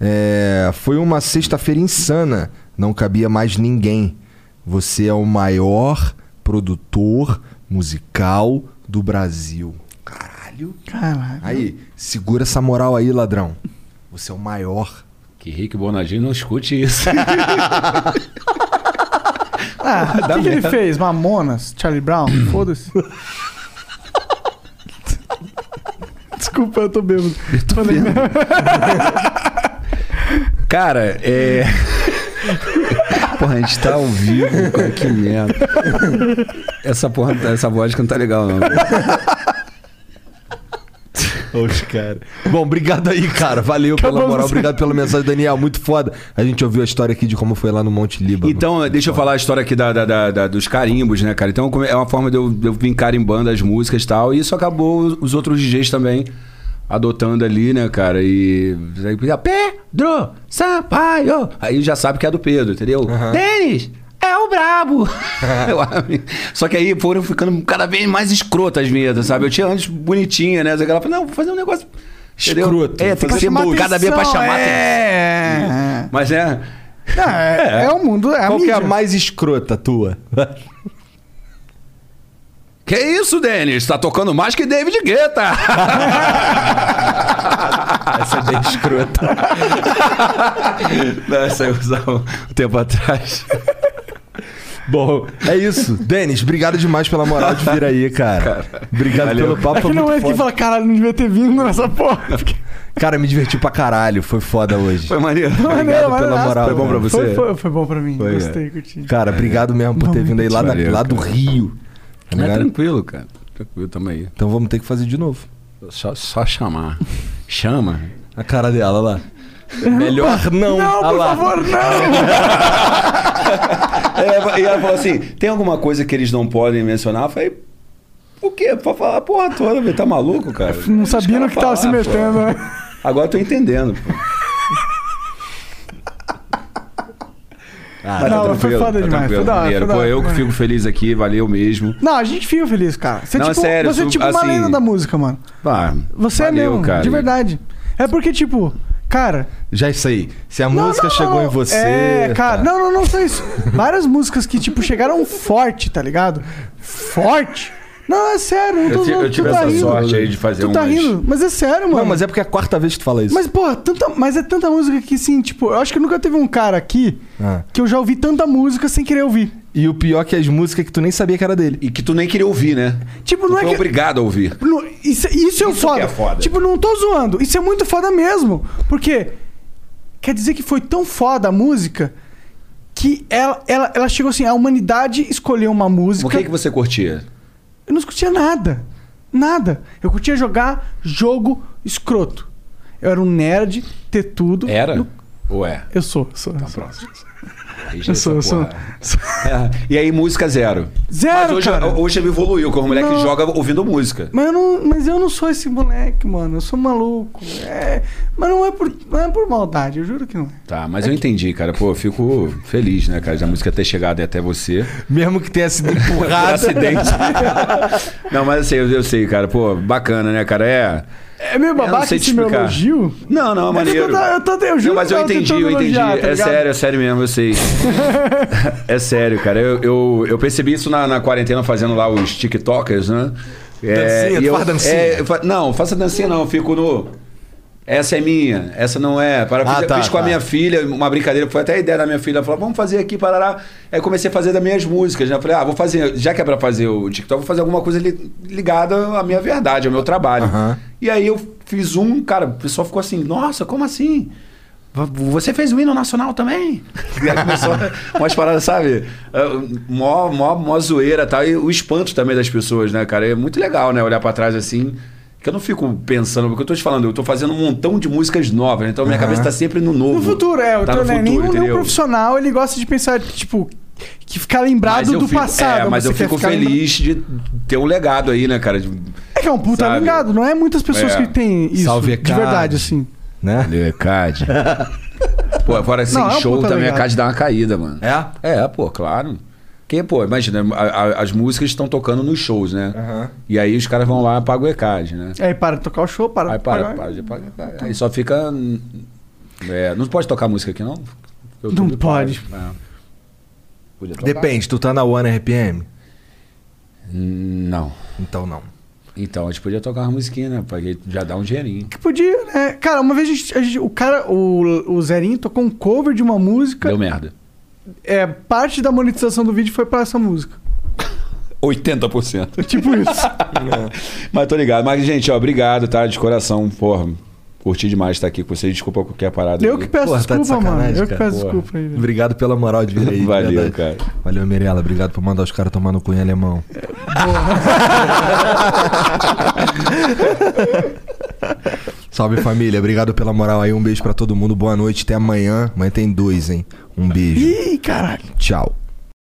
S2: É, Foi uma sexta-feira insana. Não cabia mais ninguém. Você é o maior produtor musical do Brasil. Caralho.
S3: Caralho.
S2: Aí, segura essa moral aí, ladrão. Você é o maior.
S6: Que Rick Bonadinho não escute isso.
S3: Ah, o
S6: Dá
S3: que, que ele
S6: merda.
S3: fez? Mamonas? Charlie Brown? Foda-se. [laughs] Desculpa, eu tô bêbado. Falei merda.
S6: Cara, é. porra, a gente tá ao vivo, cara, que merda. Essa porra, essa vodka não tá legal, não.
S2: Os caras. Bom, obrigado aí, cara. Valeu pela
S6: Acabamos.
S2: moral. Obrigado pela mensagem, Daniel. Muito foda. A gente ouviu a história aqui de como foi lá no Monte Líbano.
S6: Então, deixa eu falar a história aqui da, da- da- da- dos carimbos, né, cara? Então, como é uma forma de eu, de eu vir carimbando as músicas e tal. E isso acabou os outros DJs também adotando ali, né, cara? E. aí, Pedro Sampaio! Aí já sabe que é do Pedro, entendeu? Denis! é o
S2: [laughs]
S6: brabo. [laughs] Eu amei. Só que aí foram ficando cada vez mais escrotas as vinhetas, sabe? Eu tinha antes bonitinha, né? Aquela, não, vou fazer um negócio... entendeu?
S2: Escroto.
S6: É, tem que
S2: Pra
S6: ser
S2: chamar
S6: cada vez pra
S2: atenção,
S6: chamar
S2: é.
S6: atenção. Mas é...
S3: é, é o mundo, é a
S2: Qual que é a
S3: mídia.
S2: mais escrota tua?
S6: Que isso, Denis? Tá tocando mais que David Guetta. [laughs] [laughs] Essa é bem escrota. Não, essa eu usava um tempo atrás.
S2: Bom, é isso. Denis, obrigado demais pela moral de vir aí, cara. Obrigado
S6: valeu.
S2: pelo papo.
S3: Aqui
S2: foi
S3: não
S2: muito
S3: é que
S2: foda.
S3: fala, caralho, não devia ter vindo nessa porra.
S2: Cara, me diverti pra caralho. Foi foda hoje.
S6: Foi maneiro.
S3: é
S2: Obrigado
S3: Maneiro,
S2: pela
S3: maneiraço.
S2: moral. cara.
S3: Foi, foi- foi bom pra mim.
S2: Foi,
S3: Gostei,
S2: é.
S3: curti.
S2: Cara, obrigado mesmo por ter vindo aí lá, da-
S6: Valeu,
S2: lá do
S6: cara.
S2: Rio. Tá
S6: É
S2: ligado?
S6: tranquilo, cara. Tranquilo, tamo aí.
S2: Então vamos ter que fazer de novo.
S6: Só, só chamar. Chama.
S2: A cara dela, olha lá. Melhor não.
S3: Não,
S2: olha
S3: por
S2: lá.
S3: favor, não!
S6: É, e ela falou assim: tem alguma coisa que eles não podem mencionar? Eu falei, por quê? Pra falar a porra toda, velho. Tá maluco, cara?
S3: Não sabia no que tava se
S6: falar,
S3: metendo,
S6: pô.
S3: né?
S6: Agora eu tô entendendo,
S3: [laughs]
S6: pô.
S3: não, mas foi
S6: Ah, tá tranquilo,
S3: foda demais,
S6: tranquilo,
S3: foi da hora,
S6: maneiro.
S3: foi da
S6: Pô,
S3: hora,
S6: eu que
S3: foi.
S6: fico feliz aqui, valeu mesmo.
S3: Não, a gente fica feliz, cara. Você é
S6: Não, é
S3: tipo,
S6: sério,
S3: você é
S6: tu-
S3: tipo uma
S6: assim-
S3: lenda da música, mano.
S6: Ah,
S3: Você é
S6: valeu,
S3: mesmo,
S6: cara.
S3: de verdade. É porque, tipo, cara.
S2: Já é isso aí. Se a
S3: não,
S2: música
S3: não,
S2: chegou
S3: não.
S2: em você. tá.
S3: É, cara. Não, não, não só isso. Várias músicas que, tipo, chegaram forte, tá ligado? Forte. Não, é sério, não tô
S6: Eu ti- eu
S3: zoando, tu
S6: tive
S3: tá
S6: essa
S3: rindo.
S6: sorte aí de um fazer
S3: Tu tá
S6: umas-
S3: rindo, mas é sério, mano.
S2: Não, mas é porque é a quarta vez que tu fala isso.
S3: Mas, porra, tanta, mas é tanta música que, assim, tipo, eu acho que nunca teve um cara aqui
S2: Ah.
S3: que eu já ouvi tanta música sem querer ouvir.
S2: E o pior é que as músicas que tu nem sabia que era dele.
S6: E que tu nem queria ouvir, né?
S3: Tipo,
S6: Tu
S3: não é
S6: foi
S3: que.
S6: obrigado a ouvir.
S3: Não, Isso, isso é um foda.
S6: é foda.
S3: Tipo, não tô zoando. Isso é muito foda mesmo. Porque quer dizer que foi tão foda a música que ela, ela, ela chegou assim, a humanidade escolheu uma música.
S6: O que, que você curtia?
S3: Eu não curtia nada. Nada. Eu curtia jogar jogo escroto. Eu era um nerd, ter tudo.
S6: Era?
S3: No-
S6: Ou é?
S3: Eu sou, sou. eu sou.
S6: Próximo. Aí já
S3: Eu sou, eu
S6: essa
S3: sou.
S6: porra. [laughs] É, E aí, música zero.
S3: Zero,
S6: Mas hoje,
S3: cara.
S6: hoje ele evoluiu, como o moleque
S3: Não.
S6: joga ouvindo música.
S3: Mas eu, não, mas eu não sou esse moleque, mano. Eu sou maluco. É, mas não é, por, não é por maldade, eu juro que não é.
S6: Tá, mas eu entendi, cara. Pô, eu fico feliz, né, cara, da música ter chegado até você.
S2: Mesmo que tenha sido
S6: Por
S2: empurrado.
S6: [laughs] acidente. não, mas eu sei, eu, eu sei, cara. Pô, bacana, né, cara? É.
S3: É meio
S6: Eu não
S3: babaca
S6: sei te
S3: esse meu
S6: explicar.
S3: elogio?
S6: Não, não,
S3: É que
S6: maneiro.
S3: eu tava- eu tava- eu juro
S6: não, mas
S3: que
S6: eu
S3: eu tava
S6: entendi,
S3: tentando
S6: eu entendi.
S3: elogiar, tá
S6: é
S3: ligado?
S6: sério, é sério mesmo,
S3: [laughs]
S6: eu sei. é sério, cara. Eu, eu, eu percebi isso na, na quarentena fazendo lá os TikTokers, né?
S2: Dancinha,
S6: e
S2: tu
S6: eu-
S2: faz dancinha?
S6: é, eu fa- não, faça dancinha não, eu fico no. Essa é minha, essa não é. Para,
S2: Ah,
S6: fiz, eu
S2: tá,
S6: fiz com a
S2: tá.
S6: minha filha, uma brincadeira, foi até a ideia da minha filha. Ela falou, vamos fazer aqui, parará. Aí comecei a fazer das minhas músicas. Né? Eu Falei, ah, vou fazer, já que é pra fazer o TikTok, vou fazer alguma coisa li- ligada à minha verdade, ao meu trabalho. E aí eu fiz um, cara, o pessoal ficou assim, nossa, como assim? V- Você fez o hino nacional também? [laughs] E aí começou umas paradas, sabe? Eh, Mó, mó, mó zoeira e tal. E o espanto também das pessoas, né, cara? É muito legal, né? Olhar pra trás assim. Que eu não fico pensando, porque eu tô te falando, eu tô fazendo um montão de músicas novas, né? então minha cabeça tá sempre no novo.
S3: No futuro, é.
S6: tá
S3: o
S6: no
S3: né,
S6: futuro,
S3: nenhum, nenhum
S6: entendeu?
S3: profissional ele gosta de pensar, tipo, que ficar lembrado
S6: Mas eu
S3: do
S6: fico-
S3: passado.
S6: É, mas
S3: você
S6: eu
S3: quer
S6: fico
S3: ficar
S6: feliz de ter um legado aí, né, cara? De-
S3: É que é um puta
S6: Sabe?
S3: alongado, não é muitas pessoas
S6: É.
S3: que têm isso.
S2: Salve,
S3: de
S2: Cade.
S3: verdade, assim.
S2: Né?
S6: Lecade. [laughs] pô, agora sem
S3: Não, é um
S6: show
S3: puta
S6: também a
S3: legado.
S6: Cade dá uma caída, mano.
S2: É?
S6: É, pô, claro. Porque, pô, imagina, a- a- as músicas estão tocando nos shows, né? E aí os caras vão lá e pagam o ECAD, né?
S3: Aí É, para de tocar o show, para.
S6: Aí para,
S3: para-
S6: para de pagar. Aí só fica. é, não pode tocar música aqui, não? Eu
S3: Não
S6: tudo
S3: pode.
S6: É. Podia tocar?
S2: Depende, tu tá na One RPM?
S6: Não.
S2: Então não.
S6: Então a gente podia tocar uma musiquinha, né? Pra que já dá um dinheirinho.
S3: Que podia, né? Cara, uma vez a gente, a gente- o cara, o, o Zerinho tocou um cover de uma música.
S6: Deu merda.
S3: É, parte da monetização do vídeo foi pra essa música.
S6: 80%.
S3: Tipo
S6: [laughs]
S3: isso.
S6: Mas tô ligado. Mas, gente, ó, obrigado, tá? De coração, porra. Curti demais estar aqui com vocês. Desculpa qualquer parada.
S3: Eu
S6: aí.
S3: que peço
S2: Porra, tá de
S3: desculpa, mano.
S2: sacanagem,
S3: Eu que
S2: cara.
S3: peço
S6: Porra.
S3: desculpa aí, velho.
S2: Obrigado pela moral de vir aí. de
S6: Valeu,
S2: verdade.
S6: cara.
S2: Valeu, Mirella. Obrigado por mandar os caras tomar no cunho alemão. [laughs] Salve família, obrigado pela moral aí. Um beijo pra todo mundo. Boa noite, até amanhã. Amanhã tem dois, hein? Um beijo.
S3: Ih, caralho.
S2: Tchau.